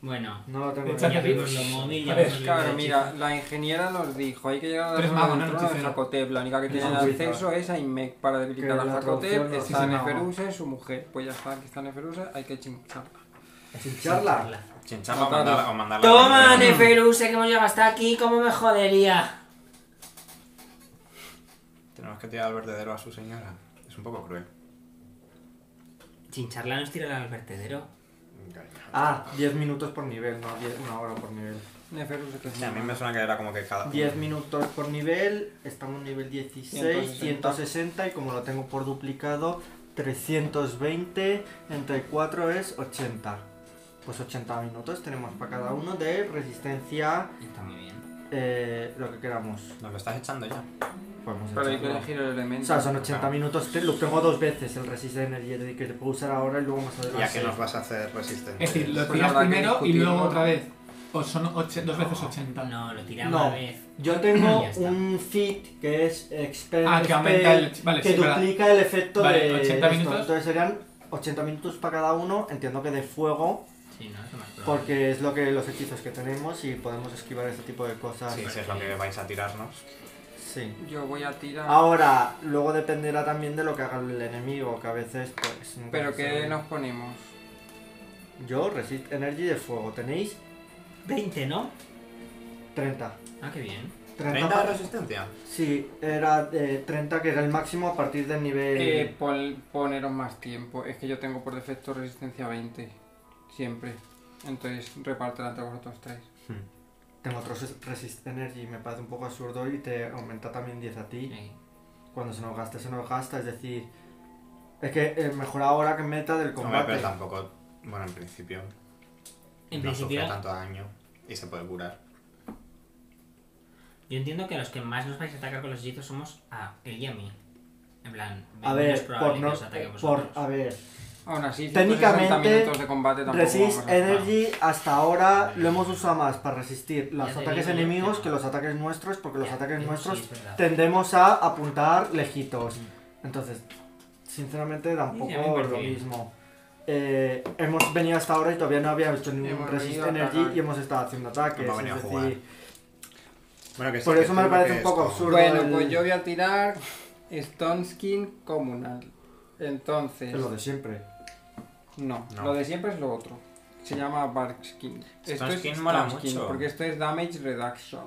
Speaker 6: Bueno,
Speaker 5: No lo tengo.
Speaker 1: Echa
Speaker 6: ya
Speaker 5: en el
Speaker 6: vimos
Speaker 5: móvil.
Speaker 6: los móviles, ya
Speaker 1: A ver,
Speaker 6: vimos los
Speaker 2: Claro,
Speaker 6: libros de
Speaker 2: mira, la ingeniera nos dijo, hay que llegar a
Speaker 1: Pero
Speaker 2: la
Speaker 1: es
Speaker 2: zona
Speaker 1: mago,
Speaker 2: del
Speaker 1: no
Speaker 2: trono de
Speaker 1: hechicero.
Speaker 2: Jacotep. La única que
Speaker 5: Es
Speaker 2: tiene
Speaker 5: mago,
Speaker 2: acceso es a Inmec para debilitar
Speaker 5: Que
Speaker 2: a
Speaker 5: la
Speaker 2: Jacotep.
Speaker 5: traducción no
Speaker 2: Está
Speaker 1: es mago.
Speaker 2: Neferuse, su mujer. Pues ya está, que está Neferuse, hay que chincharla.
Speaker 5: Sin
Speaker 6: hechizos.
Speaker 5: charla.
Speaker 3: Chincharla o mandarla. o mandarla-
Speaker 6: Toma, Neferuse, que hemos llegado hasta aquí, ¿cómo me jodería?
Speaker 3: Tenemos que tirar al vertedero a su señora. Es un poco cruel.
Speaker 6: Chincharla nos tira al vertedero.
Speaker 5: Ah, 10 minutos por nivel, no 10 una hora por nivel.
Speaker 2: Neferus se
Speaker 3: Sí, a mí me suena que era como que cada.
Speaker 5: 10 minutos por nivel, estamos nivel 16,
Speaker 2: 160.
Speaker 5: 160 y como lo tengo por duplicado, 320 entre 4 es 80. Pues 80 minutos tenemos para cada uno de resistencia
Speaker 6: Está muy bien.
Speaker 5: eh, lo que queramos.
Speaker 3: Nos lo estás echando ya.
Speaker 5: Ah, Podemos
Speaker 2: Pero hay que
Speaker 5: echarlo.
Speaker 2: elegir el elemento.
Speaker 5: O sea, son 80 minutos, te- lo tengo dos veces el Resist Energy, es decir, que te puedo usar ahora y luego más adelante.
Speaker 3: ¿Y a qué nos vas a hacer resistente?
Speaker 1: Es decir, lo
Speaker 2: Pues
Speaker 1: tiras
Speaker 2: habrá que
Speaker 1: primero y
Speaker 2: discutirlo.
Speaker 1: luego otra vez. O son ocho- dos veces 80.
Speaker 6: No, lo tiramos
Speaker 5: No.
Speaker 6: una vez.
Speaker 5: Yo tengo
Speaker 6: Ya está.
Speaker 5: un fit que es Expend
Speaker 1: Ah, que aumenta
Speaker 5: Spell,
Speaker 1: el- vale,
Speaker 5: que
Speaker 1: sí, verdad.
Speaker 5: duplica el efecto
Speaker 1: Vale,
Speaker 5: de
Speaker 1: 80
Speaker 5: esto.
Speaker 1: minutos.
Speaker 5: Entonces serían 80 minutos para cada uno, entiendo que de fuego,
Speaker 6: Sí, no, eso más probable.
Speaker 5: porque es lo que los hechizos que tenemos y podemos esquivar este tipo de cosas.
Speaker 3: Sí, si es lo que vais a tirarnos.
Speaker 5: Sí.
Speaker 2: Yo voy a tirar.
Speaker 5: Ah, Ahora, luego dependerá también de lo que haga el enemigo, que a veces pues... nunca
Speaker 2: Pero
Speaker 5: se
Speaker 2: ¿qué
Speaker 5: sabe.
Speaker 2: nos ponemos?
Speaker 5: Yo, Resist Energy de fuego, tenéis
Speaker 6: 20, ¿no?
Speaker 5: 30.
Speaker 6: Ah, qué bien.
Speaker 5: 30,
Speaker 3: 30
Speaker 5: pa-
Speaker 3: de resistencia.
Speaker 5: Sí, era de 30 que era el máximo a partir del nivel...
Speaker 2: Eh, pon- poneros más tiempo. Es que yo tengo por defecto resistencia 20. Siempre. Entonces repártela entre vosotros tres.
Speaker 5: Tengo otros es- Resist Energy, me parece un poco absurdo y te aumenta también 10 a ti.
Speaker 6: Ahí.
Speaker 5: Cuando se nos gasta, se nos gasta, es decir... Es que eh, mejor ahora que en meta del
Speaker 3: Hombre,
Speaker 5: combate.
Speaker 3: pero tampoco. Bueno, en principio.
Speaker 6: En
Speaker 3: no
Speaker 6: principio,
Speaker 3: sufre tanto daño y se puede curar.
Speaker 6: yo entiendo que a los que más nos vais a atacar con los hechizos somos a él y a mí. En plan,
Speaker 5: a
Speaker 6: es
Speaker 5: ver,
Speaker 6: probable
Speaker 5: por
Speaker 6: que
Speaker 5: no...
Speaker 6: os ataque a
Speaker 5: Por,
Speaker 6: vosotros.
Speaker 5: a ver,
Speaker 2: Aún así,
Speaker 5: Técnicamente,
Speaker 2: 160 minutos de combate tampoco vamos
Speaker 5: Resist
Speaker 2: a-
Speaker 5: Energy hasta ahora lo hemos usado más para resistir los
Speaker 6: Ya te
Speaker 5: ataques
Speaker 6: digo yo
Speaker 5: enemigos
Speaker 6: que
Speaker 5: que
Speaker 6: no.
Speaker 5: los ataques nuestros, porque los
Speaker 6: Ya,
Speaker 5: ataques
Speaker 6: eso sí,
Speaker 5: nuestros
Speaker 6: es verdad.
Speaker 5: tendemos a apuntar lejitos. Entonces, sinceramente
Speaker 6: Sí, ya me
Speaker 5: tampoco
Speaker 6: parece
Speaker 5: lo
Speaker 6: bien.
Speaker 5: mismo. Eh, hemos venido hasta ahora y todavía no habíamos hecho ningún
Speaker 2: Hemos
Speaker 5: Resist
Speaker 2: venido a
Speaker 5: Energy
Speaker 2: atacar.
Speaker 5: y hemos estado haciendo ataques.
Speaker 3: Hemos venido
Speaker 5: es
Speaker 3: a jugar.
Speaker 5: decir,
Speaker 3: Bueno, que sí
Speaker 5: Por
Speaker 3: que
Speaker 5: eso me
Speaker 3: creo
Speaker 5: parece
Speaker 3: que
Speaker 5: un poco
Speaker 3: esto-
Speaker 5: absurdo.
Speaker 2: Bueno,
Speaker 5: el-
Speaker 2: pues yo voy a tirar Stone Skin Comunal. Entonces,
Speaker 5: es lo de siempre.
Speaker 2: no,
Speaker 3: No.
Speaker 2: lo de siempre es lo otro. Se llama Bark Skin.
Speaker 3: Stone Skin mola mucho.
Speaker 2: porque esto es Damage Reduction.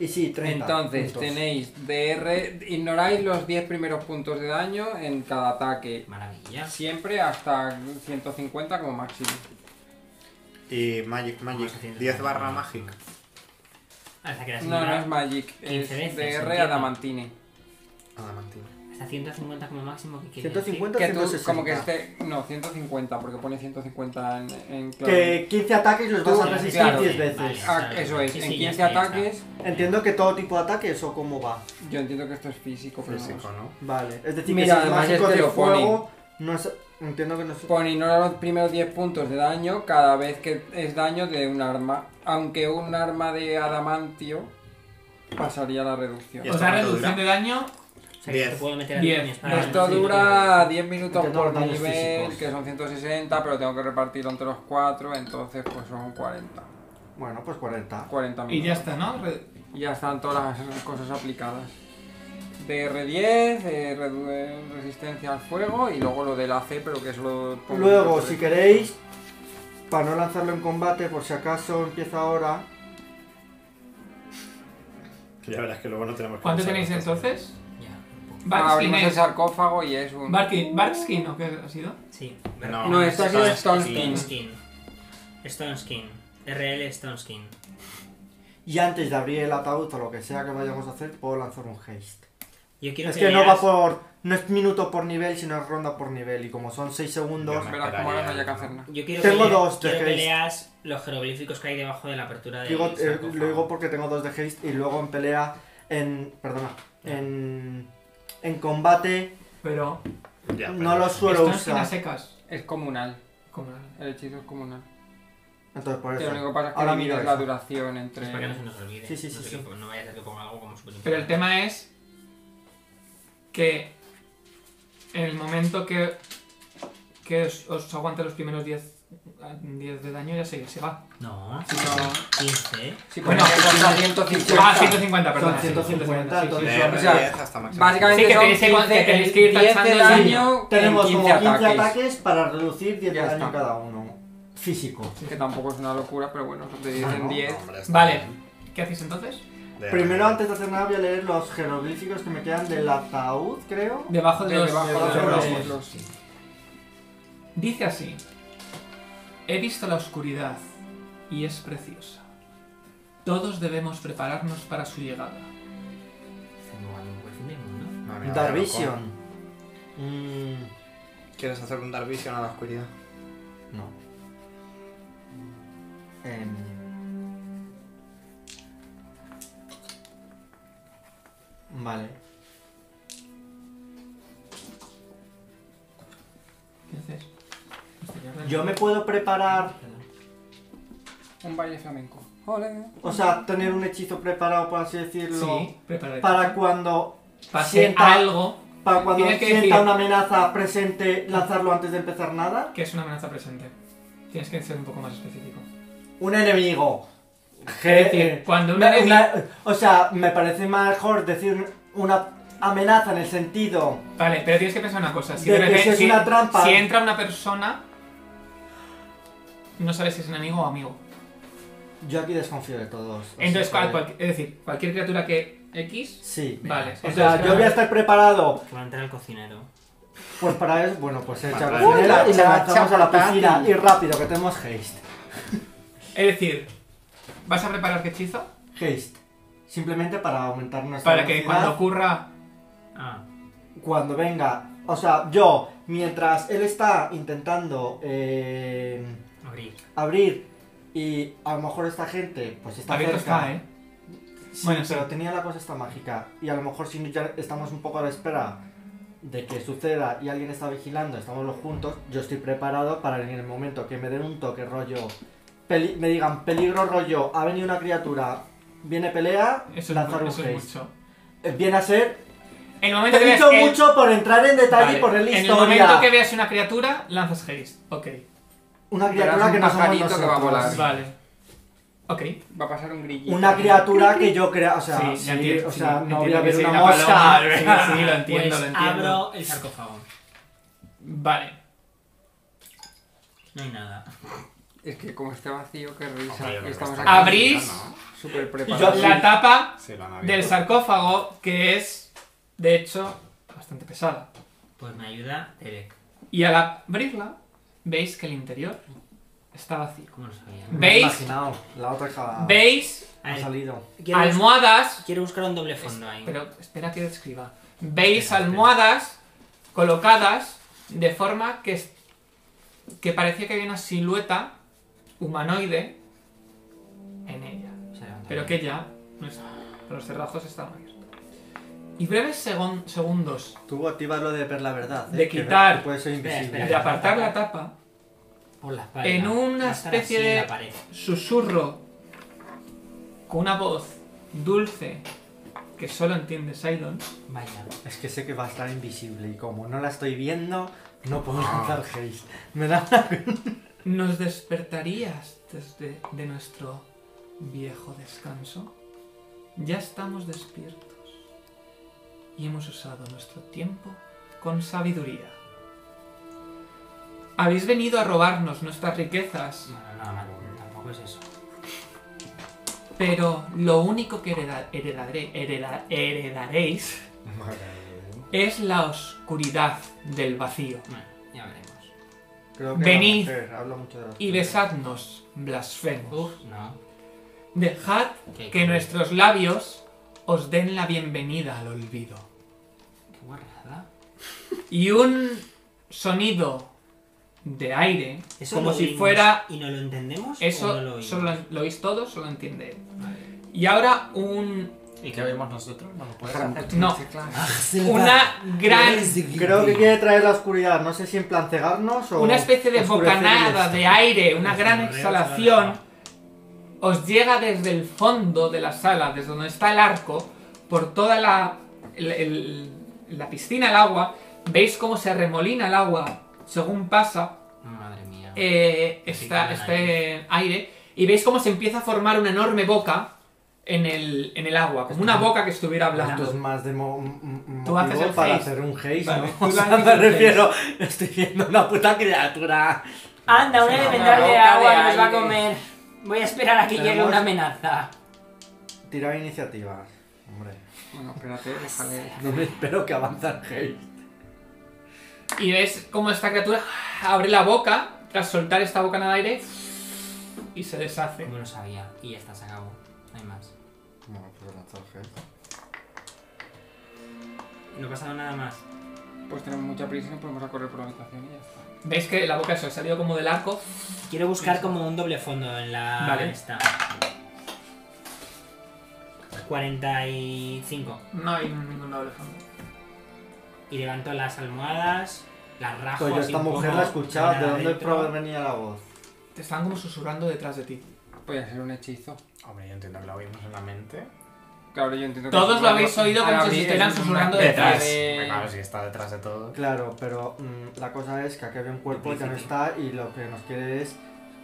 Speaker 5: Y sí, 30.
Speaker 2: Entonces
Speaker 5: puntos.
Speaker 2: tenéis DR, ignoráis los 10 primeros puntos de daño en cada ataque.
Speaker 6: Maravilla.
Speaker 2: Siempre hasta 150 como máximo.
Speaker 3: Y Magic, Magic. 10 barra Magic.
Speaker 6: Hasta que la
Speaker 2: No, no
Speaker 6: señora
Speaker 2: es Magic,
Speaker 6: 15
Speaker 2: es
Speaker 6: veces,
Speaker 2: DR
Speaker 6: entiendo.
Speaker 2: Adamantine.
Speaker 3: Adamantino.
Speaker 6: Hasta 150 como máximo que quiere
Speaker 5: 150,
Speaker 2: Que tú,
Speaker 5: 160.
Speaker 2: como que esté. No, 150, porque pone 150 en, en clave.
Speaker 5: Que 15 ataques los vas
Speaker 2: Tú,
Speaker 5: a resistir
Speaker 2: claro,
Speaker 5: 10
Speaker 2: sí,
Speaker 5: veces.
Speaker 6: vale.
Speaker 2: Ah, eso es,
Speaker 6: Sí, sí,
Speaker 2: en
Speaker 6: ya
Speaker 2: 15
Speaker 6: está, ya está.
Speaker 2: ataques.
Speaker 5: Entiendo que todo tipo de ataques o cómo va.
Speaker 2: Yo entiendo que esto es físico, pero no
Speaker 3: Físico,
Speaker 2: lo
Speaker 3: ¿no?
Speaker 5: Vale, es decir,
Speaker 2: Mira,
Speaker 5: que si es
Speaker 2: además
Speaker 5: mágico
Speaker 2: este
Speaker 5: de
Speaker 2: lo ponen.
Speaker 5: fuego, no es... Entiendo que no es...
Speaker 2: sé. Pone ignorar los primeros 10 puntos de daño cada vez que es daño de un arma. Aunque un arma de adamantio pasaría la reducción.
Speaker 3: ¿Y
Speaker 1: O
Speaker 3: esto
Speaker 1: sea,
Speaker 3: cuánto
Speaker 1: reducción
Speaker 3: dura?
Speaker 1: de daño.
Speaker 6: O sea, que
Speaker 3: Diez.
Speaker 6: te puedo meter a
Speaker 1: Diez.
Speaker 6: niños para-
Speaker 2: Esto
Speaker 6: Ah, sí,
Speaker 2: dura 10 minutos
Speaker 5: Entiendo
Speaker 2: por
Speaker 5: los daños
Speaker 2: nivel,
Speaker 5: físicos.
Speaker 2: que son 160, pero tengo que repartirlo entre los 4, entonces pues son 40.
Speaker 5: Bueno, pues 40.
Speaker 2: 40 minutos.
Speaker 1: Y ya está, ¿no? Re-
Speaker 2: Y ya están todas las cosas aplicadas. DR10, eh, redu- eh, resistencia al fuego y luego lo del AC, pero que es lo... pongo
Speaker 5: Luego,
Speaker 2: en
Speaker 5: si
Speaker 2: referencia.
Speaker 5: queréis, para no lanzarlo en combate, por si acaso empieza ahora,
Speaker 3: Que ya verás que luego no tenemos que
Speaker 1: ¿Cuánto
Speaker 3: usar
Speaker 1: tenéis
Speaker 3: nuestras
Speaker 1: entonces?
Speaker 6: Ya.
Speaker 1: Barkskin
Speaker 2: Abrimos el
Speaker 1: es.
Speaker 2: sarcófago y es un...
Speaker 1: Barki- Barkskin, ¿o qué ha sido?
Speaker 6: Sí.
Speaker 3: No,
Speaker 2: No, esto ha sido Stone
Speaker 6: Stone
Speaker 2: Skin.
Speaker 6: Skin. Stone Skin. RL Stone Skin.
Speaker 5: y antes de abrir el ataúd o lo que sea que vayamos a hacer, puedo lanzar un haste.
Speaker 6: Yo quiero
Speaker 5: Es
Speaker 6: que,
Speaker 5: que no va
Speaker 6: leas-
Speaker 5: por... No es minuto por nivel, sino es ronda por nivel, y como son 6 segundos...
Speaker 3: Yo me-
Speaker 2: Verás cómo ahora no haya que hacer nada.
Speaker 6: Yo quiero
Speaker 5: Tengo
Speaker 6: que, lea-
Speaker 5: dos de
Speaker 6: quiero que
Speaker 5: haste.
Speaker 6: leas los jeroglíficos que hay debajo de la apertura de
Speaker 5: Digo, eh, lo digo porque tengo dos de haste, y luego en pelea, en... Perdona, en... En combate
Speaker 1: Pero.
Speaker 3: cosas. Ya,
Speaker 5: no
Speaker 3: pero-
Speaker 5: lo suelo
Speaker 1: Stone Skin a
Speaker 5: usar.
Speaker 1: secas.
Speaker 2: Es comunal,
Speaker 1: Como la-
Speaker 2: el hechizo es comunal.
Speaker 5: Entonces por
Speaker 2: Que lo único
Speaker 5: eso.
Speaker 2: que pasa es que
Speaker 5: Ahora
Speaker 2: divides
Speaker 5: miro
Speaker 2: la
Speaker 5: eso.
Speaker 2: duración entre...
Speaker 6: Es para que no se nos olvide.
Speaker 5: Sí, sí, sí,
Speaker 6: No, sé
Speaker 5: sí.
Speaker 6: que- no vaya a ser que ponga algo como súper
Speaker 1: Pero el tema es. Que. En el momento que. Que os, os aguante los primeros 10. 10 de daño, ya se, se va.
Speaker 6: No,
Speaker 2: No.
Speaker 6: 15.
Speaker 2: Si
Speaker 1: Bueno,
Speaker 2: ponemos contra
Speaker 1: Ah,
Speaker 2: 150.
Speaker 1: 150, perdón.
Speaker 5: Son
Speaker 1: sí, sí,
Speaker 5: 150,
Speaker 1: sí, sí.
Speaker 5: entonces-
Speaker 3: De
Speaker 2: O sea,
Speaker 3: R10 hasta máximo.
Speaker 2: Básicamente
Speaker 1: Sí, que
Speaker 2: son
Speaker 1: tenéis que-
Speaker 2: 15,
Speaker 1: que tenéis que ir
Speaker 2: 10 de
Speaker 1: tachando el
Speaker 2: daño
Speaker 5: Tenemos
Speaker 2: en
Speaker 5: como
Speaker 2: 15
Speaker 5: 15 ataques.
Speaker 2: ataques.
Speaker 5: para reducir 10 de
Speaker 2: Ya
Speaker 5: daño
Speaker 2: está.
Speaker 5: cada uno. Físico.
Speaker 2: Que tampoco es una locura, pero bueno, de 10
Speaker 5: No,
Speaker 2: en
Speaker 5: no,
Speaker 2: 10.
Speaker 3: Hombre, está
Speaker 1: Vale,
Speaker 3: bien.
Speaker 1: ¿qué hacéis entonces?
Speaker 3: De
Speaker 5: Primero,
Speaker 3: R10.
Speaker 5: antes de hacer nada, voy a leer los jeroglíficos que me quedan del ataúd, creo.
Speaker 1: Debajo de
Speaker 2: Eh, de
Speaker 1: los.
Speaker 2: debajo de
Speaker 5: los-
Speaker 2: los
Speaker 5: de-
Speaker 2: muslos.
Speaker 1: Dice así. He visto la oscuridad y es preciosa. Todos debemos prepararnos para su llegada.
Speaker 3: No, mira,
Speaker 5: Dark
Speaker 3: loco.
Speaker 5: Vision. Mm,
Speaker 3: ¿Quieres hacer un Dark Vision a la oscuridad?
Speaker 5: no. Em, Vale.
Speaker 1: ¿Qué haces? Este
Speaker 5: Yo me puedo preparar,
Speaker 2: Un baile flamenco. Ole.
Speaker 5: o sea, tener un hechizo preparado, por así decirlo,
Speaker 1: Sí, prepárate.
Speaker 5: para cuando
Speaker 1: Pase
Speaker 5: sienta-
Speaker 1: algo
Speaker 5: Para cuando
Speaker 1: Tienes que
Speaker 5: sienta
Speaker 1: decir-
Speaker 5: una amenaza presente, lanzarlo antes de empezar nada.
Speaker 1: que es una amenaza presente. Tienes que ser un poco más específico.
Speaker 5: Un enemigo.
Speaker 1: Es decir, cuando un
Speaker 5: Una-
Speaker 1: enemigo-
Speaker 5: una- o sea, me parece mejor decir una amenaza en el sentido.
Speaker 1: Vale, pero tienes que pensar una cosa. Si
Speaker 5: De
Speaker 1: de,
Speaker 5: que
Speaker 1: repente-
Speaker 5: si es
Speaker 1: si-
Speaker 5: una trampa-
Speaker 1: si entra una persona, no sabes si es enemigo o amigo.
Speaker 5: Pues Yo aquí desconfío de todos. o
Speaker 1: Entonces,
Speaker 5: sea
Speaker 1: cual-
Speaker 5: que-
Speaker 1: cual- es decir, cualquier criatura que X,
Speaker 5: Sí.
Speaker 1: vale.
Speaker 5: O sea, yo voy a estar preparado.
Speaker 6: Que va a entrar el cocinero.
Speaker 5: Pues para eso, bueno, pues echa
Speaker 3: Para
Speaker 5: la
Speaker 3: la
Speaker 5: cocinera y
Speaker 3: leche,
Speaker 5: la lanzamos a la
Speaker 3: chapatín.
Speaker 5: piscina. Y rápido, que tenemos haste.
Speaker 1: Es decir, ¿vas a preparar qué hechizo?
Speaker 5: Haste. Simplemente para aumentar nuestra
Speaker 1: Para que
Speaker 5: velocidad.
Speaker 1: cuando ocurra
Speaker 6: Ah,
Speaker 5: cuando venga, o sea, yo, mientras él está intentando eh,
Speaker 6: abrir.
Speaker 5: abrir y a lo mejor esta gente, pues está
Speaker 1: abierto está,
Speaker 5: cerca.
Speaker 1: ¿eh?
Speaker 5: Sí,
Speaker 1: Bueno,
Speaker 5: pero
Speaker 1: sí.
Speaker 5: tenía la cosa esta mágica y a lo mejor si ya estamos un poco a la espera de que suceda y alguien está vigilando, estamos los juntos, yo estoy preparado para en el momento que me den un toque rollo, peli- me digan peligro rollo, ha venido una criatura, viene pelea,
Speaker 1: Eso, es,
Speaker 5: lanzar
Speaker 1: mu-
Speaker 5: un
Speaker 1: eso es
Speaker 5: haste.
Speaker 1: mucho.
Speaker 5: Eh, Viene a ser,
Speaker 1: El
Speaker 5: te
Speaker 1: momento que
Speaker 5: he
Speaker 1: veas
Speaker 5: dicho
Speaker 1: el-
Speaker 5: mucho por entrar en detalle
Speaker 1: Vale,
Speaker 5: y por el
Speaker 1: En el
Speaker 5: historia.
Speaker 1: momento que veas una criatura, lanzas haste. Ok,
Speaker 5: Una
Speaker 2: Verás
Speaker 5: criatura
Speaker 2: un
Speaker 5: que no somos
Speaker 2: pajarito que va a
Speaker 5: nosotros.
Speaker 2: volar.
Speaker 1: vale. Ok.
Speaker 2: Va a pasar un grillito.
Speaker 5: Una criatura que yo crea, o sea,
Speaker 1: sí,
Speaker 5: sí,
Speaker 1: ya entiendo.
Speaker 5: o
Speaker 1: sí,
Speaker 5: sea, no
Speaker 1: entiendo
Speaker 5: voy a
Speaker 1: que
Speaker 5: ver
Speaker 1: sí,
Speaker 5: una
Speaker 1: la
Speaker 5: mosca.
Speaker 1: paloma, Sí, sí, lo entiendo,
Speaker 6: pues
Speaker 1: lo entiendo.
Speaker 6: abro el sarcófago.
Speaker 1: Vale.
Speaker 6: No hay nada.
Speaker 2: Es que como está vacío, qué risa.
Speaker 3: Hombre, yo creo que
Speaker 2: Estamos
Speaker 3: está
Speaker 2: aquí
Speaker 1: bien. Abrís.
Speaker 3: ¿no?
Speaker 2: súper
Speaker 5: Yo-
Speaker 2: preparados.
Speaker 1: La tapa
Speaker 3: Sí, lo han
Speaker 1: del
Speaker 3: abierto.
Speaker 1: sarcófago, que es, de hecho, bastante pesada.
Speaker 6: Pues me ayuda Derek.
Speaker 1: Y al abrirla, veis que el interior está vacío.
Speaker 6: ¿Cómo lo sabía?
Speaker 5: Me
Speaker 1: ¿Veis?
Speaker 5: he imaginado, la otra acaba.
Speaker 1: Veis
Speaker 6: A
Speaker 5: Ha
Speaker 6: ver,
Speaker 5: salido.
Speaker 6: quiero, bus-
Speaker 1: almohadas
Speaker 6: quiero buscar un doble fondo ahí.
Speaker 1: Pero espera que describa. Veis
Speaker 6: Espera, espera.
Speaker 1: almohadas colocadas de forma que, es- que parecía que había una silueta humanoide en ella.
Speaker 6: Se levanta
Speaker 1: Pero
Speaker 6: bien.
Speaker 1: que ya no está. Los cerrajos estaban abiertos. Y breves segon- segundos
Speaker 5: Tú activas lo de ver la verdad.
Speaker 1: De quitar.
Speaker 5: Puede ser invisible.
Speaker 1: de apartar la tapa,
Speaker 6: Por la espalda.
Speaker 1: en una
Speaker 6: Va a estar
Speaker 1: especie
Speaker 6: así en
Speaker 1: de-
Speaker 6: la pared.
Speaker 1: susurro con una voz dulce que solo entiende Sidon.
Speaker 6: Vaya.
Speaker 5: Es que sé que va a estar invisible y como no la estoy viendo, no puedo
Speaker 1: Ah.
Speaker 5: lanzar haste. Me da
Speaker 1: ¿Nos despertarías desde de nuestro viejo descanso? Ya estamos despiertos y hemos usado nuestro tiempo con sabiduría. Habéis venido a robarnos nuestras riquezas,
Speaker 6: Bueno, no, no, tampoco es eso.
Speaker 1: pero lo único que hereda- heredare- hereda- heredaréis es la oscuridad del vacío.
Speaker 6: Bueno, ya veremos.
Speaker 5: Creo que
Speaker 1: Venid
Speaker 5: la mujer, habla mucho de las
Speaker 1: Y
Speaker 5: mujeres.
Speaker 1: besadnos, blasfemos.
Speaker 6: Uf, no.
Speaker 1: Dejad
Speaker 6: Qué-
Speaker 1: que nuestros labios os den la bienvenida al olvido.
Speaker 6: Qué guarrada.
Speaker 1: Y un sonido de aire,
Speaker 6: Eso
Speaker 1: como
Speaker 6: lo
Speaker 1: si
Speaker 6: oímos
Speaker 1: fuera...
Speaker 6: ¿Y no lo entendemos?
Speaker 1: Eso
Speaker 6: o no lo oímos?
Speaker 1: solo lo, lo oís todos, solo entiende él.
Speaker 6: Vale.
Speaker 1: Y ahora un,
Speaker 3: ¿Y qué vemos nosotros? No lo puedes
Speaker 2: Para
Speaker 3: hacer.
Speaker 2: mucho
Speaker 1: No.
Speaker 2: más teclas.
Speaker 1: una gran...
Speaker 5: Creo que quiere traer la oscuridad, no sé si en plan cegarnos o...
Speaker 1: Una especie de
Speaker 5: oscurecer el este.
Speaker 1: bocanada de aire, una gran
Speaker 6: Nos
Speaker 1: exhalación,
Speaker 6: rodea,
Speaker 1: os llega desde el fondo de la sala, desde donde está el arco, por toda la, el- el- la piscina, el agua. Veis cómo se remolina el agua según pasa
Speaker 6: Madre mía.
Speaker 1: eh,
Speaker 6: Sí,
Speaker 1: esta-
Speaker 6: con el
Speaker 1: este aire y veis cómo se empieza a formar una enorme boca en el, en el agua, como una boca que estuviera
Speaker 5: Esto es
Speaker 1: hablando.
Speaker 5: más de mo- m- m-
Speaker 1: Tú
Speaker 5: motivo
Speaker 1: haces el
Speaker 5: para
Speaker 1: haste.
Speaker 5: hacer un haste,
Speaker 1: Vale, tú
Speaker 5: ¿no? O
Speaker 1: lo
Speaker 5: sea,
Speaker 1: haces
Speaker 5: me
Speaker 1: el haste.
Speaker 5: refiero, estoy viendo una puta criatura.
Speaker 6: Anda, un
Speaker 2: Una
Speaker 6: elemental de
Speaker 2: boca
Speaker 6: agua
Speaker 2: de
Speaker 6: que nos va a
Speaker 2: aire.
Speaker 6: comer. Voy a esperar a que llegue
Speaker 5: Tenemos-
Speaker 6: una amenaza.
Speaker 5: Tirar iniciativas, hombre.
Speaker 2: Bueno, espérate, déjale.
Speaker 5: No me espero que avanzan haste.
Speaker 1: Y ves cómo esta criatura abre la boca tras soltar esta bocanada de aire y se deshace.
Speaker 6: Como lo sabía. Y ya está, se acabó. No hay más.
Speaker 3: No, pues la tarjeta.
Speaker 6: No ha pasado nada más.
Speaker 2: Pues tenemos mucha prisa y nos podemos a correr por la habitación y ya está.
Speaker 1: Veis que la boca eso, ha salido como del arco.
Speaker 6: Quiero buscar como un doble fondo en la
Speaker 1: Vale.
Speaker 6: esta. 45.
Speaker 1: No hay ningún doble fondo.
Speaker 6: Y levanto las almohadas, las rajo.
Speaker 5: Pues yo
Speaker 6: así
Speaker 5: esta
Speaker 6: un
Speaker 5: mujer
Speaker 6: poco,
Speaker 5: la escuchaba,
Speaker 6: para
Speaker 5: ¿de dónde
Speaker 6: adentro.
Speaker 5: provenía la voz?
Speaker 1: Te están como susurrando detrás de ti.
Speaker 2: Podría ser un hechizo.
Speaker 3: Hombre, yo entiendo que la oímos en la mente.
Speaker 2: Claro, yo entiendo que.
Speaker 1: Todos
Speaker 2: es
Speaker 1: lo habéis
Speaker 2: una-
Speaker 1: oído
Speaker 2: al
Speaker 1: como si
Speaker 2: abrir
Speaker 1: os estuvieran
Speaker 2: es una
Speaker 1: susurrando
Speaker 2: especie
Speaker 1: detrás.
Speaker 2: de-
Speaker 3: Claro, si está detrás de todo.
Speaker 5: Claro, pero mm, la cosa es que aquí había un cuerpo que no está y lo que nos quiere es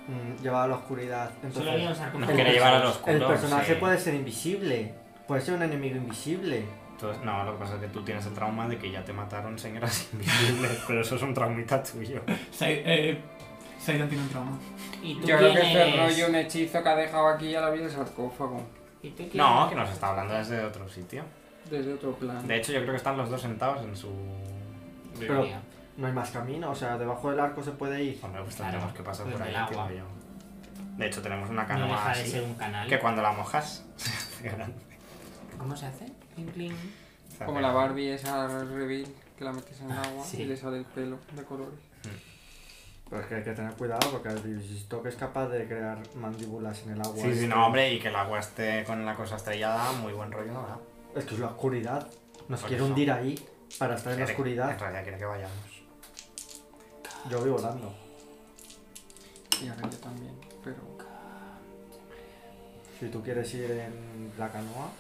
Speaker 5: mm, llevar a la oscuridad.
Speaker 6: Solo había un
Speaker 5: Entonces,
Speaker 6: sarcófago.
Speaker 3: Nos quiere llevar a los
Speaker 5: el personaje puede ser invisible, puede ser un enemigo invisible.
Speaker 3: Entonces, no, lo que pasa es que tú tienes el trauma de que ya te mataron señoras invisibles, pero eso es un traumita tuyo.
Speaker 1: eh, Saidan tiene un trauma.
Speaker 6: Y tú
Speaker 2: Yo creo que
Speaker 6: tienes-
Speaker 2: este rollo, un hechizo que ha dejado aquí ya la vi el sarcófago.
Speaker 6: ¿Y tú quién?
Speaker 3: No, que nos está hablando desde otro sitio.
Speaker 2: Desde otro plan.
Speaker 3: De hecho, yo creo que están los dos sentados en su.
Speaker 5: Pero- No hay más camino, o sea, debajo del arco se puede ir.
Speaker 3: Hombre, pues
Speaker 6: Claro,
Speaker 3: tendremos que pasar
Speaker 6: pues
Speaker 3: por ahí,
Speaker 6: del agua.
Speaker 3: entiendo yo. De hecho, tenemos una
Speaker 6: No
Speaker 3: canoa
Speaker 6: deja de
Speaker 3: así,
Speaker 6: ser un canal.
Speaker 3: que cuando la mojas se hace grande.
Speaker 6: ¿Cómo se hace? Cling, cling.
Speaker 3: Se hace
Speaker 2: Como la
Speaker 3: grande.
Speaker 2: Barbie esa reveal que la metes en el agua
Speaker 6: Sí.
Speaker 2: y le sale el pelo de colores.
Speaker 5: Pero es que hay que tener cuidado porque el Divisitoc es capaz de crear mandíbulas en el agua.
Speaker 3: Sí, sí,
Speaker 5: Es
Speaker 3: no,
Speaker 5: que-
Speaker 3: hombre, y que el agua esté con la cosa estrellada, muy buen rollo, ¿no? ¿verdad?
Speaker 5: Es que es la oscuridad. Nos
Speaker 3: Por
Speaker 5: quiere
Speaker 3: eso.
Speaker 5: hundir ahí para estar en la
Speaker 3: Quiere- En
Speaker 5: oscuridad.
Speaker 3: realidad quiere que vayamos.
Speaker 5: Yo voy volando.
Speaker 2: Y ahora yo también, pero.
Speaker 5: Si tú quieres ir en la canoa,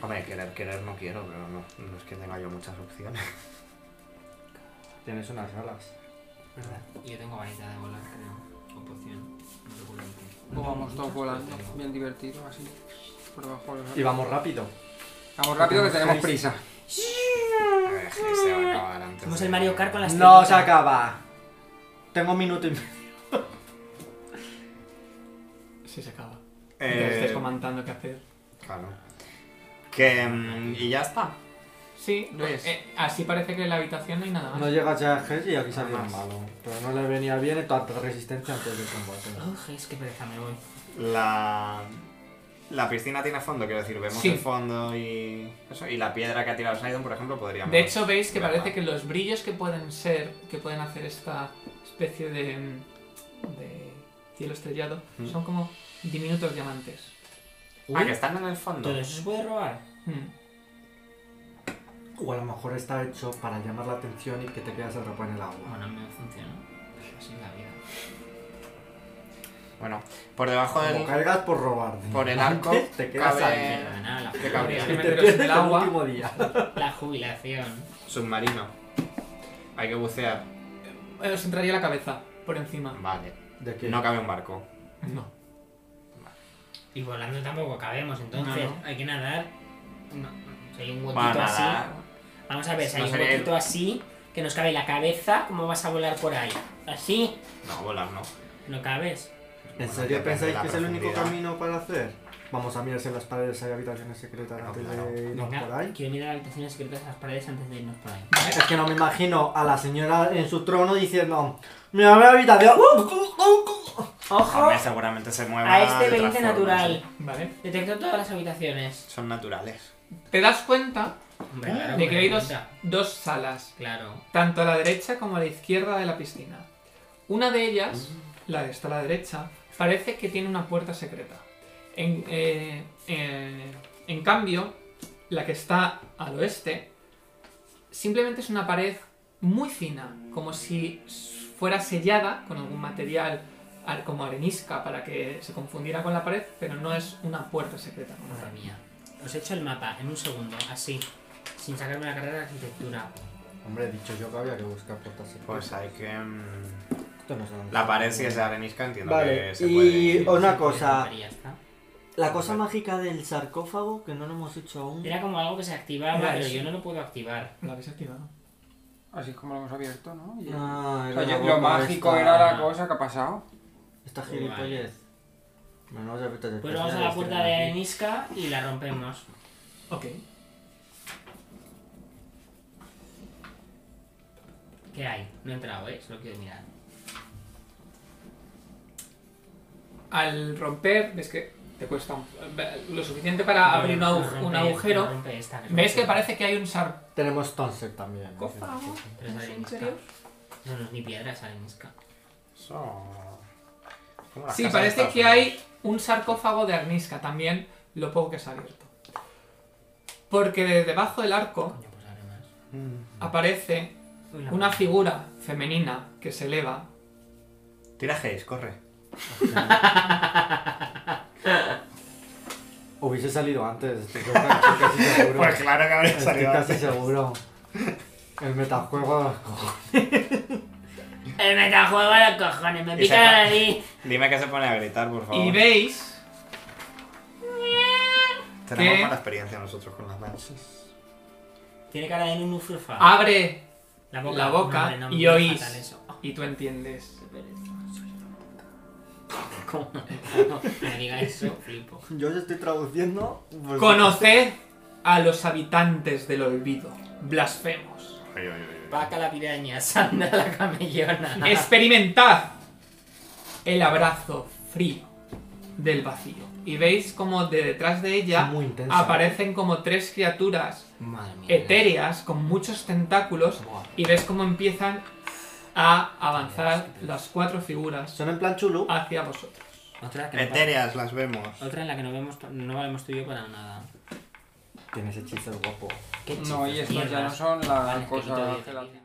Speaker 3: Hombre, querer, querer no quiero, pero no, no es que tenga yo muchas opciones.
Speaker 5: tienes unas alas.
Speaker 6: ¿Verdad? Y yo tengo varita de volar, creo. O poción. No recuerdo en qué.
Speaker 2: O Pues vamos todos
Speaker 6: Muchas, pero
Speaker 2: volando,
Speaker 6: tengo.
Speaker 2: bien divertido, así. Por debajo de los
Speaker 5: Y vamos rápido.
Speaker 2: Vamos rápido que tenemos prisa.
Speaker 3: A ver, se va a acabar antes.
Speaker 6: Somos
Speaker 3: de-
Speaker 6: el Mario Kart con las
Speaker 5: No
Speaker 6: tiritas.
Speaker 5: se acaba. Tengo un minuto y medio.
Speaker 1: Sí, se acaba. Entonces estáis
Speaker 3: Eh,
Speaker 1: comentando qué hacer.
Speaker 3: claro. Que. mm, Y ya está.
Speaker 1: Sí,
Speaker 3: Luis.
Speaker 1: eh, así parece que en la habitación no hay nada más.
Speaker 5: No llega ya a Ges y aquí salió
Speaker 3: Ah, Más.
Speaker 5: malo. Pero no le venía bien y tanta resistencia antes del combate.
Speaker 6: Ugh, Oh, es que pereza, me voy.
Speaker 3: La. La piscina tiene fondo, quiero decir, vemos
Speaker 1: Sí.
Speaker 3: el fondo y. Eso, y la piedra que ha tirado Sidon, por ejemplo, podríamos.
Speaker 1: De hecho, veis que
Speaker 3: Verla.
Speaker 1: parece que los brillos que pueden ser, que pueden hacer esta especie de, de cielo estrellado,
Speaker 3: Mm.
Speaker 1: son como diminutos diamantes.
Speaker 3: Ah, que están en el fondo.
Speaker 6: ¿Todo eso se puede robar?
Speaker 1: Mm.
Speaker 5: O a lo mejor está hecho para llamar la atención y que te quedas atrapado en el agua.
Speaker 6: Bueno, me funciona. Pues Así es la vida.
Speaker 3: Bueno, por debajo
Speaker 5: Como
Speaker 3: del.
Speaker 5: cargas por robar.
Speaker 3: Por el arco.
Speaker 5: Te quedas ahí.
Speaker 3: Cabe.
Speaker 6: Perdona, la
Speaker 3: Te cabría.
Speaker 1: Te
Speaker 5: Y
Speaker 1: metes
Speaker 5: te
Speaker 1: en
Speaker 5: pierdes
Speaker 1: el
Speaker 5: el
Speaker 1: agua.
Speaker 5: último día.
Speaker 6: La jubilación.
Speaker 3: Submarino. Hay que bucear.
Speaker 1: Eh, Os entraría la cabeza por encima.
Speaker 3: Vale.
Speaker 5: ¿De qué?
Speaker 3: No cabe un barco.
Speaker 1: No.
Speaker 6: Y volando tampoco cabemos, entonces
Speaker 1: No, no.
Speaker 6: hay que nadar. No, si hay un huequito
Speaker 3: Para
Speaker 6: así.
Speaker 3: nadar.
Speaker 6: Vamos a ver, si
Speaker 3: No
Speaker 6: hay un
Speaker 3: sería-
Speaker 6: huequito así que nos cabe la cabeza, ¿cómo vas a volar por ahí? ¿Así?
Speaker 3: No, volar no.
Speaker 6: ¿No cabes?
Speaker 5: ¿En
Speaker 3: Bueno,
Speaker 5: serio
Speaker 3: depende de
Speaker 5: pensáis
Speaker 3: la
Speaker 5: que es el único
Speaker 3: profundidad.
Speaker 5: camino para hacer? Vamos a mirar si en las paredes hay habitaciones secretas
Speaker 3: Pero
Speaker 5: antes
Speaker 3: claro.
Speaker 5: de irnos
Speaker 6: Venga,
Speaker 5: por ahí.
Speaker 6: quiero mirar las habitaciones secretas a las paredes antes de irnos por ahí.
Speaker 5: Es que no me imagino a la señora en su trono diciendo Mira la habitación.
Speaker 3: ¡Uh,
Speaker 6: ¡Ojo!
Speaker 3: Hombre, seguramente se mueve.
Speaker 6: ¡Oh! A este 20 natural.
Speaker 1: Vale.
Speaker 6: Detecto todas las habitaciones.
Speaker 3: Son naturales.
Speaker 1: Te das cuenta
Speaker 6: Hombre, claro,
Speaker 1: de que hay dos,
Speaker 6: cuenta.
Speaker 1: dos salas,
Speaker 6: Claro.
Speaker 1: tanto a la derecha como a la izquierda de la piscina. Una de ellas, la de esta a la derecha, parece que tiene una puerta secreta. En, eh, eh, en cambio, la que está al oeste simplemente es una pared muy fina, como si fuera sellada con algún material ar- como arenisca para que se confundiera con la pared, pero no es una puerta secreta. como
Speaker 6: Madre
Speaker 1: tal.
Speaker 6: mía. Os he hecho el mapa en un segundo, así. Sin sacarme la carrera de arquitectura.
Speaker 5: Hombre, he dicho yo que había que buscar puertas secretas.
Speaker 3: Pues hay que. mm,
Speaker 5: Esto no se lo-
Speaker 3: La pared si es de arenisca, entiendo
Speaker 5: Vale,
Speaker 3: que se
Speaker 5: y
Speaker 3: puede.
Speaker 5: Una
Speaker 6: Sí,
Speaker 5: cosa.
Speaker 6: pero ya está.
Speaker 5: La cosa mágica del sarcófago que no lo hemos hecho aún.
Speaker 2: Eh,
Speaker 6: Era como algo que se activaba,
Speaker 1: Era
Speaker 6: pero
Speaker 1: eso.
Speaker 6: yo no lo puedo activar.
Speaker 1: ¿La habéis activado?
Speaker 2: Así es como lo hemos abierto, ¿no? Y-
Speaker 5: Ah,
Speaker 2: O
Speaker 5: era
Speaker 2: sea,
Speaker 5: la
Speaker 2: yo-
Speaker 5: boca
Speaker 2: lo mágico
Speaker 5: esta-
Speaker 2: era la cosa que ha pasado.
Speaker 5: Esta gilipollez. Bueno, vamos a ver,
Speaker 6: Pues vamos a la puerta de Arenisca y la rompemos.
Speaker 1: Ok.
Speaker 6: ¿Qué hay? No he entrado, ¿eh? Solo quiero mirar.
Speaker 1: Al romper, ves que te cuesta un- lo suficiente para abrir un,
Speaker 6: No,
Speaker 1: agu-
Speaker 6: no rompe
Speaker 1: un
Speaker 6: esta,
Speaker 1: agujero.
Speaker 6: no rompe esta, no
Speaker 1: Ves
Speaker 6: rompe
Speaker 1: que
Speaker 6: esta.
Speaker 1: parece que hay un sarcófago.
Speaker 5: Tenemos Tonset también.
Speaker 6: Pero esa arenisca. No, no es ni piedra, es arenisca.
Speaker 4: Eso. como las
Speaker 1: Sí,
Speaker 4: casas de
Speaker 1: parece
Speaker 4: Estados
Speaker 1: que
Speaker 4: Unidos.
Speaker 1: hay un sarcófago de arnisca también, lo poco que se ha abierto. Porque de debajo del arco
Speaker 6: Coño, pues abre más.
Speaker 1: aparece
Speaker 6: Uy, la
Speaker 1: una
Speaker 6: madre.
Speaker 1: figura femenina que se eleva.
Speaker 3: Tira Haze, corre.
Speaker 5: Hubiese salido antes, estoy casi seguro.
Speaker 4: Pues claro que habría
Speaker 5: Estoy
Speaker 4: salido.
Speaker 5: casi seguro. El metajuego.
Speaker 6: El metajuego a los cojones, me
Speaker 3: Y
Speaker 6: pica
Speaker 3: se
Speaker 6: la
Speaker 3: va.
Speaker 6: nariz.
Speaker 3: Dime que se pone a gritar, por favor.
Speaker 1: Y veis
Speaker 3: Tenemos
Speaker 1: que-
Speaker 3: mala experiencia nosotros con las danzas.
Speaker 6: Tiene cara de nunufrufa.
Speaker 1: abre
Speaker 6: la
Speaker 1: Ah, la boca
Speaker 6: No, hombre, no,
Speaker 1: y
Speaker 6: me
Speaker 1: oís.
Speaker 6: fatal eso. Oh,
Speaker 1: y tú entiendes.
Speaker 6: ¿Cómo? No, me diga eso, flipo.
Speaker 5: Yo ya estoy traduciendo. pues-
Speaker 1: Conoced a los habitantes del olvido, blasfemos.
Speaker 4: Ay, ay, ay, ay.
Speaker 6: Vaca la piraña, sanda la camellona.
Speaker 1: Experimentad el abrazo frío del vacío. Y veis como de detrás de ella
Speaker 5: Muy intensa.
Speaker 1: aparecen como tres criaturas
Speaker 6: ¿eh? Madre mía.
Speaker 1: etéreas con muchos tentáculos
Speaker 6: Buah.
Speaker 1: y ves cómo empiezan a avanzar las cuatro figuras
Speaker 5: Son en plan chulu.
Speaker 1: hacia vosotros.
Speaker 6: Otra, que no
Speaker 3: Etéreas, las vemos.
Speaker 6: pa- otra en la que no vemos, no valemos tú y yo para nada.
Speaker 5: Tienes hechizos guapo.
Speaker 6: Qué
Speaker 2: No, y
Speaker 6: chicos,
Speaker 2: estos ya no
Speaker 6: mierdas.
Speaker 2: son las
Speaker 6: Vale, es que quito
Speaker 2: cosas
Speaker 6: diez
Speaker 2: que la-
Speaker 6: de vida.